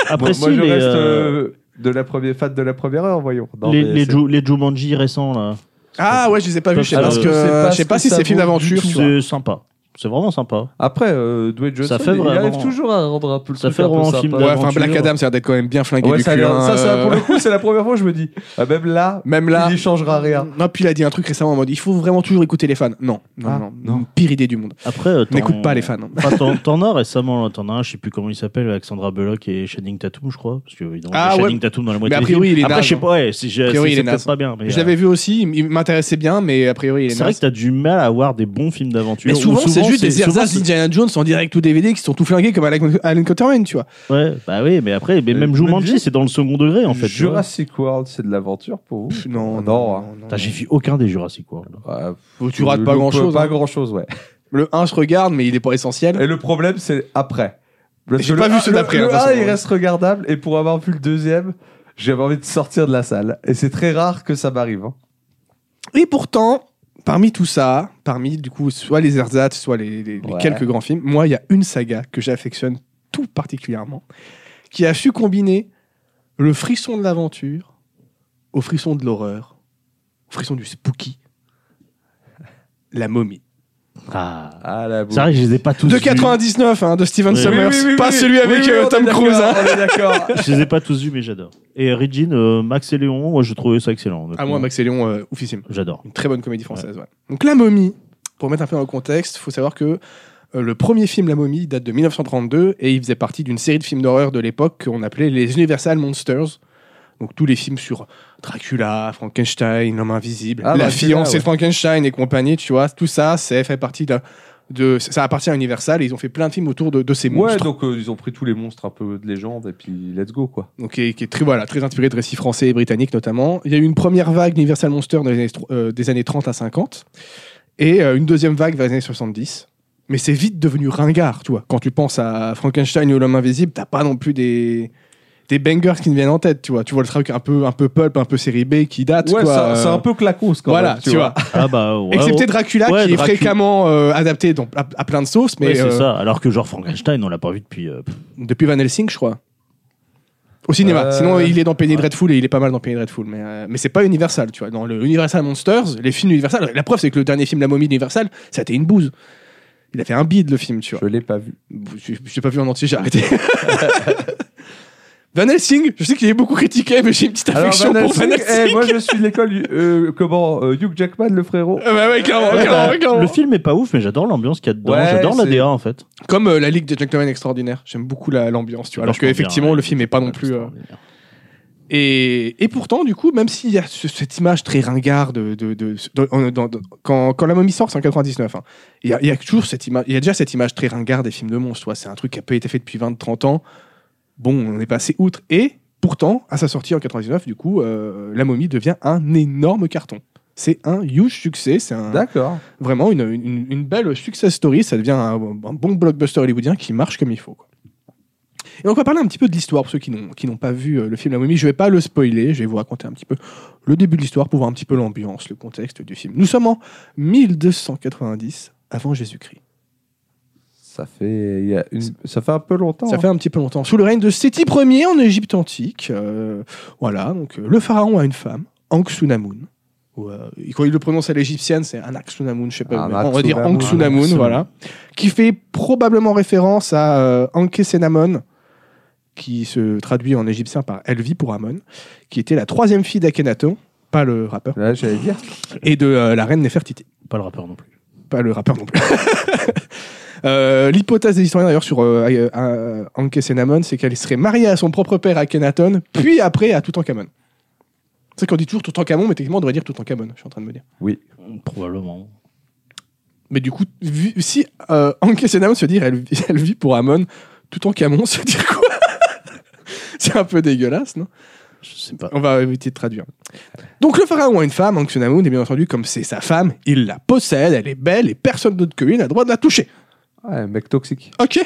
Speaker 1: après,
Speaker 3: moi,
Speaker 1: si,
Speaker 3: moi, je
Speaker 1: les,
Speaker 3: reste
Speaker 1: euh,
Speaker 3: euh, de la première fan de la première heure, voyons. Non,
Speaker 1: les,
Speaker 3: mais
Speaker 1: les
Speaker 3: c'est-
Speaker 1: Ju- les Jumanji récents, là.
Speaker 2: Ah ouais, je les ai pas vus. Je sais
Speaker 1: Alors
Speaker 2: pas, ce
Speaker 1: que
Speaker 2: que-
Speaker 3: je sais pas
Speaker 2: je sais
Speaker 3: ce
Speaker 2: pas
Speaker 3: que
Speaker 2: si
Speaker 3: ça
Speaker 2: c'est film
Speaker 3: vaut du
Speaker 2: d'aventure.
Speaker 3: tout.
Speaker 2: tu vois.
Speaker 1: C'est sympa. C'est vraiment sympa.
Speaker 3: Après, euh, Dwayne
Speaker 1: Ça
Speaker 3: Johnson,
Speaker 1: fait
Speaker 3: il arrive
Speaker 1: vraiment-
Speaker 3: toujours à rendre un peu le
Speaker 1: Ça
Speaker 3: truc
Speaker 1: fait
Speaker 3: un peu
Speaker 1: vraiment
Speaker 3: sympa.
Speaker 1: film
Speaker 2: Ouais, enfin,
Speaker 1: d'aventure.
Speaker 2: Black Adam, ça a l'air d'être quand même bien flingué
Speaker 3: Ouais,
Speaker 2: du
Speaker 3: ça, a
Speaker 2: cul.
Speaker 3: l'air-
Speaker 2: hein,
Speaker 3: ça, ça,
Speaker 2: euh,
Speaker 3: pour le coup, c'est la première fois où je me dis, ah, même là,
Speaker 2: Même là.
Speaker 3: il n'y changera rien.
Speaker 2: Non, puis il a dit un truc récemment en mode il faut vraiment toujours écouter les fans. Non, non,
Speaker 3: Ah,
Speaker 2: non,
Speaker 3: non.
Speaker 2: Pire idée du monde.
Speaker 1: Après, euh, t'en-
Speaker 2: N'écoute pas les fans.
Speaker 1: Enfin, t'en- t'en as récemment, là, t'en as un, je sais plus comment il s'appelle, Alexandra Belloc et Channing Tatum, je crois. Parce que, évidemment, il
Speaker 2: Ah,
Speaker 1: y a
Speaker 2: ouais.
Speaker 1: Channing Tatum dans la moitié.
Speaker 2: a
Speaker 1: des
Speaker 2: priori,
Speaker 1: films.
Speaker 2: il est
Speaker 1: Après,
Speaker 2: naze,
Speaker 1: je sais
Speaker 2: hein.
Speaker 1: pas, ouais, c'est je- c'est-
Speaker 2: priori, il est
Speaker 1: c'est peut-être
Speaker 2: naze.
Speaker 1: pas bien. Mais,
Speaker 2: Je
Speaker 1: euh,
Speaker 2: l'avais vu aussi, il il m'intéressait bien, mais a priori il est
Speaker 1: C'est vrai
Speaker 2: naze.
Speaker 1: que t'as du mal à avoir des bons films d'aventure.
Speaker 2: Mais
Speaker 1: ou
Speaker 2: souvent, c'est juste des
Speaker 1: souvent,
Speaker 2: ersatz d'Indiana Jones en direct ou DVD qui sont tout flingués comme Alan- Alan Cotterman, tu vois.
Speaker 1: c'est- Ouais, bah oui, mais après, mais
Speaker 3: Euh,
Speaker 1: même
Speaker 3: mais
Speaker 1: Jumanji,
Speaker 3: vu-
Speaker 1: c'est dans le second degré, en fait. tu vois.
Speaker 3: Jurassic World, c'est de l'aventure pour vous
Speaker 2: Pff, Non,
Speaker 3: Non,
Speaker 2: non,
Speaker 3: hein.
Speaker 2: non, non,
Speaker 1: Putain, J'ai vu aucun des Jurassic World.
Speaker 3: Ouais,
Speaker 2: non. Tu
Speaker 3: le-
Speaker 2: rates pas hein.
Speaker 3: le-
Speaker 2: grand chose.
Speaker 3: Pas grand chose, ouais.
Speaker 2: Le 1, je regarde, mais il est pas essentiel.
Speaker 3: Et le problème, c'est après. Parce
Speaker 2: J'ai
Speaker 3: que
Speaker 2: pas
Speaker 3: le
Speaker 2: vu
Speaker 3: un-
Speaker 2: ceux
Speaker 3: le-
Speaker 2: d'après, hein, de
Speaker 3: Le
Speaker 2: toute
Speaker 3: 1,
Speaker 2: façon.
Speaker 3: il reste regardable, et pour avoir vu le deuxième, j'avais envie de sortir de la salle. Et c'est très rare que ça m'arrive. hein.
Speaker 2: Et pourtant, parmi tout ça, parmi du coup, soit les ersatz, soit les, les- les
Speaker 3: Ouais.
Speaker 2: quelques grands films, moi, il y a une saga que j'affectionne tout particulièrement, qui a su combiner le frisson de l'aventure au frisson de l'horreur, au frisson du spooky. La momie.
Speaker 1: Ah.
Speaker 3: Ah la boule.
Speaker 1: C'est vrai que je les ai pas tous
Speaker 2: De
Speaker 1: vus.
Speaker 2: 99, hein, de Steven
Speaker 1: Oui,
Speaker 2: Sommers. pas celui
Speaker 3: oui,
Speaker 2: avec
Speaker 3: oui,
Speaker 2: euh,
Speaker 3: on est
Speaker 2: Tom Cruise.
Speaker 3: d'accord,
Speaker 2: hein.
Speaker 3: On est d'accord.
Speaker 1: Je les ai pas tous vus, mais j'adore. Et Regine, euh, Max et Léon, moi, je trouvais ça excellent.
Speaker 2: À
Speaker 1: honnêtement.
Speaker 2: moi, Max et Léon, euh, oufissime.
Speaker 1: J'adore.
Speaker 2: Une très bonne comédie française, ouais. Donc La Momie, pour mettre un peu dans le contexte, faut savoir que euh, le premier film La Momie date de 1932 et il faisait partie d'une série de films d'horreur de l'époque qu'on appelait les Universal Monsters. Donc tous les films sur Dracula, Frankenstein, l'homme invisible,
Speaker 3: Ah,
Speaker 2: la
Speaker 3: bah, c'est là,
Speaker 2: fiancée
Speaker 3: ouais.
Speaker 2: de Frankenstein et compagnie, tu vois, tout ça, c'est fait partie de, de- ça appartient à Universal et ils ont fait plein de films autour de, de ces
Speaker 3: Ouais,
Speaker 2: monstres.
Speaker 3: donc euh, ils ont pris tous les monstres un peu de légende et puis let's go quoi.
Speaker 2: donc qui est, qui est très voilà très inspiré de récits français et britanniques notamment. Il y a eu une première vague Universal Monster dans les années tro- euh, des années 30 à 50 et euh, une deuxième vague vers les années 70. Mais c'est vite devenu ringard, tu vois. Quand tu penses à Frankenstein ou l'homme invisible, t'as pas non plus des des bangers qui me viennent en tête, tu vois. Tu vois le truc un peu un peu pulp, un peu série B qui date
Speaker 3: Ouais,
Speaker 2: quoi.
Speaker 3: ça- c'est
Speaker 2: Euh,
Speaker 3: un peu clacos quand
Speaker 2: voilà,
Speaker 3: même.
Speaker 2: tu vois.
Speaker 1: Ah bah ouais.
Speaker 2: Excepté
Speaker 1: ouais.
Speaker 2: Dracula
Speaker 1: Ouais,
Speaker 2: qui
Speaker 1: Dracula.
Speaker 2: est fréquemment euh, adapté dans- à, à plein de sauces, mais
Speaker 1: Ouais, c'est
Speaker 2: euh,
Speaker 1: ça. Alors que genre Frankenstein, on l'a pas vu depuis. euh, pff.
Speaker 2: Depuis Van Helsing, je crois. Au cinéma.
Speaker 3: Euh,
Speaker 2: Sinon, il est dans Penny
Speaker 1: ouais.
Speaker 2: Dreadful et il est pas mal dans Penny Dreadful. Mais, euh, mais c'est pas Universal, tu vois. Dans le Universal Monsters, les films Universal, la preuve, c'est que le dernier film La momie d'Universal, ça a été une bouse. Il a fait un bide, le film, tu vois.
Speaker 3: Je l'ai pas vu.
Speaker 2: Je je l'ai pas vu en entier, j'ai arrêté. Van Helsing, je sais qu'il est beaucoup critiqué, mais j'ai une petite affection
Speaker 3: Van
Speaker 2: pour Van
Speaker 3: Helsing,
Speaker 2: Helsing.
Speaker 3: eh, moi je suis de l'école du- euh, comment euh, Hugh Jackman le frérot.
Speaker 2: Ah bah ouais, clairement,
Speaker 1: Eh
Speaker 2: clairement,
Speaker 1: bah,
Speaker 2: clairement.
Speaker 1: le film est pas ouf, mais j'adore l'ambiance qu'il y a dedans.
Speaker 3: Ouais,
Speaker 1: j'adore la
Speaker 3: c'est-
Speaker 1: DA en fait.
Speaker 2: Comme euh, la Ligue des Gentlemen Extraordinaires, j'aime beaucoup la- l'ambiance, tu vois. Alors
Speaker 1: Vachement Bah, bien,
Speaker 2: qu'effectivement,
Speaker 1: ouais,
Speaker 2: le film est pas non plus. euh, Et, et pourtant, du coup, même s'il y a ce- cette image très ringarde de, de- de- de- dans- dans- quand, quand la momie sort, c'est en 99. hein. Il y a- il y, a toujours cette image, il y a déjà cette image très ringarde des films de monstres. tu vois. C'est un truc qui a pas été fait depuis 20-30 ans. Bon, on est passé outre. Et pourtant, à sa sortie en 99, du coup, euh, la momie devient un énorme carton. C'est un huge succès. C'est un,
Speaker 3: D'accord.
Speaker 2: vraiment une, une- une belle success story. Ça devient un, un bon blockbuster hollywoodien qui marche comme il faut. quoi. Et donc, on va parler un petit peu de l'histoire pour ceux qui n'ont qui n'ont pas vu euh, le film La Momie. Je vais pas le spoiler, je vais vous raconter un petit peu le début de l'histoire pour voir un petit peu l'ambiance, le contexte du film. Nous sommes en 1290 avant Jésus-Christ.
Speaker 3: Ça fait, il y a une- ça fait un peu longtemps.
Speaker 2: Ça
Speaker 3: hein.
Speaker 2: fait un petit peu longtemps. Sous le règne de Séti Ier en Égypte antique, euh, voilà, donc euh, le pharaon a une femme, Anxunamun. Ou, euh, quand il le prononce à l'égyptienne, c'est Anaxunamun, je sais pas, mais on va dire
Speaker 3: Anaxunamun.
Speaker 2: Anxunamun,
Speaker 1: Anaxunamun.
Speaker 2: voilà, qui fait probablement référence à euh, Ankesenamon, qui se traduit en égyptien par Elvi pour Amon, qui était la troisième fille d'Akhenaton, pas le rappeur,
Speaker 3: Là, j'allais dire.
Speaker 2: et de euh, la reine Nefertiti,
Speaker 1: Pas le rappeur non plus.
Speaker 2: pas le rappeur non plus. Euh, L'hypothèse des historiens d'ailleurs sur euh, euh, euh, Anke Senamon, c'est qu'elle serait mariée à son propre père Akhenaton, puis après à Toutankhamon. C'est qu'on dit toujours Toutankhamon, mais techniquement on devrait dire Toutankhamon, je suis en train de me dire.
Speaker 1: Probablement.
Speaker 2: Mais du coup, vi- si euh, Anke Senamon se dire elle, elle vit pour Amon, Toutankhamon se dire quoi C'est un peu dégueulasse, non
Speaker 1: Je sais pas.
Speaker 2: On va éviter de traduire. Donc le pharaon a une femme, Anxionamoun, et bien entendu, comme c'est sa femme, il la possède, elle est belle, et personne d'autre que lui n'a le droit de la toucher.
Speaker 3: Ouais, un mec toxique.
Speaker 2: Ok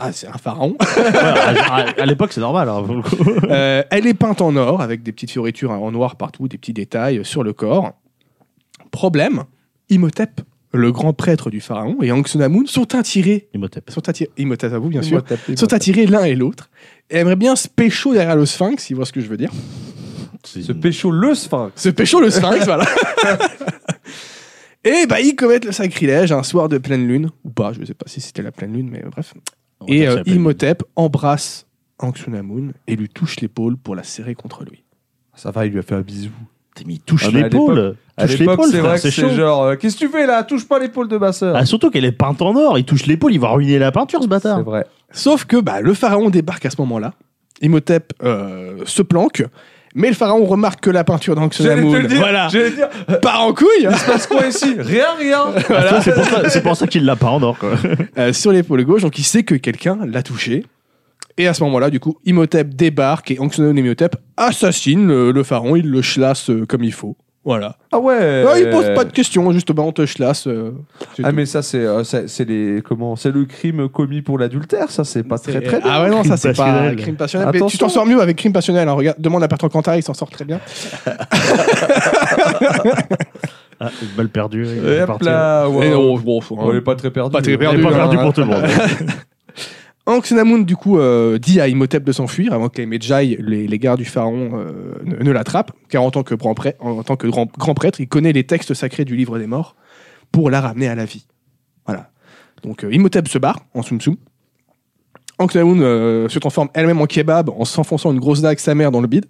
Speaker 2: Ah, c'est un pharaon.
Speaker 1: Ouais, à à- à l'époque, c'est normal. hein, pour le coup.
Speaker 2: Euh, elle est peinte en or, avec des petites fioritures en noir partout, des petits détails sur le corps. Problème, Imhotep, le grand prêtre du pharaon, et Anxionamoun sont attirés,
Speaker 1: Imhotep.
Speaker 2: sont attirés, Imhotep à vous bien sûr,
Speaker 3: Imhotep, Imhotep.
Speaker 2: sont attirés l'un et l'autre, et aimeraient bien se pécho derrière le sphinx, si vous voyez ce que je veux dire.
Speaker 1: C'est
Speaker 3: Ce
Speaker 1: une-
Speaker 3: pécho le sphinx.
Speaker 2: Ce pécho le sphinx, voilà. Et bah, ils commettent le sacrilège un soir de pleine lune, ou pas, je sais pas si c'était la pleine lune, mais bref.
Speaker 1: on va
Speaker 2: Et
Speaker 1: dire
Speaker 2: euh,
Speaker 1: que ça s'appelle-
Speaker 2: Imhotep embrasse Anxunamun et lui touche l'épaule pour la serrer contre lui.
Speaker 3: Ça va, il lui a fait un bisou.
Speaker 1: T'es mis, touche
Speaker 3: Ah, mais à
Speaker 1: l'épaule.
Speaker 3: À
Speaker 1: Touche
Speaker 3: l'époque,
Speaker 1: l'épaule,
Speaker 3: c'est vrai
Speaker 1: frère,
Speaker 3: que
Speaker 1: c'est
Speaker 3: c'est
Speaker 1: chaud.
Speaker 3: genre, euh, qu'est-ce que tu fais là Touche pas l'épaule de ma sœur.
Speaker 1: Ah, surtout qu'elle est peinte en or, il touche l'épaule, il va ruiner la peinture ce
Speaker 3: C'est
Speaker 1: bâtard.
Speaker 3: vrai.
Speaker 2: Sauf que bah, le pharaon débarque à ce moment-là. Imhotep euh, se planque, mais le pharaon remarque que la peinture
Speaker 3: J'allais te
Speaker 2: d'Anxunamun
Speaker 3: le dire.
Speaker 2: voilà,
Speaker 3: J'allais dire,
Speaker 2: part en couille hein,
Speaker 3: il se passe quoi ici Rien, rien.
Speaker 1: Ah, tu vois, C'est pour ça- c'est pour ça qu'il l'a pas en or. Quoi.
Speaker 2: euh, sur l'épaule gauche, donc il sait que quelqu'un l'a touché. Et à ce moment-là, du coup, Imhotep débarque et Anxunamun et Imhotep assassinent le, le pharaon, il le chlasse euh, comme il faut. Voilà.
Speaker 3: Ah ouais.
Speaker 2: Ah, il pose pas de questions, justement, on te chlasse. euh, c'est
Speaker 3: Ah
Speaker 2: tout.
Speaker 3: mais ça c'est euh, c'est c'est les comment c'est le crime commis pour l'adultère ça c'est pas très très bien.
Speaker 2: Ah ouais, non,
Speaker 1: Crime
Speaker 2: ça c'est pas
Speaker 1: passionnel.
Speaker 2: crime passionnel. Mais tu
Speaker 3: Attention.
Speaker 2: t'en sors mieux avec crime passionnel. hein. Regarde, demande à Bertrand Cantat, il s'en sort très bien.
Speaker 1: Ah, une balle perdue. il
Speaker 3: Et
Speaker 1: est
Speaker 3: hop
Speaker 1: parti.
Speaker 3: là, ouais.
Speaker 2: Et euh, on- bon, faut-
Speaker 3: On est pas très perdu.
Speaker 2: Pas très
Speaker 1: Il
Speaker 3: hein.
Speaker 1: est
Speaker 2: perdu,
Speaker 1: pas
Speaker 2: hein.
Speaker 1: perdu pour tout le monde.
Speaker 2: Anxenamun, du coup, euh, dit à Imhotep de s'enfuir avant que les Medjay, les, les gardes du pharaon, euh, ne, ne l'attrapent, car en tant que, grand prêtre, en tant que grand, grand prêtre, il connaît les textes sacrés du livre des morts pour la ramener à la vie. Voilà. Donc euh, Imhotep se barre en Soum Soum. Anxenamun euh, se transforme elle-même en kebab en s'enfonçant une grosse dague sa mère dans le bide,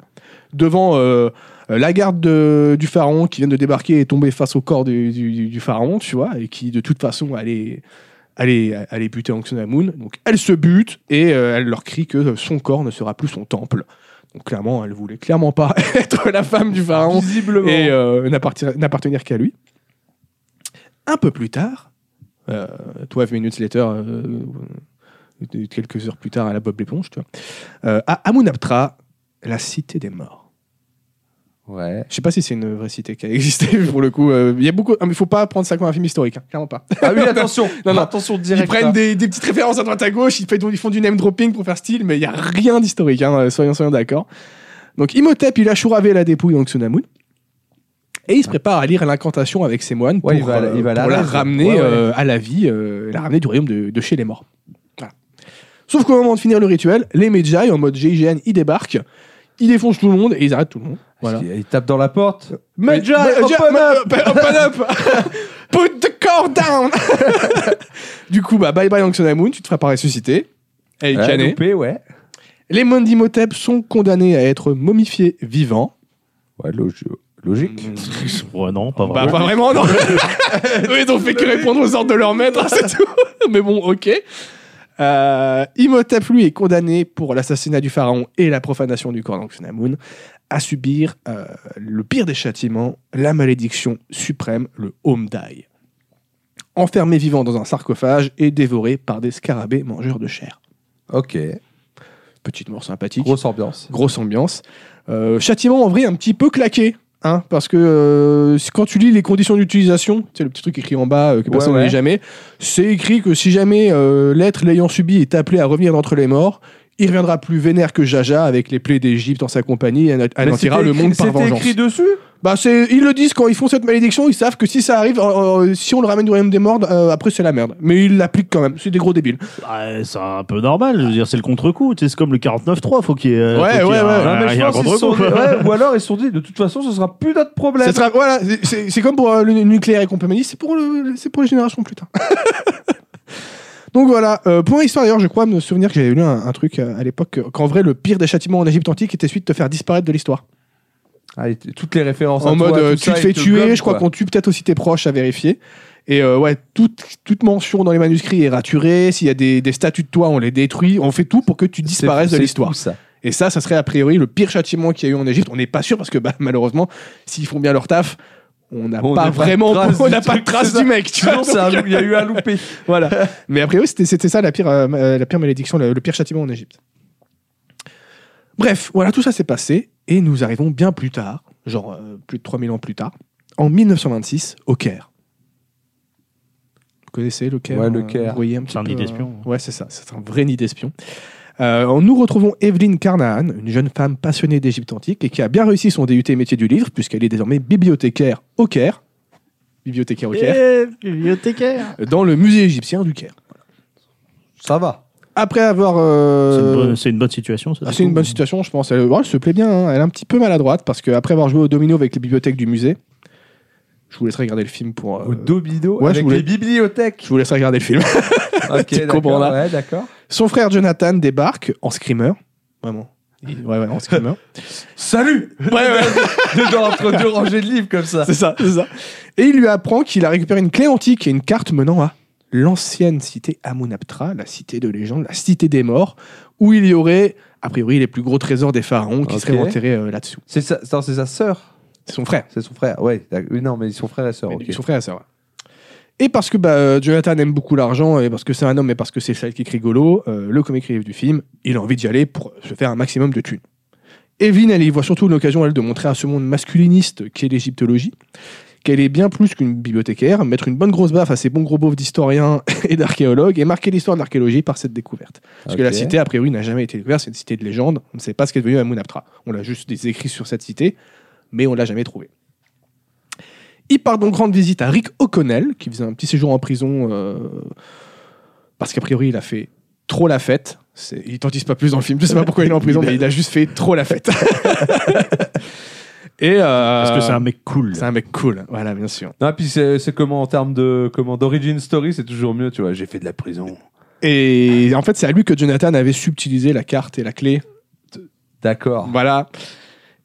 Speaker 2: devant euh, euh, la garde de- du pharaon qui vient de débarquer et tomber face au corps du, du- du pharaon, tu vois, et qui de toute façon allait aller, aller buter Anxunamun. Donc elle se bute et euh, elle leur crie que son corps ne sera plus son temple. Donc clairement, elle voulait clairement pas être la femme du pharaon
Speaker 3: Visiblement.
Speaker 2: et euh, n'appartir- n'appartenir qu'à lui. Un peu plus tard, euh, 12 minutes later, euh, euh, quelques heures plus tard à la Bob l'éponge, tu vois, euh, à Amunaptra, la cité des morts.
Speaker 3: Ouais.
Speaker 2: Je sais pas si c'est une vraie cité qui a existé pour le coup. euh, Il y a beaucoup, ah, mais faut pas prendre ça comme un film historique, hein, clairement pas.
Speaker 3: Ah oui attention.
Speaker 2: Non, non.
Speaker 3: attention
Speaker 2: Ils
Speaker 3: direct. hein.
Speaker 2: prennent
Speaker 3: là.
Speaker 2: des, des petites références à droite à gauche, ils, fait- ils font du name dropping pour faire style, mais il y a rien d'historique, hein, euh, soyons, soyons d'accord. Donc Imhotep, il a chouravé la dépouille d'Anxunamun, et il se prépare à lire l'incantation avec ses moines pour,
Speaker 3: Ouais, il va-
Speaker 2: euh,
Speaker 3: il va la
Speaker 2: pour la
Speaker 3: raise.
Speaker 2: ramener
Speaker 3: Ouais, ouais.
Speaker 2: euh, à la vie, euh, la ramener du royaume de, de chez les morts. Voilà. Sauf qu'au moment de finir le rituel, les Medjay, en mode GIGN, ils débarquent, ils défoncent tout le monde et ils arrêtent tout le monde.
Speaker 3: Ah,
Speaker 2: Voilà.
Speaker 3: Il, il tape dans la porte.
Speaker 2: Mais-
Speaker 3: Medjay,
Speaker 2: mais-
Speaker 3: open
Speaker 2: mais- open up. Put the core down. du coup, bah, bye bye Anxionamun, tu te feras pas ressusciter. Et
Speaker 3: Ouais,
Speaker 2: cané.
Speaker 3: loupé, ouais.
Speaker 2: Les Mondimotep sont condamnés à être momifiés vivants.
Speaker 3: Ouais logi- logique.
Speaker 1: Ouais, non, pas
Speaker 2: Bah,
Speaker 1: vraiment.
Speaker 2: pas vraiment, non. Eux, ils ont fait que répondre aux ordres de leur maître, c'est tout. Mais bon, ok. Euh, Imhotep, lui, est condamné pour l'assassinat du pharaon et la profanation du corps d'Anxunamun à subir euh, le pire des châtiments, la malédiction suprême, le Homdai. Enfermé vivant dans un sarcophage et dévoré par des scarabées mangeurs de chair. Mm.
Speaker 3: Ok.
Speaker 2: Petite mort sympathique
Speaker 3: Grosse ambiance.
Speaker 2: grosse ambiance. Euh, châtiment en vrai un petit peu claqué. Hein, parce que euh, quand tu lis les conditions d'utilisation, c'est le petit truc écrit en bas euh, que
Speaker 3: Ouais,
Speaker 2: personne ne
Speaker 3: ouais.
Speaker 2: lit jamais, c'est écrit que si jamais euh, l'être l'ayant subi est appelé à revenir d'entre les morts, il reviendra plus vénère que Jaja avec les plaies d'Égypte en sa compagnie et ana-
Speaker 3: Mais
Speaker 2: anéantira
Speaker 3: c'était
Speaker 2: le
Speaker 3: écrit-
Speaker 2: monde par
Speaker 3: C'était
Speaker 2: vengeance.
Speaker 3: écrit dessus.
Speaker 2: Bah, c'est- ils le disent quand ils font cette malédiction, ils savent que si ça arrive, euh, euh, si on le ramène du royaume des morts, euh, après c'est la merde. Mais ils l'appliquent quand même, c'est des gros débiles.
Speaker 1: Ouais, c'est un peu normal, je veux dire, c'est le contre-coup. tu sais, C'est comme le 49-3, faut qu'il y ait. euh,
Speaker 2: Ouais,
Speaker 1: faut qu'il y ait
Speaker 2: ouais,
Speaker 1: un-
Speaker 2: ouais.
Speaker 1: un-
Speaker 3: Non, mais je
Speaker 1: il y a un
Speaker 3: pense qu'ils se
Speaker 1: contre-coup,
Speaker 3: sont dit-
Speaker 1: quoi.
Speaker 3: ouais, ou alors ils se sont dit de toute façon ce sera plus notre problème.
Speaker 2: Ça sera- voilà, c'est- c'est c'est comme pour euh, le nucléaire et compagnie, c'est pour, le, c'est pour les générations plus tard. Donc voilà, euh, pour l'histoire d'ailleurs, je crois me souvenir que j'avais lu un, un truc euh, à l'époque, euh, qu'en vrai, le pire des châtiments en Égypte antique était celui de te faire disparaître de l'histoire.
Speaker 3: Ah, et t- toutes les références. à
Speaker 2: en
Speaker 3: toi,
Speaker 2: mode euh,
Speaker 3: tout
Speaker 2: tu
Speaker 3: ça,
Speaker 2: te
Speaker 3: ils
Speaker 2: fais tuer,
Speaker 3: gobent,
Speaker 2: je crois
Speaker 3: quoi.
Speaker 2: qu'on tue peut-être aussi tes proches à vérifier. Et euh, ouais, toute, toute mention dans les manuscrits est raturée. S'il y a des, des statues de toi, on les détruit. On fait tout pour que tu
Speaker 3: C'est-
Speaker 2: disparaisses de
Speaker 3: c'est
Speaker 2: l'histoire.
Speaker 3: fou, ça.
Speaker 2: Et ça, ça serait a priori le pire châtiment qu'il y a eu en Égypte. On n'est pas sûr parce que bah, malheureusement, s'ils font bien leur taf, on n'a
Speaker 3: On
Speaker 2: pas
Speaker 3: n'a pas de
Speaker 2: vraiment,
Speaker 3: trace
Speaker 2: on
Speaker 3: du
Speaker 2: n'a pas de
Speaker 3: truc,
Speaker 2: trace
Speaker 3: c'est ça.
Speaker 2: du mec. Tu vois,
Speaker 3: Sinon, c'est un
Speaker 2: donc,
Speaker 3: lou- il y a eu un loupé.
Speaker 2: voilà. Mais a priori, c'était c'était ça la pire, euh, euh, la pire malédiction, le, le pire châtiment en Égypte. Bref, voilà, tout ça s'est passé et nous arrivons bien plus tard, genre euh, plus de 3000 ans plus tard, en 1926, au Caire. Vous connaissez le Caire
Speaker 3: Ouais, le
Speaker 2: euh,
Speaker 3: Caire.
Speaker 2: vous voyez un petit
Speaker 1: C'est un
Speaker 2: peu,
Speaker 1: nid
Speaker 2: euh,
Speaker 1: d'espions.
Speaker 2: Ouais, c'est ça, c'est un vrai nid d'espions. Euh, nous retrouvons Evelyn Carnahan, une jeune femme passionnée d'Égypte antique et qui a bien réussi son DUT métier du livre, puisqu'elle est désormais bibliothécaire au Caire. Bibliothécaire au Caire.
Speaker 1: bibliothécaire.
Speaker 3: Eh.
Speaker 2: Dans le musée égyptien du Caire.
Speaker 3: Ça va.
Speaker 2: Après avoir.
Speaker 1: C'est une,
Speaker 2: euh,
Speaker 1: bonne- c'est une bonne situation, ça.
Speaker 2: ah, C'est une bonne situation, je pense. Elle, ouais, elle se plaît bien. hein. Elle est un petit peu maladroite parce qu'après avoir joué au domino avec les bibliothèques du musée, je vous laisserai regarder le film pour. euh,
Speaker 3: Au domino
Speaker 2: ouais, je
Speaker 3: avec
Speaker 2: voulais-
Speaker 3: les bibliothèques.
Speaker 2: je vous laisserai regarder le film.
Speaker 3: Ok,
Speaker 2: Tu
Speaker 3: d'accord,
Speaker 2: comprends, là.
Speaker 3: Ouais, d'accord.
Speaker 2: Son frère Jonathan débarque en screamer. Vraiment. Il- Ouais, ouais, en screamer.
Speaker 3: Salut Ouais, ouais. Dans entre deux rangées de livres comme ça.
Speaker 2: c'est ça, c'est ça. Et il lui apprend qu'il a récupéré une clé antique et une carte menant à l'ancienne cité Amunaptra, la cité de légende, la cité des morts, où il y aurait, a priori, les plus gros trésors des pharaons qui
Speaker 3: Ok.
Speaker 2: seraient enterrés euh, là-dessous.
Speaker 3: C'est sa, non, c'est sa sœur.
Speaker 2: C'est son frère.
Speaker 3: C'est son frère. Ouais. d'ac- oui, Non, mais ils sont frères et sœurs.
Speaker 2: Mais
Speaker 3: ok.
Speaker 2: ils sont frères et sœurs, ouais. Et parce que bah, euh, Jonathan aime beaucoup l'argent, et parce que c'est un homme, et parce que c'est celle qui est rigolo, euh, le comic relief du film, il a envie d'y aller pour se faire un maximum de thunes. Evelyne, elle y voit surtout une occasion, elle, de montrer à ce monde masculiniste qu'est l'égyptologie, qu'elle est bien plus qu'une bibliothécaire, mettre une bonne grosse baffe à ces bons gros beaufs d'historiens et d'archéologues, et marquer l'histoire de l'archéologie par cette découverte. Parce que la
Speaker 3: Ok.
Speaker 2: cité, a priori, n'a jamais été découverte, c'est une cité de légende, on ne sait pas ce qu'est devenu Amunaptra. On a juste des écrits sur cette cité, mais on ne l'a jamais trouvée. Il part donc rendre visite à Rick O'Connell, qui faisait un petit séjour en prison euh, parce qu'a priori il a fait trop la fête. C'est- Il t'en disent pas plus dans le film, je sais pas pourquoi il est en prison, mais il a juste fait trop la fête. Et euh,
Speaker 1: Parce que c'est un mec cool.
Speaker 2: c'est un mec cool, voilà, bien sûr.
Speaker 3: Non, puis c'est c'est comment en termes de comment d'origin story, c'est toujours mieux, tu vois. J'ai fait de la prison.
Speaker 2: Et en fait, c'est à lui que Jonathan avait subtilisé la carte et la clé.
Speaker 3: D'accord.
Speaker 2: Voilà.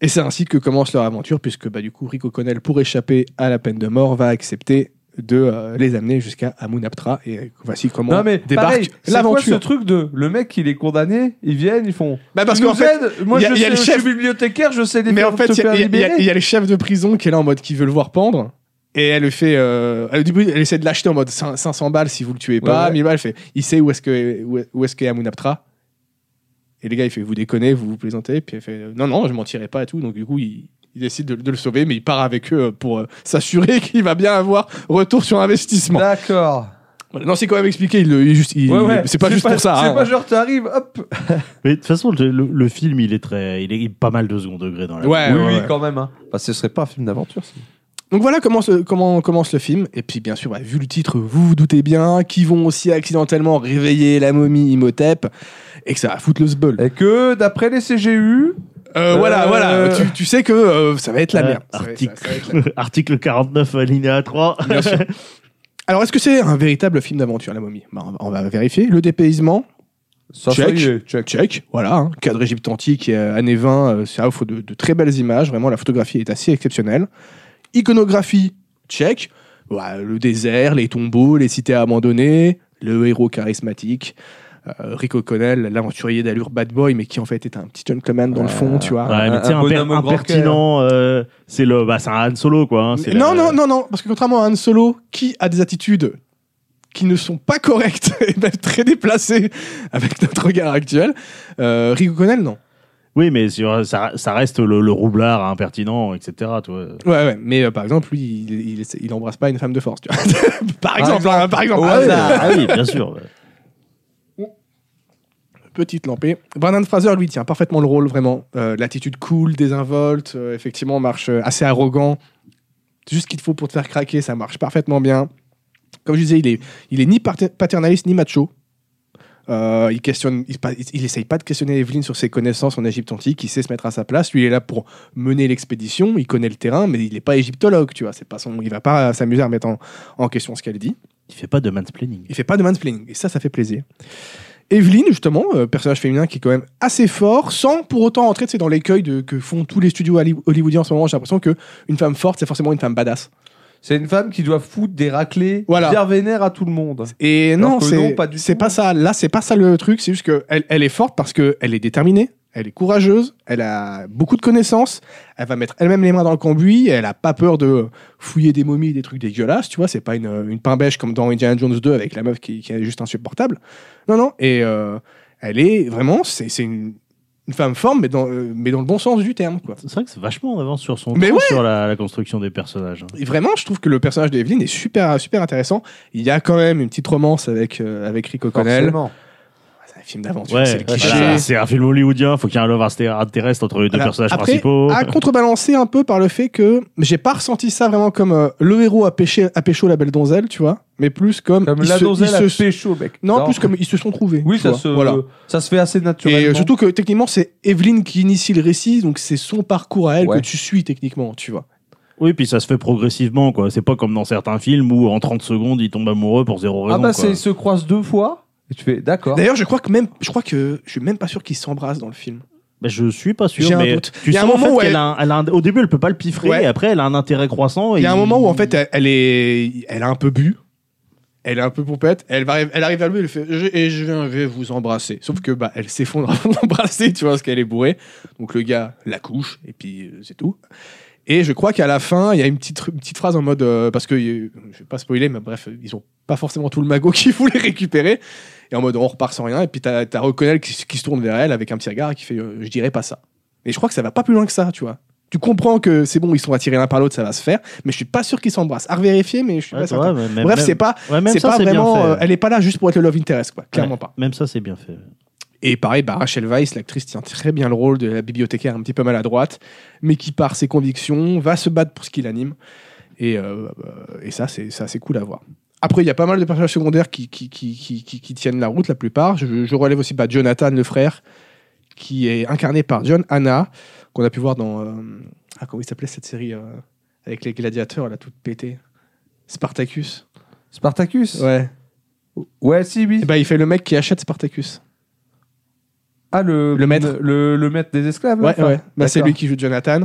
Speaker 2: Et c'est ainsi que commence leur aventure, puisque bah, du coup, Rick O'Connell, pour échapper à la peine de mort, va accepter de euh, les amener jusqu'à Amunaptra. Et euh, voici comment
Speaker 3: non mais
Speaker 2: débarque
Speaker 3: pareil, c'est quoi ce
Speaker 2: l'aventure.
Speaker 3: truc de le mec il est condamné, ils viennent, ils font.
Speaker 2: Bah, parce
Speaker 3: Ils
Speaker 2: qu'en
Speaker 3: nous
Speaker 2: fait,
Speaker 3: aident. moi
Speaker 2: y a-
Speaker 3: je,
Speaker 2: y a
Speaker 3: sais-
Speaker 2: le
Speaker 3: je
Speaker 2: chef-
Speaker 3: suis bibliothécaire, je sais les
Speaker 2: Mais
Speaker 3: faire
Speaker 2: en fait,
Speaker 3: te
Speaker 2: il y, a-
Speaker 3: faire
Speaker 2: y a- y a-
Speaker 3: libérer.
Speaker 2: y a le chef de prison qui est là en mode qui veut le voir pendre. Et elle le fait. euh, au début, elle essaie de l'acheter en mode cin- 500 balles si vous le tuez pas.
Speaker 3: Ouais, ouais.
Speaker 2: 1000 balles, elle fait. Il sait où est-ce que où est- où est-ce qu'est Amunaptra. Et les gars, il fait vous déconnez, vous vous plaisantez. Puis elle fait euh, non non, je mentirai pas et tout. Donc du coup, il, il décide de, de le sauver, mais il part avec eux euh, pour euh, s'assurer qu'il va bien avoir retour sur investissement.
Speaker 3: D'accord.
Speaker 2: Voilà. Non, c'est quand même expliqué. Il, le- il juste, il-
Speaker 3: Ouais, ouais.
Speaker 2: c'est pas juste pour ça.
Speaker 3: C'est
Speaker 2: hein.
Speaker 3: pas genre t'arrives, hop.
Speaker 1: Mais de toute façon, le, le- le film, il est très, il est pas mal de second degré dans la.
Speaker 2: Ouais,
Speaker 3: oui,
Speaker 2: ouais,
Speaker 3: oui,
Speaker 2: ouais.
Speaker 3: quand même. Hein. Bah, ce serait pas un film d'aventure. ça.
Speaker 2: Donc voilà comment, se- comment commence le film. Et puis bien sûr, bah, vu le titre, vous vous doutez bien qu'ils vont aussi accidentellement réveiller la momie Imhotep et que ça va foutre le zbeul.
Speaker 3: Et que d'après les CGU,
Speaker 2: Euh, voilà,
Speaker 3: Euh,
Speaker 2: voilà, tu, tu sais que euh, ça va être la
Speaker 1: Euh,
Speaker 2: merde. Ça va être- ça-
Speaker 1: article,
Speaker 2: ça va être la-
Speaker 1: article 49, alinéa 3.
Speaker 2: Bien sûr. Alors est-ce que c'est un véritable film d'aventure, la momie Bah, on, va, on va vérifier. Le dépaysement,
Speaker 3: ça
Speaker 2: Check.
Speaker 3: ça y est, check.
Speaker 2: check, voilà, hein. cadre égypte antique, euh, années 20, euh, c'est là où il faut de, de très belles images, vraiment la photographie est assez exceptionnelle. Iconographie, check, Ouais, le désert, les tombeaux, les cités abandonnées, le héros charismatique, euh, Rick O'Connell, l'aventurier d'allure bad boy, mais qui en fait est un petit gentleman dans le fond, tu vois.
Speaker 1: Ouais, mais
Speaker 3: Un-
Speaker 1: tu sais,
Speaker 3: un
Speaker 1: imper-
Speaker 3: bonhomme au grand
Speaker 1: impertinent, euh, c'est le, bah, c'est un Han Solo, quoi. hein, c'est
Speaker 2: Non,
Speaker 1: la-
Speaker 2: non, non, non, parce que contrairement à Han Solo, qui a des attitudes qui ne sont pas correctes et même très déplacées avec notre regard actuel, euh, Rick O'Connell, non.
Speaker 1: Oui, mais sur- ça, ça reste le, le roublard impertinent, etc. tu vois.
Speaker 2: Ouais, ouais, mais euh, par exemple, lui, il, il, essa- il embrasse pas une femme de force, tu vois. par exemple, hein, par exemple,
Speaker 3: Au
Speaker 2: Ah,
Speaker 3: hasard.
Speaker 2: oui.
Speaker 1: Ah oui, bien sûr.
Speaker 2: petite lampée. Brandon Fraser, lui, tient parfaitement le rôle, vraiment. Euh, L'attitude cool, désinvolte, euh, effectivement, marche euh, assez arrogant. C'est Juste ce qu'il faut pour te faire craquer, ça marche parfaitement bien. Comme je disais, il est, il est ni pater- paternaliste ni macho. Euh, il, questionne, il, pa- il- il essaye pas de questionner Evelyn sur ses connaissances en Égypte antique. Il sait se mettre à sa place. Lui, il est là pour mener l'expédition. Il connaît le terrain, mais il n'est pas égyptologue, tu vois. C'est pas son, il va pas s'amuser à remettre en- en question ce qu'elle dit.
Speaker 1: Il fait pas de mansplaining.
Speaker 2: Il fait pas de mansplaining. Et ça, ça fait plaisir. Evelyn, justement, euh, personnage féminin qui est quand même assez fort, sans pour autant entrer tu sais, dans l'écueil de- que font tous les studios holly- hollywoodiens en ce moment. J'ai l'impression que une femme forte, c'est forcément une femme badass.
Speaker 3: C'est une femme qui doit foutre des raclées
Speaker 2: Voilà.
Speaker 3: bien vénères à tout le monde.
Speaker 2: Et
Speaker 3: Alors
Speaker 2: non,
Speaker 3: que
Speaker 2: c'est
Speaker 3: non, pas du
Speaker 2: c'est
Speaker 3: tout.
Speaker 2: pas ça. Là, c'est pas ça le truc. C'est juste que elle, elle est forte parce que elle est déterminée, elle est courageuse, elle a beaucoup de connaissances, elle va mettre elle-même les mains dans le cambouis, elle a pas peur de fouiller des momies, des trucs dégueulasses. Tu vois, c'est pas une, une pain-bêche comme dans Indiana Jones 2 avec la meuf qui, qui est juste insupportable. Non, non. Et euh, elle est vraiment, c'est c'est une, une femme forte, mais dans, euh, mais dans le bon sens du terme, quoi.
Speaker 1: C'est vrai que c'est vachement en avance sur son
Speaker 2: Mais
Speaker 1: temps, sur la, la construction des personnages. hein.
Speaker 2: Et vraiment, je trouve que le personnage d'Evelyn est super, super intéressant. Il y a quand même une petite romance avec, euh, avec Rick O'Connell.
Speaker 3: Forcément.
Speaker 2: C'est un film d'aventure,
Speaker 1: Ouais,
Speaker 2: c'est le cliché.
Speaker 1: voilà, c'est un film hollywoodien, faut qu'il y ait un love terrestre entre les deux
Speaker 2: Voilà.
Speaker 1: personnages
Speaker 2: Après,
Speaker 1: principaux.
Speaker 2: À contrebalancer un peu par le fait que j'ai pas ressenti ça vraiment comme euh, le héros a pêché a pécho la belle donzelle, tu vois, mais plus comme,
Speaker 3: Comme
Speaker 2: ils
Speaker 3: la
Speaker 2: se-
Speaker 3: donzelle à
Speaker 2: ils se-
Speaker 3: pécho, mec.
Speaker 2: non, plus comme ils se sont trouvés.
Speaker 3: Oui,
Speaker 2: tu
Speaker 3: ça
Speaker 2: vois,
Speaker 3: se,
Speaker 2: voilà.
Speaker 3: ça se fait assez naturellement.
Speaker 2: Et euh, surtout que techniquement c'est Evelyn qui initie le récit, donc c'est son parcours à elle
Speaker 3: Ouais.
Speaker 2: que tu suis techniquement, tu vois.
Speaker 1: Oui, puis ça se fait progressivement, quoi. C'est pas comme dans certains films où en 30 secondes ils tombent amoureux pour zéro
Speaker 3: ah
Speaker 1: raison.
Speaker 3: bah,
Speaker 1: quoi.
Speaker 3: c'est, ils se croisent deux fois. Et tu fais, d'accord.
Speaker 2: D'ailleurs, je crois que même je crois que je suis même pas sûr qu'ils s'embrassent dans le film.
Speaker 1: Bah, je suis pas sûr,
Speaker 2: J'ai un
Speaker 1: mais
Speaker 2: doute.
Speaker 1: tu
Speaker 2: Il y a
Speaker 1: sens
Speaker 2: un
Speaker 1: en
Speaker 2: moment
Speaker 1: fait
Speaker 2: où
Speaker 1: qu'elle
Speaker 2: elle-
Speaker 1: a un- elle a un- au début elle peut pas le piffrer
Speaker 2: Ouais.
Speaker 1: et après elle a un intérêt croissant. et
Speaker 2: Il y a un moment où en fait elle, elle est elle a un peu bu. Elle est un peu pompette, elle, va, elle arrive à lui, elle fait je, et je viens, je vais vous embrasser. Sauf que bah elle s'effondre avant de l'embrasser, tu vois, parce qu'elle est bourrée. Donc le gars la couche et puis euh, c'est tout. Et je crois qu'à la fin, il y a une petite, une petite phrase en mode euh, parce que euh, je vais pas spoiler, mais bref, ils ont pas forcément tout le magot qu'ils voulaient récupérer. Et en mode on repart sans rien. Et puis t'as t'as O'Connell qui, qui se tourne vers elle avec un petit regard et qui fait euh, je dirais pas ça. Et je crois que ça va pas plus loin que ça, tu vois. Tu comprends que c'est bon, ils sont attirés l'un par l'autre, ça va se faire, mais je suis pas sûr qu'ils s'embrassent. À revérifier, mais je suis
Speaker 1: Ouais,
Speaker 2: pas
Speaker 1: ouais,
Speaker 2: certain.
Speaker 1: mais même-
Speaker 2: Bref,
Speaker 1: même-
Speaker 2: c'est pas,
Speaker 1: ouais, même
Speaker 2: c'est
Speaker 1: ça,
Speaker 2: pas
Speaker 1: c'est bien
Speaker 2: vraiment.
Speaker 1: fait.
Speaker 2: euh, elle est pas là juste pour être le love interest, quoi. Clairement
Speaker 1: Ouais,
Speaker 2: pas.
Speaker 1: Même ça, c'est bien fait.
Speaker 2: Et pareil, bah, Rachel Weisz, l'actrice, tient très bien le rôle de la bibliothécaire un petit peu maladroite, mais qui, par ses convictions, va se battre pour ce qui l'anime. Et, euh, euh, et ça, c'est ça, c'est cool à voir. Après, il y a pas mal de personnages secondaires qui, qui, qui, qui, qui- qui tiennent la route, la plupart. Je, je relève aussi bah, Jonathan, le frère, qui est incarné par John Hanna, qu'on a pu voir dans. euh, ah, comment il s'appelait cette série euh, Avec les gladiateurs, elle a toute pété. Spartacus.
Speaker 3: Spartacus
Speaker 2: Ouais.
Speaker 3: Ouais, si, oui.
Speaker 2: Et bah, il fait le mec qui achète Spartacus.
Speaker 3: ah, le,
Speaker 2: le maître.
Speaker 3: Le, le maître des esclaves. là,
Speaker 2: Ouais,
Speaker 3: enfin.
Speaker 2: ouais. Bah, c'est
Speaker 3: hein. D'accord.
Speaker 2: lui qui joue Jonathan.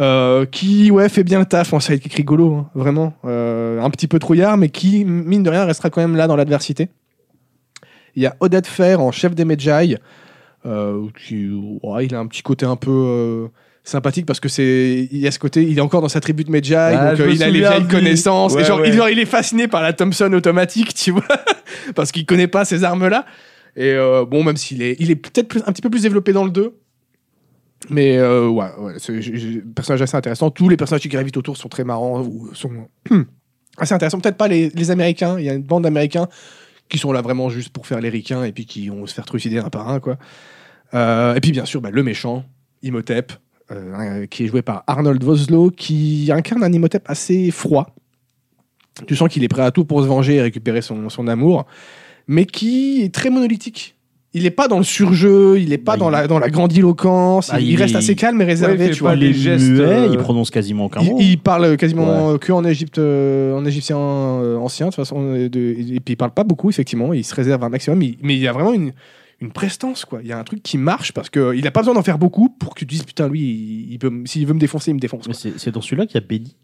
Speaker 2: Euh, qui ouais fait bien le taf en sidekick rigolo hein, vraiment Euh, un petit peu trouillard mais qui mine de rien restera quand même là dans l'adversité il y a Odette Fer en chef des Medjay euh, qui ouais, il a un petit côté un peu euh, sympathique parce que c'est il y a ce côté il est encore dans sa tribu de Medjay
Speaker 3: Ah,
Speaker 2: donc
Speaker 3: je
Speaker 2: euh,
Speaker 3: me
Speaker 2: il a les
Speaker 3: souviens
Speaker 2: vieilles
Speaker 3: de lui.
Speaker 2: connaissances et
Speaker 3: Ouais,
Speaker 2: genre,
Speaker 3: ouais.
Speaker 2: il, genre, il est fasciné par la Thompson automatique tu vois parce qu'il connaît pas ces armes là et euh, bon, même s'il est, il est peut-être plus- un petit peu plus développé dans le 2. Mais euh, ouais, ouais, c'est j'ai- j'ai- personnage assez intéressant. Tous les personnages qui gravitent autour sont très marrants ou sont assez intéressants. Peut-être pas les, les Américains. Il y a une bande d'Américains qui sont là vraiment juste pour faire les ricains et puis qui vont se faire trucider un par un, quoi. Euh, et puis bien sûr, bah, le méchant, Imhotep, euh, hein, qui est joué par Arnold Voslo, qui incarne un Imhotep assez froid. Tu sens qu'il est prêt à tout pour se venger et récupérer son, son amour, mais qui est très monolithique. Il n'est pas dans le surjeu, il n'est pas
Speaker 1: Bah,
Speaker 2: dans,
Speaker 1: il-
Speaker 2: la, dans la grandiloquence,
Speaker 1: Bah,
Speaker 2: il,
Speaker 1: il-
Speaker 2: reste assez calme et réservé,
Speaker 3: Ouais, il fait
Speaker 2: tu
Speaker 3: pas
Speaker 2: vois.
Speaker 3: les
Speaker 1: les
Speaker 3: gestes,
Speaker 1: gestes,
Speaker 3: euh,
Speaker 1: il prononce quasiment qu'un mot.
Speaker 2: Il, il parle quasiment euh, que en Égypte, euh, en égyptien euh, ancien, de toute façon. euh, de- et puis il parle pas beaucoup, effectivement. Il se réserve un maximum. il- mais il y a vraiment une, une prestance, quoi. Il y a un truc qui marche parce que il a pas besoin d'en faire beaucoup pour que tu te dises putain, lui, il, il peut, m- s'il veut me défoncer, il me défonce.
Speaker 1: Mais
Speaker 2: quoi.
Speaker 1: C'est c'est dans celui-là qu'il y a Benny.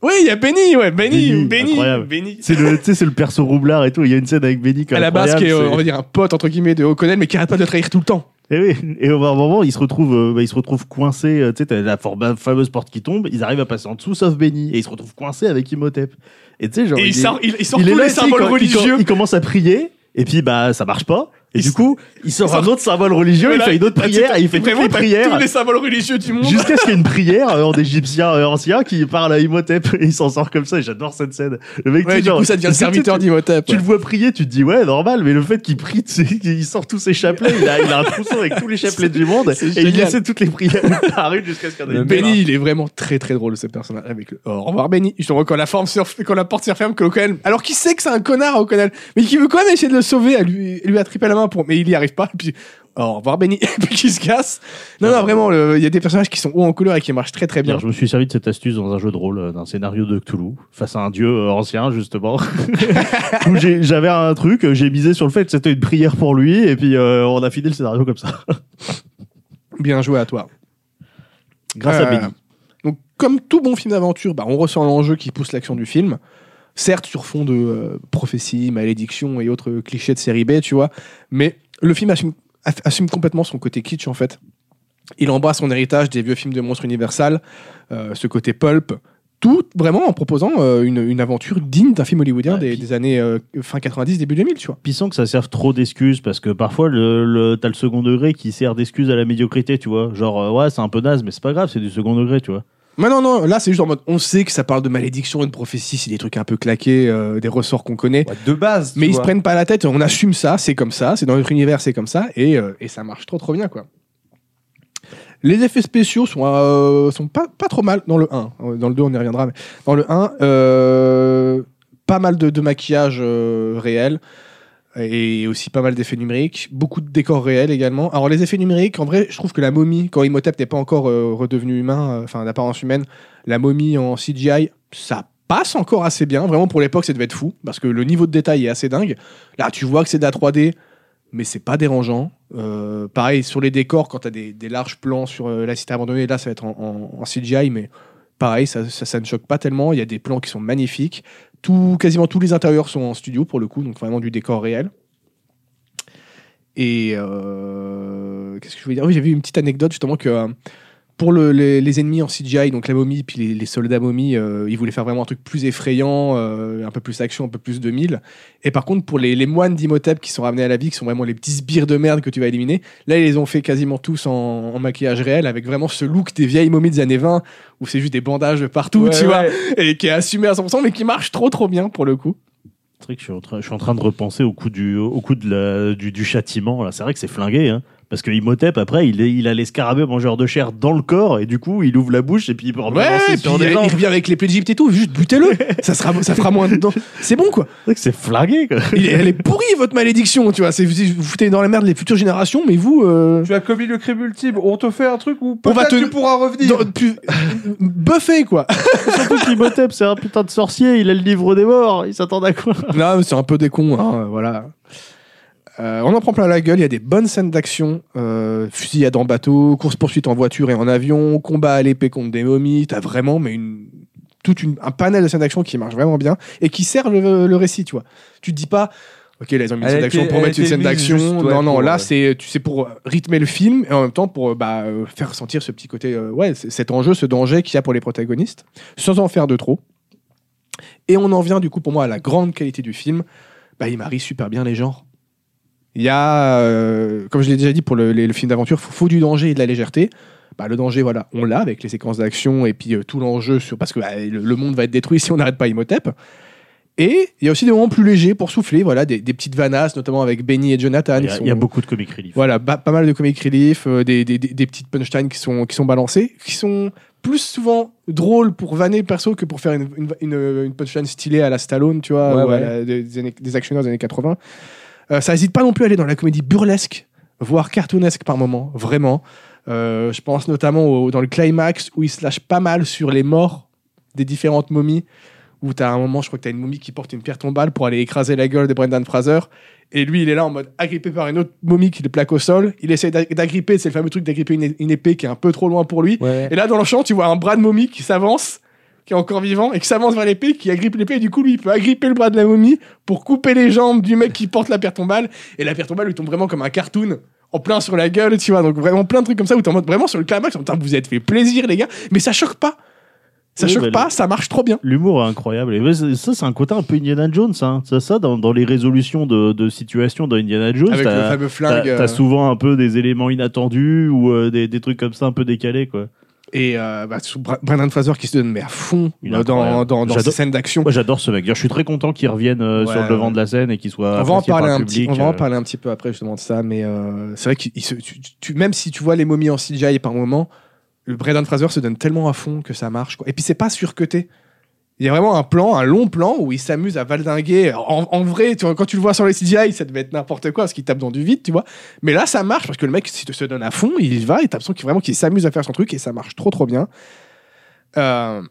Speaker 2: Oui, il y a Benny, ouais, Benny,
Speaker 1: Benny,
Speaker 2: Benny,
Speaker 1: incroyable.
Speaker 2: Benny.
Speaker 1: C'est le, tu sais, c'est le perso roublard et tout. Il y a une scène avec Benny quand
Speaker 2: À la base, qui est, euh, on va dire, un pote entre guillemets de O'Connell, mais qui arrête pas de le trahir tout le temps.
Speaker 1: Et oui, et au bout d'un moment, ils se retrouvent, euh, bah, ils se retrouvent coincés. euh, Tu sais, t'as la for- bah, fameuse porte qui tombe, ils arrivent à passer en dessous, sauf Benny, et ils se retrouvent coincés avec Imhotep. Et tu sais, genre,
Speaker 2: Et il,
Speaker 1: il est-
Speaker 2: sort, il, il sort
Speaker 1: il est
Speaker 2: tous
Speaker 1: là,
Speaker 2: les
Speaker 1: tu sais,
Speaker 2: symboles
Speaker 1: quand- Il,
Speaker 2: religieux.
Speaker 1: quand- il commence à prier, et puis bah ça marche pas. Et
Speaker 2: Il
Speaker 1: du
Speaker 2: s-
Speaker 1: coup, il sort
Speaker 2: il
Speaker 1: un
Speaker 2: sort-
Speaker 1: autre symbole religieux,
Speaker 2: Voilà,
Speaker 1: il fait une autre
Speaker 2: bah,
Speaker 1: prière,
Speaker 2: c'est-
Speaker 1: et il fait toutes
Speaker 2: vraiment,
Speaker 1: les
Speaker 2: t'as
Speaker 1: prières.
Speaker 2: Tous les symboles religieux du monde.
Speaker 1: Jusqu'à ce qu'il y ait une prière euh, en égyptien, euh, ancien, qui parle à Imhotep, et il s'en sort comme ça, et j'adore cette scène. Le mec, tu
Speaker 2: Ouais,
Speaker 1: sais,
Speaker 2: du
Speaker 1: genre,
Speaker 2: coup, ça devient le
Speaker 1: tu sais,
Speaker 2: serviteur
Speaker 1: tu-
Speaker 2: d'Imhotep.
Speaker 1: Tu le vois prier, tu te dis ouais, normal, mais le fait qu'il prie, tu sais, il sort tous ses chapelets, il a, il a un trousseau avec tous les chapelets du monde,
Speaker 2: C'est
Speaker 1: et il
Speaker 2: génial.
Speaker 1: essaie toutes les prières par une jusqu'à ce qu'il y en ait
Speaker 3: Le
Speaker 1: une.
Speaker 3: Benny,
Speaker 2: Benny, il est vraiment très très drôle ce personnage avec le au revoir Benny. Je te vois quand la, forme se ref- quand la porte se referme, que O'Connell. Alors qu'il sait que c'est un connard O'Connell, mais qui veut quand même essayer de le sauver, à lui, lui attraper la main pour. Mais il y arrive pas. Et puis oh, au revoir Benny, et puis qui se casse. Non, non, vraiment, le- il y a des personnages qui sont hauts en couleur et qui marchent très très bien.
Speaker 1: D'ailleurs, Eh je me suis servi de cette astuce dans un jeu de rôle, euh, d'un scénario de Cthulhu, face à un dieu euh, ancien, justement. où j'ai- j'avais un truc, euh, j'ai misé sur le fait que c'était une prière pour lui, et puis euh, on a fini le scénario comme ça.
Speaker 2: Bien joué à toi.
Speaker 1: Grâce à
Speaker 2: Euh,
Speaker 1: Benny.
Speaker 2: Donc, comme tout bon film d'aventure, bah, on ressent l'enjeu qui pousse l'action du film. Certes, sur fond de euh, prophétie, malédiction et autres clichés de série B, tu vois. Mais le film assume, aff- assume complètement son côté kitsch, en fait. Il embrasse son héritage des vieux films de monstres universal, euh, ce côté pulp. Tout vraiment en proposant euh, une, une aventure digne d'un film hollywoodien
Speaker 1: Ouais,
Speaker 2: des,
Speaker 1: puis-
Speaker 2: des années euh, fin 90, début 2000, tu vois.
Speaker 1: Puis sans que ça serve trop d'excuses, parce que parfois, le, le- t'as le second degré qui sert d'excuse à la médiocrité, tu vois. Genre, euh, ouais, c'est un peu naze, mais c'est pas grave, c'est du second degré, tu vois.
Speaker 2: Mais non, non, là c'est juste en mode on sait que ça parle de malédiction et de prophétie, c'est des trucs un peu claqués, euh, des ressorts qu'on connaît.
Speaker 3: Ouais, de base. tu
Speaker 2: Mais ils se
Speaker 3: vois.
Speaker 2: prennent pas la tête, on assume ça, c'est comme ça, c'est dans notre univers, c'est comme ça, et, euh, et ça marche trop trop bien quoi. Les effets spéciaux sont, euh, sont pas, pas trop mal dans le 1. Dans le 2, on y reviendra. Mais dans le 1, euh, pas mal de, de maquillage euh, réel et aussi pas mal d'effets numériques. Beaucoup de décors réels également. Alors, les effets numériques, en vrai, je trouve que la momie, quand Imhotep n'est pas encore euh, redevenu humain, euh, enfin d'apparence humaine, la momie en CGI, ça passe encore assez bien. Vraiment, pour l'époque, ça devait être fou parce que le niveau de détail est assez dingue. Là, tu vois que c'est de la 3D, mais c'est pas dérangeant. Euh, pareil, sur les décors, quand tu as des, des larges plans sur euh, la cité abandonnée, là, ça va être en, en- en CGI, mais pareil, ça, ça, ça ne choque pas tellement. Il y a des plans qui sont magnifiques. Tout, quasiment tous les intérieurs sont en studio, pour le coup, donc vraiment du décor réel. Et euh, qu'est-ce que je voulais dire Oui, j'ai vu une petite anecdote justement que euh, pour le- les, les ennemis en CGI, donc la momie, puis les, les soldats momies, euh, ils voulaient faire vraiment un truc plus effrayant, euh, un peu plus action, un peu plus 2000. Et par contre, pour les, les moines d'Imhotep qui sont ramenés à la vie, qui sont vraiment les petits sbires de merde que tu vas éliminer, là, ils les ont fait quasiment tous en, en maquillage réel, avec vraiment ce look des vieilles momies des années 20, où c'est juste des bandages partout,
Speaker 3: Ouais,
Speaker 2: tu
Speaker 3: ouais.
Speaker 2: vois, et qui est assumé à 100%, mais qui marche trop, trop bien pour le coup.
Speaker 1: C'est vrai que je suis en train, je suis en train de repenser au coup du, au coup de la- du, du châtiment. Là, c'est vrai que c'est flingué, hein. Parce que Imhotep, après, il, est- il a les scarabées mangeurs de chair dans le corps, et du coup, il ouvre la bouche, et puis il peut en
Speaker 2: Ouais,
Speaker 1: balancer
Speaker 2: et puis
Speaker 1: sur des
Speaker 2: il,
Speaker 1: gens.
Speaker 2: il revient avec les plaies d'Égypte et tout, juste butez-le, ça, sera, ça fera moins de dents. C'est bon quoi.
Speaker 1: C'est vrai que c'est flingué, quoi.
Speaker 2: Il est- elle est pourrie votre malédiction, tu vois. C'est, vous vous foutez dans la merde les futures générations, mais vous. euh,
Speaker 3: Tu as commis le crime ultime. On te fait un truc où
Speaker 2: On va
Speaker 3: peut-être
Speaker 2: te-
Speaker 3: tu pourras revenir.
Speaker 2: dans- plus- buffez quoi.
Speaker 1: Surtout qu'Imhotep, c'est un putain de sorcier, il a le livre des morts, il s'attend à quoi
Speaker 2: Non, mais c'est un peu des cons, hein, euh, voilà. Euh, on en prend plein la gueule, il y a des bonnes scènes d'action, euh, fusillade en bateau, course-poursuite en voiture et en avion, combat à l'épée contre des momies, t'as vraiment mais une, toute une, un panel de scènes d'action qui marche vraiment bien et qui sert le, le récit, tu vois. Tu te dis pas, ok, là ils ont mis une
Speaker 3: Elle
Speaker 2: scène
Speaker 3: a
Speaker 2: d'action
Speaker 3: été-
Speaker 2: pour
Speaker 3: elle a
Speaker 2: mettre une
Speaker 3: été
Speaker 2: scène
Speaker 3: mise
Speaker 2: d'action,
Speaker 3: juste, ouais,
Speaker 2: non, non,
Speaker 3: pour,
Speaker 2: là
Speaker 3: euh,
Speaker 2: c'est tu sais, pour rythmer le film et en même temps pour bah, euh, faire sentir ce petit côté, euh, ouais, c- cet enjeu, ce danger qu'il y a pour les protagonistes, sans en faire de trop. Et on en vient du coup pour moi à la grande qualité du film. Bah, il marie super bien les genres. Il y a, euh, comme je l'ai déjà dit pour le, les- le film d'aventure, faut, faut du danger et de la légèreté. Bah, le danger, voilà, on l'a avec les séquences d'action et puis euh, tout l'enjeu sur parce que bah, le, le monde va être détruit si on n'arrête pas Imhotep. Et il y a aussi des moments plus légers pour souffler, voilà, des, des petites vanasses, notamment avec Benny et Jonathan.
Speaker 1: il y,
Speaker 2: qui
Speaker 1: a,
Speaker 2: sont-
Speaker 1: il y a beaucoup de comic relief.
Speaker 2: voilà, ba- pas mal de comic relief, euh, des, des, des, des petites punchlines qui sont, qui sont balancées, qui sont plus souvent drôles pour vanner le perso que pour faire une, une, une- une punchline stylée à la Stallone, tu vois,
Speaker 3: Ouais,
Speaker 2: ou à
Speaker 3: ouais.
Speaker 2: la- des, des années- des actionneurs des années 80. Euh, ça hésite pas non plus à aller dans la comédie burlesque, voire cartoonesque par moment, vraiment. Euh, je pense notamment au- dans le climax où il se lâche pas mal sur les morts des différentes momies, où t'as un moment, je crois que t'as une momie qui porte une pierre tombale pour aller écraser la gueule de Brendan Fraser. Et lui, il est là en mode agrippé par une autre momie qui le plaque au sol. Il essaie d'ag- d'agripper, c'est le fameux truc d'agripper une, é- une épée qui est un peu trop loin pour lui.
Speaker 3: Ouais.
Speaker 2: Et là, dans le champ, tu vois un bras de momie qui s'avance, qui est encore vivant, et qui s'avance vers l'épée, qui agrippe l'épée. Et du coup, lui, il peut agripper le bras de la momie pour couper les jambes du mec qui porte la pierre tombale. Et la pierre tombale lui tombe vraiment comme un cartoon, en plein sur la gueule, tu vois. Donc vraiment plein de trucs comme ça où t'es en mode vraiment sur le climax, en mode, Putain, vous vous êtes fait plaisir, les gars. Mais ça choque pas. Ça
Speaker 1: Oui,
Speaker 2: choque
Speaker 1: bah,
Speaker 2: pas,
Speaker 1: le-
Speaker 2: ça marche trop bien.
Speaker 1: L'humour est incroyable. Et ça, ça, c'est un côté un peu Indiana Jones. hein. Ça, ça dans, dans les résolutions de, de situations d'Indiana Jones,
Speaker 2: Avec le
Speaker 1: t'as-
Speaker 2: fameux
Speaker 1: t'as
Speaker 2: flingue.
Speaker 1: t'as
Speaker 2: euh,
Speaker 1: souvent un peu des éléments inattendus ou euh, des, des trucs comme ça un peu décalés, quoi.
Speaker 2: Et euh, bah, sous Bra- Brendan Fraser qui se donne mais à fond euh,
Speaker 1: Il est
Speaker 2: dans, dans,
Speaker 1: incroyable.
Speaker 2: dans, dans
Speaker 1: J'adore-
Speaker 2: ces scènes d'action.
Speaker 1: Moi, j'adore ce mec. D'ailleurs, Je suis très content qu'il revienne euh,
Speaker 2: Ouais,
Speaker 1: sur le devant
Speaker 2: ouais.
Speaker 1: de la scène et qu'il soit.
Speaker 2: on va en
Speaker 1: apprécié par
Speaker 2: parler
Speaker 1: le
Speaker 2: un petit,
Speaker 1: public,
Speaker 2: on va en
Speaker 1: euh.
Speaker 2: parler un petit peu après justement de ça, mais euh, c'est vrai que même si tu vois les momies en CGI par moment, le Brendan Fraser se donne tellement à fond que ça marche. Quoi. Et puis c'est pas surcuté. Il y a vraiment un plan, un long plan où il s'amuse à valdinguer. En, en vrai, tu vois, quand tu le vois sur les CGI, ça devait être n'importe quoi parce qu'il tape dans du vide, tu vois. Mais là, ça marche parce que le mec s'il se donne à fond, il y va, il tape son qui vraiment qu'il s'amuse à faire son truc et ça marche trop trop bien. Euh,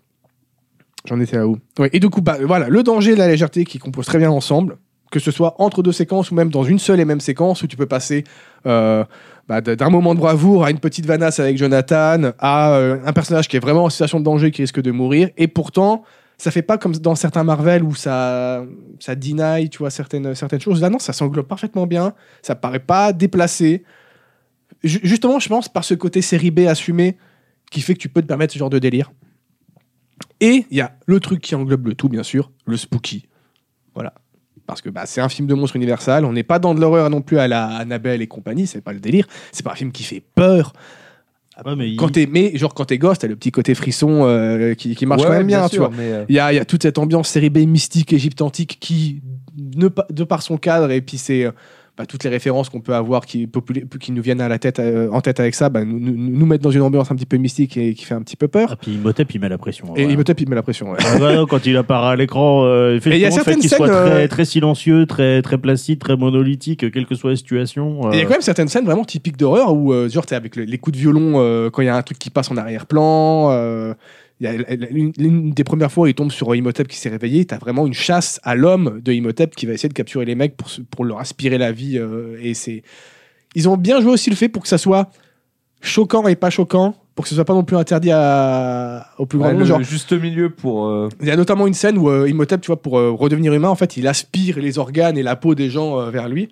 Speaker 2: J'en étais là où Ouais, Et du coup, bah, voilà, le danger et la légèreté qui composent très bien ensemble, que ce soit entre deux séquences ou même dans une seule et même séquence où tu peux passer euh, bah, d- d'un moment de bravoure à une petite vanasse avec Jonathan, à euh, un personnage qui est vraiment en situation de danger qui risque de mourir, et pourtant ça fait pas comme dans certains Marvel où ça ça deny tu vois certaines certaines choses. Là non, ça s'englobe parfaitement bien, ça paraît pas déplacé. Ju- justement, je pense par ce côté série B assumé qui fait que tu peux te permettre ce genre de délire. Et il y a le truc qui englobe le tout bien sûr, le spooky. Voilà. Parce que bah, c'est un film de monstre universal, on n'est pas dans de l'horreur non plus à la Annabelle et compagnie, c'est pas le délire. C'est pas un film qui fait peur.
Speaker 1: Ouais, mais il-
Speaker 2: Quand t'es, mais genre quand t'es gosse, t'as le petit côté frisson euh, qui, qui marche
Speaker 3: Ouais,
Speaker 2: quand même
Speaker 3: ouais,
Speaker 2: bien, tu
Speaker 3: sûr,
Speaker 2: vois.
Speaker 3: mais, euh,
Speaker 2: Il y a, il y a toute cette ambiance série B mystique égypte antique qui, ne pa- de par son cadre et puis c'est euh, bah, toutes les références qu'on peut avoir qui, popula- qui nous viennent à la tête, euh, en tête avec ça, bah, nous, nous, nous mettent dans une ambiance un petit peu mystique et qui fait un petit peu peur.
Speaker 1: Ah, puis Imhotep, il met la pression.
Speaker 2: Et
Speaker 1: Ah, ouais.
Speaker 2: il me tape, il me met la pression. ouais.
Speaker 1: Ah ouais, non, quand il apparaît à l'écran, euh, effectivement,
Speaker 2: Et il y a
Speaker 1: le fait
Speaker 2: certaines
Speaker 1: qu'il soit
Speaker 2: scènes,
Speaker 1: très,
Speaker 2: euh,
Speaker 1: très silencieux, très, très placide, très monolithique, euh, quelle que soit la situation. euh,
Speaker 2: Et Il y a quand même certaines scènes vraiment typiques d'horreur où, euh, genre, t'es avec le- les coups de violon euh, quand il y a un truc qui passe en arrière-plan. euh, il y a la- la- L'une l'une des premières fois où il tombe sur euh, Imhotep qui s'est réveillé, t'as vraiment une chasse à l'homme de Imhotep qui va essayer de capturer les mecs pour, se- pour leur aspirer la vie. euh, et c'est. Ils ont bien joué aussi le fait pour que ça soit choquant et pas choquant, pour que ce soit pas non plus interdit à- au plus grand
Speaker 3: ouais,
Speaker 2: nombre.
Speaker 3: le
Speaker 2: genre,
Speaker 3: juste milieu pour. euh,
Speaker 2: il y a notamment une scène où euh, Imhotep, tu vois, pour euh, redevenir humain, en fait, il aspire les organes et la peau des gens euh, vers lui.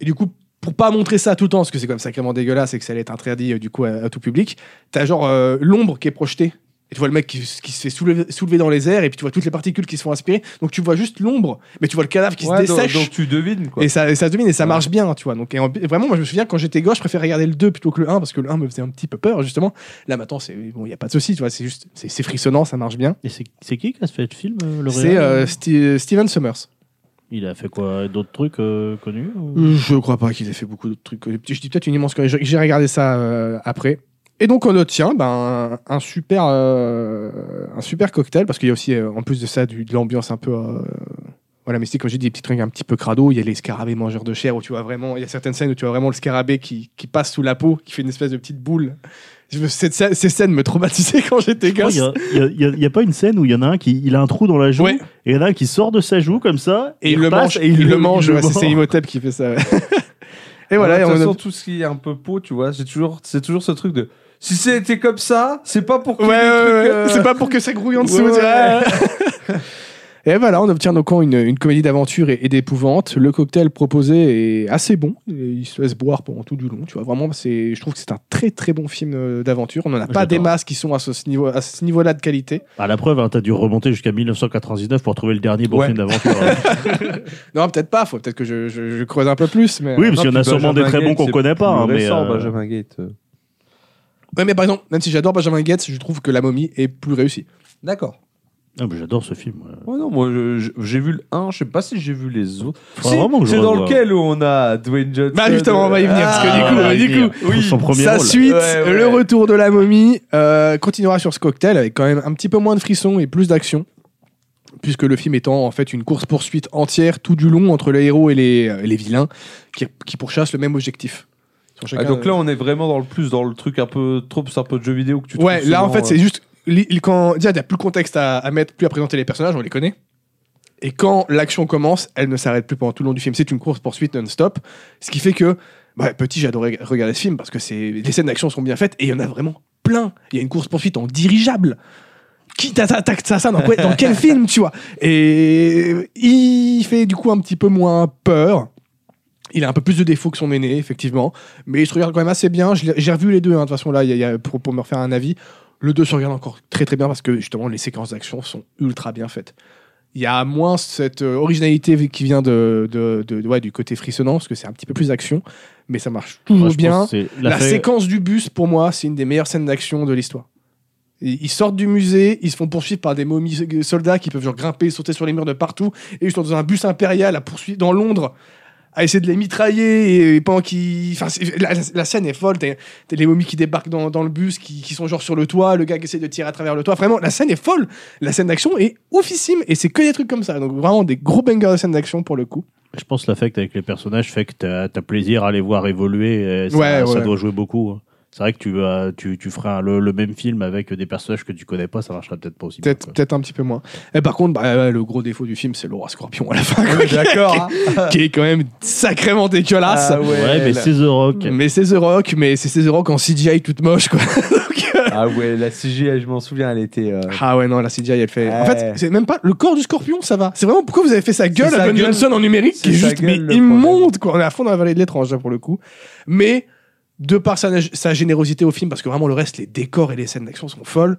Speaker 2: Et du coup, pour pas montrer ça tout le temps, parce que c'est quand même sacrément dégueulasse et que ça allait être interdit euh, du coup à, à tout public, t'as genre euh, l'ombre qui est projetée. Et tu vois le mec qui, qui se fait soulever, soulever dans les airs, et puis tu vois toutes les particules qui se font aspirer. Donc tu vois juste l'ombre, mais tu vois le cadavre qui
Speaker 3: ouais,
Speaker 2: se
Speaker 3: donc-
Speaker 2: dessèche.
Speaker 3: Donc, tu devines quoi.
Speaker 2: Et ça, et ça se domine et ça
Speaker 3: Ouais.
Speaker 2: marche bien, tu vois. Donc, et en- et vraiment, moi, je me souviens, quand j'étais gauche, je préférais regarder le 2 plutôt que le 1 parce que le 1 me faisait un petit peu peur, justement. Là, maintenant, c'est bon, il n'y a pas de souci, tu vois. C'est juste, c'est c'est frissonnant, ça marche bien.
Speaker 1: et c'est c'est qui qui a fait le film euh, le
Speaker 2: C'est
Speaker 1: réel,
Speaker 2: euh,
Speaker 1: euh
Speaker 2: Sti- Steven Summers.
Speaker 1: Il a fait quoi D'autres trucs euh, connus ou-
Speaker 2: Je crois pas qu'il ait fait beaucoup d'autres trucs. Je dis peut-être une immense connerie. Je- J'ai regardé ça euh, après. Et donc on obtient ben, un, super, euh, un super cocktail, parce qu'il y a aussi, euh, en plus de ça, du, de l'ambiance un peu... euh, voilà, mystique, comme j'ai dit, des petits trucs un petit peu crado. Il y a les scarabées mangeurs de chair, où tu vois vraiment... Il y a certaines scènes où tu vois vraiment le scarabée qui, qui passe sous la peau, qui fait une espèce de petite boule. Je me- cette scè- ces scènes me traumatisaient quand j'étais
Speaker 1: Je crois
Speaker 2: gosse.
Speaker 1: qu'il y a- Oh, Il y a- il y a- il y a pas une scène où il y en a un qui il a un trou dans la joue
Speaker 2: Ouais.
Speaker 1: et il y en a un qui sort de sa joue comme ça
Speaker 2: Et il le
Speaker 1: repasse
Speaker 2: mange,
Speaker 1: et il,
Speaker 2: le mange, ouais, c'est- c'est
Speaker 1: mange. Ah,
Speaker 2: Imhotep qui fait ça. ouais. Et voilà,
Speaker 3: Ouais,
Speaker 2: et
Speaker 3: de toute
Speaker 2: on
Speaker 3: façon, tout ce qui est un peu peau, tu vois, c'est toujours, c'est toujours ce truc de. Si c'était comme ça, c'est pas pour. qu'il
Speaker 2: Ouais,
Speaker 3: y ait des
Speaker 2: ouais,
Speaker 3: trucs,
Speaker 2: ouais.
Speaker 3: euh,
Speaker 2: c'est pas pour que ça grouille en dessous.
Speaker 3: ouais,
Speaker 2: tu vois.
Speaker 3: ouais.
Speaker 2: Et voilà, on obtient donc une, une comédie d'aventure et, et d'épouvante. Le cocktail proposé est assez bon. Et il se laisse boire pendant tout du long. Tu vois, vraiment, c'est, je trouve que c'est un très très bon film euh, d'aventure. On n'en a pas
Speaker 1: J'adore.
Speaker 2: des masses qui sont à ce, ce niveau, à ce niveau-là de qualité.
Speaker 1: Ah, la preuve, hein, t'as dû remonter jusqu'à 1999 pour trouver le dernier bon
Speaker 3: Ouais.
Speaker 1: film d'aventure.
Speaker 2: Ah, Non, peut-être pas. Faut peut-être que je, je- je creuse un peu plus. Mais...
Speaker 1: oui, parce qu'il y en
Speaker 3: puis
Speaker 1: a sûrement des
Speaker 3: Benjamin
Speaker 1: très bons
Speaker 3: Gates,
Speaker 1: qu'on
Speaker 3: c'est
Speaker 1: connaît pas. hein,
Speaker 3: plus
Speaker 1: mais,
Speaker 3: récent,
Speaker 1: euh,
Speaker 3: Benjamin Gates. euh.
Speaker 2: Ouais, mais par exemple, même si j'adore Benjamin Gates, je trouve que La Momie est plus réussie.
Speaker 3: D'accord.
Speaker 1: ah, mais j'adore ce film. ouais.
Speaker 3: Ouais, non, moi, je- je- j'ai vu le 1, je sais pas si j'ai vu les autres.
Speaker 1: Faudra
Speaker 3: Si,
Speaker 1: vraiment que je
Speaker 3: c'est dans
Speaker 1: revoie.
Speaker 3: lequel où on a Dwayne Johnson. euh,
Speaker 2: Bah, justement, on va y venir, parce que du
Speaker 1: Ah,
Speaker 2: coup,
Speaker 1: on va
Speaker 2: du
Speaker 1: y venir.
Speaker 2: coup,
Speaker 1: Pour son premier
Speaker 2: Sa
Speaker 1: rôle.
Speaker 2: suite,
Speaker 3: Ouais, ouais.
Speaker 2: le retour de la momie, euh, continuera sur ce cocktail avec quand même un petit peu moins de frissons et plus d'action. Puisque le film étant en fait une course-poursuite entière tout du long entre les héros et les, euh, les vilains qui, qui pourchassent le même objectif. Ils sont
Speaker 3: Ah,
Speaker 2: chacun-
Speaker 3: donc là, on est vraiment dans le plus, dans le truc un peu trop, c'est un peu de jeu vidéo que tu
Speaker 2: ouais,
Speaker 3: trouves
Speaker 2: là en
Speaker 3: souvent,
Speaker 2: fait,
Speaker 3: euh.
Speaker 2: c'est juste. li- li- Quand déjà, il n'y a plus le contexte à, à mettre, plus à présenter les personnages, on les connaît. Et quand l'action commence, elle ne s'arrête plus pendant tout le long du film. C'est une course-poursuite non-stop. Ce qui fait que, bah, petit, j'adorais regarder ce film parce que c'est les scènes d'action sont bien faites et il y en a vraiment plein. Il y a une course-poursuite en dirigeable. Qui t'a t'a- t'a- ça, ça dans, quoi- dans quel film, tu vois Et il fait du coup un petit peu moins peur. Il a un peu plus de défauts que son aîné, effectivement. Mais il se regarde quand même assez bien. Je l'ai- J'ai revu les deux, hein, de toute façon, là, il y a- il y a- pour, pour me refaire un avis. Le 2 se regarde encore très très bien parce que justement les séquences d'action sont ultra bien faites. Il y a moins cette euh, originalité qui vient de, de- de- de- ouais, du côté frissonnant parce que c'est un petit peu plus action, mais ça marche toujours
Speaker 1: Moi, je
Speaker 2: bien.
Speaker 1: pense que c'est
Speaker 2: La,
Speaker 1: l'affaire-
Speaker 2: séquence du bus, pour moi, c'est une des meilleures scènes d'action de l'histoire. Ils ils sortent du musée, ils se font poursuivre par des momies euh, soldats qui peuvent genre grimper, sauter sur les murs de partout, et ils sont dans un bus impérial à poursuivre dans Londres à essayer de les mitrailler et, et pendant qu'ils. Enfin, c'est- la, la- la scène est folle. T'as t'as les momies qui débarquent dans, dans le bus, qui, qui sont genre sur le toit, le gars qui essaie de tirer à travers le toit. Vraiment, la scène est folle. La scène d'action est oufissime et c'est que des trucs comme ça. Donc vraiment des gros bangers de scène d'action pour le coup.
Speaker 1: Je pense que l'affect avec les personnages fait que t'as as plaisir à les voir évoluer. et ça, ça
Speaker 2: Ouais, ouais.
Speaker 1: doit jouer beaucoup. hein. C'est vrai que tu, vas- tu, tu feras un- le, le même film avec des personnages que tu connais pas, ça marcherait peut-être pas aussi bien.
Speaker 2: Peut-être
Speaker 1: quoi.
Speaker 2: peut-être un petit peu moins. Et par contre, bah, euh, le gros défaut du film, c'est Laura Scorpion à la fin, quoi, qui,
Speaker 3: D'accord.
Speaker 2: qui est quand même sacrément dégueulasse.
Speaker 3: Ah ouais,
Speaker 1: Ouais, mais
Speaker 3: la-
Speaker 1: c'est The Rock.
Speaker 2: Mais c'est The Rock, mais c'est c'est The Rock en CGI toute moche, quoi. Donc, euh,
Speaker 3: Ah ouais, la CGI, je m'en souviens, elle était. euh,
Speaker 2: Ah ouais, non, la CGI, elle fait. En
Speaker 3: Ouais.
Speaker 2: fait, c'est même pas le corps du scorpion, ça va. C'est vraiment pourquoi vous avez fait sa gueule
Speaker 3: sa
Speaker 2: à Ben
Speaker 3: gueule.
Speaker 2: Johnson en numérique, qui
Speaker 3: C'est
Speaker 2: est
Speaker 3: sa
Speaker 2: juste
Speaker 3: gueule,
Speaker 2: mais
Speaker 3: le
Speaker 2: immonde, quoi. On est à fond dans la vallée de l'étrange, là, pour le coup. Mais, de par sa, sa générosité au film, parce que vraiment, le reste, les décors et les scènes d'action sont folles,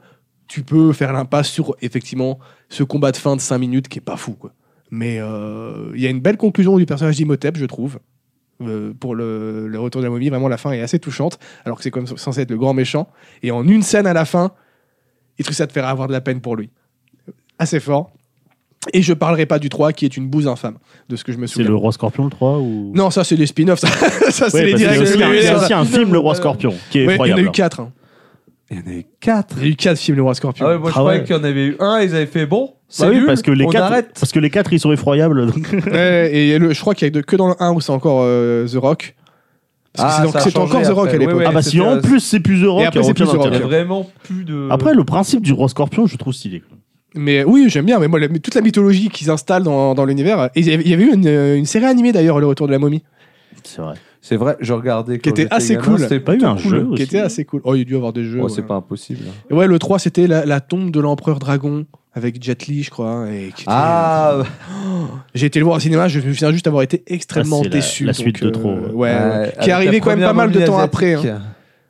Speaker 2: tu peux faire l'impasse sur, effectivement, ce combat de fin de 5 minutes qui est pas fou, quoi. Mais euh, il y a une belle conclusion du personnage d'Imhotep, je trouve. Euh, pour le, le retour de la momie, vraiment la fin est assez touchante, alors que c'est comme censé être le grand méchant. Et en une scène à la fin, il trouve ça de faire avoir de la peine pour lui. Assez fort. Et je parlerai pas du 3 qui est une bouse infâme, de ce que je me
Speaker 1: C'est
Speaker 2: souviens.
Speaker 1: le Roi Scorpion le 3 ou...
Speaker 2: Non, ça c'est les spin-offs, ça, ça, c'est
Speaker 1: Ouais,
Speaker 2: les
Speaker 1: parce qu'il y a aussi
Speaker 2: directs.
Speaker 1: un-
Speaker 2: Ouais,
Speaker 1: il y a aussi hein.
Speaker 2: ouais,
Speaker 1: un film, Le Roi Scorpion, qui est
Speaker 2: il y en a
Speaker 1: effroyable.
Speaker 2: eu 4.
Speaker 3: Il y en a eu 4.
Speaker 2: Il y a eu 4 films, le Roi Scorpion.
Speaker 3: Ah ouais, moi je
Speaker 1: Ah
Speaker 3: croyais
Speaker 1: ouais.
Speaker 3: qu'il y en avait eu un, ils avaient fait bon. C'est
Speaker 1: Bah oui,
Speaker 3: nul,
Speaker 1: parce que les
Speaker 3: on
Speaker 1: quatre,
Speaker 3: arrête.
Speaker 1: parce que les quatre, ils sont effroyables. donc-
Speaker 2: Ouais, et il y a le- je crois qu'il y a de- que dans le 1 où c'est encore euh, The Rock. Parce
Speaker 3: Ah,
Speaker 2: que c'est
Speaker 3: ça
Speaker 2: donc-
Speaker 3: a
Speaker 2: c'était
Speaker 3: changé
Speaker 2: encore The Rock
Speaker 3: après.
Speaker 2: à l'époque.
Speaker 3: Ouais,
Speaker 1: ah bah si
Speaker 3: c'était,
Speaker 1: en
Speaker 3: euh,
Speaker 1: plus c'est plus The Rock,
Speaker 2: Et après,
Speaker 1: il y a
Speaker 2: c'est
Speaker 1: aucun
Speaker 2: plus The Rock.
Speaker 3: Il y a
Speaker 1: intérêt.
Speaker 3: vraiment plus
Speaker 2: Euh.
Speaker 3: de.
Speaker 1: Après le principe du Roi Scorpion, je trouve stylé.
Speaker 2: Mais oui, j'aime bien. Mais moi, la- toute la mythologie qu'ils installent dans, dans l'univers. Et il y avait- il y avait eu une, euh, une série animée d'ailleurs, Le Retour de la Momie,
Speaker 1: C'est vrai.
Speaker 3: C'est vrai, je regardais.
Speaker 2: Qui
Speaker 3: quand
Speaker 2: était
Speaker 3: j'étais
Speaker 2: assez
Speaker 3: gamin,
Speaker 2: cool.
Speaker 3: C'était
Speaker 1: Pas eu un euh.
Speaker 3: cool.
Speaker 1: jeu
Speaker 2: qui
Speaker 1: aussi.
Speaker 2: était assez cool. Oh, il y a dû y avoir des jeux.
Speaker 3: Oh,
Speaker 2: ouais.
Speaker 3: c'est pas impossible.
Speaker 2: Et ouais, le 3, c'était la, la tombe de l'empereur dragon avec Jet Li, je crois. hein, et qui était-
Speaker 3: Ah,
Speaker 2: J'ai été le voir au cinéma, je me souviens juste avoir été extrêmement
Speaker 1: Ah, c'est la-
Speaker 2: déçu.
Speaker 1: la
Speaker 2: donc,
Speaker 1: suite de trop, ouais.
Speaker 2: ouais, ouais.
Speaker 3: euh,
Speaker 2: Qui est arrivé
Speaker 3: avec la
Speaker 2: quand même pas
Speaker 3: première euh,
Speaker 2: mal de
Speaker 3: momie
Speaker 2: temps après, hein.
Speaker 3: asiatique.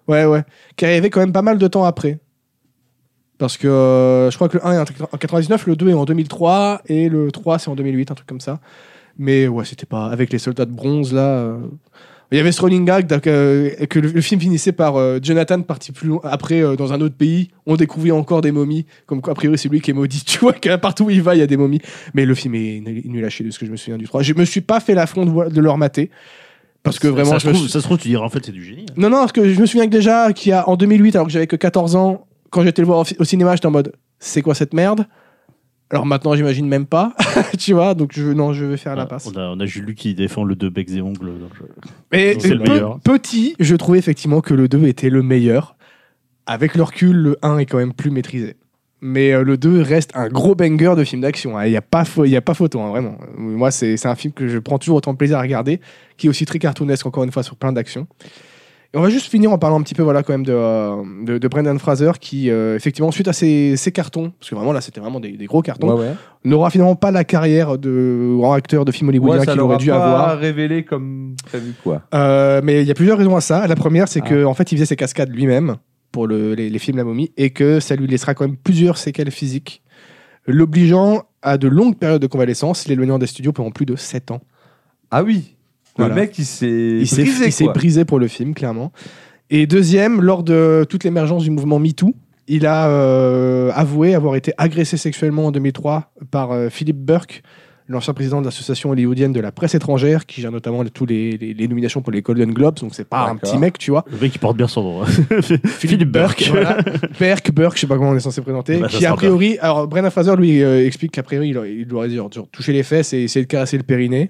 Speaker 2: Ouais, ouais. Qui est arrivé quand même pas mal de temps après. Parce que euh, je crois que le 1 est en 99, le 2 est en 2003 et le 3 c'est en 2008, un truc comme ça. Mais ouais, c'était pas. Avec les soldats de bronze là. euh, Il y avait ce running gag d'ac- euh, que le, le film finissait par euh, Jonathan parti plus loin. Après, euh, dans un autre pays, on découvrait encore des momies. Comme quoi, a priori, c'est lui qui est maudit. Tu vois, qu'à partout où il va, il y a des momies. Mais le film est nul nul à chier de ce que je me souviens du 3. Je me suis pas fait l'affront de, voir- de le remater. Parce que vraiment,
Speaker 1: ça,
Speaker 2: je
Speaker 1: se
Speaker 2: me
Speaker 1: trouve,
Speaker 2: suis-
Speaker 1: ça se trouve, tu diras en fait c'est du génie. hein.
Speaker 2: non, non, parce que je me souviens que déjà, qu'il y a, en 2008, alors que j'avais que 14 ans, quand j'étais le voir au, fi- au cinéma, j'étais en mode c'est quoi cette merde Alors maintenant, j'imagine même pas, tu vois, donc je, non, je vais faire la
Speaker 1: Ah,
Speaker 2: passe.
Speaker 1: On a, on a Julu qui défend le 2 becs et ongles. dans le jeu.
Speaker 2: Mais
Speaker 1: C'est le
Speaker 2: pe-
Speaker 1: meilleur.
Speaker 2: petit, je trouvais effectivement que le 2 était le meilleur. Avec le recul, le 1 est quand même plus maîtrisé. Mais euh, le 2 reste un gros banger de film d'action. hein. Il n'y a, pas fo- il y a pas photo, hein, vraiment. Euh, Moi, c'est c'est un film que je prends toujours autant de plaisir à regarder, qui est aussi très cartoonesque, encore une fois, sur plein d'actions. Et on va juste finir en parlant un petit peu, voilà, quand même, de, euh, de, de Brendan Fraser, qui, euh, effectivement, suite à ses, ses cartons, parce que vraiment, là, c'était vraiment des, des gros cartons,
Speaker 3: Ouais, ouais.
Speaker 2: n'aura finalement pas la carrière de grand acteur de film hollywoodien
Speaker 3: Ouais, ça
Speaker 2: qu'il
Speaker 3: l'aurait
Speaker 2: aurait dû
Speaker 3: dû pas
Speaker 2: avoir.
Speaker 3: révélé comme prévu, quoi.
Speaker 2: Euh, mais il y a plusieurs raisons à ça. La première, c'est
Speaker 3: Ah.
Speaker 2: que en fait, il faisait ses cascades lui-même pour le- les, les films La Momie et que ça lui laissera quand même plusieurs séquelles physiques, l'obligeant à de longues périodes de convalescence, l'éloignant des studios pendant plus de 7 ans.
Speaker 3: Ah oui.
Speaker 2: Voilà.
Speaker 3: Le mec, il s'est
Speaker 2: Il s'est
Speaker 3: brisé,
Speaker 2: il s'est
Speaker 3: quoi.
Speaker 2: brisé pour le film, clairement. Et deuxième, lors de toute l'émergence du mouvement MeToo, il a euh, avoué avoir été agressé sexuellement en 2003 par euh, Philippe Burke, l'ancien président de l'association hollywoodienne de la presse étrangère, qui gère notamment tous les, les- les nominations pour les Golden Globes, donc c'est pas un
Speaker 3: D'accord.
Speaker 2: petit mec, tu vois.
Speaker 1: Le mec qui porte bien son nom. hein. Philippe Burke.
Speaker 2: Voilà. Burke, Burke, je sais pas comment on est censé présenter.
Speaker 1: Bah, ça
Speaker 2: qui a
Speaker 1: sera
Speaker 2: priori, alors Brennan Fraser lui euh, explique qu'a priori il, il doit genre, genre, toucher les fesses et essayer de caresser le périnée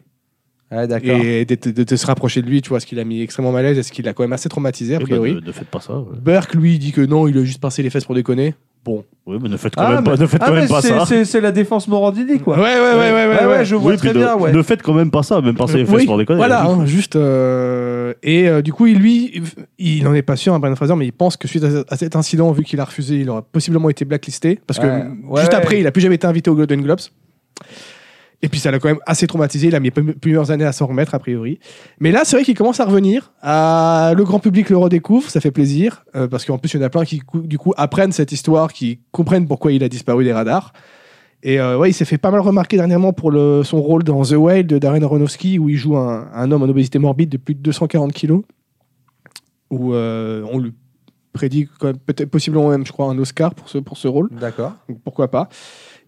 Speaker 3: Ouais, d'accord.
Speaker 2: et de, de- de se rapprocher de lui, tu vois, ce qu'il a mis extrêmement mal à l'aise et ce qu'il a quand même assez traumatisé a
Speaker 1: Eh ben,
Speaker 2: priori.
Speaker 1: ne, ne faites pas ça. ouais.
Speaker 2: Burke lui dit que non, il a juste pincé les fesses pour déconner. Bon.
Speaker 1: Oui, mais ne faites quand
Speaker 3: Ah,
Speaker 1: même pas,
Speaker 3: mais-
Speaker 1: ne faites
Speaker 3: ah,
Speaker 1: quand
Speaker 3: mais
Speaker 1: même pas
Speaker 3: c'est-
Speaker 1: ça.
Speaker 3: c'est- C'est la défense Morandini, quoi.
Speaker 2: Ouais, ouais, ouais, ouais, ouais, ouais.
Speaker 3: je vois
Speaker 1: Oui,
Speaker 3: très
Speaker 1: puis ne-
Speaker 3: bien, ouais.
Speaker 1: Ne faites quand même pas ça, même par ses fesses
Speaker 2: Oui,
Speaker 1: pour déconner.
Speaker 2: Voilà, hein, juste. euh, et euh, du coup, il- lui, il n'en est pas sûr, hein, Brendan Fraser, mais il pense que suite à, à cet incident, vu qu'il a refusé, il aura possiblement été blacklisté. Parce que
Speaker 3: Ouais, ouais,
Speaker 2: juste
Speaker 3: ouais.
Speaker 2: après, il n'a plus jamais été invité aux Golden Globes. Et puis ça l'a quand même assez traumatisé. Il a mis peu- plusieurs années à s'en remettre, a priori. Mais là, c'est vrai qu'il commence à revenir. à- Le grand public le redécouvre, ça fait plaisir. euh, parce qu'en plus, il y en a plein qui, cou- du coup, apprennent cette histoire, qui comprennent pourquoi il a disparu des radars. Et euh, ouais, il s'est fait pas mal remarquer dernièrement pour le- son rôle dans The Whale de Darren Aronofsky, où il joue un, un homme en obésité morbide de plus de 240 kilos. Où euh, on lui prédit quand même, peut-être possiblement même, je crois, un Oscar pour ce, pour ce rôle.
Speaker 3: D'accord.
Speaker 2: Donc pourquoi pas.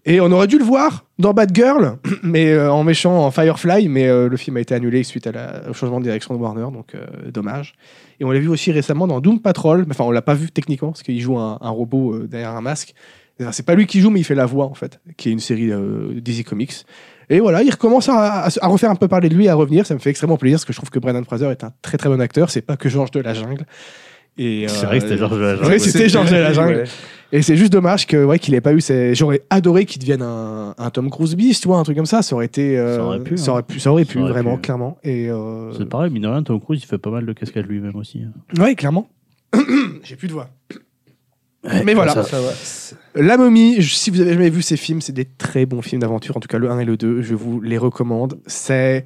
Speaker 2: Et on aurait dû le voir dans Bad Girl, mais euh, en méchant en Firefly, mais euh, le film a été annulé suite à la- au changement de direction de Warner, donc euh, dommage. Et on l'a vu aussi récemment dans Doom Patrol, enfin on l'a pas vu techniquement parce qu'il joue un, un robot euh, derrière un masque. Enfin, c'est pas lui qui joue, mais il fait la voix en fait, qui est une série euh, DC Comics. Et voilà, il recommence à, à se- à refaire un peu parler de lui, à revenir. Ça me fait extrêmement plaisir parce que je trouve que Brendan Fraser est un très très bon acteur. C'est pas que Georges de la Jungle. Et,
Speaker 1: C'est
Speaker 2: euh,
Speaker 1: vrai que c'était Georges de la Jungle.
Speaker 2: Oui, c'était Georges de la
Speaker 3: Ouais.
Speaker 2: Jungle. Et c'est juste dommage que ouais qu'il ait pas eu. ces- J'aurais adoré qu'il devienne un, un Tom Cruise bis, tu vois, un truc comme ça. Ça aurait été. euh,
Speaker 1: Ça aurait pu,
Speaker 2: Ça
Speaker 1: hein.
Speaker 2: aurait pu. Ça aurait
Speaker 1: Ça
Speaker 2: pu,
Speaker 1: aurait
Speaker 2: vraiment
Speaker 1: pu.
Speaker 2: clairement. Et euh,
Speaker 1: C'est pareil, mine de rien, Tom Cruise, il fait pas mal de cascades lui-même aussi. hein.
Speaker 2: ouais, clairement. J'ai plus de voix. Mais voilà.
Speaker 1: ça.
Speaker 3: Ça va. C'est-
Speaker 2: La momie, je- si vous avez jamais vu ces films, c'est des très bons films d'aventure, en tout cas le 1 et le 2, je vous les recommande. C'est.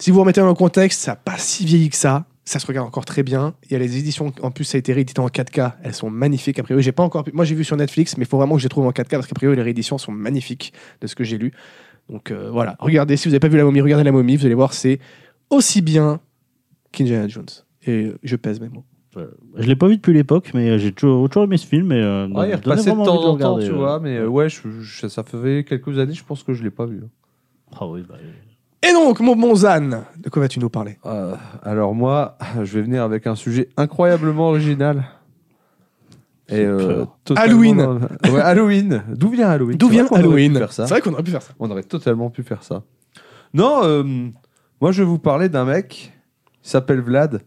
Speaker 2: Si vous remettez dans le contexte, ça n'a pas si vieilli que ça. Ça se regarde encore très bien. Il y a les éditions, en plus, ça a été réédité en 4K. Elles sont magnifiques. A priori, j'ai pas encore. pu- Moi, j'ai vu sur Netflix, mais il faut vraiment que je les trouve en 4K parce qu'a priori, les rééditions sont magnifiques de ce que j'ai lu. Donc euh, voilà. Regardez, si vous n'avez pas vu La momie, regardez La momie. Vous allez voir, c'est aussi bien qu'Indiana Jones. Et euh, je pèse mes mots.
Speaker 1: Je l'ai pas vu depuis l'époque, mais j'ai toujours, toujours aimé ce film. Et, euh,
Speaker 3: Ouais,
Speaker 1: me donnait
Speaker 3: il repassait de
Speaker 1: vraiment
Speaker 3: temps
Speaker 1: envie
Speaker 3: en temps,
Speaker 1: regarder,
Speaker 3: tu
Speaker 1: euh.
Speaker 3: vois, mais euh, ouais, je- je- ça fait quelques années, je pense que je l'ai pas vu. hein.
Speaker 1: Ah oui, bah,
Speaker 2: Et donc, mon bon Zan, de quoi vas-tu nous parler
Speaker 1: Ah.
Speaker 3: Euh, alors moi, je vais venir avec un sujet incroyablement original. Et
Speaker 1: J'ai
Speaker 3: euh,
Speaker 1: peur.
Speaker 3: totalement
Speaker 2: Halloween.
Speaker 3: dans- Ouais, Halloween. D'où vient Halloween
Speaker 2: D'où
Speaker 3: C'est
Speaker 2: vient
Speaker 3: vrai qu'on aurait pu
Speaker 2: Halloween
Speaker 3: faire ça.
Speaker 2: C'est vrai qu'on aurait pu faire ça.
Speaker 3: On aurait totalement pu faire ça. Non, euh, moi je vais vous parler d'un mec. Il s'appelle Vlad.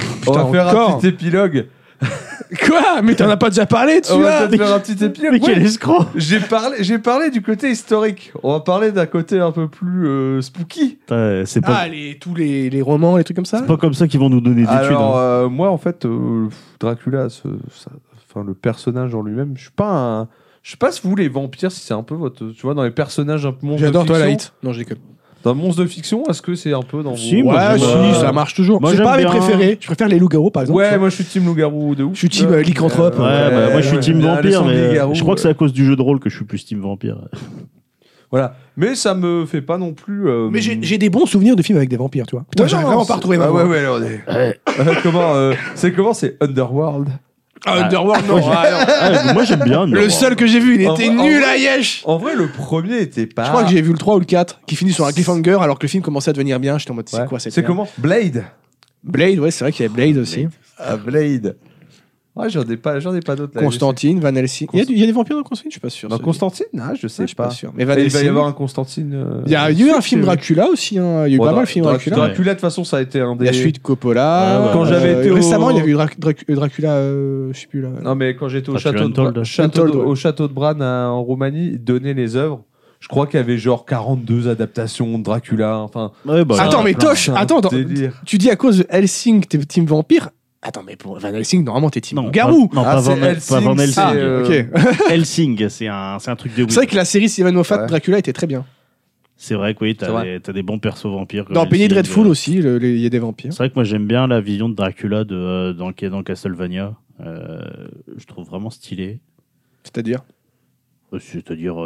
Speaker 3: on va
Speaker 2: Putain,
Speaker 3: faire un
Speaker 2: encore
Speaker 3: petit épilogue.
Speaker 2: Quoi Mais t'en as pas déjà parlé
Speaker 3: On va
Speaker 2: celui-là
Speaker 3: peut-être faire un petit épilogue.
Speaker 1: Mais quel
Speaker 3: Ouais.
Speaker 1: escroc
Speaker 3: J'ai parlé, j'ai parlé du côté historique. On va parler d'un côté un peu plus euh, spooky.
Speaker 1: Putain, C'est pas,
Speaker 2: Ah, les, tous les, les romans, les trucs comme ça
Speaker 1: c'est pas comme ça qu'ils vont nous donner des thunes.
Speaker 3: Ah, Alors
Speaker 1: hein.
Speaker 3: euh, moi en fait euh, pff, Dracula, ce- ça- enfin le personnage en lui-même, je suis pas un, je sais pas si vous les vampires si c'est un peu votre, tu vois dans les personnages un peu monstres.
Speaker 2: J'adore
Speaker 3: de fiction,
Speaker 2: Twilight. Non, je déconne.
Speaker 3: Dans monstre de fiction, est-ce que c'est un peu dans
Speaker 1: Si,
Speaker 3: vos- bah,
Speaker 1: moi,
Speaker 2: Ouais,
Speaker 1: j'aime,
Speaker 2: si,
Speaker 1: euh,
Speaker 2: ça marche toujours.
Speaker 1: moi,
Speaker 2: C'est
Speaker 1: j'aime
Speaker 2: pas mes
Speaker 1: bien.
Speaker 2: préférés. Je préfère les loups-garous, par exemple.
Speaker 3: Ouais, moi je suis team loup-garou de ouf.
Speaker 2: Je suis team, euh, lycanthrope.
Speaker 1: Ouais, bah, moi je suis
Speaker 3: ouais,
Speaker 1: team
Speaker 3: la
Speaker 1: vampire,
Speaker 3: leçon de
Speaker 1: mais euh,
Speaker 3: loup-garou,
Speaker 1: je crois que
Speaker 3: ouais.
Speaker 1: c'est à cause du jeu de rôle que je suis plus team vampire.
Speaker 3: euh, Voilà, mais ça me fait pas non plus. euh,
Speaker 2: Mais j'ai j'ai des bons souvenirs de films avec des vampires, tu vois. Putain,
Speaker 3: Ouais,
Speaker 2: j'arrive vraiment
Speaker 3: non, c'est-
Speaker 2: pas à retrouver ma
Speaker 3: Ah ouais,
Speaker 2: voix.
Speaker 3: ouais, alors, des- comment euh, c'est comment c'est Underworld
Speaker 2: Ah, Underworld, non. ah,
Speaker 1: Ah, moi j'aime bien.
Speaker 2: non.
Speaker 1: non.
Speaker 2: Le seul que j'ai vu, il
Speaker 3: En
Speaker 2: était
Speaker 3: vrai- en
Speaker 2: nul
Speaker 3: vrai-
Speaker 2: à Yesh
Speaker 3: En vrai, le premier était pas.
Speaker 2: Je crois que j'ai vu le 3 ou le 4 qui finit sur un cliffhanger alors que le film commençait à devenir bien. J'étais en mode, c'est
Speaker 3: Ouais.
Speaker 2: quoi cette
Speaker 3: C'est
Speaker 2: merde
Speaker 3: comment Blade.
Speaker 2: Blade, ouais, c'est vrai qu'il y a Blade aussi.
Speaker 3: Ah, Blade. Ouais, j'en ai pas, j'en ai pas d'autres. là.
Speaker 2: Constantine, Van Helsing. Il y a du- il y a des vampires dans Constantine Je suis pas sûr.
Speaker 3: Dans
Speaker 2: ça.
Speaker 3: Constantine Ah, je sais
Speaker 2: Ouais, je suis
Speaker 3: pas.
Speaker 2: pas sûr. Mais Van
Speaker 3: Il va y
Speaker 2: Helsing-
Speaker 3: avoir un Constantine. euh,
Speaker 2: Il y a eu un film
Speaker 3: c'est-
Speaker 2: Dracula aussi, hein. il y a eu
Speaker 3: Bon,
Speaker 2: pas mal
Speaker 3: Dra-
Speaker 2: de films
Speaker 3: Dra-
Speaker 2: Dracula.
Speaker 3: Oh, bah, Dracula, de toute façon, ça a été un des.
Speaker 2: La suite Coppola. euh,
Speaker 1: Ouais, ouais. Quand
Speaker 3: j'avais été au-
Speaker 2: Récemment, il y a eu Dra- Drac- Dracula, euh, je sais plus là.
Speaker 3: Non, mais quand j'étais au
Speaker 1: Dracula
Speaker 3: château, de, Bra-
Speaker 1: Untold.
Speaker 3: château
Speaker 2: Untold,
Speaker 3: de-
Speaker 2: ouais.
Speaker 3: au château de Bran à- en Roumanie, ils donnaient les œuvres. Je crois qu'il y avait genre 42 adaptations de Dracula. Enfin,
Speaker 1: Ouais, bah,
Speaker 2: Attends, mais
Speaker 3: plein,
Speaker 2: Tosh,
Speaker 3: plein de
Speaker 2: attends, attends.
Speaker 3: délire.
Speaker 2: Tu dis à cause de Helsing, t'es team vampire Attends, mais pour Van Helsing, normalement, t'es team
Speaker 1: non,
Speaker 2: garou.
Speaker 1: pas- Non,
Speaker 3: Ah,
Speaker 1: pas
Speaker 3: c'est
Speaker 1: Van- pas Van
Speaker 3: Helsing, c'est,
Speaker 1: Helsing.
Speaker 3: euh,
Speaker 2: ok.
Speaker 1: Helsing, c'est un, c'est un truc de
Speaker 2: C'est vrai que la série Steven Moffat,
Speaker 3: Ouais.
Speaker 2: Dracula était très bien.
Speaker 1: C'est vrai que oui,
Speaker 3: C'est
Speaker 1: t'as
Speaker 3: vrai.
Speaker 1: des, t'as des bons persos vampires. comme
Speaker 2: Dans Penny
Speaker 1: Helsing,
Speaker 2: Dreadful
Speaker 1: euh.
Speaker 2: aussi, le- le- il y a des vampires.
Speaker 1: C'est vrai que moi j'aime bien la vision de Dracula de, euh, dans, qui est dans Castlevania. Euh, je trouve vraiment stylé.
Speaker 2: C'est-à-dire
Speaker 1: Euh, C'est-à-dire, euh,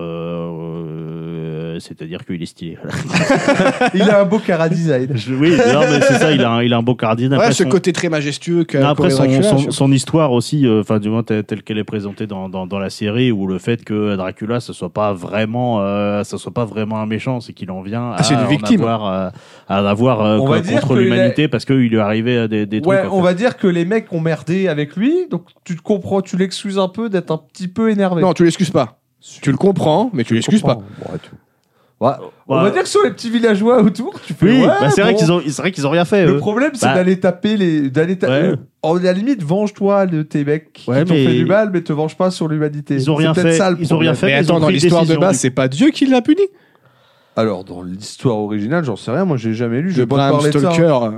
Speaker 1: euh, c'est-à-dire qu'il est stylé. voilà.
Speaker 3: Il a un beau cara design.
Speaker 1: Je- oui, non, mais c'est ça. Il a, un, il a un beau cardinal.
Speaker 2: Ouais,
Speaker 1: Après,
Speaker 2: ce
Speaker 1: son-
Speaker 2: côté très majestueux que
Speaker 1: Non, après, son,
Speaker 2: Dracula.
Speaker 1: son-
Speaker 2: je-
Speaker 1: son histoire aussi, euh, enfin, du moins telle telle qu'elle est présentée dans, dans, dans la série, ou le fait que Dracula, ce soit pas vraiment, euh, ça soit pas vraiment un méchant, c'est qu'il en vient à
Speaker 2: Ah, c'est une
Speaker 1: en
Speaker 2: victime.
Speaker 1: avoir, euh, à en avoir euh,
Speaker 3: On
Speaker 1: co-
Speaker 3: va dire
Speaker 1: contre
Speaker 3: que
Speaker 1: l'humanité parce qu'il lui arrivait euh, des, des
Speaker 3: Ouais,
Speaker 1: trucs. en
Speaker 3: on
Speaker 1: fait.
Speaker 3: va dire que les mecs ont merdé avec lui, donc tu te comprends, tu l'excuses un peu d'être un petit peu énervé.
Speaker 2: Non, tu l'excuses pas. Tu le comprends, mais tu l'excuses pas.
Speaker 3: Ouais, tu- Ouais. On
Speaker 1: Ouais.
Speaker 3: va dire que sur les petits villageois autour, tu fais.
Speaker 1: Bah, Oui,
Speaker 3: ouais,
Speaker 1: bah, c'est vrai
Speaker 3: bon.
Speaker 1: qu'ils ont, c'est vrai qu'ils ont rien fait.
Speaker 3: Le
Speaker 1: eux.
Speaker 3: problème, c'est
Speaker 1: Bah.
Speaker 3: d'aller taper les. d'aller ta-
Speaker 1: Ouais.
Speaker 3: Oh, à la limite, venge-toi de tes mecs qui
Speaker 1: Ouais,
Speaker 3: t'ont
Speaker 1: mais-
Speaker 3: fait du mal, mais te venge pas sur l'humanité.
Speaker 1: Ils ont
Speaker 3: C'est
Speaker 1: rien
Speaker 3: peut-être
Speaker 1: fait,
Speaker 3: ça, le
Speaker 1: ils ont
Speaker 3: problème.
Speaker 1: rien fait.
Speaker 2: Mais
Speaker 1: Ils ont
Speaker 2: attends, dans
Speaker 1: pris une
Speaker 2: l'histoire de
Speaker 1: décision,
Speaker 2: base,
Speaker 1: du
Speaker 2: c'est pas Dieu qui l'a puni.
Speaker 3: Alors, dans l'histoire originale, j'en sais rien, moi j'ai jamais lu. Je
Speaker 2: Je
Speaker 3: vais pas te
Speaker 2: Bram
Speaker 3: parler de ça. hein.
Speaker 2: Stoker. euh.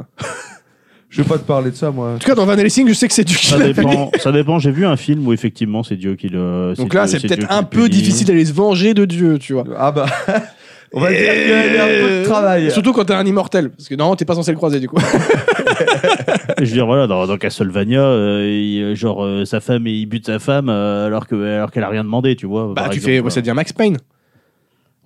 Speaker 3: Je vais pas te parler de ça, moi.
Speaker 2: En tout cas, dans Van Helsing, je sais que c'est Dieu qui
Speaker 1: Ça
Speaker 2: l'a puni.
Speaker 1: dépend, ça dépend. J'ai vu un film où effectivement c'est Dieu qui le.
Speaker 2: Donc là,
Speaker 1: Dieu-
Speaker 2: c'est peut-être
Speaker 1: Dieu qui
Speaker 2: un
Speaker 1: le
Speaker 2: peu
Speaker 1: punit.
Speaker 2: difficile d'aller se venger de Dieu, tu vois.
Speaker 3: Ah bah. On va dire qu'il y a eu un peu de travail.
Speaker 2: Surtout quand t'es un immortel, parce que normalement t'es pas censé le croiser du coup.
Speaker 1: Je veux dire, voilà, dans, dans Castlevania, euh, il- genre euh, sa femme, il bute sa femme euh, alors que alors qu'elle a rien demandé, tu vois.
Speaker 2: bah
Speaker 1: par
Speaker 2: tu
Speaker 1: exemple,
Speaker 2: fais,
Speaker 1: voilà.
Speaker 2: ouais, ça devient Max Payne.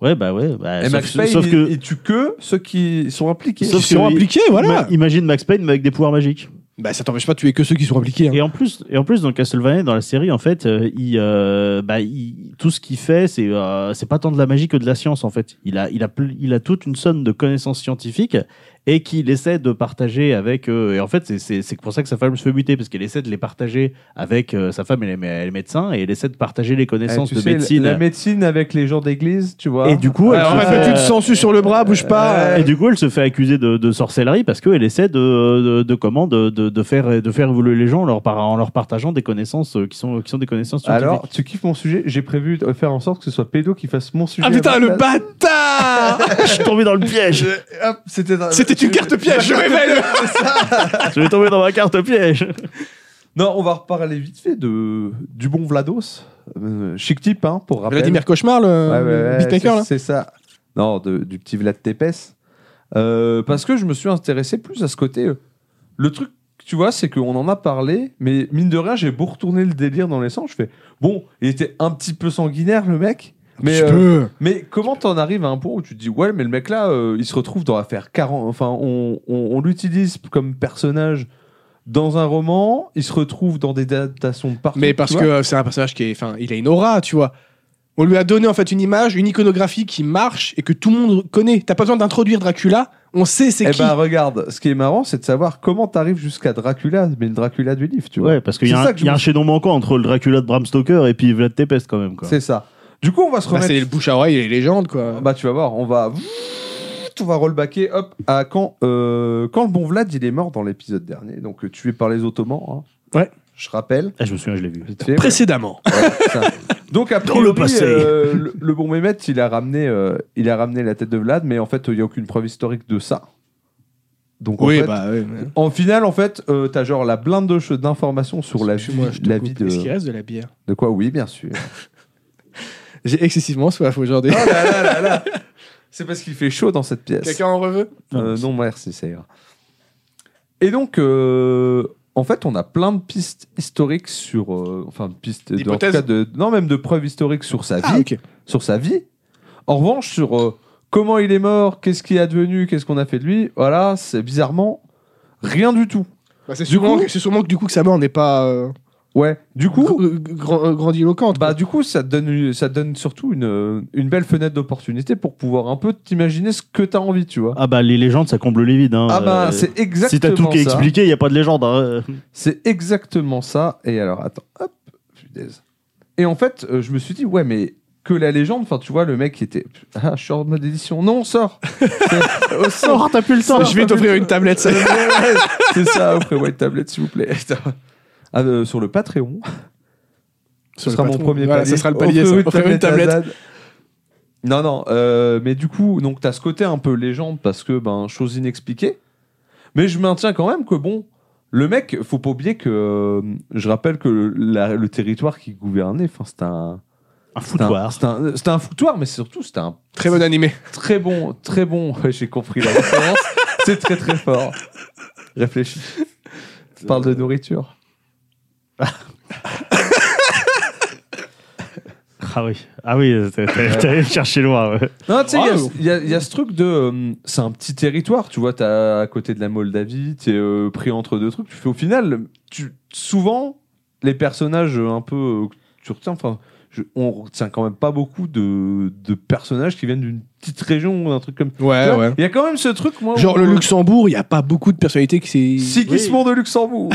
Speaker 1: Ouais, bah ouais. bah,
Speaker 3: Et
Speaker 1: sauf,
Speaker 3: Max Payne,
Speaker 1: sauf
Speaker 3: il,
Speaker 1: que.
Speaker 3: il tue que ceux qui sont impliqués.
Speaker 1: Sauf
Speaker 2: Ils sont
Speaker 1: que-
Speaker 2: impliqués, voilà.
Speaker 1: Ma- imagine Max Payne mais avec des pouvoirs magiques.
Speaker 2: Bah, ça t'empêche pas de tuer que ceux qui sont impliqués. hein.
Speaker 1: Et en plus, et en plus, dans Castlevania, dans la série, en fait, euh, il, euh, bah, il- tout ce qu'il fait, c'est, euh, c'est pas tant de la magie que de la science, en fait. Il a, il a, pl- il a toute une somme de connaissances scientifiques et qu'il essaie de partager avec. euh, et en fait, c'est, c'est, c'est pour ça que sa femme se fait buter parce qu'elle essaie de les partager avec euh, sa femme. Elle est, mé- elle est médecin et elle essaie de partager les connaissances
Speaker 3: Eh, tu
Speaker 1: de
Speaker 3: sais,
Speaker 1: médecine.
Speaker 3: La médecine avec les gens d'église, tu vois.
Speaker 1: Et du coup, elle
Speaker 2: Alors,
Speaker 1: se
Speaker 2: en
Speaker 3: bah,
Speaker 2: fait,
Speaker 1: fait- euh,
Speaker 2: tu te sens sur le bras, bouge
Speaker 3: Euh,
Speaker 2: pas.
Speaker 1: Et du coup, elle se fait accuser de, de sorcellerie parce qu'elle essaie de, de, de comment de, de, de faire, de faire évoluer les gens en leur, par- en leur partageant des connaissances euh, qui sont, qui sont des connaissances scientifiques.
Speaker 3: Alors, tu kiffes mon sujet J'ai prévu de faire en sorte que ce soit Pédo qui fasse mon sujet.
Speaker 2: Ah
Speaker 3: à
Speaker 2: putain,
Speaker 3: ma
Speaker 2: le
Speaker 3: place.
Speaker 2: bâtard
Speaker 1: je suis tombé dans le piège
Speaker 3: Je- hop, C'était un-
Speaker 2: C'était une carte piège, je révèle
Speaker 1: Je vais tomber dans ma carte piège
Speaker 3: Non, on va reparler vite fait de du bon Vlados, Euh, chic type hein, pour rappel.
Speaker 2: Vladimir Cauchemar, le
Speaker 3: Ouais, ouais, ouais,
Speaker 2: Euh, beatmaker,
Speaker 3: c'est-
Speaker 2: là
Speaker 3: C'est ça. Non, de- du petit Vlad Tepes. Euh, parce que je me suis intéressé plus à ce côté. euh, Le truc, tu vois, c'est qu'on en a parlé, mais mine de rien, j'ai beau retourner le délire dans les sens. Je fais, bon, il était un petit peu sanguinaire, le mec. Mais,
Speaker 2: Tu
Speaker 3: euh,
Speaker 2: peux.
Speaker 3: mais comment t'en arrives à un point où tu te dis, ouais, mais le mec là, euh, il se retrouve dans l'affaire 40. Enfin, on, on- on l'utilise comme personnage dans un roman, il se retrouve dans des datations de partout.
Speaker 2: Mais
Speaker 3: tu
Speaker 2: parce
Speaker 3: vois.
Speaker 2: que euh, c'est un personnage qui est. Enfin, il a une aura, tu vois. On lui a donné en fait une image, une iconographie qui marche et que tout le monde connaît. T'as pas besoin d'introduire Dracula, on sait c'est
Speaker 3: Eh
Speaker 2: qui.
Speaker 3: ben regarde, ce qui est marrant, c'est de savoir comment t'arrives jusqu'à Dracula, mais le Dracula du livre, tu vois.
Speaker 1: Ouais, parce qu'il y a
Speaker 3: C'est
Speaker 1: un,
Speaker 3: ça que je
Speaker 1: il y a
Speaker 3: me-
Speaker 1: un chaînon manquant entre le Dracula de Bram Stoker et puis Vlad Tepes quand même. Quoi.
Speaker 3: C'est ça. Du coup, on va se
Speaker 2: Bah,
Speaker 3: remettre.
Speaker 2: c'est le bouche à oreille et les légendes, quoi.
Speaker 3: Bah, tu vas voir, on va. On va rollbacker, hop, à quand, euh, quand le bon Vlad, il est mort dans l'épisode dernier, donc euh, tué par les Ottomans. hein.
Speaker 2: Ouais.
Speaker 3: Je rappelle.
Speaker 1: Ah, je me souviens, je l'ai vu.
Speaker 3: Tu sais,
Speaker 2: Précédemment.
Speaker 3: ouais, ça. Donc après
Speaker 1: Dans le passé.
Speaker 3: le, le bon Mehmet, il a ramené, euh, il a ramené la tête de Vlad, mais en fait, il n'y a aucune preuve historique de ça. Donc en
Speaker 2: Oui,
Speaker 3: fait,
Speaker 2: bah oui. mais-
Speaker 3: En finale, en fait, euh, t'as genre la blinde de che- d'informations sur la vie,
Speaker 2: Excuse-moi, je te
Speaker 3: la
Speaker 2: coupe.
Speaker 3: vie de.
Speaker 2: Est-ce qu'il reste de la bière
Speaker 3: De quoi Oui, bien sûr.
Speaker 2: J'ai excessivement soif aujourd'hui.
Speaker 3: oh là là là là C'est parce qu'il fait chaud dans cette pièce.
Speaker 2: Ah, Quelqu'un en reveut
Speaker 3: Euh, non, merci, ça ira. Et donc, euh, en fait, on a plein de pistes historiques sur. euh, enfin, de pistes. de- en tout
Speaker 2: D'hypothèses.
Speaker 3: cas, de- non, même de preuves historiques sur sa vie.
Speaker 2: Ah, ok.
Speaker 3: Sur sa vie. En revanche, sur euh, comment il est mort, qu'est-ce qui est advenu, qu'est-ce qu'on a fait de lui, voilà, c'est bizarrement rien du tout.
Speaker 2: Bah, c'est
Speaker 3: Du
Speaker 2: sûrement,
Speaker 3: coup-
Speaker 2: que- c'est sûrement que du coup que sa mort n'est pas euh,
Speaker 3: Ouais. Du coup.
Speaker 2: gr- grand- euh, grandiloquente.
Speaker 3: Bah
Speaker 2: quoi.
Speaker 3: du coup, ça te donne, ça te donne surtout une, une belle fenêtre d'opportunité pour pouvoir un peu t'imaginer ce que t'as envie, tu vois.
Speaker 1: Ah bah les légendes, ça comble les vides. hein.
Speaker 3: Ah bah
Speaker 1: Euh,
Speaker 3: c'est
Speaker 1: Si t'as tout
Speaker 3: exactement
Speaker 1: qui est
Speaker 3: ça.
Speaker 1: expliqué, il n'y a pas de légende. hein.
Speaker 3: C'est exactement ça. Et alors, attends, hop, punaise. Et en fait, euh, je me suis dit, ouais, mais que la légende, enfin, tu vois, le mec qui était... Ah, je suis hors mode édition. Non, sors C'est- Au sort
Speaker 1: Oh, t'as plus le temps
Speaker 2: Je vais t'offrir une tablette, ça.
Speaker 3: Ouais, ouais, C'est ça, offrez-moi une tablette, s'il vous plaît. Ah, euh, sur le Patreon, ce
Speaker 2: Sur le
Speaker 3: sera mon
Speaker 2: patron.
Speaker 3: premier
Speaker 2: Voilà,
Speaker 3: palier.
Speaker 2: ça sera le palier. ça.
Speaker 3: Offrez-moi
Speaker 2: Offrez-moi une tablette.
Speaker 3: à Zad. Non, non, euh, mais du coup, donc t'as ce côté un peu légende parce que, ben, chose inexpliquée. Mais je maintiens quand même que, bon, le mec, faut pas oublier que. euh, je rappelle que la- le territoire qui gouvernait, enfin, c'était un.
Speaker 1: Un
Speaker 3: c'était un-
Speaker 1: foutoir.
Speaker 3: C'était un, c'était un foutoir, mais surtout, c'était un
Speaker 2: Très bon animé.
Speaker 3: très bon, très bon. Ouais, J'ai compris la référence. C'est très, très fort. Réfléchis. Parle de nourriture.
Speaker 1: Ah oui, ah oui, t'es- t'es- t'es allé chercher loin. ouais.
Speaker 3: Non, tu sais, il y a-
Speaker 2: Bravo.
Speaker 3: il y, a- il y a ce truc de. euh, c'est un petit territoire, tu vois, t'es à côté de la Moldavie, t'es euh, pris entre deux trucs. Tu fais au final, tu, souvent, les personnages euh, un peu. euh, que tu retiens, enfin, je- on retient quand même pas beaucoup de, de personnages qui viennent d'une petite région ou d'un truc comme
Speaker 2: Ouais,
Speaker 3: ça.
Speaker 2: Ah ouais.
Speaker 3: Il y a quand même ce truc, moi.
Speaker 2: Genre
Speaker 3: où-
Speaker 2: le Luxembourg, il n'y a pas beaucoup de personnalités qui s'est.
Speaker 3: Sigismond de Luxembourg.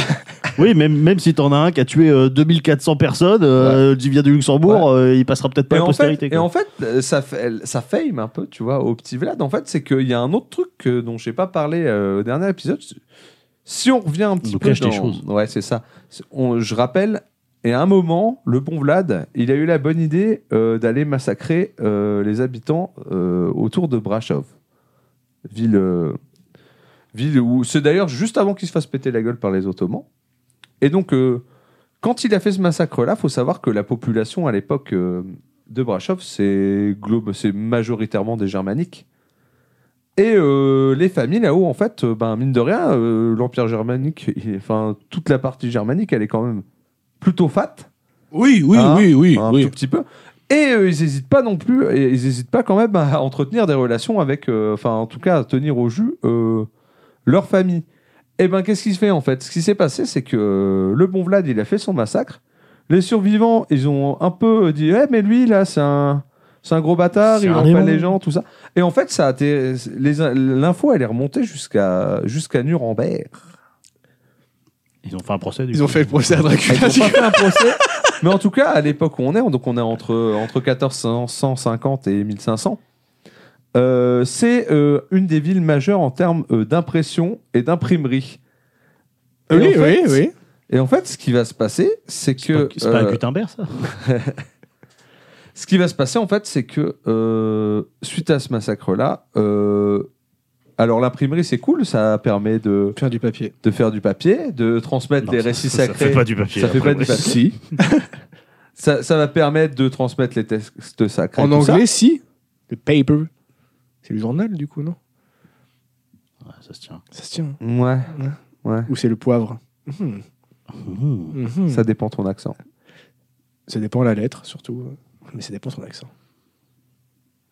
Speaker 1: Oui, même, même si t'en as un qui a tué euh, 2400 personnes, euh, qui vient du Luxembourg, euh, il passera peut-être pas
Speaker 3: Et
Speaker 1: la
Speaker 3: en,
Speaker 1: postérité.
Speaker 3: fait, et
Speaker 1: quoi.
Speaker 3: en fait, euh, ça, fait- ça fame un peu, tu vois, au petit Vlad. En fait, c'est qu'il y a un autre truc que- dont je n'ai pas parlé euh, au dernier épisode. Si on revient un petit
Speaker 1: nous
Speaker 3: peu.
Speaker 1: cache des
Speaker 3: dans-
Speaker 1: choses.
Speaker 3: Ouais, c'est ça. C'est- on- je rappelle, et à un moment, le bon Vlad, il a eu la bonne idée euh, d'aller massacrer euh, les habitants euh, autour de Brashov. Ville, euh, ville où. C'est d'ailleurs juste avant qu'il se fasse péter la gueule par les Ottomans. Et donc. euh, quand il a fait ce massacre-là, faut savoir que la population à l'époque euh, de Brashov, c'est glo- c'est majoritairement des germaniques. Et euh, les familles là-haut, en fait, euh, ben, mine de rien, euh, l'empire germanique, il- enfin toute la partie germanique, elle est quand même plutôt fat,
Speaker 2: Oui, oui,
Speaker 3: Hein
Speaker 2: oui, oui,
Speaker 3: un
Speaker 2: oui.
Speaker 3: tout petit peu. Et euh, ils n'hésitent pas non plus, et ils n'hésitent pas quand même à entretenir des relations avec, euh, enfin en tout cas à tenir au jus euh, leur famille. Et ben, qu'est-ce qui se fait en fait Ce qui s'est passé, c'est que euh, le bon Vlad, il a fait son massacre. Les survivants, ils ont un peu euh, dit Eh, mais lui, là, c'est un, c'est un gros bâtard,
Speaker 1: C'est
Speaker 3: il
Speaker 1: un
Speaker 3: empale
Speaker 1: démon.
Speaker 3: les gens, tout ça. Et en fait, ça a été- les- l'info, elle est remontée jusqu'à jusqu'à Nuremberg.
Speaker 1: Ils ont fait un procès du
Speaker 2: Ils
Speaker 1: coup.
Speaker 2: ont fait le procès à
Speaker 3: Ils
Speaker 2: Dracula.
Speaker 3: n'ont pas fait un procès. Mais en tout cas, à l'époque où on est, donc on est entre, entre 1450 et 1500, euh, c'est euh, une des villes majeures en termes euh, d'impression et d'imprimerie. Et
Speaker 2: Oui,
Speaker 3: en fait-
Speaker 2: oui, oui.
Speaker 3: Et en fait, ce qui va se passer, c'est
Speaker 1: C'est
Speaker 3: que.
Speaker 1: pas- C'est pas à
Speaker 3: euh,
Speaker 1: Gutenberg ça
Speaker 3: ce qui va se passer, en fait, c'est que euh, suite à ce massacre-là, euh, alors l'imprimerie, c'est cool, ça permet de,
Speaker 2: Faire du papier.
Speaker 3: de faire du papier, de transmettre
Speaker 1: Non,
Speaker 3: des
Speaker 1: ça-
Speaker 3: récits
Speaker 1: ça-
Speaker 3: sacrés.
Speaker 1: Ça fait pas du papier.
Speaker 3: Ça fait
Speaker 1: après,
Speaker 3: pas
Speaker 1: ouais.
Speaker 3: du papier.
Speaker 2: Si.
Speaker 3: Ça, ça va permettre de transmettre les textes sacrés.
Speaker 2: En
Speaker 3: tout ça.
Speaker 2: anglais, si. Le paper. C'est le journal, du coup, non
Speaker 1: Ouais, ça se tient.
Speaker 2: Ça se tient.
Speaker 3: Ouais. Ouais.
Speaker 2: Ou c'est le poivre
Speaker 1: Mmh.
Speaker 2: Mhm.
Speaker 3: Ça dépend de ton accent.
Speaker 2: Ça dépend la lettre, surtout. Mais ça dépend de son accent.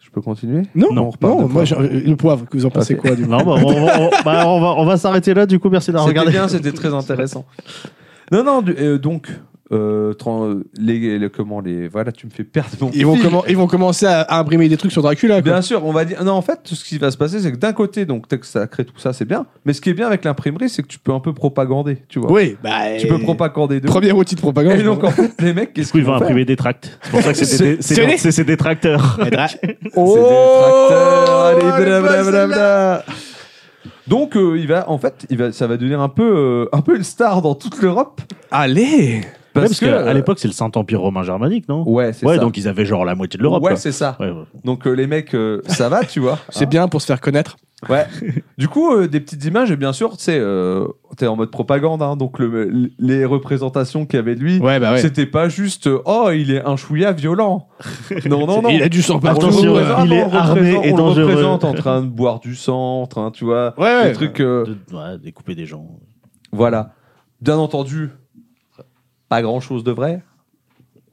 Speaker 3: Je peux continuer
Speaker 2: Non,
Speaker 1: Non,
Speaker 2: non,
Speaker 3: on reparle de
Speaker 2: moi,
Speaker 3: poivre.
Speaker 2: j'ai- euh, le poivre, que vous en pensez
Speaker 3: Ok.
Speaker 2: quoi du
Speaker 1: Non, bah, on, on- on- bah, on va, on va s'arrêter là, du coup, merci d'avoir
Speaker 3: C'était
Speaker 1: regardé.
Speaker 3: bien, c'était très intéressant. Non, non, du- euh, donc, euh, tran- les, les- comment les. Voilà, tu me fais perdre mon.
Speaker 2: ils, vont
Speaker 3: fil.
Speaker 2: commen- ils vont commencer à, à imprimer des trucs sur Dracula, quoi.
Speaker 3: Bien sûr, on va dire. Non, en fait, tout ce qui va se passer, c'est que d'un côté, donc, texte sacré, tout ça, c'est bien. Mais ce qui est bien avec l'imprimerie, c'est que tu peux un peu propagander, tu vois.
Speaker 2: Oui, bah.
Speaker 3: Tu peux propagander de.
Speaker 2: Premier outil de propagande.
Speaker 3: Et donc, en fait, les mecs,
Speaker 1: Du
Speaker 3: qu'est-ce
Speaker 1: coup,
Speaker 3: qu'ils
Speaker 1: ils vont
Speaker 3: vont faire
Speaker 1: imprimer des tracts. C'est pour ça que c'est des,
Speaker 2: C'est-
Speaker 1: c'est des-
Speaker 2: c'est-
Speaker 1: c'est- c'est des tracteurs.
Speaker 3: C'est des tracteurs, allez,
Speaker 2: elle est Oh, pas celle-là.
Speaker 3: blablabla. Donc, euh, il va, en fait, il va, ça va devenir un peu, euh, un peu une star dans toute l'Europe.
Speaker 2: Allez
Speaker 1: Ouais, parce
Speaker 3: Parce, que.
Speaker 1: qu'à
Speaker 3: euh,
Speaker 1: l'époque, c'est le Saint-Empire romain germanique, non
Speaker 3: Ouais, c'est
Speaker 1: Ouais,
Speaker 3: ça.
Speaker 1: donc ils avaient genre la moitié de l'Europe.
Speaker 3: ouais,
Speaker 1: quoi.
Speaker 3: c'est ça.
Speaker 1: Ouais, ouais.
Speaker 3: Donc euh, les mecs, euh, ça va, tu vois.
Speaker 2: C'est bien pour se faire connaître.
Speaker 3: Ouais. Du coup, euh, des petites images, et bien sûr, tu sais, euh, t'es en mode propagande, hein, donc le- les représentations qu'il y avait de lui,
Speaker 2: Ouais, bah
Speaker 3: c'était pas juste euh, oh, il est un chouïa violent. Non, non, non.
Speaker 2: Il a du sang partout.
Speaker 1: Attention,
Speaker 2: Bah, ouais.
Speaker 1: hein. il
Speaker 3: vraiment,
Speaker 1: est
Speaker 3: on le
Speaker 1: armé
Speaker 3: représente-
Speaker 1: et
Speaker 3: on le
Speaker 1: dangereux.
Speaker 3: représente en train de boire du sang, en train, tu vois,
Speaker 2: Ouais,
Speaker 3: des
Speaker 2: ouais.
Speaker 3: trucs. euh,
Speaker 1: De- ouais, découper des gens.
Speaker 3: Voilà. Bien entendu, pas grand chose de vrai. hein,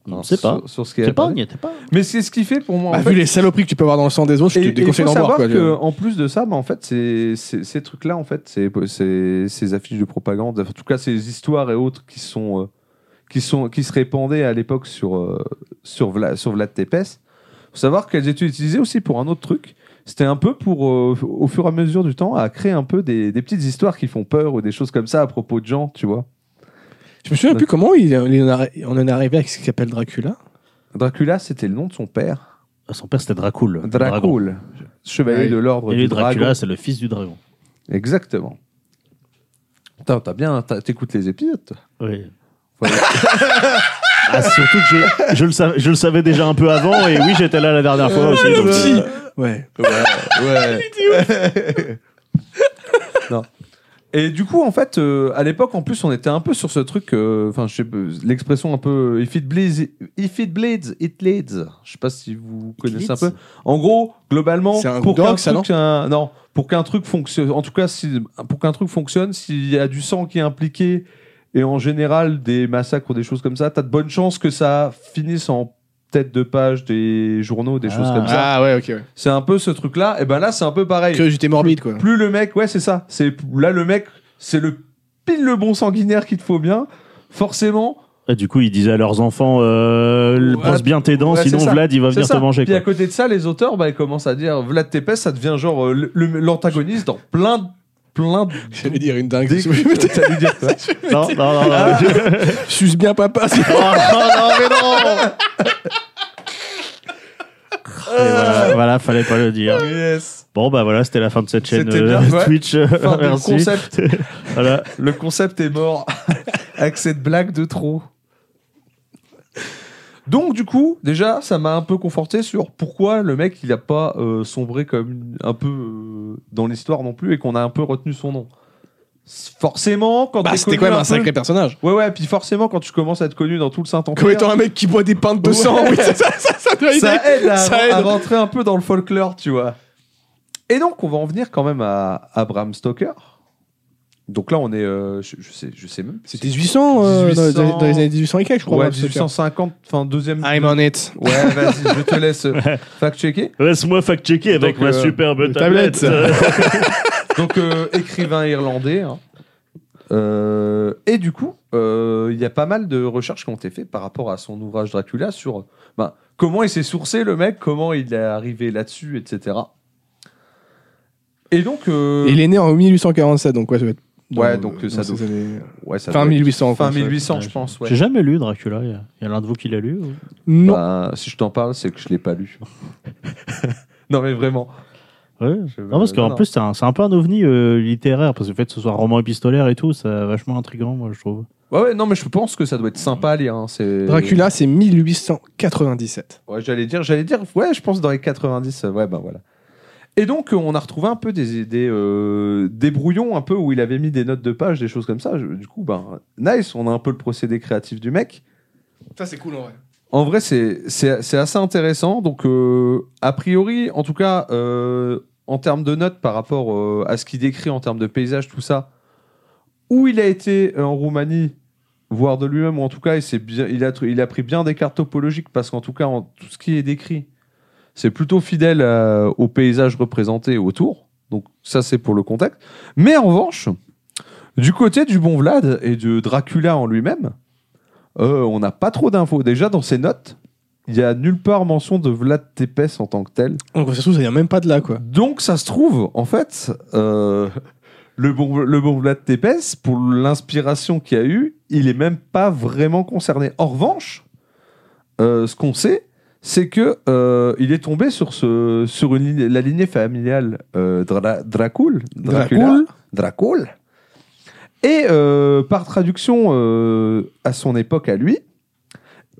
Speaker 1: Non, c'est pas.
Speaker 3: Sur, sur ce qui
Speaker 1: C'est
Speaker 3: est.
Speaker 1: pas, n'y était pas.
Speaker 3: Mais c'est ce qui fait pour moi. en
Speaker 2: Bah,
Speaker 3: fait,
Speaker 2: vu les saloperies que tu peux avoir dans le sang des autres, je
Speaker 3: Et
Speaker 2: te
Speaker 3: et il faut
Speaker 2: déconseille d'en boire.
Speaker 3: savoir
Speaker 2: Quoi,
Speaker 3: que, en plus de ça, bah, en fait, c'est- c'est- ces trucs-là, en fait, c'est- c'est- ces affiches de propagande, en tout cas ces histoires et autres qui sont euh, qui sont qui se répandaient à l'époque sur euh, sur Vlad sur Vlad Tepes. Faut savoir qu'elles étaient utilisées aussi pour un autre truc. C'était un peu pour, euh, au fur et à mesure du temps, à créer un peu des, des petites histoires qui font peur ou des choses comme ça à propos de gens, tu vois.
Speaker 2: Je me souviens plus comment il, il en a- on en est arrivé avec ce qu'il s'appelle Dracula.
Speaker 3: Dracula, c'était le nom de son père,
Speaker 1: Ah, Son père, c'était Dracul. le dragon.
Speaker 3: Dracul, chevalier
Speaker 2: Ouais.
Speaker 3: de l'ordre
Speaker 1: Et
Speaker 3: du
Speaker 1: lui, Dracula,
Speaker 3: dragon.
Speaker 1: c'est le fils du dragon.
Speaker 3: Exactement. Putain, T'as bien, t'as- t'écoutes les épisodes. toi.
Speaker 1: Oui.
Speaker 3: Voilà.
Speaker 1: Ah, surtout que je, je le savais, je le savais déjà un peu avant, et oui, j'étais là la dernière fois
Speaker 2: Ah,
Speaker 1: aussi. donc, euh,
Speaker 2: Ouais.
Speaker 3: non. Et du coup, en fait, euh, à l'époque, en plus, on était un peu sur ce truc, euh, enfin, je sais pas, l'expression un peu euh, if it bleeds, if it bleeds, it leads. Je sais pas si vous connaissez un peu. En gros, globalement,
Speaker 2: C'est un
Speaker 3: pour
Speaker 2: gang,
Speaker 3: qu'un
Speaker 2: ça,
Speaker 3: truc, un- non, pour qu'un truc fonctionne, en tout cas, si- pour qu'un truc fonctionne, s'il y a du sang qui est impliqué et en général des massacres ou des choses comme ça, t'as de bonnes chances que ça finisse en tête de page des journaux, des choses
Speaker 1: Ah.
Speaker 3: comme ça.
Speaker 2: Ah ouais, ok. ouais.
Speaker 3: C'est un peu ce truc-là. Et ben là, c'est un peu pareil.
Speaker 2: Que j'étais morbide, quoi.
Speaker 3: Plus le mec, ouais, c'est ça. C'est là le mec, c'est le pile le bon sanguinaire qu'il te faut bien. Forcément.
Speaker 1: ouais, du coup, ils disaient à leurs enfants euh, le-
Speaker 3: Ouais,
Speaker 1: brosse bien tes dents,
Speaker 3: ouais,
Speaker 1: sinon
Speaker 3: c'est ça.
Speaker 1: Vlad, il va
Speaker 3: C'est
Speaker 1: venir
Speaker 3: ça.
Speaker 1: te manger.
Speaker 3: Puis
Speaker 1: Quoi.
Speaker 3: à côté de ça, les auteurs, bah, ils commencent à dire Vlad Tepes, ça devient genre euh, le- le- l'antagoniste dans plein de plein de.
Speaker 2: J'allais dire une dingue.
Speaker 3: Dès que- T'allais dire quoi
Speaker 1: Non, non, non, non.
Speaker 3: Ah.
Speaker 2: Suce bien papa. c'est-
Speaker 1: Oh, non, mais non Et voilà, voilà, fallait pas le dire.
Speaker 3: Yes.
Speaker 1: Bon, bah voilà, c'était la fin de cette chaîne
Speaker 3: C'était
Speaker 1: euh,
Speaker 3: bien, ouais.
Speaker 1: Twitch. euh,
Speaker 3: Fin de
Speaker 1: merci.
Speaker 3: concept.
Speaker 1: Voilà.
Speaker 3: Le concept est mort avec cette blague de trop. Donc du coup, déjà, ça m'a un peu conforté sur pourquoi le mec il a pas euh, sombré comme une- un peu euh, dans l'histoire non plus et qu'on a un peu retenu son nom. S- Forcément, quand
Speaker 2: Bah,
Speaker 3: t'es
Speaker 2: c'était
Speaker 3: connu
Speaker 2: quand même
Speaker 3: un
Speaker 2: un
Speaker 3: peu-
Speaker 2: sacré personnage.
Speaker 3: Ouais ouais, puis forcément quand tu commences à être connu dans tout le Saint-Empire,
Speaker 2: Comme étant un mec qui boit des pintes de sang.
Speaker 3: Ouais.
Speaker 2: Oui, ça, ça, ça, ça doit aider.
Speaker 3: ça aide, à,
Speaker 2: Ça aide.
Speaker 3: à rentrer un peu dans le folklore, tu vois. Et donc, on va en venir quand même à, à Bram Stoker. Donc là, on est, euh, je, je sais, je sais même.
Speaker 2: C'était 1800, euh, dans les- Dans, les,
Speaker 3: 1800.
Speaker 2: années 1800 et quelques, je crois.
Speaker 3: Ouais,
Speaker 2: Bram Stoker.
Speaker 3: 1850, enfin deuxième.
Speaker 2: I'm on it.
Speaker 3: Ouais, vas-y, je te laisse euh, fact-checker.
Speaker 1: Laisse-moi fact-checker avec
Speaker 3: Donc,
Speaker 1: ma
Speaker 3: euh,
Speaker 1: superbe
Speaker 2: tablette.
Speaker 1: tablette.
Speaker 3: Donc, euh, écrivain irlandais. hein. Euh, et du coup, euh, il y a pas mal de recherches qui ont été faites par rapport à son ouvrage Dracula sur ben, comment il s'est sourcé le mec, comment il est arrivé là-dessus, etc. Et donc, euh,
Speaker 2: Et Il est né en 1847, donc ouais, ça doit être.
Speaker 3: Ouais, donc, ça
Speaker 2: ces
Speaker 3: doit-
Speaker 2: années-
Speaker 3: ouais, ça
Speaker 2: Fin
Speaker 3: doit être-
Speaker 2: 1800. quoi,
Speaker 3: fin
Speaker 2: ça.
Speaker 3: 1800,
Speaker 1: Ouais,
Speaker 3: je pense. Ouais.
Speaker 1: J'ai jamais lu Dracula. Il y a- il y a l'un de vous qui l'a lu ou-
Speaker 2: Non.
Speaker 3: Bah, si je t'en parle, c'est que je l'ai pas lu. non mais vraiment.
Speaker 1: Ouais.
Speaker 3: Je-
Speaker 1: Non, parce
Speaker 3: euh,
Speaker 1: qu'en
Speaker 3: non,
Speaker 1: plus, c'est un, c'est un peu un ovni euh, littéraire, parce que le fait que ce soit roman épistolaire et tout, c'est vachement intriguant, moi, je trouve.
Speaker 3: Ouais, ouais, non mais je pense que ça doit être sympa à lire. hein, c'est-
Speaker 2: Dracula, c'est 1897.
Speaker 3: Ouais, j'allais dire, j'allais dire, ouais, je pense dans les 90, euh, ouais, ben voilà. Et donc, euh, on a retrouvé un peu des, des, euh, des brouillons, un peu où il avait mis des notes de page, des choses comme ça. Je- du coup, ben, nice, on a un peu le procédé créatif du mec.
Speaker 2: Ça, c'est cool en vrai.
Speaker 3: En vrai, c'est c'est- c'est assez intéressant. Donc, euh, a priori, en tout cas, euh, en termes de notes par rapport euh, à ce qu'il décrit en termes de paysage, tout ça, où il a été euh, en Roumanie, voire de lui-même, ou en tout cas, il, s'est bien, il, a, tr- il a pris bien des cartes topologiques, parce qu'en tout cas, en- tout ce qui est décrit, c'est plutôt fidèle euh, au paysage représenté autour. Donc, ça, c'est pour le contexte. Mais en revanche, du côté du bon Vlad et de Dracula en lui-même, euh, on n'a pas trop d'infos. Déjà, dans ses notes, il n'y a nulle part mention de Vlad Tepes en tant que tel.
Speaker 2: Donc, ça se trouve, ça vient même pas de là, quoi.
Speaker 3: Donc, ça se trouve, en fait, euh, le, bon, le bon Vlad Tepes, pour l'inspiration qu'il a eue, il n'est même pas vraiment concerné. En revanche, euh, ce qu'on sait, c'est que euh, il est tombé sur, ce, sur une, lignée- la lignée familiale euh, Dra- Dracul, Dracula.
Speaker 2: Dracul.
Speaker 3: Dracul. Et euh, par traduction, euh, à son époque, à lui,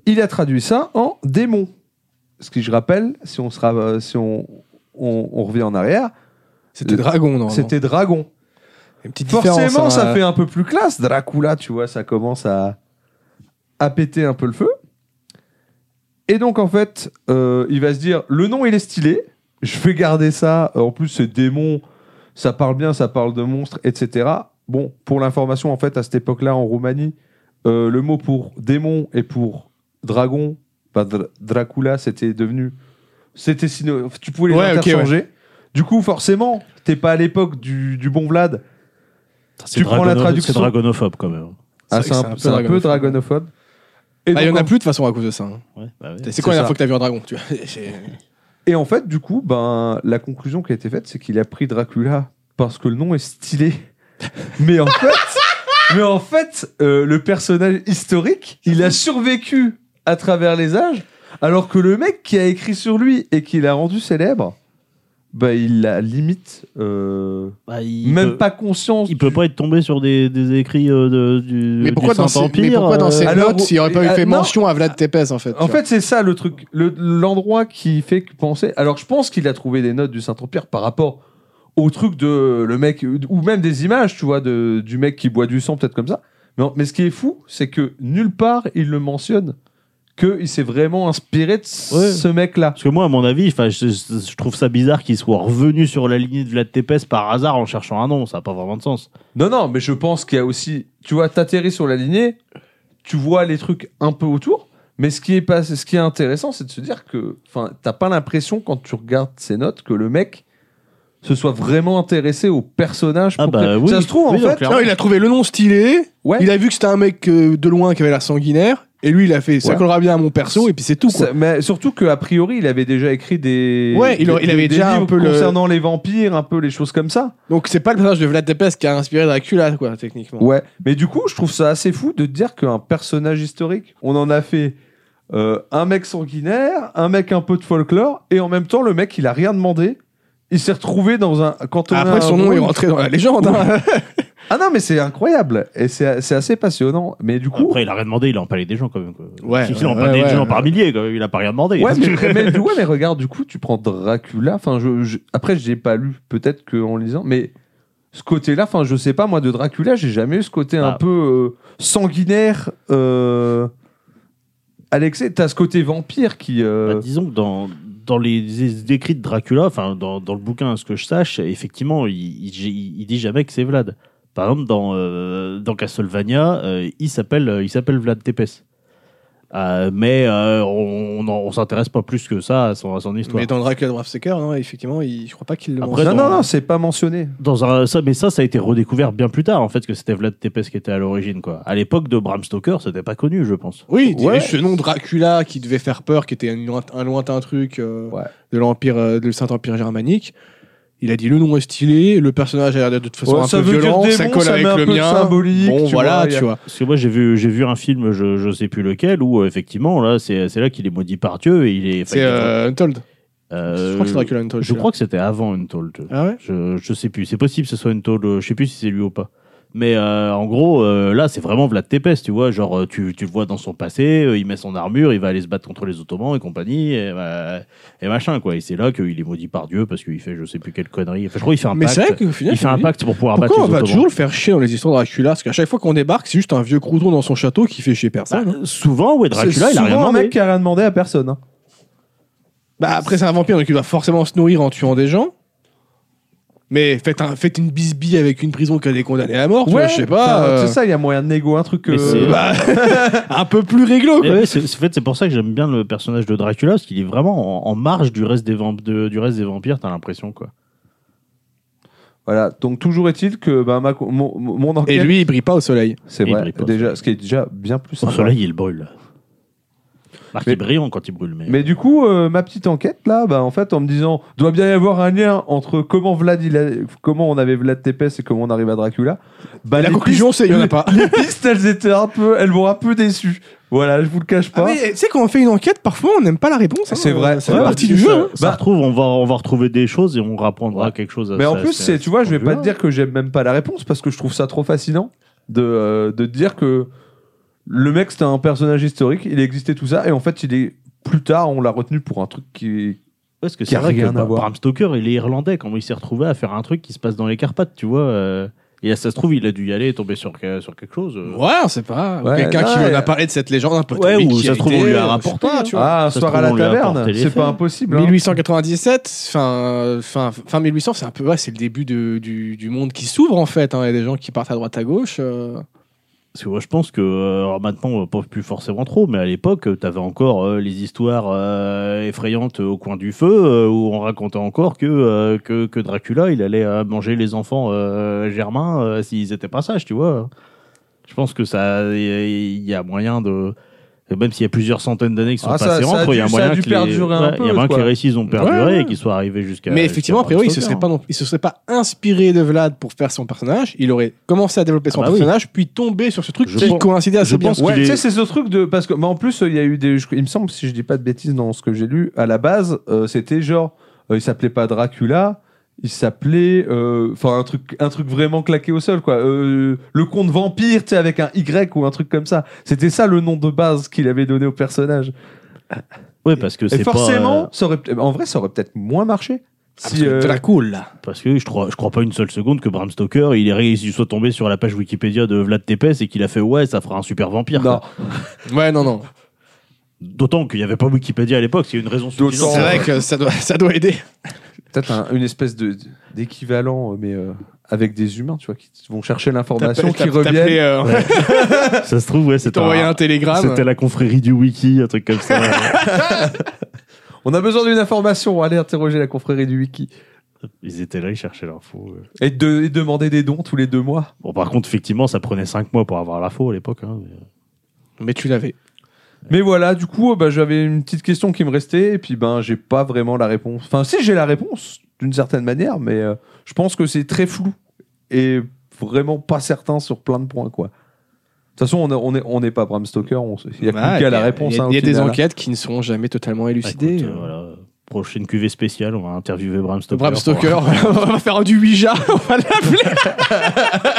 Speaker 3: il a traduit ça en démon. Ce qui, je rappelle, si on, sera, euh, si on, on- on revient en arrière,
Speaker 2: C'était Dragon, normalement.
Speaker 3: c'était dragon.
Speaker 2: Une petite différence,
Speaker 3: Forcément,
Speaker 2: hein.
Speaker 3: ça fait un peu plus classe. Dracula, tu vois, ça commence à, à péter un peu le feu. Et donc, en fait, euh, il va se dire le nom, il est stylé. Je vais garder ça. Euh, En plus, c'est démon. Ça parle bien, ça parle de monstres, etc. Bon, pour l'information, en fait, à cette époque-là, en Roumanie, euh, le mot pour démon et pour dragon, bah, Dra- Dracula, c'était devenu. C'était syno- Tu pouvais les
Speaker 2: Ouais, ok,
Speaker 3: interchanger. Du coup, forcément, t'es pas à l'époque du, du bon Vlad.
Speaker 1: C'est
Speaker 3: Tu prends la
Speaker 1: dragono-
Speaker 3: traduction.
Speaker 1: C'est dragonophobe, quand même.
Speaker 3: Ah,
Speaker 2: C'est
Speaker 3: c'est
Speaker 2: vrai
Speaker 3: un,
Speaker 2: que
Speaker 3: c'est un peu dragonophobe. Et,
Speaker 2: Ah, il y en
Speaker 3: donc,
Speaker 2: a
Speaker 3: en-
Speaker 2: plus de toute façon à cause de ça. hein.
Speaker 1: Ouais, bah ouais.
Speaker 2: C'est quoi la
Speaker 3: ça.
Speaker 2: dernière fois que t'as vu un dragon tu vois C'est-
Speaker 3: et en fait, du coup, ben, la conclusion qui a été faite, c'est qu'il a pris Dracula parce que le nom est stylé. mais en fait, mais en fait euh, le personnage historique, il a survécu à travers les âges, alors que le mec qui a écrit sur lui et qui l'a rendu célèbre, ben, il l'a limite euh,
Speaker 1: Bah, il
Speaker 3: même
Speaker 1: peut-
Speaker 3: pas conscience.
Speaker 1: Il peut
Speaker 3: du-
Speaker 1: pas être tombé sur des, des écrits euh, de- du.
Speaker 2: Mais pourquoi,
Speaker 1: du
Speaker 2: dans ces,
Speaker 1: Saint-Empire,
Speaker 2: mais pourquoi dans
Speaker 1: euh,
Speaker 2: ces
Speaker 3: alors,
Speaker 2: notes, il aurait pas eu
Speaker 3: euh,
Speaker 2: fait
Speaker 3: non.
Speaker 2: mention à Vlad Tepes, en fait
Speaker 3: En
Speaker 2: tu vois
Speaker 3: fait, c'est ça le truc, Le- l'endroit qui fait que penser. Alors, je pense qu'il a trouvé des notes du Saint-Empire par rapport au truc de le mec, ou même des images, tu vois, de, du mec qui boit du sang, peut-être comme ça. Mais, mais ce qui est fou, c'est que nulle part il le mentionne qu'il s'est vraiment inspiré de
Speaker 1: Ouais.
Speaker 3: ce mec-là.
Speaker 1: Parce que moi, à mon avis, 'fin, je, je trouve ça bizarre qu'il soit revenu sur la lignée de Vlad Tepes par hasard en cherchant un nom. Ça n'a pas vraiment de sens.
Speaker 3: Non, non, mais je pense qu'il y a aussi. Tu vois, t'atterris sur la lignée, tu vois les trucs un peu autour, mais ce qui est, pas, ce qui est intéressant, c'est de se dire que. Enfin, t'as pas l'impression, quand tu regardes ces notes, que le mec se soit vraiment intéressé au personnage.
Speaker 1: Ah bah
Speaker 3: proprement.
Speaker 1: oui.
Speaker 3: Ça se trouve, en
Speaker 1: Oui, donc,
Speaker 3: fait.
Speaker 1: clairement.
Speaker 2: Non, il a trouvé le nom stylé,
Speaker 3: Ouais.
Speaker 2: il a vu que c'était un mec euh, de loin qui avait l'air sanguinaire, et lui, il a fait ça
Speaker 3: Ouais.
Speaker 2: collera bien à mon perso, et puis c'est tout, quoi.
Speaker 3: ça- mais surtout qu'a priori, il avait déjà écrit des.
Speaker 2: Ouais, il
Speaker 3: des-
Speaker 2: aurait- il avait
Speaker 3: des
Speaker 2: déjà un
Speaker 3: livres
Speaker 2: peu le-
Speaker 3: Concernant les vampires, un peu les choses comme ça.
Speaker 2: Donc, c'est pas le personnage de Vlad Tepes qui a inspiré Dracula, quoi, techniquement.
Speaker 3: Ouais, mais du coup, je trouve ça assez fou de te dire qu'un personnage historique, on en a fait euh, un mec sanguinaire, un mec un peu de folklore, et en même temps, le mec, il a rien demandé. Il s'est retrouvé dans un. Quand on a
Speaker 2: Ah, Après,
Speaker 3: un
Speaker 2: son nom
Speaker 3: monde-
Speaker 2: est rentré dans la légende. hein.
Speaker 3: Ah non, mais c'est incroyable, et c'est c'est assez passionnant. Mais du coup.
Speaker 1: Après, il a rien demandé, il a empalé des gens quand même. Quoi.
Speaker 2: Ouais,
Speaker 1: il
Speaker 2: ouais,
Speaker 1: a empalé
Speaker 2: ouais,
Speaker 1: des gens
Speaker 2: ouais.
Speaker 1: par milliers, quand même. il a pas rien demandé.
Speaker 3: Ouais mais, mais- ouais, mais regarde, du coup, tu prends Dracula. Enfin, je, je- après, je l'ai pas lu, peut-être qu'en lisant, mais ce côté-là, enfin, je sais pas, moi, de Dracula, j'ai jamais eu ce côté un
Speaker 1: Ah.
Speaker 3: peu euh, sanguinaire. Euh... Alexé, t'as ce côté vampire qui. euh,
Speaker 1: Bah, disons que dans, dans les, les écrits de Dracula, enfin dans, dans le bouquin, à ce que je sache, effectivement, il, il, il dit jamais que c'est Vlad. Par exemple, dans, euh, dans Castlevania, euh, il s'appelle euh, il s'appelle Vlad Tepes. Euh, mais euh, on, on, on s'intéresse pas plus que ça à son, à son histoire.
Speaker 2: Mais dans Dracula Draft Seeker, non, effectivement, il- je crois pas qu'il le
Speaker 1: Après,
Speaker 3: non,
Speaker 2: mentionne.
Speaker 3: non, non, c'est pas mentionné.
Speaker 1: Dans un, ça, mais ça, ça a été redécouvert bien plus tard, en fait, que c'était Vlad Tepes qui était à l'origine, quoi. À l'époque de Bram Stoker, c'était pas connu, je pense.
Speaker 2: Oui, il
Speaker 3: Ouais.
Speaker 2: ce nom Dracula qui devait faire peur, qui était un, loin- un lointain truc euh,
Speaker 3: Ouais.
Speaker 2: de l'Empire, euh, du Saint-Empire germanique. Il a dit le nom est stylé, le personnage a l'air d'être de toute façon
Speaker 3: Ouais,
Speaker 2: un
Speaker 3: ça
Speaker 2: peu
Speaker 3: veut dire
Speaker 2: violent,
Speaker 3: démon,
Speaker 2: ça colle
Speaker 3: ça
Speaker 2: avec
Speaker 3: met un
Speaker 2: le
Speaker 3: peu de
Speaker 2: mien.
Speaker 3: symbolique,
Speaker 2: Bon,
Speaker 3: tu
Speaker 2: voilà,
Speaker 3: vois, il y
Speaker 2: tu
Speaker 3: a-
Speaker 2: vois.
Speaker 1: Parce que moi, j'ai vu, j'ai vu un film, je, je sais plus lequel, où, euh, effectivement, là, c'est, c'est là qu'il est maudit par Dieu et il est. enfin,
Speaker 2: C'est
Speaker 1: il est-
Speaker 2: euh, Untold.
Speaker 1: euh,
Speaker 2: je crois que c'est Dracula Untold.
Speaker 1: je crois que c'était avant Untold.
Speaker 2: Ah ouais
Speaker 1: Je, je sais plus. C'est possible que ce soit une tôle. euh, Je sais plus si c'est lui ou pas. Mais euh, en gros, euh, là, c'est vraiment Vlad Tepes, tu vois. Genre, euh, tu, tu le vois dans son passé, euh, il met son armure, il va aller se battre contre les Ottomans et compagnie, et, bah, et machin, quoi. Et c'est là qu'il est maudit par Dieu parce qu'il fait je sais plus quelle connerie. Enfin, je crois qu'il fait un
Speaker 2: Mais
Speaker 1: pacte.
Speaker 2: c'est vrai qu'au final,
Speaker 1: il fait un
Speaker 2: tu
Speaker 1: pacte pour pouvoir
Speaker 2: me dis, pourquoi on
Speaker 1: battre les
Speaker 2: va
Speaker 1: Ottomans.
Speaker 2: toujours le faire chier dans les histoires de Dracula Parce qu'à chaque fois qu'on débarque, c'est juste un vieux crouton dans son château qui fait chier
Speaker 1: Bah,
Speaker 2: personne. hein.
Speaker 1: souvent, ouais, Dracula,
Speaker 3: c'est
Speaker 1: il a rien
Speaker 3: souvent un
Speaker 1: demandé.
Speaker 3: mec qui a rien demandé à personne. hein.
Speaker 2: Bah après c'est un vampire donc il doit forcément se nourrir en tuant des gens. Mais faites, un, faites une bisbille avec une prison qui a des condamnés à mort, tu vois, je sais pas.
Speaker 3: enfin,
Speaker 2: euh,
Speaker 3: C'est ça, il y a moyen de négo un truc.
Speaker 1: Mais c'est-
Speaker 3: euh,
Speaker 2: bah, un peu plus réglo
Speaker 1: Et
Speaker 2: quoi.
Speaker 1: ouais, c'est, c'est- en fait, c'est pour ça que j'aime bien le personnage de Dracula, parce qu'il est vraiment en, en marge du reste des, vamp- de- du reste des vampires, t'as l'impression, quoi.
Speaker 3: Voilà, donc toujours est-il que bah, ma- mon, mon- mon
Speaker 2: Et
Speaker 3: enquête,
Speaker 2: lui il brille pas au soleil.
Speaker 3: c'est
Speaker 1: il
Speaker 3: vrai,
Speaker 1: brille pas.
Speaker 3: déjà, ce qui est déjà bien plus
Speaker 1: Au
Speaker 3: sympa.
Speaker 1: soleil, il brûle. Marc il est
Speaker 3: Mais-
Speaker 1: brillant quand il brûle, mais.
Speaker 3: Mais du coup, euh, ma petite enquête là, bah, en fait, en me disant, doit bien y avoir un lien entre comment Vlad, il a- comment on avait Vlad Tepes et comment on arrive à Dracula. Bah,
Speaker 2: La
Speaker 3: les
Speaker 2: conclusion
Speaker 3: pistes-
Speaker 2: c'est il y en a pas.
Speaker 3: Les pistes, elles étaient un peu, elles m'ont un peu déçu. Voilà, je vous le cache pas.
Speaker 2: tu sais quand on fait une enquête parfois on n'aime pas la réponse.
Speaker 3: hein, C'est vrai,
Speaker 2: Ah, c'est
Speaker 3: c'est vrai.
Speaker 2: partie du
Speaker 1: Ça-
Speaker 2: jeu. hein.
Speaker 1: Ça,
Speaker 3: Bah-
Speaker 1: retrouve, on va, on va retrouver des choses et on rapprendra
Speaker 3: Ouais.
Speaker 1: quelque chose. à
Speaker 3: Mais en
Speaker 1: ça,
Speaker 3: plus, c'est, tu vois, je vais pas
Speaker 1: conduire.
Speaker 3: te dire que j'aime même pas la réponse parce que je trouve ça trop fascinant de, euh, de te dire que le mec c'était un personnage historique, il existait tout ça et en fait, il est plus tard, on l'a retenu pour un truc qui.
Speaker 1: Parce que
Speaker 3: qui
Speaker 1: c'est
Speaker 3: a
Speaker 1: vrai que
Speaker 3: rien à
Speaker 1: Bra-
Speaker 3: voir.
Speaker 1: Bram Stoker, il est irlandais. Comment il s'est retrouvé à faire un truc qui se passe dans les Carpates, tu vois euh, Et ça se trouve, il a dû y aller et tomber sur, que- sur quelque chose. euh.
Speaker 2: Ouais, c'est pas.
Speaker 3: Ouais,
Speaker 2: Quelqu'un qui
Speaker 3: ouais.
Speaker 2: en a parlé de cette légende un peu
Speaker 1: Ouais,
Speaker 2: théorique
Speaker 1: ou
Speaker 2: qui
Speaker 1: ça
Speaker 2: a
Speaker 1: se trouve, on
Speaker 2: été,
Speaker 1: lui a
Speaker 2: euh,
Speaker 1: rapporté,
Speaker 2: je sais pas, tu vois.
Speaker 3: Ah, un
Speaker 1: Ça se
Speaker 3: soir à
Speaker 1: trouve,
Speaker 3: la
Speaker 1: on lui a
Speaker 3: taverne,
Speaker 1: apporté les
Speaker 3: c'est
Speaker 1: faits.
Speaker 3: pas impossible. hein.
Speaker 2: 1897, fin, fin, fin 1800, c'est un peu ouais, c'est le début de- du, du monde qui s'ouvre en fait. hein. Il y a des gens qui partent à droite à gauche. euh.
Speaker 1: Parce que moi, je pense que euh, alors maintenant, euh, pas plus forcément trop, mais à l'époque, euh, t'avais encore euh, les histoires euh, effrayantes au coin du feu euh, où on racontait encore que, euh, que, que Dracula, il allait euh, manger les enfants euh, germains euh, s'ils étaient pas sages, tu vois. Je pense que ça, il y a moyen de. et Même s'il y a plusieurs centaines d'années qui sont
Speaker 3: Ah, ça-
Speaker 1: passées
Speaker 3: ça a
Speaker 1: entre, il y a
Speaker 3: dû- ça a
Speaker 1: moyen
Speaker 3: dû
Speaker 1: que les,
Speaker 3: perdurer un
Speaker 1: ouais, il y a
Speaker 3: peu,
Speaker 1: moyen que
Speaker 3: quoi.
Speaker 1: les récits ont perduré
Speaker 2: Ouais, ouais.
Speaker 1: et qu'ils soient arrivés jusqu'à.
Speaker 2: Mais effectivement, a
Speaker 1: jusqu'à
Speaker 2: priori, euh, il se
Speaker 1: Bram
Speaker 2: serait
Speaker 1: Stoker.
Speaker 2: pas, non- il se serait pas inspiré de Vlad pour faire son personnage. Il aurait commencé à développer son
Speaker 1: Ah bah oui.
Speaker 2: personnage, puis tomber sur ce truc
Speaker 1: Je
Speaker 2: qui
Speaker 1: pense-
Speaker 2: coïncidait assez
Speaker 1: je
Speaker 2: bien.
Speaker 1: pense
Speaker 3: Ouais,
Speaker 1: qu'il
Speaker 3: tu
Speaker 1: est-
Speaker 3: sais, c'est ce truc de. Parce que, mais en plus, il y a eu des. je- Il me semble, si je dis pas de bêtises dans ce que j'ai lu, à la base, euh, c'était genre. euh, il s'appelait pas Dracula, il s'appelait. euh, Enfin, un, truc, un truc vraiment claqué au sol, quoi. Euh, le conte vampire, tu sais, avec un Y ou un truc comme ça. C'était ça le nom de base qu'il avait donné au personnage.
Speaker 1: Ouais, parce que
Speaker 3: Et
Speaker 1: c'est pas,
Speaker 3: forcément,
Speaker 1: euh,
Speaker 3: ça aurait, peut- en vrai, ça aurait peut-être moins marché.
Speaker 2: Ah,
Speaker 3: Si, euh,
Speaker 2: cool là.
Speaker 1: Parce que je crois, je crois pas une seule seconde que Bram Stoker, il est réussi soit tombé sur la page Wikipédia de Vlad Tepes et qu'il a fait ouais, ça fera un super vampire.
Speaker 3: non,
Speaker 1: quoi.
Speaker 2: Ouais, non, non.
Speaker 1: D'autant qu'il n'y avait pas Wikipédia à l'époque, c'est une raison
Speaker 3: D'autant-
Speaker 1: suffisante.
Speaker 2: C'est
Speaker 3: ouais.
Speaker 2: vrai que ça doit, ça doit aider.
Speaker 3: peut-être un- une espèce de d'équivalent, mais euh, avec des humains, tu vois, qui vont chercher l'information, qui reviennent.
Speaker 2: T'appelais, euh,
Speaker 1: Ça se trouve, ouais, c'était
Speaker 2: t'envoyais
Speaker 1: un-
Speaker 2: un télégramme.
Speaker 1: c'était la confrérie du wiki, un truc comme ça.
Speaker 3: On a besoin d'une information, allez interroger la confrérie du Wiki.
Speaker 1: Ils étaient là, ils cherchaient l'info. ouais.
Speaker 3: Et, de, et demander des dons tous les deux mois.
Speaker 1: Bon, par contre, effectivement, ça prenait 5 mois pour avoir l'info à l'époque. hein, mais-
Speaker 2: Mais tu l'avais.
Speaker 3: Mais voilà, du coup, euh, bah, j'avais une petite question qui me restait, et puis ben, j'ai pas vraiment la réponse. Enfin, si j'ai la réponse, d'une certaine manière, mais euh, je pense que c'est très flou. Et vraiment pas certain sur plein de points, quoi. De toute façon, on n'est on est, on n'est pas Bram Stoker, il n'y a
Speaker 2: Ouais,
Speaker 3: plus qu'à la
Speaker 2: y
Speaker 3: réponse.
Speaker 2: Il y a,
Speaker 3: hein, au
Speaker 2: il y a des
Speaker 3: final, hein.
Speaker 2: enquêtes qui ne seront jamais totalement élucidées.
Speaker 1: Écoute, euh, voilà. Prochaine cuvée spéciale, on va interviewer Bram Stoker.
Speaker 2: Bram Stoker, on va faire du Ouija, on va l'appeler.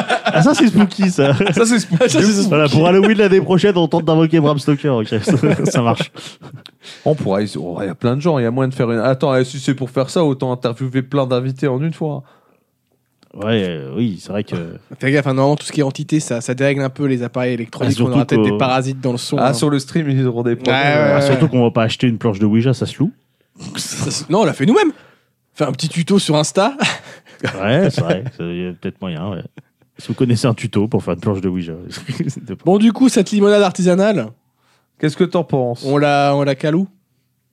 Speaker 1: Ah, ça, c'est spooky, ça.
Speaker 3: Ça, c'est spooky.
Speaker 2: Ça, c'est
Speaker 1: voilà, pour Halloween l'année prochaine, on tente d'invoquer Bram Stoker. ok. ça marche.
Speaker 3: On pourra. Il y a plein de gens, il y a moyen de faire une. Attends, eh, si c'est pour faire ça, autant interviewer plein d'invités en une fois.
Speaker 1: Ouais, euh, oui, c'est vrai que.
Speaker 2: Fais gaffe, hein, normalement, tout ce qui est entité, ça, ça dérègle un peu les appareils
Speaker 1: Ah,
Speaker 2: électroniques.
Speaker 1: surtout
Speaker 2: on aura peut-être
Speaker 1: qu'au-
Speaker 2: des parasites dans le son.
Speaker 3: Ah,
Speaker 2: hein.
Speaker 3: sur le stream, ils auront des problèmes.
Speaker 2: Ouais, ouais,
Speaker 1: Ah,
Speaker 2: ouais.
Speaker 1: surtout qu'on va pas acheter une planche de Ouija, ça se loue.
Speaker 2: Ça, c'est- non, on l'a fait nous-mêmes. Fais un petit tuto sur Insta.
Speaker 1: Ouais, c'est vrai. Il y a peut-être moyen, ouais. Si vous connaissez un tuto pour faire une planche de Ouija.
Speaker 2: Bon, du coup, cette limonade artisanale,
Speaker 3: Qu'est-ce que t'en penses
Speaker 2: On la, on la caloue.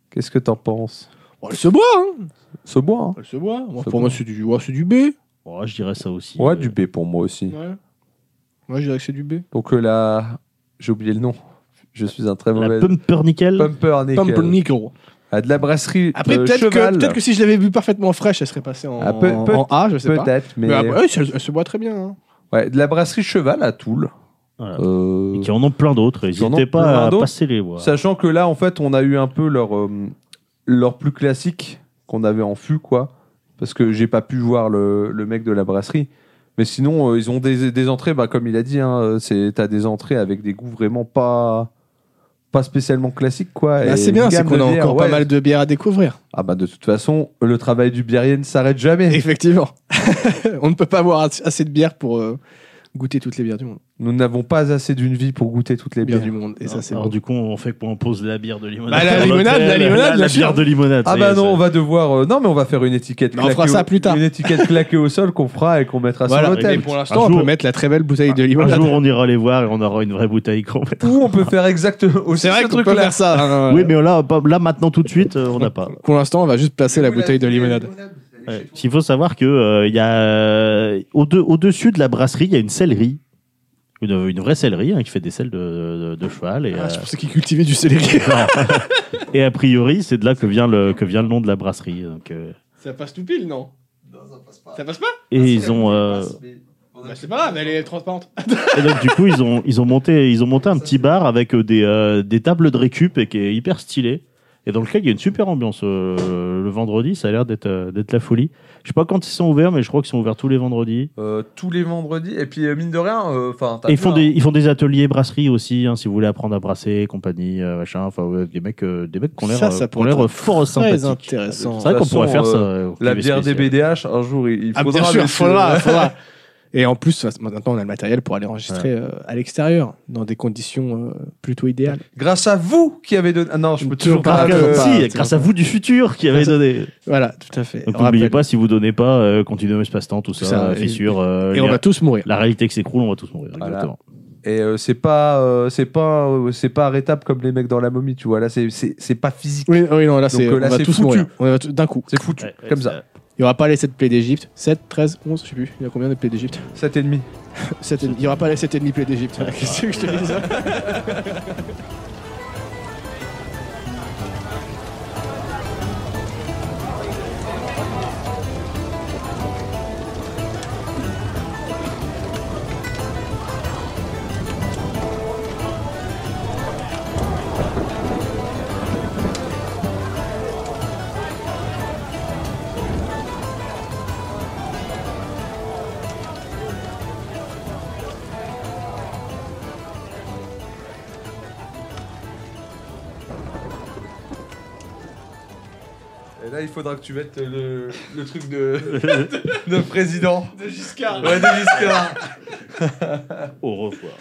Speaker 3: Qu'est-ce que t'en penses
Speaker 2: Bon, elle se boit, hein
Speaker 3: Ce bois. hein
Speaker 2: Elle se boit. Moi,
Speaker 3: Se
Speaker 2: pour
Speaker 3: boit.
Speaker 2: moi, c'est du, ouais, c'est du B.
Speaker 1: Oh, je dirais ça aussi.
Speaker 3: Ouais,
Speaker 1: euh,
Speaker 3: du B pour moi aussi.
Speaker 2: Ouais. Moi, je dirais que c'est du B.
Speaker 3: Donc euh, la... J'ai oublié le nom. Je suis un très
Speaker 1: La
Speaker 3: mauvais...
Speaker 1: pumpernickel.
Speaker 3: Pumper, nickel.
Speaker 2: Pumpernickel.
Speaker 3: À de la brasserie
Speaker 2: Après,
Speaker 3: euh,
Speaker 2: peut-être que,
Speaker 3: Cheval.
Speaker 2: peut que si je l'avais bu parfaitement fraîche, elle serait passée en,
Speaker 3: Ah, peut-
Speaker 2: en-
Speaker 3: peut-
Speaker 2: en A, je sais pas.
Speaker 3: Peut-être, mais...
Speaker 2: Mais après, ouais, elle, elle se boit très bien. hein.
Speaker 3: Ouais, de la brasserie Cheval à Toul.
Speaker 1: Voilà.
Speaker 3: Euh,
Speaker 1: Et qui en ont plein d'autres.
Speaker 3: Qui en
Speaker 1: N'hésitez
Speaker 3: ont plein
Speaker 1: pas à
Speaker 3: d'autres.
Speaker 1: passer les voix.
Speaker 3: Sachant que là, en fait, on a eu un peu leur, euh, leur plus classique qu'on avait en fût, quoi. Parce que j'ai pas pu voir le, le mec de la brasserie. Mais sinon, euh, ils ont des, des entrées, bah, comme il a dit, hein, euh, c'est- t'as des entrées avec des goûts vraiment pas, pas spécialement classiques, quoi.
Speaker 2: Bah,
Speaker 3: Ah, Et
Speaker 2: c'est bien,
Speaker 3: une
Speaker 2: c'est
Speaker 3: gamme
Speaker 2: qu'on
Speaker 3: de
Speaker 2: a
Speaker 3: bières,
Speaker 2: encore pas
Speaker 3: ouais.
Speaker 2: mal de bières à découvrir.
Speaker 3: Ah bah, de toute façon, le travail du birrier ne s'arrête jamais.
Speaker 2: Effectivement. On ne peut pas avoir as- assez de bières pour euh, goûter toutes les bières du monde.
Speaker 3: Nous n'avons pas assez d'une vie pour goûter toutes les
Speaker 2: Les bières
Speaker 3: bières.
Speaker 2: du monde. Et ça, c'est
Speaker 1: Alors,
Speaker 2: bon.
Speaker 1: du coup, on fait quoi On pose la bière de limonade.
Speaker 2: Bah,
Speaker 1: dans
Speaker 2: la
Speaker 1: l'hôtel,
Speaker 2: limonade, la limonade,
Speaker 1: La
Speaker 2: bien sûr.
Speaker 1: bière de limonade.
Speaker 3: Ah
Speaker 1: ça y
Speaker 3: bah
Speaker 1: est,
Speaker 3: non,
Speaker 1: ça-
Speaker 3: on va devoir. euh, non, mais on va faire une étiquette.
Speaker 2: Mais on fera
Speaker 3: claquée
Speaker 2: ça
Speaker 3: au-
Speaker 2: plus tard.
Speaker 3: Une étiquette claquée au sol qu'on fera et qu'on mettra
Speaker 2: Voilà,
Speaker 3: sur
Speaker 1: mais
Speaker 3: l'hôtel.
Speaker 1: pour
Speaker 2: Pour
Speaker 1: l'instant,
Speaker 2: l'instant,
Speaker 1: un
Speaker 2: on
Speaker 1: jour-
Speaker 2: peut mettre la très belle bouteille de
Speaker 1: Un
Speaker 2: limonade.
Speaker 1: jour, on ira les voir et on aura une vraie bouteille qu'on mettra.
Speaker 3: Ou on peut faire exactement aussi
Speaker 2: C'est vrai
Speaker 3: ce
Speaker 2: qu'on peut
Speaker 3: truc-là.
Speaker 2: faire ça. hein,
Speaker 1: Oui,
Speaker 2: euh,
Speaker 1: mais là, pas- là, maintenant, tout de suite, euh, on n'a pas.
Speaker 2: Pour l'instant, on va juste placer la bouteille de limonade.
Speaker 1: Ouais. Il faut savoir que euh, il y a euh, au, de- au-dessus de la brasserie, il y a une sellerie. Une, une vraie sellerie hein, qui fait des selles de, de- de cheval. Et,
Speaker 2: Ah,
Speaker 1: euh,
Speaker 2: c'est pour ça qu'ils cultivaient du céleri.
Speaker 1: et a priori, c'est de là que vient le, que vient le nom de la brasserie. donc, euh,
Speaker 2: Ça passe tout pile, non Ça passe pas
Speaker 1: et ils ont, euh,
Speaker 2: Bah, C'est pas grave, elle est transparente.
Speaker 1: et donc, du coup, ils ont, ils ont monté, ils ont monté un petit bar avec euh, des, euh, des tables de récup et qui est hyper stylé. Et dans lequel il y a une super ambiance. euh, le vendredi, ça a l'air d'être, euh, d'être la folie. Je sais pas quand ils sont ouverts, mais je crois qu'ils sont ouverts tous les vendredis.
Speaker 3: Euh, tous les vendredis. Et puis, euh, mine de rien, euh, 'fin, t'as
Speaker 1: Et ils font,
Speaker 3: plein-
Speaker 1: des, ils font des ateliers brasserie aussi, hein, si vous voulez apprendre à brasser, compagnie, euh, machin. Enfin, ouais, des mecs, euh, des mecs qui ont l'air,
Speaker 2: Ça,
Speaker 1: euh,
Speaker 2: ça
Speaker 1: qui ont
Speaker 2: pourrait
Speaker 1: l'air
Speaker 2: être
Speaker 1: fort
Speaker 2: Très
Speaker 1: sympathiques. C'est
Speaker 2: intéressant.
Speaker 1: vrai
Speaker 3: De
Speaker 1: qu'on
Speaker 3: toute
Speaker 1: pourrait faire
Speaker 3: façon,
Speaker 1: ça.
Speaker 3: euh,
Speaker 1: au
Speaker 3: La
Speaker 1: TV
Speaker 3: bière des
Speaker 1: spécial.
Speaker 3: BDH, un jour, il il
Speaker 2: Ah,
Speaker 3: faudra.
Speaker 2: bien sûr,
Speaker 3: le-
Speaker 2: faudra, faudra. Et en plus, maintenant, on a le matériel pour aller enregistrer euh, à l'extérieur, dans des conditions euh, plutôt idéales.
Speaker 3: Grâce à vous qui avez donné. Ah non, je peux
Speaker 2: Toujours
Speaker 3: toujours
Speaker 2: pas
Speaker 3: pas.
Speaker 1: Grâce-
Speaker 2: euh,
Speaker 1: si,
Speaker 2: bah,
Speaker 1: grâce à vous du futur qui avez donné.
Speaker 2: Voilà, tout à fait.
Speaker 1: Donc
Speaker 2: On
Speaker 1: n'oubliez
Speaker 2: rappelle.
Speaker 1: pas, si vous donnez pas, euh, continuum espace-temps, tout ça,
Speaker 2: Ça, et-
Speaker 1: fissure. euh,
Speaker 2: Et on
Speaker 1: les-
Speaker 2: va tous mourir.
Speaker 1: La réalité qui s'écroule, on va tous mourir.
Speaker 3: Voilà.
Speaker 1: Exactement.
Speaker 3: Et euh, c'est pas, euh, c'est pas, euh, c'est pas arrêtable comme les mecs dans la momie, tu vois. Là, c'est, c'est, c'est pas physique.
Speaker 2: Oui, oui, non, là, c'est,
Speaker 3: euh,
Speaker 2: on
Speaker 3: là,
Speaker 2: va
Speaker 3: c'est
Speaker 2: tous
Speaker 3: foutu.
Speaker 2: mourir. On va tous- D'un coup.
Speaker 3: C'est foutu,
Speaker 1: Ouais, ouais,
Speaker 3: comme ça.
Speaker 2: Il n'y aura pas les 7 plaies d'Égypte. 7, 13, 11, je sais plus. Il y a combien de plaies d'Égypte
Speaker 3: 7,5.
Speaker 2: Sept et- Il n'y aura pas les 7 et demi plaies d'Égypte. Qu'est-ce que je te dis ça
Speaker 3: Et là, il faudra que tu mettes euh, le, le truc de, de président. De Giscard. Ouais, de Giscard.
Speaker 1: Au revoir.